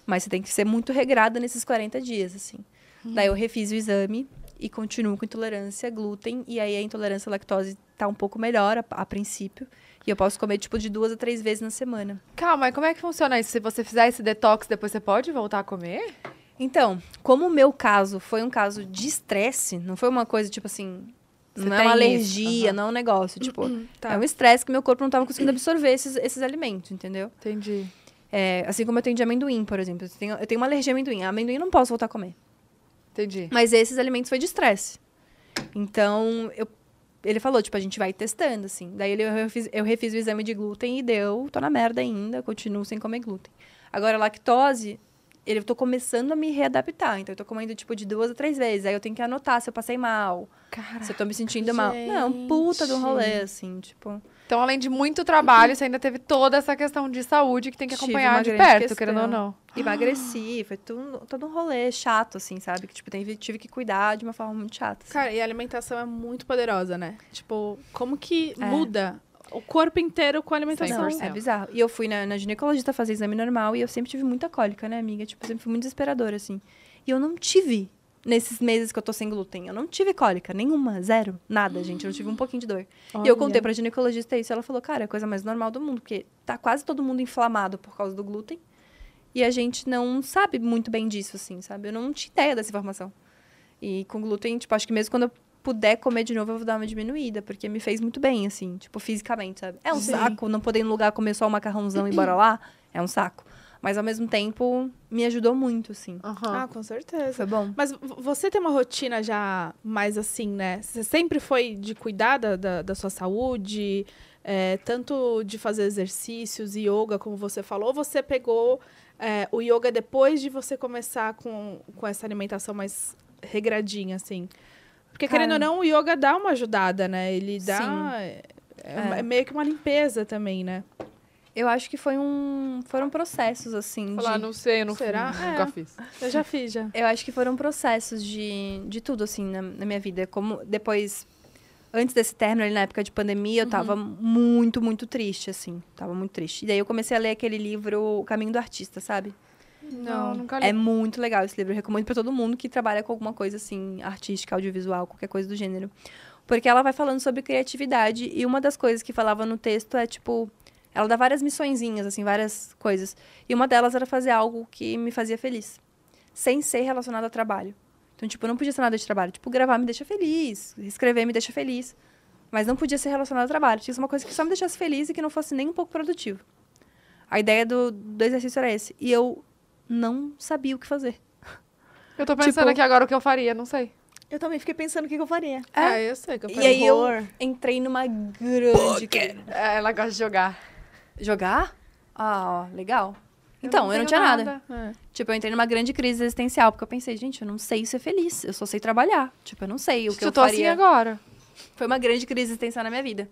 Speaker 4: Mas você tem que ser muito regrada nesses 40 dias, assim. Daí eu refiz o exame e continuo com intolerância a glúten. E aí a intolerância à lactose tá um pouco melhor a, a princípio. E eu posso comer, tipo, de duas a três vezes na semana.
Speaker 1: Calma, mas como é que funciona isso? Se você fizer esse detox, depois você pode voltar a comer?
Speaker 4: Então, como o meu caso foi um caso de estresse, não foi uma coisa, tipo assim...
Speaker 1: Você
Speaker 4: não é
Speaker 1: tem
Speaker 4: uma
Speaker 1: isso, Uhum.
Speaker 4: alergia, não é um negócio. Tipo,
Speaker 2: tá.
Speaker 4: é um estresse que meu corpo não tava conseguindo absorver esses, esses alimentos, entendeu?
Speaker 1: Entendi.
Speaker 4: É, assim como eu tenho de amendoim, por exemplo. Eu tenho, eu tenho uma alergia a amendoim. Amendoim eu não posso voltar a comer.
Speaker 1: Entendi.
Speaker 4: Mas esses alimentos foi de estresse. Então, eu- ele falou, tipo, a gente vai testando, assim. Daí ele, eu, refiz, eu refiz o exame de glúten e deu, tô na merda ainda, continuo sem comer glúten. Agora, a lactose, ele, eu tô começando a me readaptar. Então, eu tô comendo, tipo, de duas a três vezes. Aí eu tenho que anotar se eu passei mal,
Speaker 1: Cara.
Speaker 4: se eu tô me sentindo mal. Não, puta do rolê, assim, tipo...
Speaker 1: Então, além de muito trabalho, você ainda teve toda essa questão de saúde que tem que
Speaker 4: Tive
Speaker 1: acompanhar
Speaker 4: uma
Speaker 1: de
Speaker 4: grande
Speaker 1: perto,
Speaker 4: questão.
Speaker 1: querendo ou não.
Speaker 4: Emagreci, foi tudo, todo um rolê chato, assim, sabe? Que, tipo, teve- tive que cuidar de uma forma muito chata. assim.
Speaker 2: Cara, e a alimentação é muito poderosa, né? Tipo, como que
Speaker 4: É.
Speaker 2: muda o corpo inteiro com a alimentação?
Speaker 4: Não, é bizarro. E eu fui na, na ginecologista fazer exame normal e eu sempre tive muita cólica, né, amiga? Tipo, eu sempre fui muito desesperadora, assim. E eu não tive, nesses meses que eu tô sem glúten, eu não tive cólica, nenhuma, zero, nada, gente. Eu tive um pouquinho de dor. E eu contei pra ginecologista isso, ela falou, cara, é a coisa mais normal do mundo, porque tá quase todo mundo inflamado por causa do glúten. E a gente não sabe muito bem disso, assim, sabe? Eu não tinha ideia dessa informação. E com glúten, tipo, acho que mesmo quando eu puder comer de novo, eu vou dar uma diminuída, porque me fez muito bem, assim, tipo, fisicamente, sabe? É um
Speaker 2: Sim.
Speaker 4: saco, não poder ir no lugar comer só o macarrãozão e bora lá, é um saco. Mas ao mesmo tempo, me ajudou muito, assim.
Speaker 1: Aham.
Speaker 2: Ah, com certeza.
Speaker 4: Foi bom.
Speaker 2: Mas v- você tem uma rotina já mais assim, né? Você sempre foi de cuidar da, da, da sua saúde? é, tanto de fazer exercícios, yoga, como você falou, você pegou é, o yoga depois de você começar com, com essa alimentação mais regradinha, assim. Porque,
Speaker 4: Cara.
Speaker 2: querendo ou não, o yoga dá uma ajudada, né? Ele dá.
Speaker 4: Sim.
Speaker 2: É, é meio que uma limpeza também, né?
Speaker 4: Eu acho que foi um. Foram processos, assim.
Speaker 1: um
Speaker 6: Falar,
Speaker 4: de-
Speaker 6: não sei, eu não
Speaker 2: Será?
Speaker 6: Fui, nunca
Speaker 2: É.
Speaker 6: fiz.
Speaker 2: Eu já fiz, já.
Speaker 4: Eu acho que foram processos de, de tudo, assim, na, na minha vida. Como depois. Antes desse término, ali na época de pandemia, eu tava muito, muito triste, assim. Tava muito triste. E daí eu comecei a ler aquele livro O Caminho do Artista, sabe?
Speaker 6: Não, nunca li.
Speaker 4: É muito legal esse livro. Eu recomendo pra todo mundo que trabalha com alguma coisa assim, artística, audiovisual, qualquer coisa do gênero. Porque ela vai falando sobre criatividade e uma das coisas que falava no texto é tipo, ela dá várias missõezinhas assim, várias coisas. E uma delas era fazer algo que me fazia feliz, sem ser relacionado a trabalho. Então, tipo, não podia ser nada de trabalho, tipo, gravar me deixa feliz, escrever me deixa feliz, mas não podia ser relacionado a trabalho. Tinha que ser uma coisa que só me deixasse feliz e que não fosse nem um pouco produtivo. A ideia do, do exercício era esse. E eu não sabia o que fazer.
Speaker 6: Eu tô pensando
Speaker 4: Tipo-
Speaker 6: aqui agora o que eu faria, não sei.
Speaker 3: Eu também fiquei pensando o que, que eu faria.
Speaker 4: É.
Speaker 6: Ah, eu sei o que eu
Speaker 4: E aí eu entrei numa grande. crise.
Speaker 6: É, Ela gosta de jogar.
Speaker 4: Jogar? Ah, ó, legal. Então, eu não, tinha nada.
Speaker 6: É.
Speaker 4: Tipo, eu entrei numa grande crise existencial, porque eu pensei, gente, eu não sei ser feliz, eu só sei trabalhar. Tipo, eu não sei o que
Speaker 6: eu,
Speaker 4: eu
Speaker 6: tô assim
Speaker 4: faria.
Speaker 6: agora.
Speaker 4: Foi uma grande crise existencial na minha vida.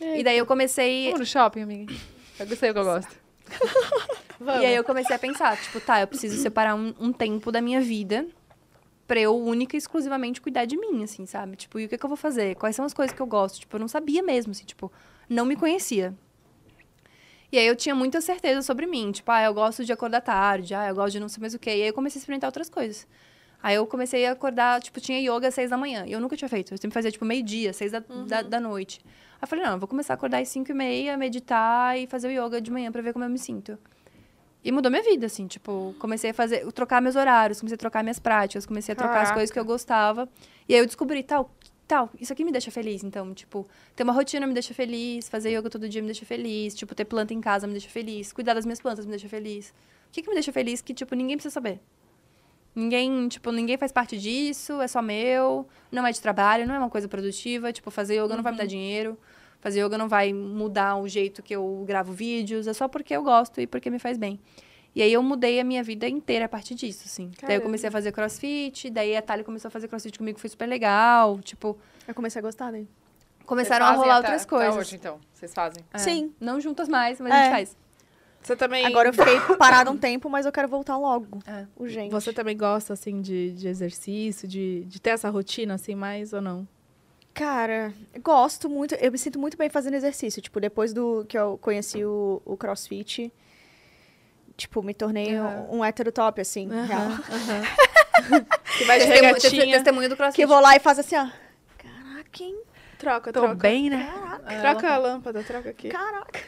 Speaker 4: E daí eu comecei.
Speaker 6: Vamos no shopping, amiga. Eu gostei o que eu gosto.
Speaker 4: E aí eu comecei a pensar, tipo, tá, eu preciso separar um, um tempo da minha vida pra eu única e exclusivamente cuidar de mim, assim, sabe? Tipo, e o que, que eu vou fazer? Quais são as coisas que eu gosto? Tipo, eu não sabia mesmo, assim, tipo, não me conhecia. E aí eu tinha muita certeza sobre mim, tipo, ah, eu gosto de acordar tarde, ah, eu gosto de não sei mais o quê. E aí eu comecei a experimentar outras coisas. Aí eu comecei a acordar, tipo, tinha yoga às seis da manhã. E eu nunca tinha feito. Eu sempre fazia, tipo, meio-dia, seis da, da, da noite. Aí eu falei, não, eu vou começar a acordar às cinco e meia, meditar e fazer o yoga de manhã pra ver como eu me sinto. E mudou minha vida, assim, tipo, comecei a fazer, trocar meus horários, comecei a trocar minhas práticas, comecei a trocar as
Speaker 6: Caraca.
Speaker 4: coisas que eu gostava. E aí eu descobri, tal, tal, isso aqui me deixa feliz, então, tipo, ter uma rotina me deixa feliz, fazer yoga todo dia me deixa feliz, tipo, ter planta em casa me deixa feliz, cuidar das minhas plantas me deixa feliz. O que que me deixa feliz que, tipo, ninguém precisa saber? Ninguém, tipo, ninguém faz parte disso, é só meu, não é de trabalho, não é uma coisa produtiva, tipo, fazer yoga não vai me dar dinheiro, fazer yoga não vai mudar o jeito que eu gravo vídeos, é só porque eu gosto e porque me faz bem. E aí eu mudei a minha vida inteira a partir disso, assim. Daí eu
Speaker 2: Caramba.
Speaker 4: comecei a fazer crossfit, daí a Thalia começou a fazer crossfit comigo, foi super legal, tipo,
Speaker 3: Eu comecei a gostar daí.
Speaker 4: começaram
Speaker 6: Vocês
Speaker 4: a
Speaker 6: fazem
Speaker 4: rolar
Speaker 6: até-
Speaker 4: outras coisas.
Speaker 6: Até hoje, então. Vocês fazem.
Speaker 4: É,
Speaker 3: Sim.
Speaker 4: Não juntas mais, mas a
Speaker 3: É.
Speaker 4: gente faz.
Speaker 6: Você também...
Speaker 3: Agora eu fiquei parada um tempo, mas eu quero voltar logo.
Speaker 4: É.
Speaker 3: Urgente.
Speaker 2: Você também gosta, assim, de, de exercício, de, de ter essa rotina, assim, mais ou não?
Speaker 3: Cara, gosto muito. Eu me sinto muito bem fazendo exercício. Tipo, depois do que eu conheci o, o crossfit, tipo, me tornei
Speaker 2: Aham.
Speaker 3: um, um hétero top, assim, real.
Speaker 6: Que vai de
Speaker 4: Testemunha-
Speaker 6: regatinha.
Speaker 4: Testemunha do crossfit.
Speaker 3: Que eu vou lá e faço assim, ó. Caraca, hein?
Speaker 2: Troca,
Speaker 6: Tô
Speaker 2: troca.
Speaker 6: bem, né?
Speaker 2: Troca a lâmpada, troca aqui.
Speaker 3: Caraca.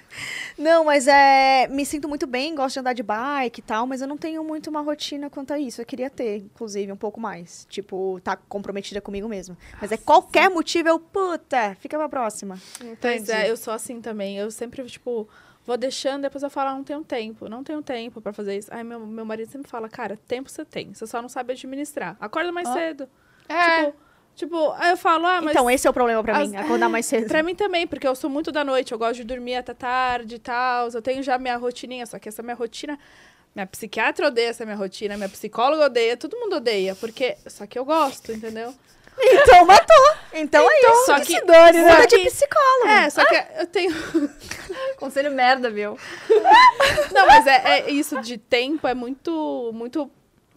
Speaker 3: Não, mas é. Me sinto muito bem, gosto de andar de bike e tal, mas eu não tenho muito uma rotina quanto a isso. Eu queria ter, inclusive, um pouco mais. Tipo, tá comprometida comigo mesmo. Mas é qualquer motivo, eu, puta, fica pra próxima.
Speaker 2: Pois é, eu sou assim também. Eu sempre, tipo, vou deixando, depois eu falo, ah, não tenho tempo, não tenho tempo pra fazer isso. Aí meu, meu marido sempre fala, cara, tempo você tem, você só não sabe administrar. Acorda mais
Speaker 4: Ó.
Speaker 2: cedo.
Speaker 6: É.
Speaker 2: Tipo, tipo, aí eu falo, ah, mas.
Speaker 3: Então, esse é o problema pra
Speaker 2: as-
Speaker 3: mim, acordar mais cedo.
Speaker 2: Pra mim também, porque eu sou muito da noite, eu gosto de dormir até tarde e tal. Eu tenho já minha rotininha, só que essa minha rotina. Minha psiquiatra odeia essa minha rotina, minha psicóloga odeia, todo mundo odeia, porque. Só que eu gosto, entendeu?
Speaker 3: Então matou. Então, é isso.
Speaker 2: só
Speaker 3: que,
Speaker 2: que-
Speaker 3: se dane, né?
Speaker 2: só
Speaker 3: Muda de
Speaker 2: que-
Speaker 3: psicólogo.
Speaker 2: É, só que eu tenho.
Speaker 4: Conselho merda, meu.
Speaker 2: Não, mas é, é isso de tempo é muito, muito.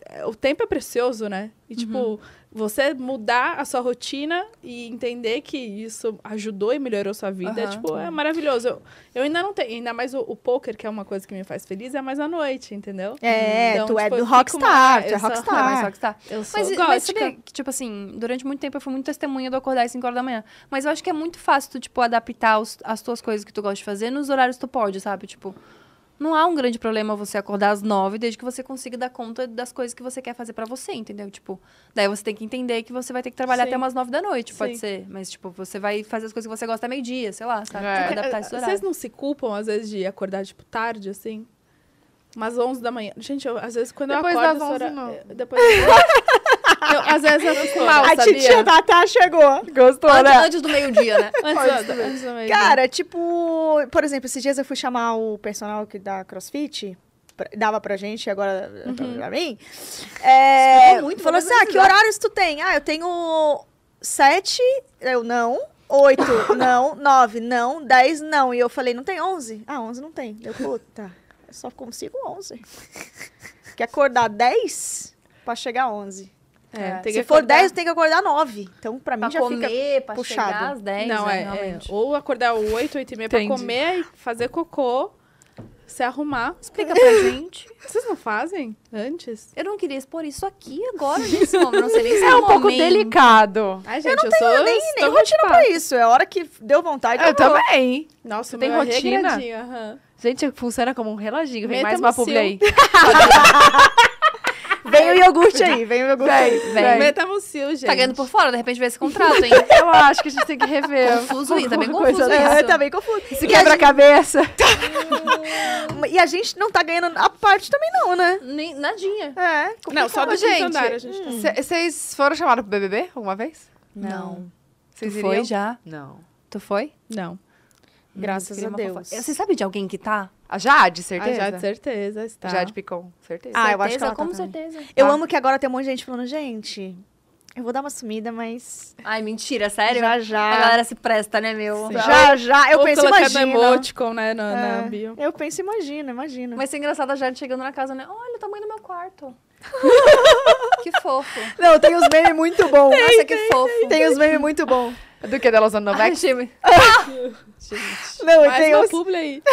Speaker 2: é, O tempo é precioso, né? E
Speaker 4: Uhum.
Speaker 2: tipo, você mudar a sua rotina e entender que isso ajudou e melhorou sua vida,
Speaker 4: Aham.
Speaker 2: tipo, é maravilhoso. Eu, eu ainda não tenho, ainda mais o, o poker, que é uma coisa que me faz feliz, é mais à noite, entendeu?
Speaker 3: É,
Speaker 2: Então,
Speaker 3: tu é
Speaker 2: tipo, eu
Speaker 3: do
Speaker 2: fico
Speaker 3: rockstar,
Speaker 2: mais-
Speaker 3: tu é
Speaker 2: eu sou-
Speaker 4: Tá,
Speaker 3: rockstar.
Speaker 4: mas só que tá.
Speaker 2: Eu sou
Speaker 4: Mas,
Speaker 2: gótica.
Speaker 4: mas sabia que, tipo assim, durante muito tempo eu fui muito testemunha do acordar às 5 horas da manhã. Mas eu acho que é muito fácil tu, tipo, adaptar os- as tuas coisas que tu gosta de fazer nos horários que tu pode, sabe? Tipo, não há um grande problema você acordar às 9, desde que você consiga dar conta das coisas que você quer fazer pra você, entendeu? Tipo, daí você tem que entender que você vai ter que trabalhar
Speaker 2: Sim.
Speaker 4: até umas 9 da noite, pode
Speaker 2: Sim.
Speaker 4: ser. Mas, tipo, você vai fazer as coisas que você gosta até meio-dia, sei lá, sabe?
Speaker 6: É.
Speaker 4: Tem que
Speaker 2: Porque,
Speaker 4: adaptar
Speaker 2: eh,
Speaker 4: esse horário.
Speaker 2: Vocês não se culpam, às vezes, de acordar, tipo, tarde, assim? Umas 11 da manhã. Gente, eu, às vezes, quando
Speaker 6: Depois
Speaker 2: eu acordo...
Speaker 6: das
Speaker 2: esse
Speaker 6: 11 não.
Speaker 2: eh, Depois das Eu, às vezes eu fico mal,
Speaker 3: a
Speaker 2: sabia?
Speaker 3: titia Tatá chegou.
Speaker 7: Gostou,
Speaker 4: Antes,
Speaker 7: né?
Speaker 4: antes do meio-dia, né?
Speaker 2: Antes, do- antes do meio
Speaker 3: Cara, tipo, por exemplo, esses dias eu fui chamar o personal que dá crossfit, pra- dava pra gente, agora pra mim. É,
Speaker 4: Explicou muito,
Speaker 3: falou
Speaker 4: mas
Speaker 3: assim: ah, que horários tu tem? Ah, eu tenho sete, eu não. Oito, não. Nove, não. Dez, não. E eu falei: não tem onze? Ah, onze não tem. Eu, puta, eu só consigo onze. Quer acordar dez pra chegar a onze?
Speaker 2: É, tem
Speaker 3: Se
Speaker 2: que
Speaker 3: for
Speaker 2: acordar-
Speaker 3: dez, tem que acordar nove. Então, pra mim
Speaker 4: Pra
Speaker 3: já fica.
Speaker 4: comer, pra
Speaker 3: puxado.
Speaker 4: chegar às 10,
Speaker 2: Não,
Speaker 4: né,
Speaker 2: é, é.
Speaker 4: realmente.
Speaker 2: Ou acordar 8, 8 e meia pra
Speaker 1: Entendi.
Speaker 2: comer, e fazer cocô, se arrumar.
Speaker 4: Explica pra gente.
Speaker 2: Vocês não fazem antes?
Speaker 4: Eu não queria expor isso aqui agora, nesse momento. Não sei nem se
Speaker 1: É um pouco
Speaker 4: momento.
Speaker 1: delicado.
Speaker 2: Ai, É, gente, eu, sou...
Speaker 3: Nem, nem rotina pra isso. É a hora que deu vontade.
Speaker 1: É, Eu
Speaker 3: eu vou.
Speaker 1: também.
Speaker 2: Nossa, é
Speaker 1: tem
Speaker 2: tem rotina?
Speaker 1: rotina? Gente, funciona como um reloginho. Vem
Speaker 2: Meta
Speaker 1: mais uma
Speaker 2: no
Speaker 1: publi aí.
Speaker 3: Vem o iogurte aí, vem o iogurte aí.
Speaker 4: Vem.
Speaker 2: Metamucil, gente.
Speaker 4: Tá ganhando por fora, de repente vê esse contrato, hein?
Speaker 1: Eu acho que a gente tem que rever.
Speaker 4: Confuso isso, tá bem
Speaker 1: Alguma coisa
Speaker 4: confuso
Speaker 1: dessa.
Speaker 4: isso.
Speaker 3: É, tá bem confuso.
Speaker 1: Se
Speaker 3: E a, gente,
Speaker 1: quebra-cabeça.
Speaker 3: e a gente não tá ganhando a parte também, não, né?
Speaker 4: Nem, nadinha.
Speaker 3: É.
Speaker 2: Não,
Speaker 3: complicado.
Speaker 2: só do
Speaker 1: Gente,
Speaker 2: quinto andar a gente tá.
Speaker 1: Vocês foram chamados pro BBB alguma vez?
Speaker 4: Não.
Speaker 1: Vocês
Speaker 4: tu
Speaker 1: iriam?
Speaker 4: foi já?
Speaker 1: Não.
Speaker 4: Tu foi?
Speaker 2: Não.
Speaker 3: Graças a Deus.
Speaker 4: Você sabe de alguém que tá?
Speaker 1: A Jade, tá.
Speaker 2: Ah,
Speaker 1: certeza?
Speaker 2: já, de certeza, está.
Speaker 1: A Jade Picon, certeza.
Speaker 3: Ah, eu acho que ela tá
Speaker 4: como
Speaker 3: também.
Speaker 4: certeza.
Speaker 3: Eu amo que agora tem um monte de gente falando, gente, eu vou dar uma sumida, mas
Speaker 4: Ai, mentira, sério?
Speaker 3: já
Speaker 4: A
Speaker 3: já.
Speaker 4: galera se presta, né, meu?
Speaker 2: Sim.
Speaker 3: Já já. Eu
Speaker 2: Ou
Speaker 3: penso,
Speaker 2: colocando
Speaker 3: imagina.
Speaker 2: emoticon, né, na, na
Speaker 3: É,
Speaker 2: bio.
Speaker 3: eu penso, imagina, imagina.
Speaker 4: Mas é engraçado a Jade chegando na casa, né? Olha o tamanho do meu quarto. que fofo.
Speaker 3: Não, tem uns memes muito
Speaker 1: um
Speaker 3: bons.
Speaker 4: Nossa, que fofo.
Speaker 3: Tem uns memes muito bons.
Speaker 1: Do que dela usando
Speaker 4: Ai,
Speaker 1: Novak?
Speaker 4: Jimmy.
Speaker 3: Não,
Speaker 2: Mais
Speaker 3: tem
Speaker 2: uma
Speaker 3: uns...
Speaker 2: publi aí.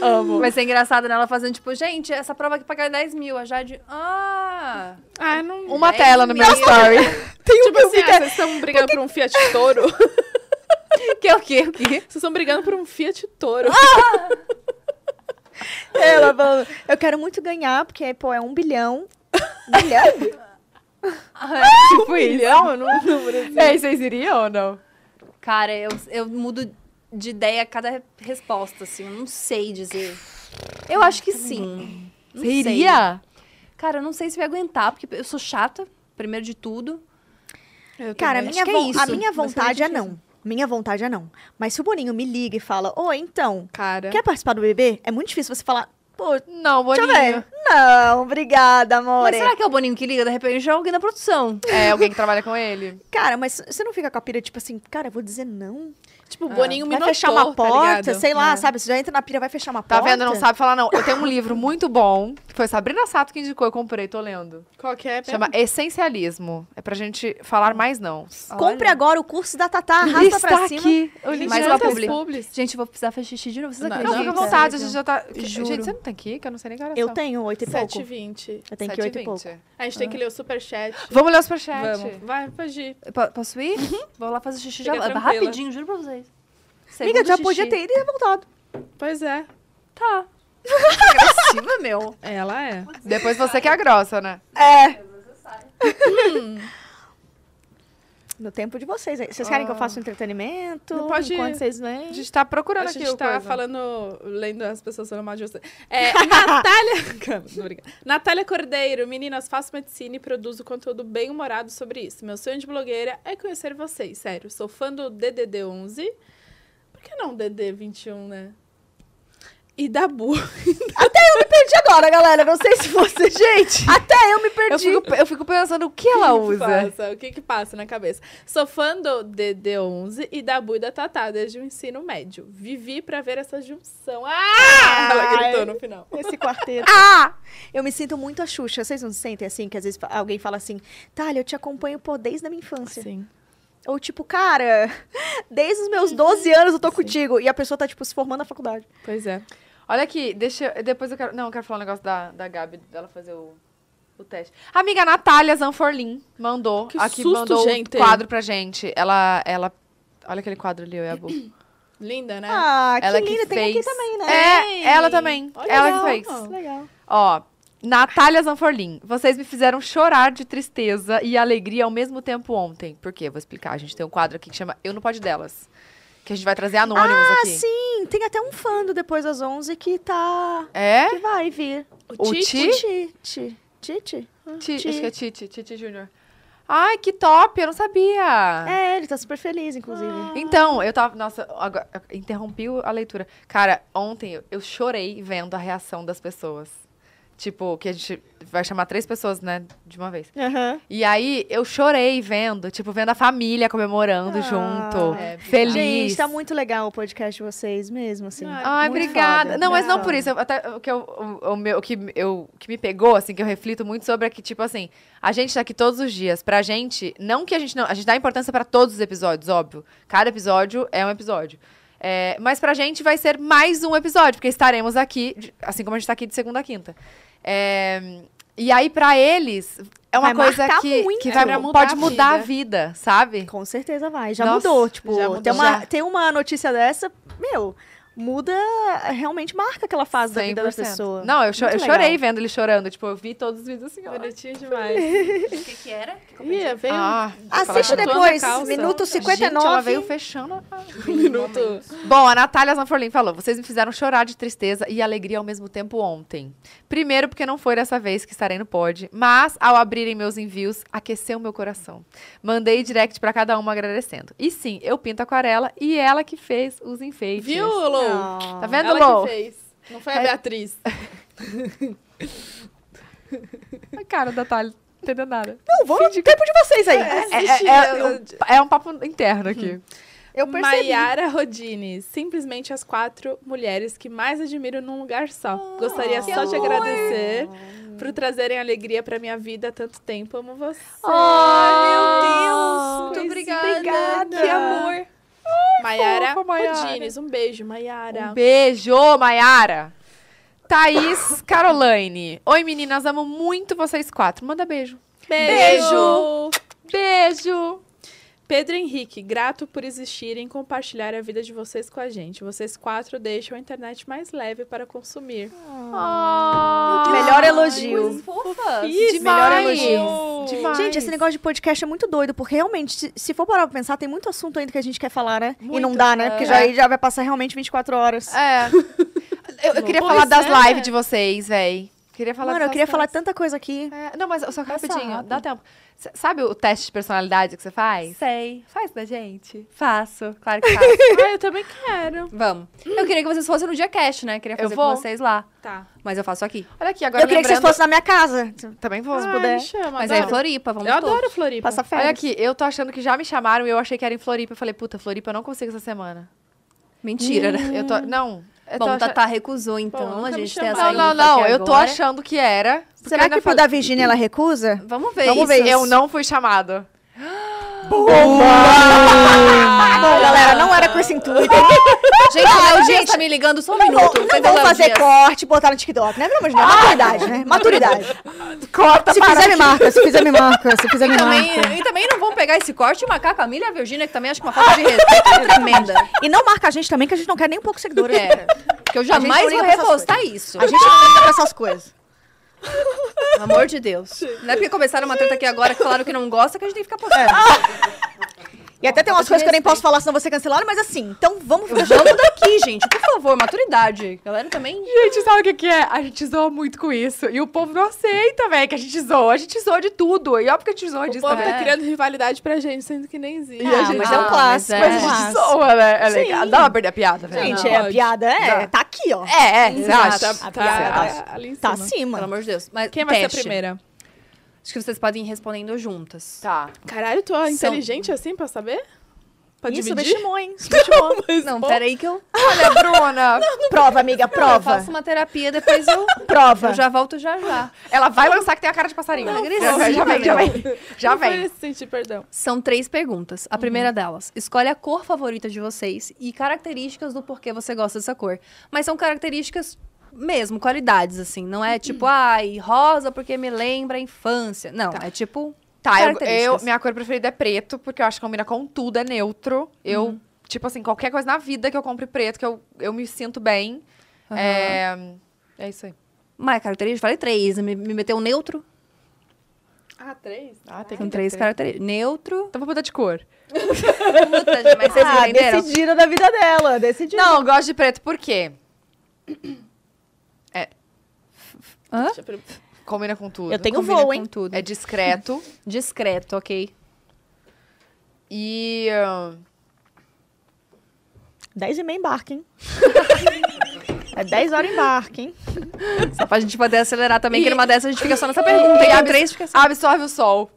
Speaker 1: Amo.
Speaker 4: Vai ser engraçado, né? Ela fazendo, tipo, gente, essa prova aqui pagar 10 mil. A Jade, ah...
Speaker 2: Ah, não...
Speaker 1: Uma
Speaker 4: Dez
Speaker 1: tela no meu
Speaker 4: mil.
Speaker 1: story.
Speaker 3: Tem um
Speaker 2: Tipo
Speaker 3: meme
Speaker 2: assim,
Speaker 3: que
Speaker 2: ah,
Speaker 3: é...
Speaker 2: vocês estão brigando por um Fiat Toro?
Speaker 4: Que o quê? O quê?
Speaker 2: Vocês estão brigando por um Fiat Toro.
Speaker 3: Ela falando, eu quero muito ganhar, porque, pô, é um bilhão. bilhão?
Speaker 1: tipo
Speaker 2: Milhão? Eu não lembro.
Speaker 1: E aí, assim. vocês iriam ou não?
Speaker 4: Cara, eu, eu mudo de ideia a cada resposta, assim. Eu não sei dizer. Eu acho que sim. Não
Speaker 1: Você
Speaker 4: sei.
Speaker 1: iria?
Speaker 4: Cara, eu não sei se vai aguentar, porque eu sou chata, primeiro de tudo.
Speaker 3: Ah, Cara, a
Speaker 4: acho
Speaker 3: minha,
Speaker 4: que é
Speaker 3: von- a
Speaker 4: isso.
Speaker 3: minha vontade é não. Minha vontade é não. Mas se o Boninho me liga e fala, ô, então,
Speaker 2: Cara.
Speaker 3: quer participar do BBB? É muito difícil você falar, pô,
Speaker 1: Não,
Speaker 3: deixa eu
Speaker 1: Boninho.
Speaker 3: ver. Não, obrigada, amor.
Speaker 4: Mas será que é o Boninho que liga? De repente é alguém da produção.
Speaker 1: É, alguém que trabalha com ele.
Speaker 3: Cara, mas você não fica com a pira, tipo assim, cara, eu vou dizer não? Ah,
Speaker 2: Tipo, o Boninho me
Speaker 3: vai fechar
Speaker 2: notou,
Speaker 3: uma porta,
Speaker 2: tá
Speaker 3: sei lá, sabe? Você já entra na pira, vai fechar uma
Speaker 1: Tá
Speaker 3: porta.
Speaker 1: vendo? Não sabe falar, não. Eu tenho um livro muito bom. que Foi Sabrina Sato que indicou, eu comprei, tô lendo.
Speaker 2: Qualquer...
Speaker 1: Chama Essencialismo. É pra gente falar mais não.
Speaker 3: Compre agora o curso da Tatá, arrasta
Speaker 1: Está
Speaker 3: pra cima.
Speaker 1: aqui. Eu li-
Speaker 2: Gente, mais
Speaker 4: Mais uma
Speaker 2: uma
Speaker 4: publi.
Speaker 2: publi.
Speaker 4: Gente, eu vou precisar fazer xixi de novo. Vocês
Speaker 1: Não,
Speaker 2: Não,
Speaker 1: fica à
Speaker 4: acreditam?
Speaker 1: vontade, a gente já tá.
Speaker 4: Juro.
Speaker 1: Gente, você não tem que ir? Que eu não sei nem que horas
Speaker 3: Eu
Speaker 1: são.
Speaker 3: tenho oito e pouco. Ah.
Speaker 2: 7h20.
Speaker 3: Eu tenho que oito e pouco.
Speaker 1: 7h20.
Speaker 2: A gente tem que ler o superchat.
Speaker 1: Vamos ler o superchat.
Speaker 2: Vai, Pagi.
Speaker 4: Po- Posso ir? Vou lá fazer xixi já.
Speaker 2: Fica tranquila.
Speaker 4: Rapidinho, juro pra vocês. Segundo
Speaker 3: Amiga, já
Speaker 4: xixi.
Speaker 3: podia ter ido e voltado.
Speaker 2: Pois é.
Speaker 4: Tá.
Speaker 1: Agressiva, meu.
Speaker 2: Ela é.
Speaker 1: Depois você que é grossa, né?
Speaker 3: É. No tempo de vocês. aí. Vocês querem que eu faça um entretenimento?
Speaker 2: Não pode-
Speaker 3: Enquanto vocês vêm.
Speaker 1: A gente tá procurando
Speaker 2: A
Speaker 1: aqui
Speaker 2: gente
Speaker 1: o
Speaker 2: tá
Speaker 1: coisa.
Speaker 2: falando, lendo as pessoas falando mal de você. É, Natália... Calma, tô brincando. Natália Cordeiro. Meninas, faço medicina e produzo conteúdo bem humorado sobre isso. Meu sonho de blogueira é conhecer vocês, sério. Sou fã do DDD11. Por que não DD21, né? E da Bu.
Speaker 3: perdi agora, galera. Não sei se você. Gente! Até eu me perdi.
Speaker 1: Eu fico, eu fico pensando o que ela
Speaker 2: que
Speaker 1: usa.
Speaker 2: passa? O que que passa na cabeça? Sou fã do DD11 e da Bu e da Tatá desde o ensino médio. Vivi pra ver essa junção. Ah! Ela gritou no final.
Speaker 3: Esse quarteto. ah! Eu me sinto muito a Xuxa. Vocês não se sentem assim? Que às vezes fa- alguém fala assim, Thalia, eu te acompanho, pô, desde a minha infância.
Speaker 2: Sim.
Speaker 3: Ou tipo, cara, desde os meus 12 anos eu tô contigo. E a pessoa tá, tipo, se formando na faculdade.
Speaker 2: Pois é.
Speaker 1: Olha aqui, deixa eu. Depois eu quero. Não, eu quero falar um negócio da, da Gabi, dela fazer o, o teste. A amiga Natália Zanforlin mandou.
Speaker 2: Que
Speaker 1: aqui
Speaker 2: susto,
Speaker 1: mandou
Speaker 2: gente.
Speaker 1: o quadro pra gente. Ela. ela Olha aquele quadro ali, eu e a Bu.
Speaker 2: Linda, né?
Speaker 3: Ah, que
Speaker 1: É. Ela que
Speaker 3: linda. Tem
Speaker 1: fez.
Speaker 3: aqui também, né?
Speaker 1: É, ela também.
Speaker 2: Olha
Speaker 1: ela
Speaker 2: só.
Speaker 1: que fez.
Speaker 3: Legal.
Speaker 1: Ó, Natália Zanforlin, vocês me fizeram chorar de tristeza e alegria ao mesmo tempo ontem. Por quê? Vou explicar. A gente tem um quadro aqui que chama Eu Não Pode Delas. Que a gente vai trazer anônimos aqui.
Speaker 3: Sim, tem até um fã do Depois das 11 que tá...
Speaker 1: É?
Speaker 3: Que vai vir.
Speaker 1: O Ti?
Speaker 2: Tite?
Speaker 3: Ti, ti. Tite?
Speaker 1: Ti-
Speaker 3: Ti.
Speaker 1: Acho que é Titi, Titi Júnior. Ai, que top, eu não sabia.
Speaker 3: É, ele tá super feliz, inclusive.
Speaker 1: Então, eu tava. Nossa, agora, interrompi o- a leitura. Cara, ontem eu, eu chorei vendo a reação das pessoas. Tipo, que a gente vai chamar três pessoas, né? De uma vez.
Speaker 3: Aham.
Speaker 1: E aí eu chorei vendo, tipo, vendo a família comemorando
Speaker 3: Ah.
Speaker 1: junto.
Speaker 4: É,
Speaker 1: feliz.
Speaker 3: Gente, tá muito legal o podcast de vocês mesmo, assim.
Speaker 1: Ai,
Speaker 3: Muito
Speaker 1: obrigada.
Speaker 3: foda,
Speaker 1: Não, mas
Speaker 3: muito
Speaker 1: não por
Speaker 3: foda.
Speaker 1: isso. Eu, até, o, que eu, o, o meu, o que eu, o que me pegou, assim, que eu reflito muito sobre é que, tipo assim, a gente tá aqui todos os dias. Pra gente, não que a gente não. A gente dá importância pra todos os episódios, óbvio. Cada episódio é um episódio. É, mas pra gente vai ser mais um episódio, porque estaremos aqui, de- assim como a gente tá aqui de segunda a quinta. É, e aí, pra eles, é uma
Speaker 3: Vai
Speaker 1: coisa
Speaker 3: marcar
Speaker 1: que,
Speaker 3: muito.
Speaker 1: que
Speaker 2: É,
Speaker 1: vai,
Speaker 2: pra mudar
Speaker 1: pode
Speaker 2: a
Speaker 1: mudar a vida, sabe?
Speaker 3: Com certeza vai. Já
Speaker 1: Nossa,
Speaker 3: mudou, tipo,
Speaker 1: já mudou.
Speaker 3: Tem, uma,
Speaker 1: Já.
Speaker 3: tem uma notícia dessa, meu, muda, realmente marca aquela fase da vida da
Speaker 1: 100%.
Speaker 3: pessoa.
Speaker 1: Não, eu, cho-
Speaker 3: Muito
Speaker 1: eu
Speaker 3: legal.
Speaker 1: chorei vendo ele chorando. Tipo, eu vi todos os vídeos assim, ó.
Speaker 2: Bonitinho demais.
Speaker 4: O que que era? Que que eu perdi?
Speaker 2: Ih, veio
Speaker 1: Ah,
Speaker 3: Assiste
Speaker 2: Falar com
Speaker 3: depois,
Speaker 2: tua calça.
Speaker 3: minuto
Speaker 1: Gente, ela
Speaker 3: 59.
Speaker 1: veio fechando. a-
Speaker 2: um minuto.
Speaker 1: Bom, a Natália Zanforlin falou: vocês me fizeram chorar de tristeza e alegria ao mesmo tempo ontem. Primeiro, porque não foi dessa vez que estarei no pod, mas ao abrirem meus envios, aqueceu meu coração. Mandei direct pra cada uma agradecendo. E sim, eu pinto aquarela e ela que fez os enfeites.
Speaker 2: Viu, Lou?
Speaker 3: Ah.
Speaker 1: Tá vendo,
Speaker 2: Ela
Speaker 1: Lou?
Speaker 2: que fez. Não foi a
Speaker 1: Aí-
Speaker 2: Beatriz.
Speaker 1: A cara da Natália, não entendeu nada.
Speaker 3: Não, vou no tempo de vocês aí.
Speaker 1: É, é- é- é um, é um papo interno aqui.
Speaker 3: Eu percebi.
Speaker 2: Maiara Rodini, simplesmente as quatro mulheres que mais admiro num lugar só. Gostaria
Speaker 4: que
Speaker 2: só de
Speaker 4: amor!
Speaker 2: agradecer por trazerem alegria pra minha vida há tanto tempo. Amo você.
Speaker 4: Ai, meu Deus! Muito
Speaker 2: Coisinha.
Speaker 4: obrigada.
Speaker 3: obrigada.
Speaker 4: Que amor.
Speaker 2: é. Maiara
Speaker 1: fofa, Maiara.
Speaker 2: Rodines, um beijo, Maiara.
Speaker 1: Um beijo, Maiara. Thaís Caroline. Oi, meninas, amo muito vocês quatro. Manda beijo. Beijo. Beijo.
Speaker 2: É, Pedro Henrique, grato por existirem e compartilhar a vida de vocês com a gente. Vocês quatro deixam a internet mais leve para consumir.
Speaker 1: Ah.
Speaker 3: Melhor
Speaker 4: Coisas
Speaker 3: elogio.
Speaker 4: fofas.
Speaker 2: Isso,
Speaker 3: melhor
Speaker 1: demais.
Speaker 3: elogio.
Speaker 1: Demais.
Speaker 3: Gente, esse negócio de podcast é muito doido, porque realmente, se, se for parar pra pensar, tem muito assunto ainda que a gente quer falar, né? E não dá, né? Porque já, aí já vai passar realmente 24 horas.
Speaker 1: É. Eu, eu queria
Speaker 2: Pois
Speaker 1: falar das
Speaker 2: é.
Speaker 1: lives de vocês, véi. Queria falar
Speaker 3: Mano, eu
Speaker 1: dessas
Speaker 3: queria falar
Speaker 1: coisas.
Speaker 3: tanta coisa aqui.
Speaker 1: É, não, mas só que
Speaker 4: Passa
Speaker 1: rapidinho,
Speaker 4: rápido.
Speaker 1: dá tempo. S- sabe o teste de personalidade que você faz?
Speaker 4: Sei.
Speaker 1: Faz da gente.
Speaker 4: Faço. Claro que faço.
Speaker 2: Ah, eu também quero.
Speaker 4: Vamos. Eu queria que vocês fossem no dia cast, né? Queria
Speaker 1: Eu
Speaker 4: fazer
Speaker 1: vou.
Speaker 4: com vocês lá.
Speaker 2: Tá.
Speaker 4: Mas eu faço aqui.
Speaker 1: Olha aqui, agora
Speaker 3: eu queria que vocês
Speaker 1: lembrando- Tipo,
Speaker 3: fossem na minha casa.
Speaker 1: Também vou.
Speaker 2: Ah,
Speaker 3: puder.
Speaker 2: me chama,
Speaker 4: Mas aí é
Speaker 2: adoro.
Speaker 4: Floripa, vamos
Speaker 2: Eu
Speaker 4: todos.
Speaker 2: adoro Floripa.
Speaker 3: Passar férias.
Speaker 1: Olha aqui, eu tô achando que já me chamaram e eu achei que era em Floripa. Eu falei, puta, Floripa, eu não consigo essa semana.
Speaker 4: Mentira, né?
Speaker 1: Eu tô. Não. Eu
Speaker 4: Bom,
Speaker 1: tô achando-
Speaker 4: Tatá recusou, então.
Speaker 2: Bom, nunca
Speaker 4: a
Speaker 2: me
Speaker 4: gente tem
Speaker 2: chamaram.
Speaker 4: essa
Speaker 1: Não, não,
Speaker 4: info
Speaker 1: não.
Speaker 4: aqui
Speaker 1: Eu tô
Speaker 4: agora.
Speaker 1: achando que era. porque
Speaker 3: Será
Speaker 1: ainda
Speaker 3: que pro
Speaker 1: fal-
Speaker 3: da Virgínia ela recusa?
Speaker 4: Vamos ver
Speaker 3: Vamos
Speaker 4: isso.
Speaker 3: ver.
Speaker 1: Eu não fui chamada. Ah,
Speaker 3: Bom, galera, não era com esse intuito.
Speaker 4: Gente, a audiência tá me ligando só um minuto.
Speaker 3: Não vamos fazer corte, botar no TikTok, né? Pelo amor de Deus, maturidade, né? Maturidade.
Speaker 1: Corta,
Speaker 3: Se fizer, me marca. Se fizer, me marca. Se fizer, me
Speaker 4: E
Speaker 3: marca.
Speaker 4: também, e também não vão pegar esse corte e marcar a Camila e a Virgínia, que também acho que é uma falta de respeito tremenda.
Speaker 3: E não marca a gente também, que a gente não quer nem um pouco seguidora.
Speaker 4: É. Que eu jamais
Speaker 3: liga
Speaker 4: vou
Speaker 3: pra essas
Speaker 4: repostar isso.
Speaker 3: A gente não liga pra essas coisas.
Speaker 4: Pelo amor de Deus. Não é porque começaram uma treta aqui agora, que falaram que não gosta, que a gente tem que ficar postando.
Speaker 3: E até tem umas coisas que eu nem posso falar, senão vou ser cancelada, mas assim, então vamos fechar.
Speaker 4: Vamos daqui, gente. Por favor, maturidade. Galera também.
Speaker 1: Gente, sabe o que, que é? A gente zoa muito com isso. E o povo não aceita, velho, que a gente zoa. A gente zoa de tudo. E ó, porque a gente zoa
Speaker 2: O
Speaker 1: disso né? É.
Speaker 2: povo
Speaker 1: também.
Speaker 2: tá criando rivalidade pra gente, sendo que nem existe. tá
Speaker 3: Ah, mas é
Speaker 4: Ah,
Speaker 3: um clássico.
Speaker 4: mas
Speaker 1: A
Speaker 3: Mas
Speaker 4: é.
Speaker 1: gente
Speaker 3: é um clássico.
Speaker 1: zoa, né? É legal. Dá pra perder a piada, velho.
Speaker 3: Gente,
Speaker 2: Não,
Speaker 3: é, a
Speaker 2: pode.
Speaker 3: piada é. Tá aqui, ó.
Speaker 1: É, é. Você
Speaker 4: Exato.
Speaker 1: acha?
Speaker 2: Tá,
Speaker 1: Você
Speaker 2: tá ali em
Speaker 3: Tá
Speaker 2: cima.
Speaker 4: Pelo
Speaker 3: acima.
Speaker 4: amor de Deus. Mas
Speaker 2: Quem vai ser
Speaker 4: teste.
Speaker 2: a primeira?
Speaker 4: Acho que vocês podem ir respondendo juntas.
Speaker 1: Tá.
Speaker 2: Caralho, tu é
Speaker 4: São-
Speaker 2: inteligente assim pra saber? Pra
Speaker 3: Ih,
Speaker 2: dividir?
Speaker 3: subestimou, hein? Subestimou.
Speaker 4: Não, peraí que eu,
Speaker 1: Olha, Bruna.
Speaker 3: prova, amiga,
Speaker 4: eu
Speaker 3: prova.
Speaker 4: faço uma terapia, depois eu,
Speaker 3: Prova.
Speaker 4: eu já volto já já.
Speaker 1: Ela vai lançar que tem a cara de passarinho.
Speaker 4: Não,
Speaker 1: já, vem, já vem, já vem. Já
Speaker 2: Não foi
Speaker 1: vem.
Speaker 2: nesse sentido, perdão.
Speaker 4: São três perguntas. A primeira delas, escolhe a cor favorita de vocês e características do porquê você gosta dessa cor. Mas são características mesmo, qualidades, assim. Não é tipo, ai, rosa porque me lembra a infância. Não, é tipo.
Speaker 1: Tá, eu- eu,
Speaker 4: Características.
Speaker 1: minha cor preferida é preto, porque eu acho que combina com tudo, é neutro. Eu, tipo assim, qualquer coisa na vida que eu compre preto, que eu, eu me sinto bem. É, é isso aí.
Speaker 4: Mas característica, falei três. Me, me meteu um neutro.
Speaker 2: Ah, três?
Speaker 1: Ah, tem
Speaker 4: São três características. Neutro.
Speaker 1: Então vou mudar de cor.
Speaker 4: Puta, gente, mas vocês
Speaker 3: Ah,
Speaker 4: entenderam?
Speaker 3: decidiram da vida dela. Decidiram.
Speaker 1: Não, eu gosto de preto por quê?
Speaker 4: Hã?
Speaker 2: Deixa eu per-
Speaker 1: Combina com tudo.
Speaker 3: Eu tenho
Speaker 4: Combina
Speaker 3: voo,
Speaker 4: com
Speaker 3: hein?
Speaker 4: tudo.
Speaker 1: É discreto
Speaker 3: Discreto, ok.
Speaker 1: e. ah,
Speaker 3: 10 e meia embarque, hein? é 10 horas embarque, hein?
Speaker 4: Só pra gente poder acelerar também, que numa dessa a gente fica só nessa pergunta. E a três fica assim.
Speaker 1: Absorve o sol.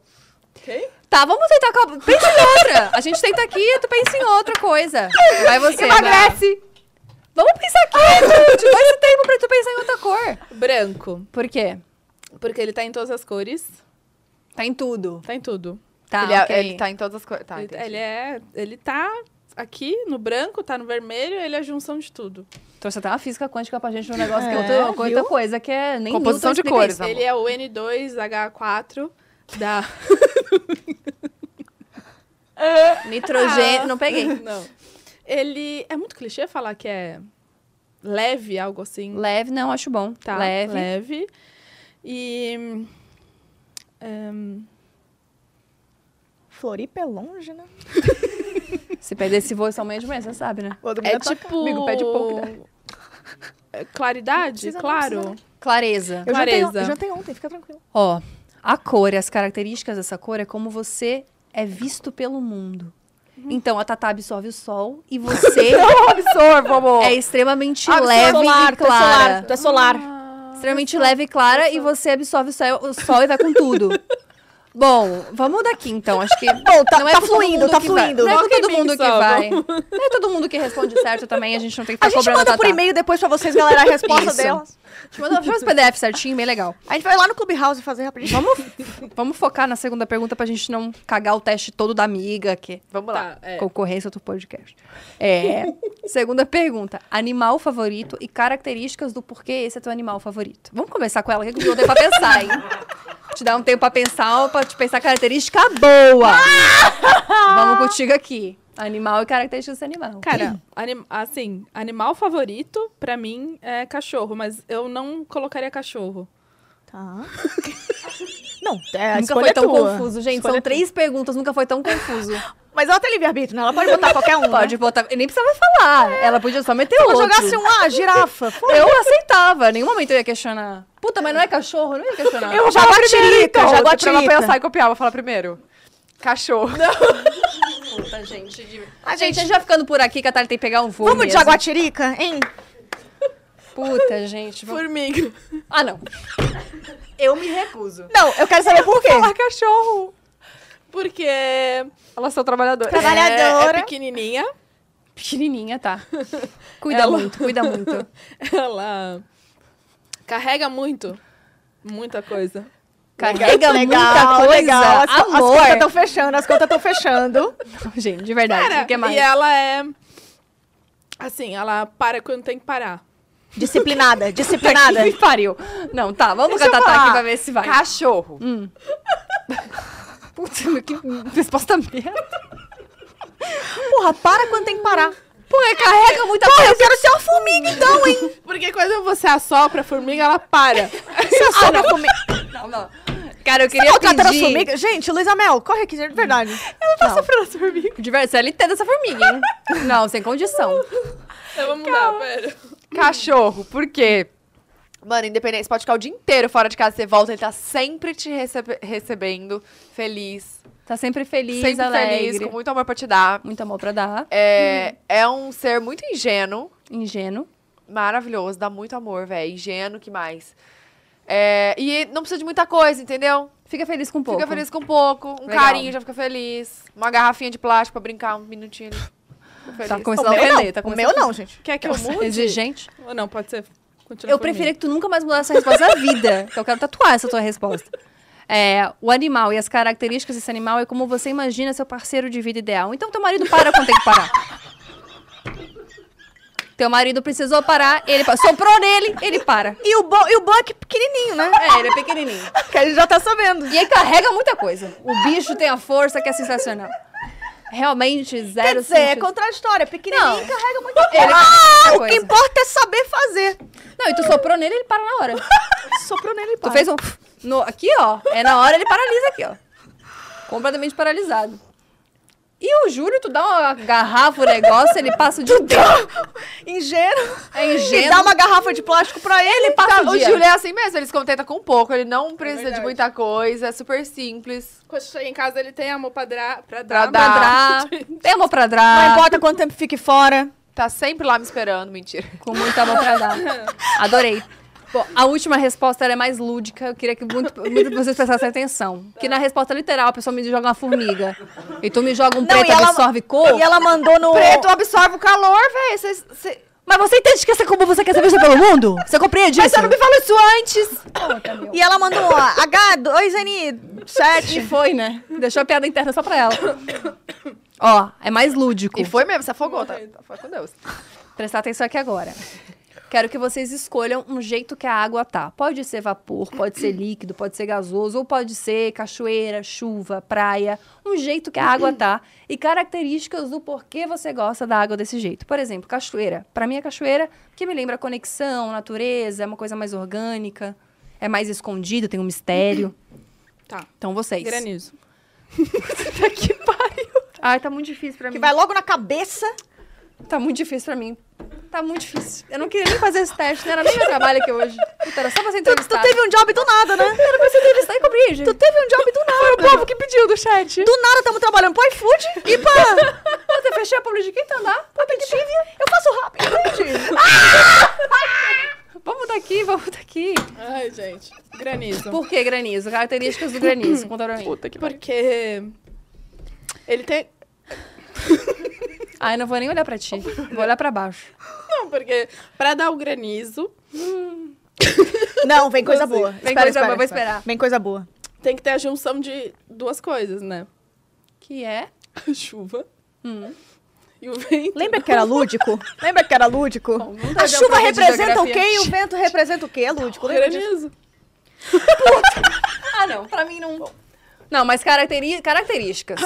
Speaker 4: Tá, vamos tentar. com a- Pensa em outra. A gente tenta aqui, tu pensa em outra coisa. Vai você.
Speaker 1: né?
Speaker 4: Vai.
Speaker 1: Emagrece!
Speaker 4: Vamos pensar aqui. Te dou esse tempo pra tu pensar em outra cor.
Speaker 2: Branco.
Speaker 4: Por quê?
Speaker 2: Porque ele tá em todas as cores.
Speaker 4: Tá em tudo.
Speaker 2: Tá em tudo.
Speaker 4: Tá,
Speaker 1: ele, é-
Speaker 4: ok.
Speaker 1: ele tá em todas as coisas. Tá,
Speaker 2: ele,
Speaker 1: entendi.
Speaker 2: ele é. Ele tá aqui no branco, tá no vermelho, ele é a junção de tudo.
Speaker 4: Trouxe até uma física quântica pra gente num negócio
Speaker 3: É,
Speaker 4: que é outra, outra
Speaker 3: viu?
Speaker 4: coisa que é nem
Speaker 1: Composição
Speaker 4: Newton
Speaker 1: de
Speaker 4: explica
Speaker 1: cores,
Speaker 4: isso.
Speaker 1: Tá né?
Speaker 2: ele é o N2H4 da.
Speaker 4: Nitrogênio. Não peguei.
Speaker 2: Ah. Não. Ele. É muito clichê falar que é leve, algo assim.
Speaker 4: Leve, não, acho bom.
Speaker 2: Tá,
Speaker 4: Leve.
Speaker 2: leve. E. hum, hum,
Speaker 3: Floripa é longe, né?
Speaker 4: Se perder esse voo, são meia um de manhã, você sabe, né?
Speaker 2: é tipo.
Speaker 1: Amigo, pede pouco,
Speaker 2: É, Claridade?
Speaker 3: Não precisa, não
Speaker 2: claro.
Speaker 3: precisa,
Speaker 4: Clareza.
Speaker 3: Eu jantei, on-
Speaker 2: Clareza.
Speaker 3: eu jantei ontem, fica tranquilo.
Speaker 4: Ó, a cor e as características dessa cor é como você é visto pelo mundo.
Speaker 3: Uhum.
Speaker 4: Então, a Tatá absorve o sol e você
Speaker 1: Absorvo, amor!
Speaker 4: é extremamente
Speaker 1: Absorve
Speaker 4: leve
Speaker 3: solar,
Speaker 4: e clara.
Speaker 3: Tu é solar, tu é solar.
Speaker 2: Ah,
Speaker 4: Extremamente leve e clara e você absorve o sol, o sol e vai com tudo. Bom, vamos daqui então. Acho que.
Speaker 3: Bom, tá-
Speaker 4: não é
Speaker 3: tá
Speaker 4: com todo
Speaker 3: fluindo,
Speaker 4: mundo
Speaker 3: tá
Speaker 4: que vai-
Speaker 3: fluindo.
Speaker 4: Não é com
Speaker 2: Toca em
Speaker 4: todo
Speaker 2: mim,
Speaker 4: mundo que
Speaker 2: Sol.
Speaker 4: vai. Não é todo mundo que responde certo também. A gente não tem que
Speaker 3: A
Speaker 4: ficar
Speaker 3: gente
Speaker 4: Tá cobrando
Speaker 3: manda
Speaker 4: Tatá.
Speaker 3: por e-mail depois pra vocês, galera, a resposta
Speaker 4: Isso.
Speaker 3: delas.
Speaker 4: A gente manda faz os PDF certinho, bem legal.
Speaker 3: A gente vai lá no Clubhouse fazer rapidinho.
Speaker 4: Vamos, vamos focar na segunda pergunta pra gente não cagar o teste todo da amiga, que
Speaker 1: Vamos lá.
Speaker 2: Tá, é.
Speaker 4: concorrência do podcast. É. segunda pergunta. Animal favorito e características do porquê esse é teu animal favorito. Vamos começar com ela, que eu deu tempo pra pensar, hein? Te dar um tempo pra pensar, pra te pensar característica boa. Vamos contigo aqui. Animal e características desse animal.
Speaker 2: Cara, anim- assim, animal favorito pra mim é cachorro, mas eu não colocaria cachorro.
Speaker 3: Tá. Não, é, a
Speaker 4: nunca
Speaker 3: escolha
Speaker 4: foi tão
Speaker 3: é tua.
Speaker 4: confuso, gente.
Speaker 3: Escolha
Speaker 4: São
Speaker 3: é tua.
Speaker 4: três perguntas, nunca foi tão confuso.
Speaker 3: Mas ela tem livre-arbítrio, né? Ela pode botar qualquer um.
Speaker 4: Pode
Speaker 3: Né?
Speaker 4: botar. Eu nem precisava falar. Ela podia só meter
Speaker 3: Se
Speaker 4: outro.
Speaker 3: ela jogasse um, ah, girafa. Pô,
Speaker 4: Eu aceitava. Em nenhum momento eu ia questionar. Puta, mas não é cachorro? Eu não ia questionar.
Speaker 3: eu jaguatirica,
Speaker 1: Então, dá pra ela
Speaker 3: jaguatirica.
Speaker 1: pensar e copiar, vou falar primeiro. Cachorro.
Speaker 4: Puta, gente. de-
Speaker 3: A
Speaker 4: Gente, é
Speaker 3: gente...
Speaker 4: a gente vai ficando por aqui, Catarina tem que pegar um voo
Speaker 3: Vamos de
Speaker 4: mesmo.
Speaker 3: jaguatirica, hein?
Speaker 4: Puta, gente. vamos-
Speaker 2: Formiga.
Speaker 4: Ah, não. Eu me recuso.
Speaker 3: Não, eu quero
Speaker 4: É
Speaker 3: saber por quê.
Speaker 1: Ah, cachorro!
Speaker 2: É Porque
Speaker 1: Elas são trabalhadoras.
Speaker 3: Trabalhadora.
Speaker 2: é pequenininha,
Speaker 4: Pequenininha, tá. Cuida
Speaker 2: Ela-
Speaker 4: muito, cuida muito.
Speaker 2: ela carrega muito, muita coisa.
Speaker 4: Carrega é muita
Speaker 3: Tá legal,
Speaker 4: coisa.
Speaker 3: legal. As, as
Speaker 4: Amor.
Speaker 3: contas estão fechando, as contas estão fechando.
Speaker 4: Gente, de verdade.
Speaker 2: Cara,
Speaker 4: o que mais?
Speaker 2: e ela é. Assim, ela para quando tem que parar.
Speaker 3: Disciplinada,
Speaker 4: Puta
Speaker 3: disciplinada.
Speaker 4: que pariu. Não, tá. Vamos
Speaker 1: Deixa eu
Speaker 4: catatar aqui
Speaker 1: falar.
Speaker 4: pra ver se vai.
Speaker 1: Cachorro.
Speaker 4: Puta, mas que resposta merda.
Speaker 3: Porra, para quando tem que parar.
Speaker 4: Porque carrega muita
Speaker 3: Porra,
Speaker 4: coisa.
Speaker 3: eu quero ser uma formiga então, hein?
Speaker 2: Porque quando você assopra a formiga, ela para.
Speaker 3: Se eu sou uma formiga.
Speaker 4: Não, não. Cara, eu queria
Speaker 3: Eu catando as
Speaker 4: pedir...
Speaker 3: formigas. Gente, Luísa Mel, corre aqui, de verdade.
Speaker 4: Não. De verdade, você é LT dessa formiga, hein? Não, sem condição.
Speaker 2: Então vamos mudar, pera.
Speaker 1: Cachorro, por quê? Mano, independente, você pode ficar o dia inteiro fora de casa, você volta, ele tá sempre te recebe- recebendo, feliz,
Speaker 4: Tá sempre feliz,
Speaker 1: sempre
Speaker 4: alegre. Uhum.
Speaker 1: feliz, com muito amor pra te dar.
Speaker 4: Muito amor pra dar.
Speaker 1: É, é um ser muito ingênuo,
Speaker 4: Ingênuo.
Speaker 1: maravilhoso, dá muito amor, velho, ingênuo, que mais? É, e não precisa de muita coisa, entendeu?
Speaker 4: Fica feliz com pouco.
Speaker 1: Fica feliz com pouco, um
Speaker 4: Legal.
Speaker 1: carinho já fica feliz, uma garrafinha de plástico pra brincar um minutinho. ali, fica feliz.
Speaker 4: Tá
Speaker 3: O
Speaker 4: começando a
Speaker 3: meu
Speaker 4: ofender. Tá
Speaker 3: não, o meu não, gente.
Speaker 2: Quer que eu mude?
Speaker 4: Exigente.
Speaker 2: Ou não, pode ser. Continua formiga.
Speaker 4: Eu preferia que tu nunca mais mudasse a resposta da vida. que Eu quero tatuar essa tua resposta. É, o animal e as características desse animal é como você imagina seu parceiro de vida ideal. Então teu marido para quando tem que parar. Teu marido precisou parar, ele pa- soprou nele, ele para.
Speaker 3: E o, bo... e o bom é que é pequenininho, né?
Speaker 4: É, ele é pequenininho.
Speaker 3: Que a gente já tá sabendo.
Speaker 4: E aí carrega muita coisa. O bicho tem a força que é sensacional. Realmente,
Speaker 3: Quer
Speaker 4: zero
Speaker 3: dizer, é
Speaker 4: sentido.
Speaker 3: contraditória. Pequenininho
Speaker 4: Não.
Speaker 3: carrega muita coisa.
Speaker 4: Ele carrega muita
Speaker 3: Ah, o
Speaker 4: coisa.
Speaker 3: que importa é saber fazer.
Speaker 4: Não, e tu soprou nele, ele para na hora.
Speaker 3: Soprou nele e
Speaker 4: Tu
Speaker 3: para.
Speaker 4: fez um... no- aqui, ó. É na hora, ele paralisa aqui, ó. Completamente paralisado. E o Júlio, tu dá uma garrafa, o negócio, ele passa o dia inteiro.
Speaker 3: Ingênuo.
Speaker 4: É
Speaker 3: E
Speaker 4: ingênuo.
Speaker 3: dá uma garrafa de Tá, plástico pra ele.
Speaker 4: passa
Speaker 6: o Júlio é assim mesmo, ele se contenta com pouco, ele não precisa de
Speaker 2: verdade.
Speaker 6: muita coisa, é super simples.
Speaker 2: Quando chega em casa, ele tem amor pra, dra... pra
Speaker 6: Pra
Speaker 2: dar.
Speaker 6: dar.
Speaker 4: Pra dar. Temo pra
Speaker 3: Não
Speaker 4: dar.
Speaker 3: importa quanto tempo fique fora.
Speaker 6: Tá sempre lá me esperando, mentira.
Speaker 4: Com muita mão pra dar. Adorei. Bom, a última resposta ela é mais lúdica. Eu queria que muito, muito vocês prestassem atenção. Porque na resposta literal, a pessoa me joga uma formiga. E tu me joga um
Speaker 3: Não,
Speaker 4: preto
Speaker 3: e ela-
Speaker 4: absorve cor.
Speaker 3: E ela mandou no.
Speaker 6: Preto absorve o calor, velho. Cês- cê-
Speaker 4: Mas você entende que essa como você quer ser vista pelo mundo? Você compreende isso?
Speaker 6: Não me fala isso antes!
Speaker 3: E ela mandou ó, H2N7.
Speaker 4: E foi, né? Deixou a piada interna só pra ela. Ó, é mais lúdico.
Speaker 6: E foi mesmo, se afogou, tá? tá- Foi com Deus.
Speaker 4: Prestar atenção aqui agora. Quero que vocês escolham um jeito que a água tá. Pode ser vapor, pode ser líquido, pode ser gasoso, ou pode ser cachoeira, chuva, praia. Um jeito que a água tá e características do porquê você gosta da água desse jeito. Por exemplo, cachoeira. Pra mim, a cachoeira que me lembra conexão, natureza, é uma coisa mais orgânica, é mais escondida, tem um mistério.
Speaker 2: Tá.
Speaker 4: Então vocês.
Speaker 2: Granizo.
Speaker 4: Ai, tá muito difícil pra
Speaker 3: Que
Speaker 4: mim.
Speaker 3: vai logo na cabeça.
Speaker 4: Tá muito difícil pra mim. Tá muito difícil. Eu não queria nem fazer esse teste, não era nem meu trabalho aqui hoje. Puta, era só pra você
Speaker 3: Tu, tu
Speaker 4: entrevistar.
Speaker 3: teve um job do nada, né?
Speaker 4: era pra você entrevistar e cobrir, gente.
Speaker 3: Tu teve um job do nada. Foi o povo que pediu do chat. Do nada, estamos trabalhando pro iFood e pra...
Speaker 4: Puta, fechei a publi de quinta andar.
Speaker 3: Eu faço rápido, gente.
Speaker 4: Ah! Vamos daqui, vamos daqui.
Speaker 2: Ai, gente. Granizo.
Speaker 3: Então.
Speaker 4: Por que granizo? Características do granizo, conta pra mim.
Speaker 2: Porque. Ele tem.
Speaker 4: Ai, não vou nem olhar pra ti. Vou olhar pra baixo.
Speaker 2: Não, porque pra dar o granizo,
Speaker 3: Não, vem coisa boa.
Speaker 4: Vem
Speaker 3: Espera,
Speaker 4: coisa
Speaker 3: espera,
Speaker 4: boa, vou
Speaker 3: espera.
Speaker 4: esperar.
Speaker 3: Vem coisa boa.
Speaker 2: tem que ter a junção de duas coisas, né?
Speaker 4: Que é?
Speaker 2: A chuva e o vento.
Speaker 3: Lembra que era lúdico? Lembra que era lúdico?
Speaker 4: Vamos
Speaker 3: A
Speaker 4: fazer um
Speaker 3: chuva
Speaker 4: programa de
Speaker 3: representa o
Speaker 4: geografia.
Speaker 3: quê e o vento representa o quê? É lúdico. Lembra disso?
Speaker 2: Granizo.
Speaker 4: Ah, não. Pra mim, não... Não, mas caracteri- características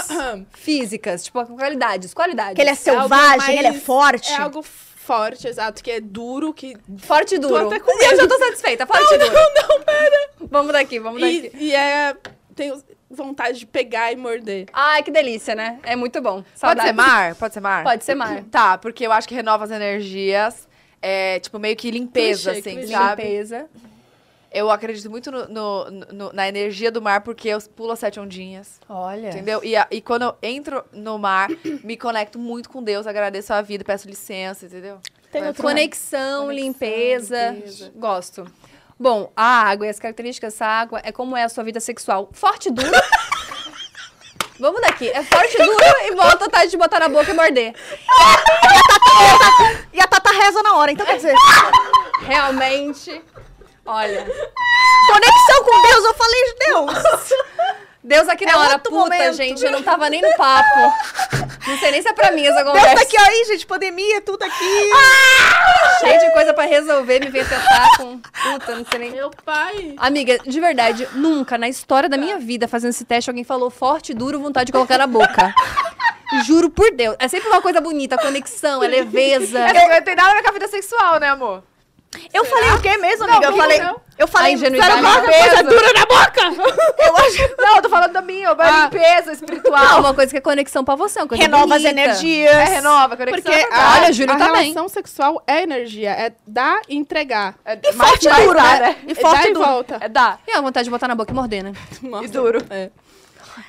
Speaker 4: físicas, tipo, qualidades, qualidades.
Speaker 3: Que ele é
Speaker 2: algo
Speaker 3: selvagem, ele é
Speaker 2: mais-
Speaker 3: forte.
Speaker 2: É algo forte, exato, que é duro, que.
Speaker 4: Forte e duro.
Speaker 2: até com
Speaker 4: eu
Speaker 2: medo.
Speaker 4: já tô satisfeita. Forte e duro. Não, não, pera. Vamos daqui, vamos daqui.
Speaker 2: E, e é. Tem os- vontade de pegar e morder.
Speaker 4: Ai, que delícia, né? É muito bom.
Speaker 6: Pode
Speaker 4: Saudades.
Speaker 6: ser mar? Pode ser mar?
Speaker 4: Pode ser mar.
Speaker 6: Tá, porque eu acho que renova as energias. É, tipo, meio que limpeza,
Speaker 2: Clichê,
Speaker 6: assim,
Speaker 2: clichê.
Speaker 6: sabe?
Speaker 4: Limpeza.
Speaker 6: Eu acredito muito no- no- no- na energia do mar, porque eu pulo as sete ondinhas.
Speaker 4: É.
Speaker 5: Olha.
Speaker 6: Entendeu? E, a- e quando eu entro no mar, me conecto muito com Deus, agradeço a vida, peço licença, entendeu?
Speaker 3: Tem outro nome.
Speaker 4: Conexão, limpeza. Gosto. Bom, a água e as características dessa água é como é a sua vida sexual. Forte e duro. Vamos daqui. É forte e duro e volta atrás de botar na boca e morder.
Speaker 3: E a Tata reza na hora, então quer dizer...
Speaker 4: Realmente. Olha.
Speaker 3: Conexão com Deus, eu falei de Deus.
Speaker 4: Deus aqui na
Speaker 3: É
Speaker 4: hora.
Speaker 3: outro
Speaker 4: Puta,
Speaker 3: momento.
Speaker 4: gente, eu não tava nem no papo. Não sei nem se é pra mim essa
Speaker 3: Deus
Speaker 4: conversa. Ah,
Speaker 3: tá aqui, ó, aí, gente, pandemia, tudo aqui.
Speaker 4: Cheio de coisa pra resolver, me vem tentar com... Puta, não sei nem...
Speaker 2: Meu pai!
Speaker 4: Amiga, de verdade, nunca na história da minha vida fazendo esse teste alguém falou forte, duro, vontade de colocar na boca. Juro por Deus. É sempre uma coisa bonita, a conexão, a leveza.
Speaker 6: Não tem nada a ver com a vida sexual, né, amor?
Speaker 3: Eu falei o quê mesmo, amiga? eu falei... Eu
Speaker 4: A
Speaker 3: falei...
Speaker 4: ingenuidade
Speaker 3: "Sabe qual é a coisa dura na boca. Eu acho...
Speaker 6: Não, eu tô falando da minha, mas limpeza espiritual.
Speaker 4: Não, uma coisa que é conexão pra você, uma coisa
Speaker 3: Renova as
Speaker 4: bonita.
Speaker 3: energias.
Speaker 6: É, renova, conexão.
Speaker 2: Porque
Speaker 6: é
Speaker 2: Ah, a,
Speaker 4: Olha, Júlio
Speaker 2: a
Speaker 4: tá bem.
Speaker 2: relação sexual é energia, é dar e entregar.
Speaker 6: é,
Speaker 3: E forte e duro, né? E
Speaker 2: É
Speaker 3: forte
Speaker 2: dar
Speaker 3: e
Speaker 2: e
Speaker 3: duro.
Speaker 2: volta.
Speaker 6: É dá.
Speaker 4: E a vontade de botar na boca e morder, né?
Speaker 2: E duro. É.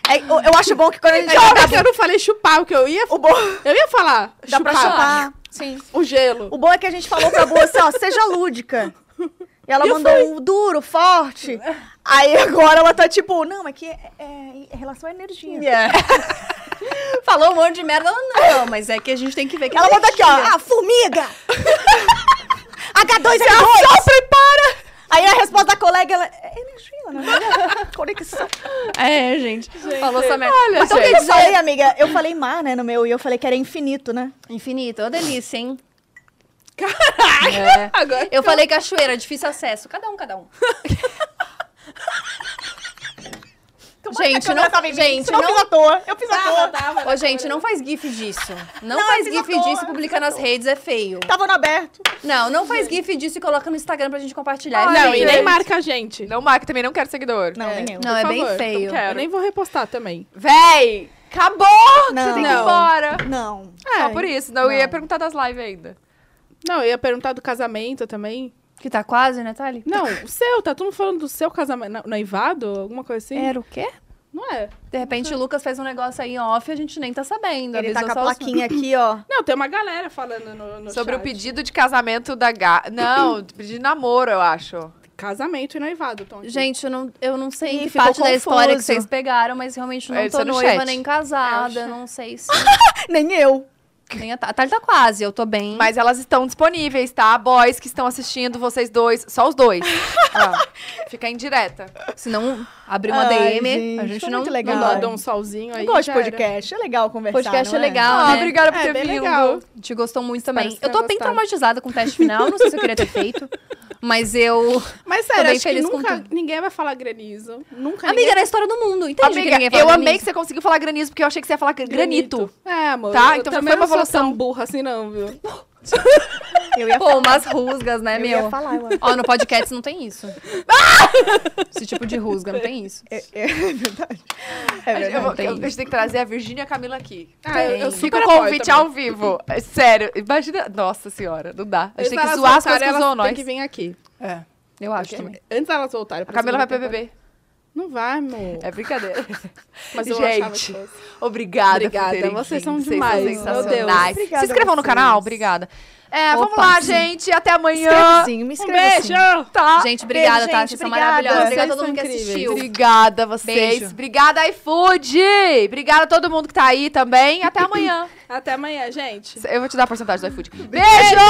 Speaker 3: É, eu, eu acho bom que quando a gente...
Speaker 2: Ainda bem que eu não falei chupar, porque eu ia,
Speaker 3: O bom...
Speaker 2: eu ia falar.
Speaker 3: Dá pra chupar. Sim.
Speaker 2: O gelo.
Speaker 3: O bom é que a gente falou pra Boa assim, ó, seja lúdica. E ela mandou um duro, forte. Aí agora ela tá tipo, não, mas que é, é em relação à energia.
Speaker 4: Falou um monte de merda, ela, não, mas é que a gente tem que ver que
Speaker 3: Ela mandou aqui, ó, ah, formiga! H2 Você assopra e para! Aí a resposta da colega, ela, é energia, né? Conexão.
Speaker 4: É, gente. Falou essa merda.
Speaker 3: Então o que eu
Speaker 2: é.
Speaker 3: falei, amiga? Eu falei mar, né, no meu, e eu falei que era infinito, né?
Speaker 4: Infinito, ô delícia, hein? Caraca!
Speaker 2: Agora
Speaker 4: Eu falei cachoeira, difícil acesso. Cada um, cada um.
Speaker 3: Então
Speaker 4: gente, não, gente,
Speaker 3: Senão
Speaker 4: não,
Speaker 3: eu fiz à toa, eu fiz à toa.
Speaker 4: Ô, gente, não faz gif disso. Não,
Speaker 3: Não,
Speaker 4: faz
Speaker 3: eu fiz à
Speaker 4: gif
Speaker 3: toa,
Speaker 4: disso e
Speaker 3: eu
Speaker 4: publica nas redes, é feio.
Speaker 3: Tava no aberto.
Speaker 4: Não, não faz gif disso e coloca no Instagram pra gente compartilhar. é
Speaker 2: Não,
Speaker 4: feio.
Speaker 2: e nem marca a gente.
Speaker 6: Não marca, também não quero seguidor.
Speaker 3: Não, nem eu.
Speaker 4: Não, é
Speaker 2: Por
Speaker 4: bem
Speaker 2: favor,
Speaker 4: feio.
Speaker 2: Eu nem vou repostar também.
Speaker 6: Véi! É
Speaker 1: Acabou! Você
Speaker 3: Não.
Speaker 1: tem que ir embora.
Speaker 3: Não.
Speaker 1: Só por isso. Não, eu
Speaker 3: não.
Speaker 1: ia perguntar das lives ainda.
Speaker 2: Não, eu ia perguntar do casamento também.
Speaker 4: Que tá quase, né, Thali?
Speaker 2: Não, o seu, tá todo mundo falando do seu casamento, na- noivado, alguma coisa assim?
Speaker 4: Era o quê?
Speaker 2: Não é?
Speaker 4: De repente o Lucas fez um negócio aí em off e a gente nem tá sabendo.
Speaker 3: Ele tá
Speaker 4: avisou
Speaker 3: com a
Speaker 4: só os-
Speaker 3: plaquinha aqui, ó.
Speaker 2: Não, tem uma galera falando no, no
Speaker 1: Sobre
Speaker 2: chat.
Speaker 1: o pedido de casamento da Gá. Não, pedido de namoro, eu acho.
Speaker 2: Casamento e noivado, Tom.
Speaker 4: Gente, eu não, eu não sei
Speaker 3: Ih,
Speaker 4: em que
Speaker 3: ficou
Speaker 4: parte da história que
Speaker 3: confuso.
Speaker 4: vocês pegaram, mas realmente não
Speaker 1: É, isso
Speaker 4: tô
Speaker 1: é no
Speaker 4: noiva
Speaker 1: chat.
Speaker 4: nem casada. não sei se.
Speaker 3: Nem eu.
Speaker 4: nem a, Tha- a Thali tá quase, eu tô bem.
Speaker 1: Mas elas estão disponíveis, tá? Boys que estão assistindo, vocês dois, só os dois.
Speaker 6: Ah,
Speaker 1: Ó, fica indireta.
Speaker 4: Se não abrir uma
Speaker 3: Ai,
Speaker 4: DM, a
Speaker 3: gente,
Speaker 4: gente
Speaker 3: foi
Speaker 4: não.
Speaker 3: muito
Speaker 2: Não
Speaker 3: legal.
Speaker 2: dá- dá um solzinho aí.
Speaker 3: Eu gosto de
Speaker 2: já era.
Speaker 3: podcast. É legal conversar.
Speaker 4: Podcast é
Speaker 3: não
Speaker 4: legal,
Speaker 1: Ah,
Speaker 4: né?
Speaker 1: obrigada por
Speaker 2: É,
Speaker 1: ter
Speaker 2: bem
Speaker 1: vindo.
Speaker 2: legal.
Speaker 4: A gente gostou muito também.
Speaker 2: Espero que
Speaker 4: Eu tô
Speaker 2: tenha
Speaker 4: bem
Speaker 2: gostado.
Speaker 4: traumatizada com o teste final, não sei se eu queria ter feito. Mas eu.
Speaker 2: Mas
Speaker 4: Tô
Speaker 2: sério,
Speaker 4: bem
Speaker 2: acho que
Speaker 4: feliz com
Speaker 2: nunca
Speaker 4: tudo.
Speaker 2: ninguém vai falar granizo. Nunca
Speaker 4: Amiga, era a história do mundo. Entende o que
Speaker 1: Amiga,
Speaker 4: ninguém fala
Speaker 1: eu
Speaker 4: de
Speaker 1: amei
Speaker 4: mim?
Speaker 1: que você conseguiu falar granizo, porque eu achei que você ia falar
Speaker 2: ninguém...
Speaker 1: granito.
Speaker 2: É, amor.
Speaker 1: Tá,
Speaker 2: eu
Speaker 1: então
Speaker 2: também
Speaker 1: foi uma
Speaker 2: não sou tão
Speaker 1: evolução.
Speaker 2: burra assim não, viu?
Speaker 3: Eu ia,
Speaker 4: Pô, umas rusgas, né,
Speaker 3: eu
Speaker 4: meu?
Speaker 3: ia falar, eu acho.
Speaker 4: Ó, no podcast não tem isso. Esse tipo de rusga, não tem isso.
Speaker 3: É, é verdade. É
Speaker 1: Eu
Speaker 3: verdade.
Speaker 1: vou- eu- a gente tem que trazer a Virgínia e a Camila aqui.
Speaker 2: Ah, eu, eu
Speaker 1: Fica
Speaker 2: super
Speaker 1: o
Speaker 2: apoio
Speaker 1: convite
Speaker 2: também.
Speaker 1: ao vivo. É Sério, imagina. Nossa senhora, não dá. A gente tem que
Speaker 2: Antes
Speaker 1: zoar as coisas
Speaker 2: delas voltarem,
Speaker 1: que zoam
Speaker 2: elas
Speaker 1: nós.
Speaker 2: Tem que vir aqui.
Speaker 4: Eu acho também.
Speaker 2: Antes delas voltarem.
Speaker 1: A
Speaker 2: pra
Speaker 1: É, Camila vai pra
Speaker 2: segunda temporada.
Speaker 1: BBB.
Speaker 2: um Não vai, amor.
Speaker 1: É brincadeira.
Speaker 2: Mas eu
Speaker 1: Gente,
Speaker 2: achava que fosse.
Speaker 1: Obrigada,
Speaker 2: Obrigada,
Speaker 1: por terem vindo.
Speaker 2: vocês são
Speaker 1: Vocês
Speaker 2: demais, meu Deus.
Speaker 1: sensacionais.
Speaker 3: Obrigada
Speaker 1: Se inscrevam no
Speaker 3: vocês.
Speaker 1: canal? Obrigada. É, vamos
Speaker 4: Opa,
Speaker 1: lá,
Speaker 4: sim.
Speaker 1: gente. Até
Speaker 8: Escreve
Speaker 1: amanhã.
Speaker 8: sim, me
Speaker 2: Um
Speaker 8: escreve
Speaker 4: assim.
Speaker 2: beijo!
Speaker 8: sim.
Speaker 1: Tá.
Speaker 4: Gente, obrigada,
Speaker 3: Beijo,
Speaker 4: tá?
Speaker 3: gente,
Speaker 4: Vocês são
Speaker 3: obrigada.
Speaker 4: maravilhosos.
Speaker 2: Vocês
Speaker 4: Obrigada a todo
Speaker 2: são
Speaker 4: mundo que
Speaker 2: incríveis.
Speaker 4: assistiu.
Speaker 1: Obrigada a vocês.
Speaker 4: Beijo.
Speaker 1: Obrigada, iFood. Obrigada a todo mundo que tá aí também. Até amanhã.
Speaker 2: Até amanhã, gente.
Speaker 1: Eu vou te dar a porcentagem do iFood. Beijo!